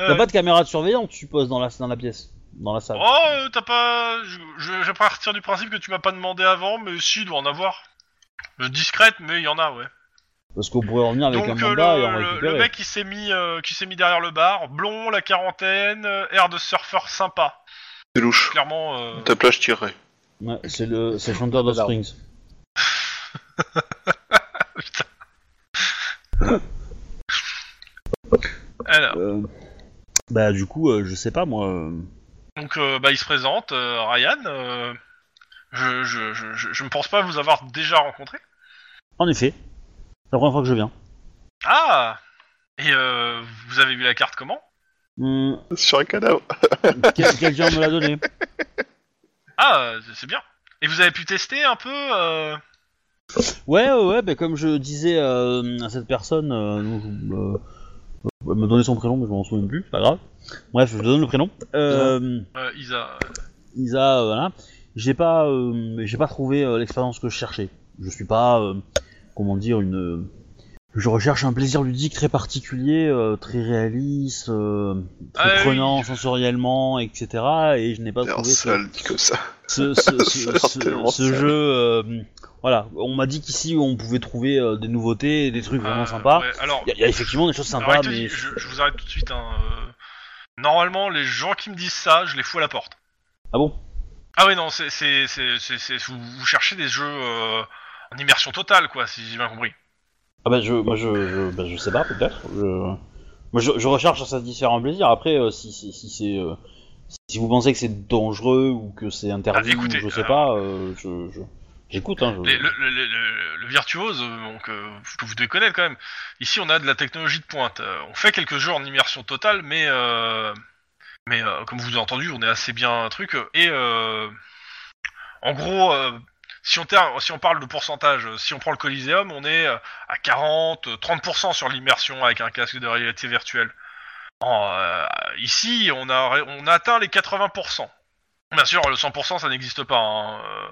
Speaker 2: Euh,
Speaker 6: T'as pas de caméra de surveillance, tu poses dans la, dans la pièce, dans la salle.
Speaker 2: Oh, euh, t'as pas. Je, je, je partir du principe que tu m'as pas demandé avant, mais si, il doit en avoir. Euh, Discrète, mais il y en a, ouais.
Speaker 6: Parce qu'on pourrait revenir avec
Speaker 2: Donc
Speaker 6: un
Speaker 2: euh,
Speaker 6: mandat et en
Speaker 2: le, le-
Speaker 6: récupérer.
Speaker 2: le mec qui s'est mis euh, qui s'est mis derrière le bar, blond, la quarantaine, euh, air de surfeur sympa.
Speaker 5: C'est louche.
Speaker 2: Clairement. euh,
Speaker 5: Ta plage tirerait.
Speaker 6: Ouais, c'est le, c'est le chanteur de
Speaker 4: Voilà.
Speaker 6: Springs.
Speaker 2: alors.
Speaker 6: Euh, bah, du coup, euh, je sais pas, moi. euh,
Speaker 2: Donc euh, bah, il se présente, euh, Ryan. euh, je, je, je, je, je ne pense pas vous avoir déjà rencontré.
Speaker 6: En effet, c'est la première fois que je viens.
Speaker 2: Ah Et euh, vous avez vu la carte comment
Speaker 6: Hum,
Speaker 5: Sur un cadavre.
Speaker 6: quel, quel genre me l'a donné
Speaker 2: Ah, c'est- c'est bien. Et vous avez pu tester un peu euh,
Speaker 6: Ouais, ouais, ouais, bah, comme je disais euh, à cette personne, euh, dont je- euh, elle me donnait son prénom, mais je m'en souviens plus, c'est pas grave. Bref, je lui donne le prénom. Euh,
Speaker 2: euh, Isa
Speaker 6: Isa, euh, voilà. J'ai pas, euh, j'ai pas trouvé euh, l'expérience que je cherchais. Je suis pas, euh, comment dire, une. euh, je recherche un plaisir ludique très particulier, euh, très réaliste, euh, très
Speaker 2: Ah oui.
Speaker 6: prenant sensoriellement, etc. Et je n'ai pas
Speaker 5: T'es un
Speaker 6: trouvé ce,
Speaker 5: Ah, sale, dit comme ça.
Speaker 6: ce, ce- ce-
Speaker 5: Ça a l'air
Speaker 6: ce-
Speaker 5: tellement
Speaker 6: ce
Speaker 5: sale.
Speaker 6: jeu. euh, voilà, on m'a dit qu'ici on pouvait trouver euh, des nouveautés, et des trucs vraiment
Speaker 2: euh,
Speaker 6: sympas.
Speaker 2: ouais, Alors,
Speaker 6: Il y, a- il y a effectivement des choses
Speaker 2: alors,
Speaker 6: sympas,
Speaker 2: il te dit-
Speaker 6: mais
Speaker 2: je, je vous arrête tout de suite. hein, euh, normalement, les gens qui me disent ça, je les fous à la porte.
Speaker 6: ah bon
Speaker 2: Ah oui, non, c'est c'est- c'est- c'est- c'est- vous, vous cherchez des jeux euh, en immersion totale, quoi, si j'ai bien compris.
Speaker 6: Ah bah je, moi je, je, bah je sais pas peut-être. Je... Moi je, je recherche à satisfaire un plaisir. Après euh, si, si, si c'est euh, si vous pensez que c'est dangereux ou que c'est interdit,
Speaker 2: Ah, écoutez,
Speaker 6: ou je sais pas,
Speaker 2: alors-
Speaker 6: euh, je je- j'écoute. hein, je-
Speaker 2: Les- le, le- le- le- le virtuose, euh, donc, euh, que vous devez connaître quand même. Ici, on a de la technologie de pointe. Euh, on fait quelques jeux en immersion totale, mais, euh, mais euh, comme vous avez entendu, on est assez bien un truc. euh, Et euh, en gros, euh, si, on ter- si on parle de pourcentage, euh, si on prend le Coliseum, on est euh, à 40, euh, 30% sur l'immersion avec un casque de réalité virtuelle. En, euh, ici, on a, on a atteint les 80%. Bien sûr, le 100%, ça n'existe pas. hein, euh,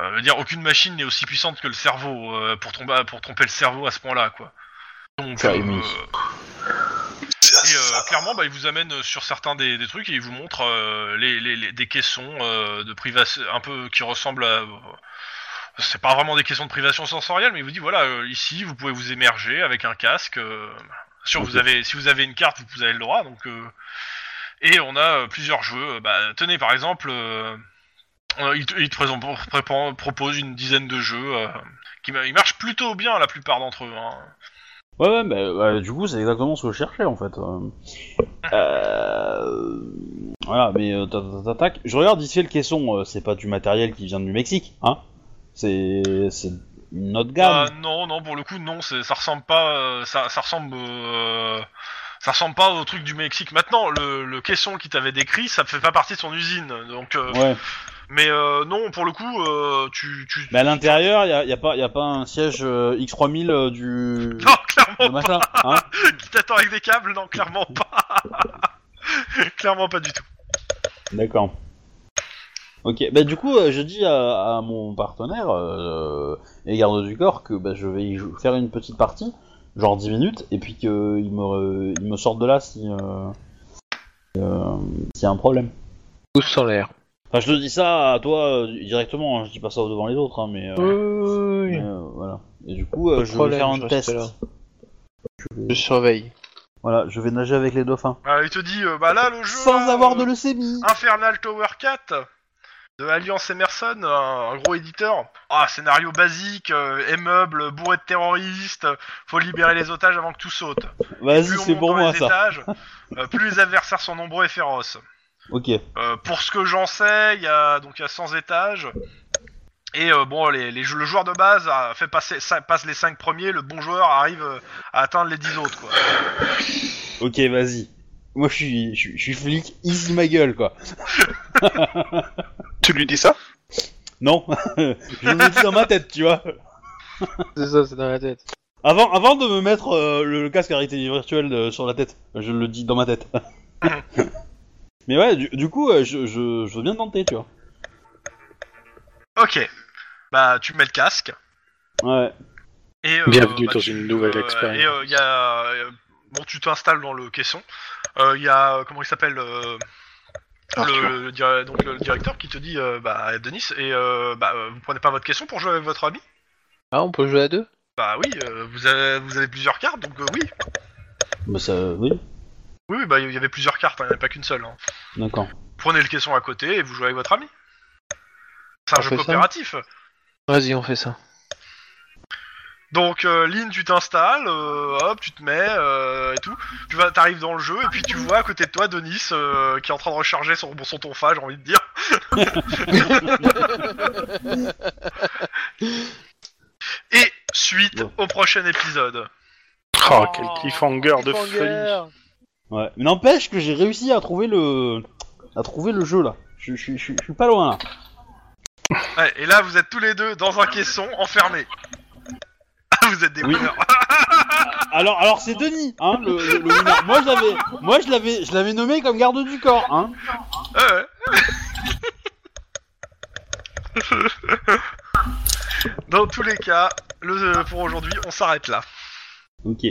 Speaker 2: euh, je veux dire, aucune machine n'est aussi puissante que le cerveau euh, pour, tromper, pour tromper le cerveau à ce point-là, quoi. Donc,
Speaker 6: Ça,
Speaker 2: euh,
Speaker 6: Amy.
Speaker 2: et euh, clairement, bah, il vous amène sur certains des, des trucs et il vous montre euh, les, les- les- des caissons euh, de privation, un peu qui ressemblent à. euh, C'est pas vraiment des caissons de privation sensorielle, mais il vous dit voilà, euh, ici, vous pouvez vous émerger avec un casque. euh, sûr, vous avez, si vous avez une carte, vous avez le droit. Donc, euh, et on a euh, plusieurs jeux. Euh, Bah, tenez, par exemple. euh, euh, il te, il te présente- prépa- propose une dizaine de jeux euh, qui ma- ils marchent plutôt bien la plupart d'entre eux. hein.
Speaker 6: Ouais ouais bah, bah, du coup c'est exactement ce que je cherchais en fait. Euh,
Speaker 2: Ah.
Speaker 6: euh, Voilà mais euh, tac, tac, tac, tac. Je regarde ici le caisson, euh, c'est pas du matériel qui vient du Mexique, hein. C'est c'est une autre gamme.
Speaker 2: Bah, non, non, pour le coup, non, c'est- ça ressemble pas, euh, ça, ça ressemble, euh, ça ressemble pas au truc du Mexique. Maintenant, le, le caisson qui t'avait décrit, ça fait pas partie de son usine, donc. euh,
Speaker 6: ouais.
Speaker 2: Mais euh, non, pour le coup, euh, tu, tu.
Speaker 6: Mais à l'intérieur, il n'y a, y a pas- y a pas un siège euh, X3000 euh, du...
Speaker 2: Non, clairement,
Speaker 6: de machin, hein
Speaker 2: qui t'attend avec des câbles, non, clairement pas. clairement pas du tout.
Speaker 6: D'accord. Ok, bah du coup, euh, je dis à, à mon partenaire euh, et garde du corps que bah, je vais y jou- faire une petite partie, genre 10 minutes, et puis qu'il me, re- il me sorte de là si euh, euh, s'il y a un problème.
Speaker 4: Pouce en l'air.
Speaker 6: Enfin, je te dis ça à toi euh, directement, hein, je dis pas ça devant les autres, hein, mais, euh, mais, euh, voilà. Et du coup, euh,
Speaker 4: Pas de
Speaker 6: je
Speaker 4: problème,
Speaker 6: vais faire un
Speaker 4: je reste
Speaker 6: test.
Speaker 4: là. Je surveille.
Speaker 6: Voilà, je vais nager avec les dauphins.
Speaker 2: Euh, il te dit, euh, bah là, le jeu.
Speaker 6: Sans
Speaker 2: là,
Speaker 6: avoir
Speaker 2: euh,
Speaker 6: de leucémie
Speaker 2: Infernal Tower 4 de Alliance Emerson, un, un gros éditeur. Ah, scénario basique, euh, immeuble, bourré de terroristes, euh, faut libérer les otages avant que tout saute.
Speaker 6: Vas-y,
Speaker 2: Plus on
Speaker 6: c'est
Speaker 2: monte
Speaker 6: pour
Speaker 2: dans
Speaker 6: moi
Speaker 2: les
Speaker 6: ça.
Speaker 2: étages, euh, plus les adversaires sont nombreux et féroces.
Speaker 6: Ok.
Speaker 2: Euh, pour ce que j'en sais, il y a donc il y a 100 étages. Et euh, bon, les, les jou- le joueur de base a fait passer, ça- passe les 5 premiers, le bon joueur arrive euh, à atteindre les 10 autres. Quoi.
Speaker 6: Ok, vas-y. Moi, je suis, je, suis- je suis flic, easy ma gueule, quoi.
Speaker 5: Tu lui dis ça
Speaker 6: Non, je me le dis dans ma tête, tu vois.
Speaker 4: C'est ça, c'est dans la tête.
Speaker 6: Avant, avant de me mettre euh, le, le casque à réalité virtuelle euh, sur la tête, je le dis dans ma tête. Mais ouais, du, du coup, euh, je, je, je veux bien tenter, tu vois.
Speaker 2: Ok, bah tu mets le casque.
Speaker 6: Ouais.
Speaker 2: Et, euh,
Speaker 7: Bienvenue
Speaker 2: bah,
Speaker 7: dans
Speaker 2: tu-
Speaker 7: une nouvelle
Speaker 2: euh,
Speaker 7: expérience.
Speaker 2: Et euh, il y a, euh, bon, tu t'installes dans le caisson. Euh, Il y a euh, comment il s'appelle euh,
Speaker 5: Arthur.
Speaker 2: le, le dir- donc le directeur qui te dit euh, bah Denis et euh, bah euh, vous prenez pas votre caisson pour jouer avec votre ami
Speaker 4: Ah, on peut jouer à deux
Speaker 2: Bah oui, euh, vous avez vous avez plusieurs cartes donc euh, oui.
Speaker 6: Bah, ça. Oui,
Speaker 2: Oui, oui, bah il y avait plusieurs cartes, hein, il n'y en avait pas qu'une seule. hein.
Speaker 6: d'accord.
Speaker 2: Prenez le caisson à côté et vous jouez avec votre ami. C'est un
Speaker 4: On
Speaker 2: jeu
Speaker 4: fait ça
Speaker 2: coopératif.
Speaker 4: Vas-y, on fait ça.
Speaker 2: Donc euh, Lynn, tu t'installes, euh, hop, tu te mets euh, et tout. Tu vas, t'arrives dans le jeu et puis tu vois à côté de toi Denis euh, qui est en train de recharger son son tonfa, j'ai envie de dire. et suite
Speaker 6: Bon.
Speaker 2: au prochain épisode.
Speaker 7: Oh, quel cliffhanger de folie.
Speaker 4: Cliffhanger.
Speaker 2: Ah,
Speaker 6: Ouais. Mais n'empêche que j'ai réussi à trouver le. à trouver le jeu, là. Je, je, je, je suis pas loin, là.
Speaker 2: Ouais, et là vous êtes tous les deux dans un caisson enfermés. Ah, vous êtes des
Speaker 6: Oui.
Speaker 2: winners.
Speaker 6: Alors, alors c'est Denis, hein, le, le, le winner. Moi, je l'avais, moi, je l'avais, je l'avais nommé comme garde du corps, hein.
Speaker 2: Ah, Ouais, ouais. Dans tous les cas, le, pour aujourd'hui, on s'arrête là.
Speaker 6: Ok.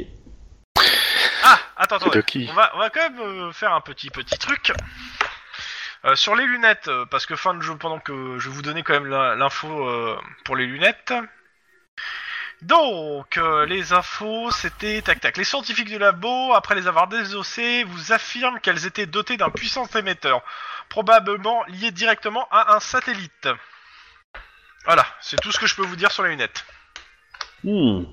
Speaker 2: Ah, attends, attends.
Speaker 7: De qui
Speaker 2: On va, on va quand même euh, faire un petit petit truc Euh, sur les lunettes, euh, parce que fin de jeu, pendant que je vous donnais quand même la- l'info euh, pour les lunettes. Donc, euh, les infos, c'était tac tac. Les scientifiques du labo, après les avoir désossées, vous affirment qu'elles étaient dotées d'un puissant émetteur, probablement lié directement à un satellite. Voilà, c'est tout ce que je peux vous dire sur les lunettes.
Speaker 6: Hmm.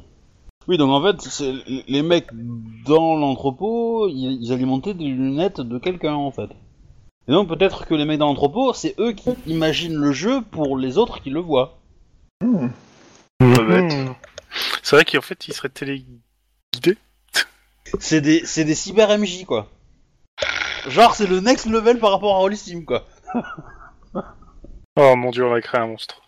Speaker 6: Oui, donc en fait, c'est- les mecs dans l'entrepôt, ils, ils alimentaient des lunettes de quelqu'un en fait. Et donc peut-être que les mecs dans l'entrepôt, c'est eux qui imaginent le jeu pour les autres qui le voient.
Speaker 7: Mhm. C'est vrai qu'en fait, il serait téléguidé.
Speaker 6: C'est des, c'est des cyber MJ quoi. Genre c'est le next level par rapport à Rollistim quoi.
Speaker 7: Oh mon dieu, on va créer un monstre.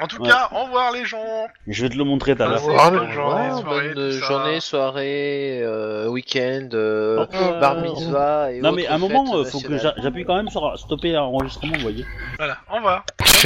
Speaker 2: En tout
Speaker 6: Ouais.
Speaker 2: cas, au revoir les gens.
Speaker 6: Je vais te le montrer tout à l'heure.
Speaker 4: Vas-y,
Speaker 5: Ah,
Speaker 2: bonne
Speaker 5: mais-
Speaker 2: journée,
Speaker 4: Ouais,
Speaker 2: soirée,
Speaker 4: bonne
Speaker 2: tout ça.
Speaker 4: journée, soirée, euh, week-end, euh, bar mitzvah et
Speaker 6: Non mais à un
Speaker 4: autres
Speaker 6: moment,
Speaker 4: fêtes
Speaker 6: euh, faut que
Speaker 4: nationales.
Speaker 6: j'a- j'appuie quand même sur stopper l'enregistrement, vous voyez.
Speaker 2: Voilà, au revoir.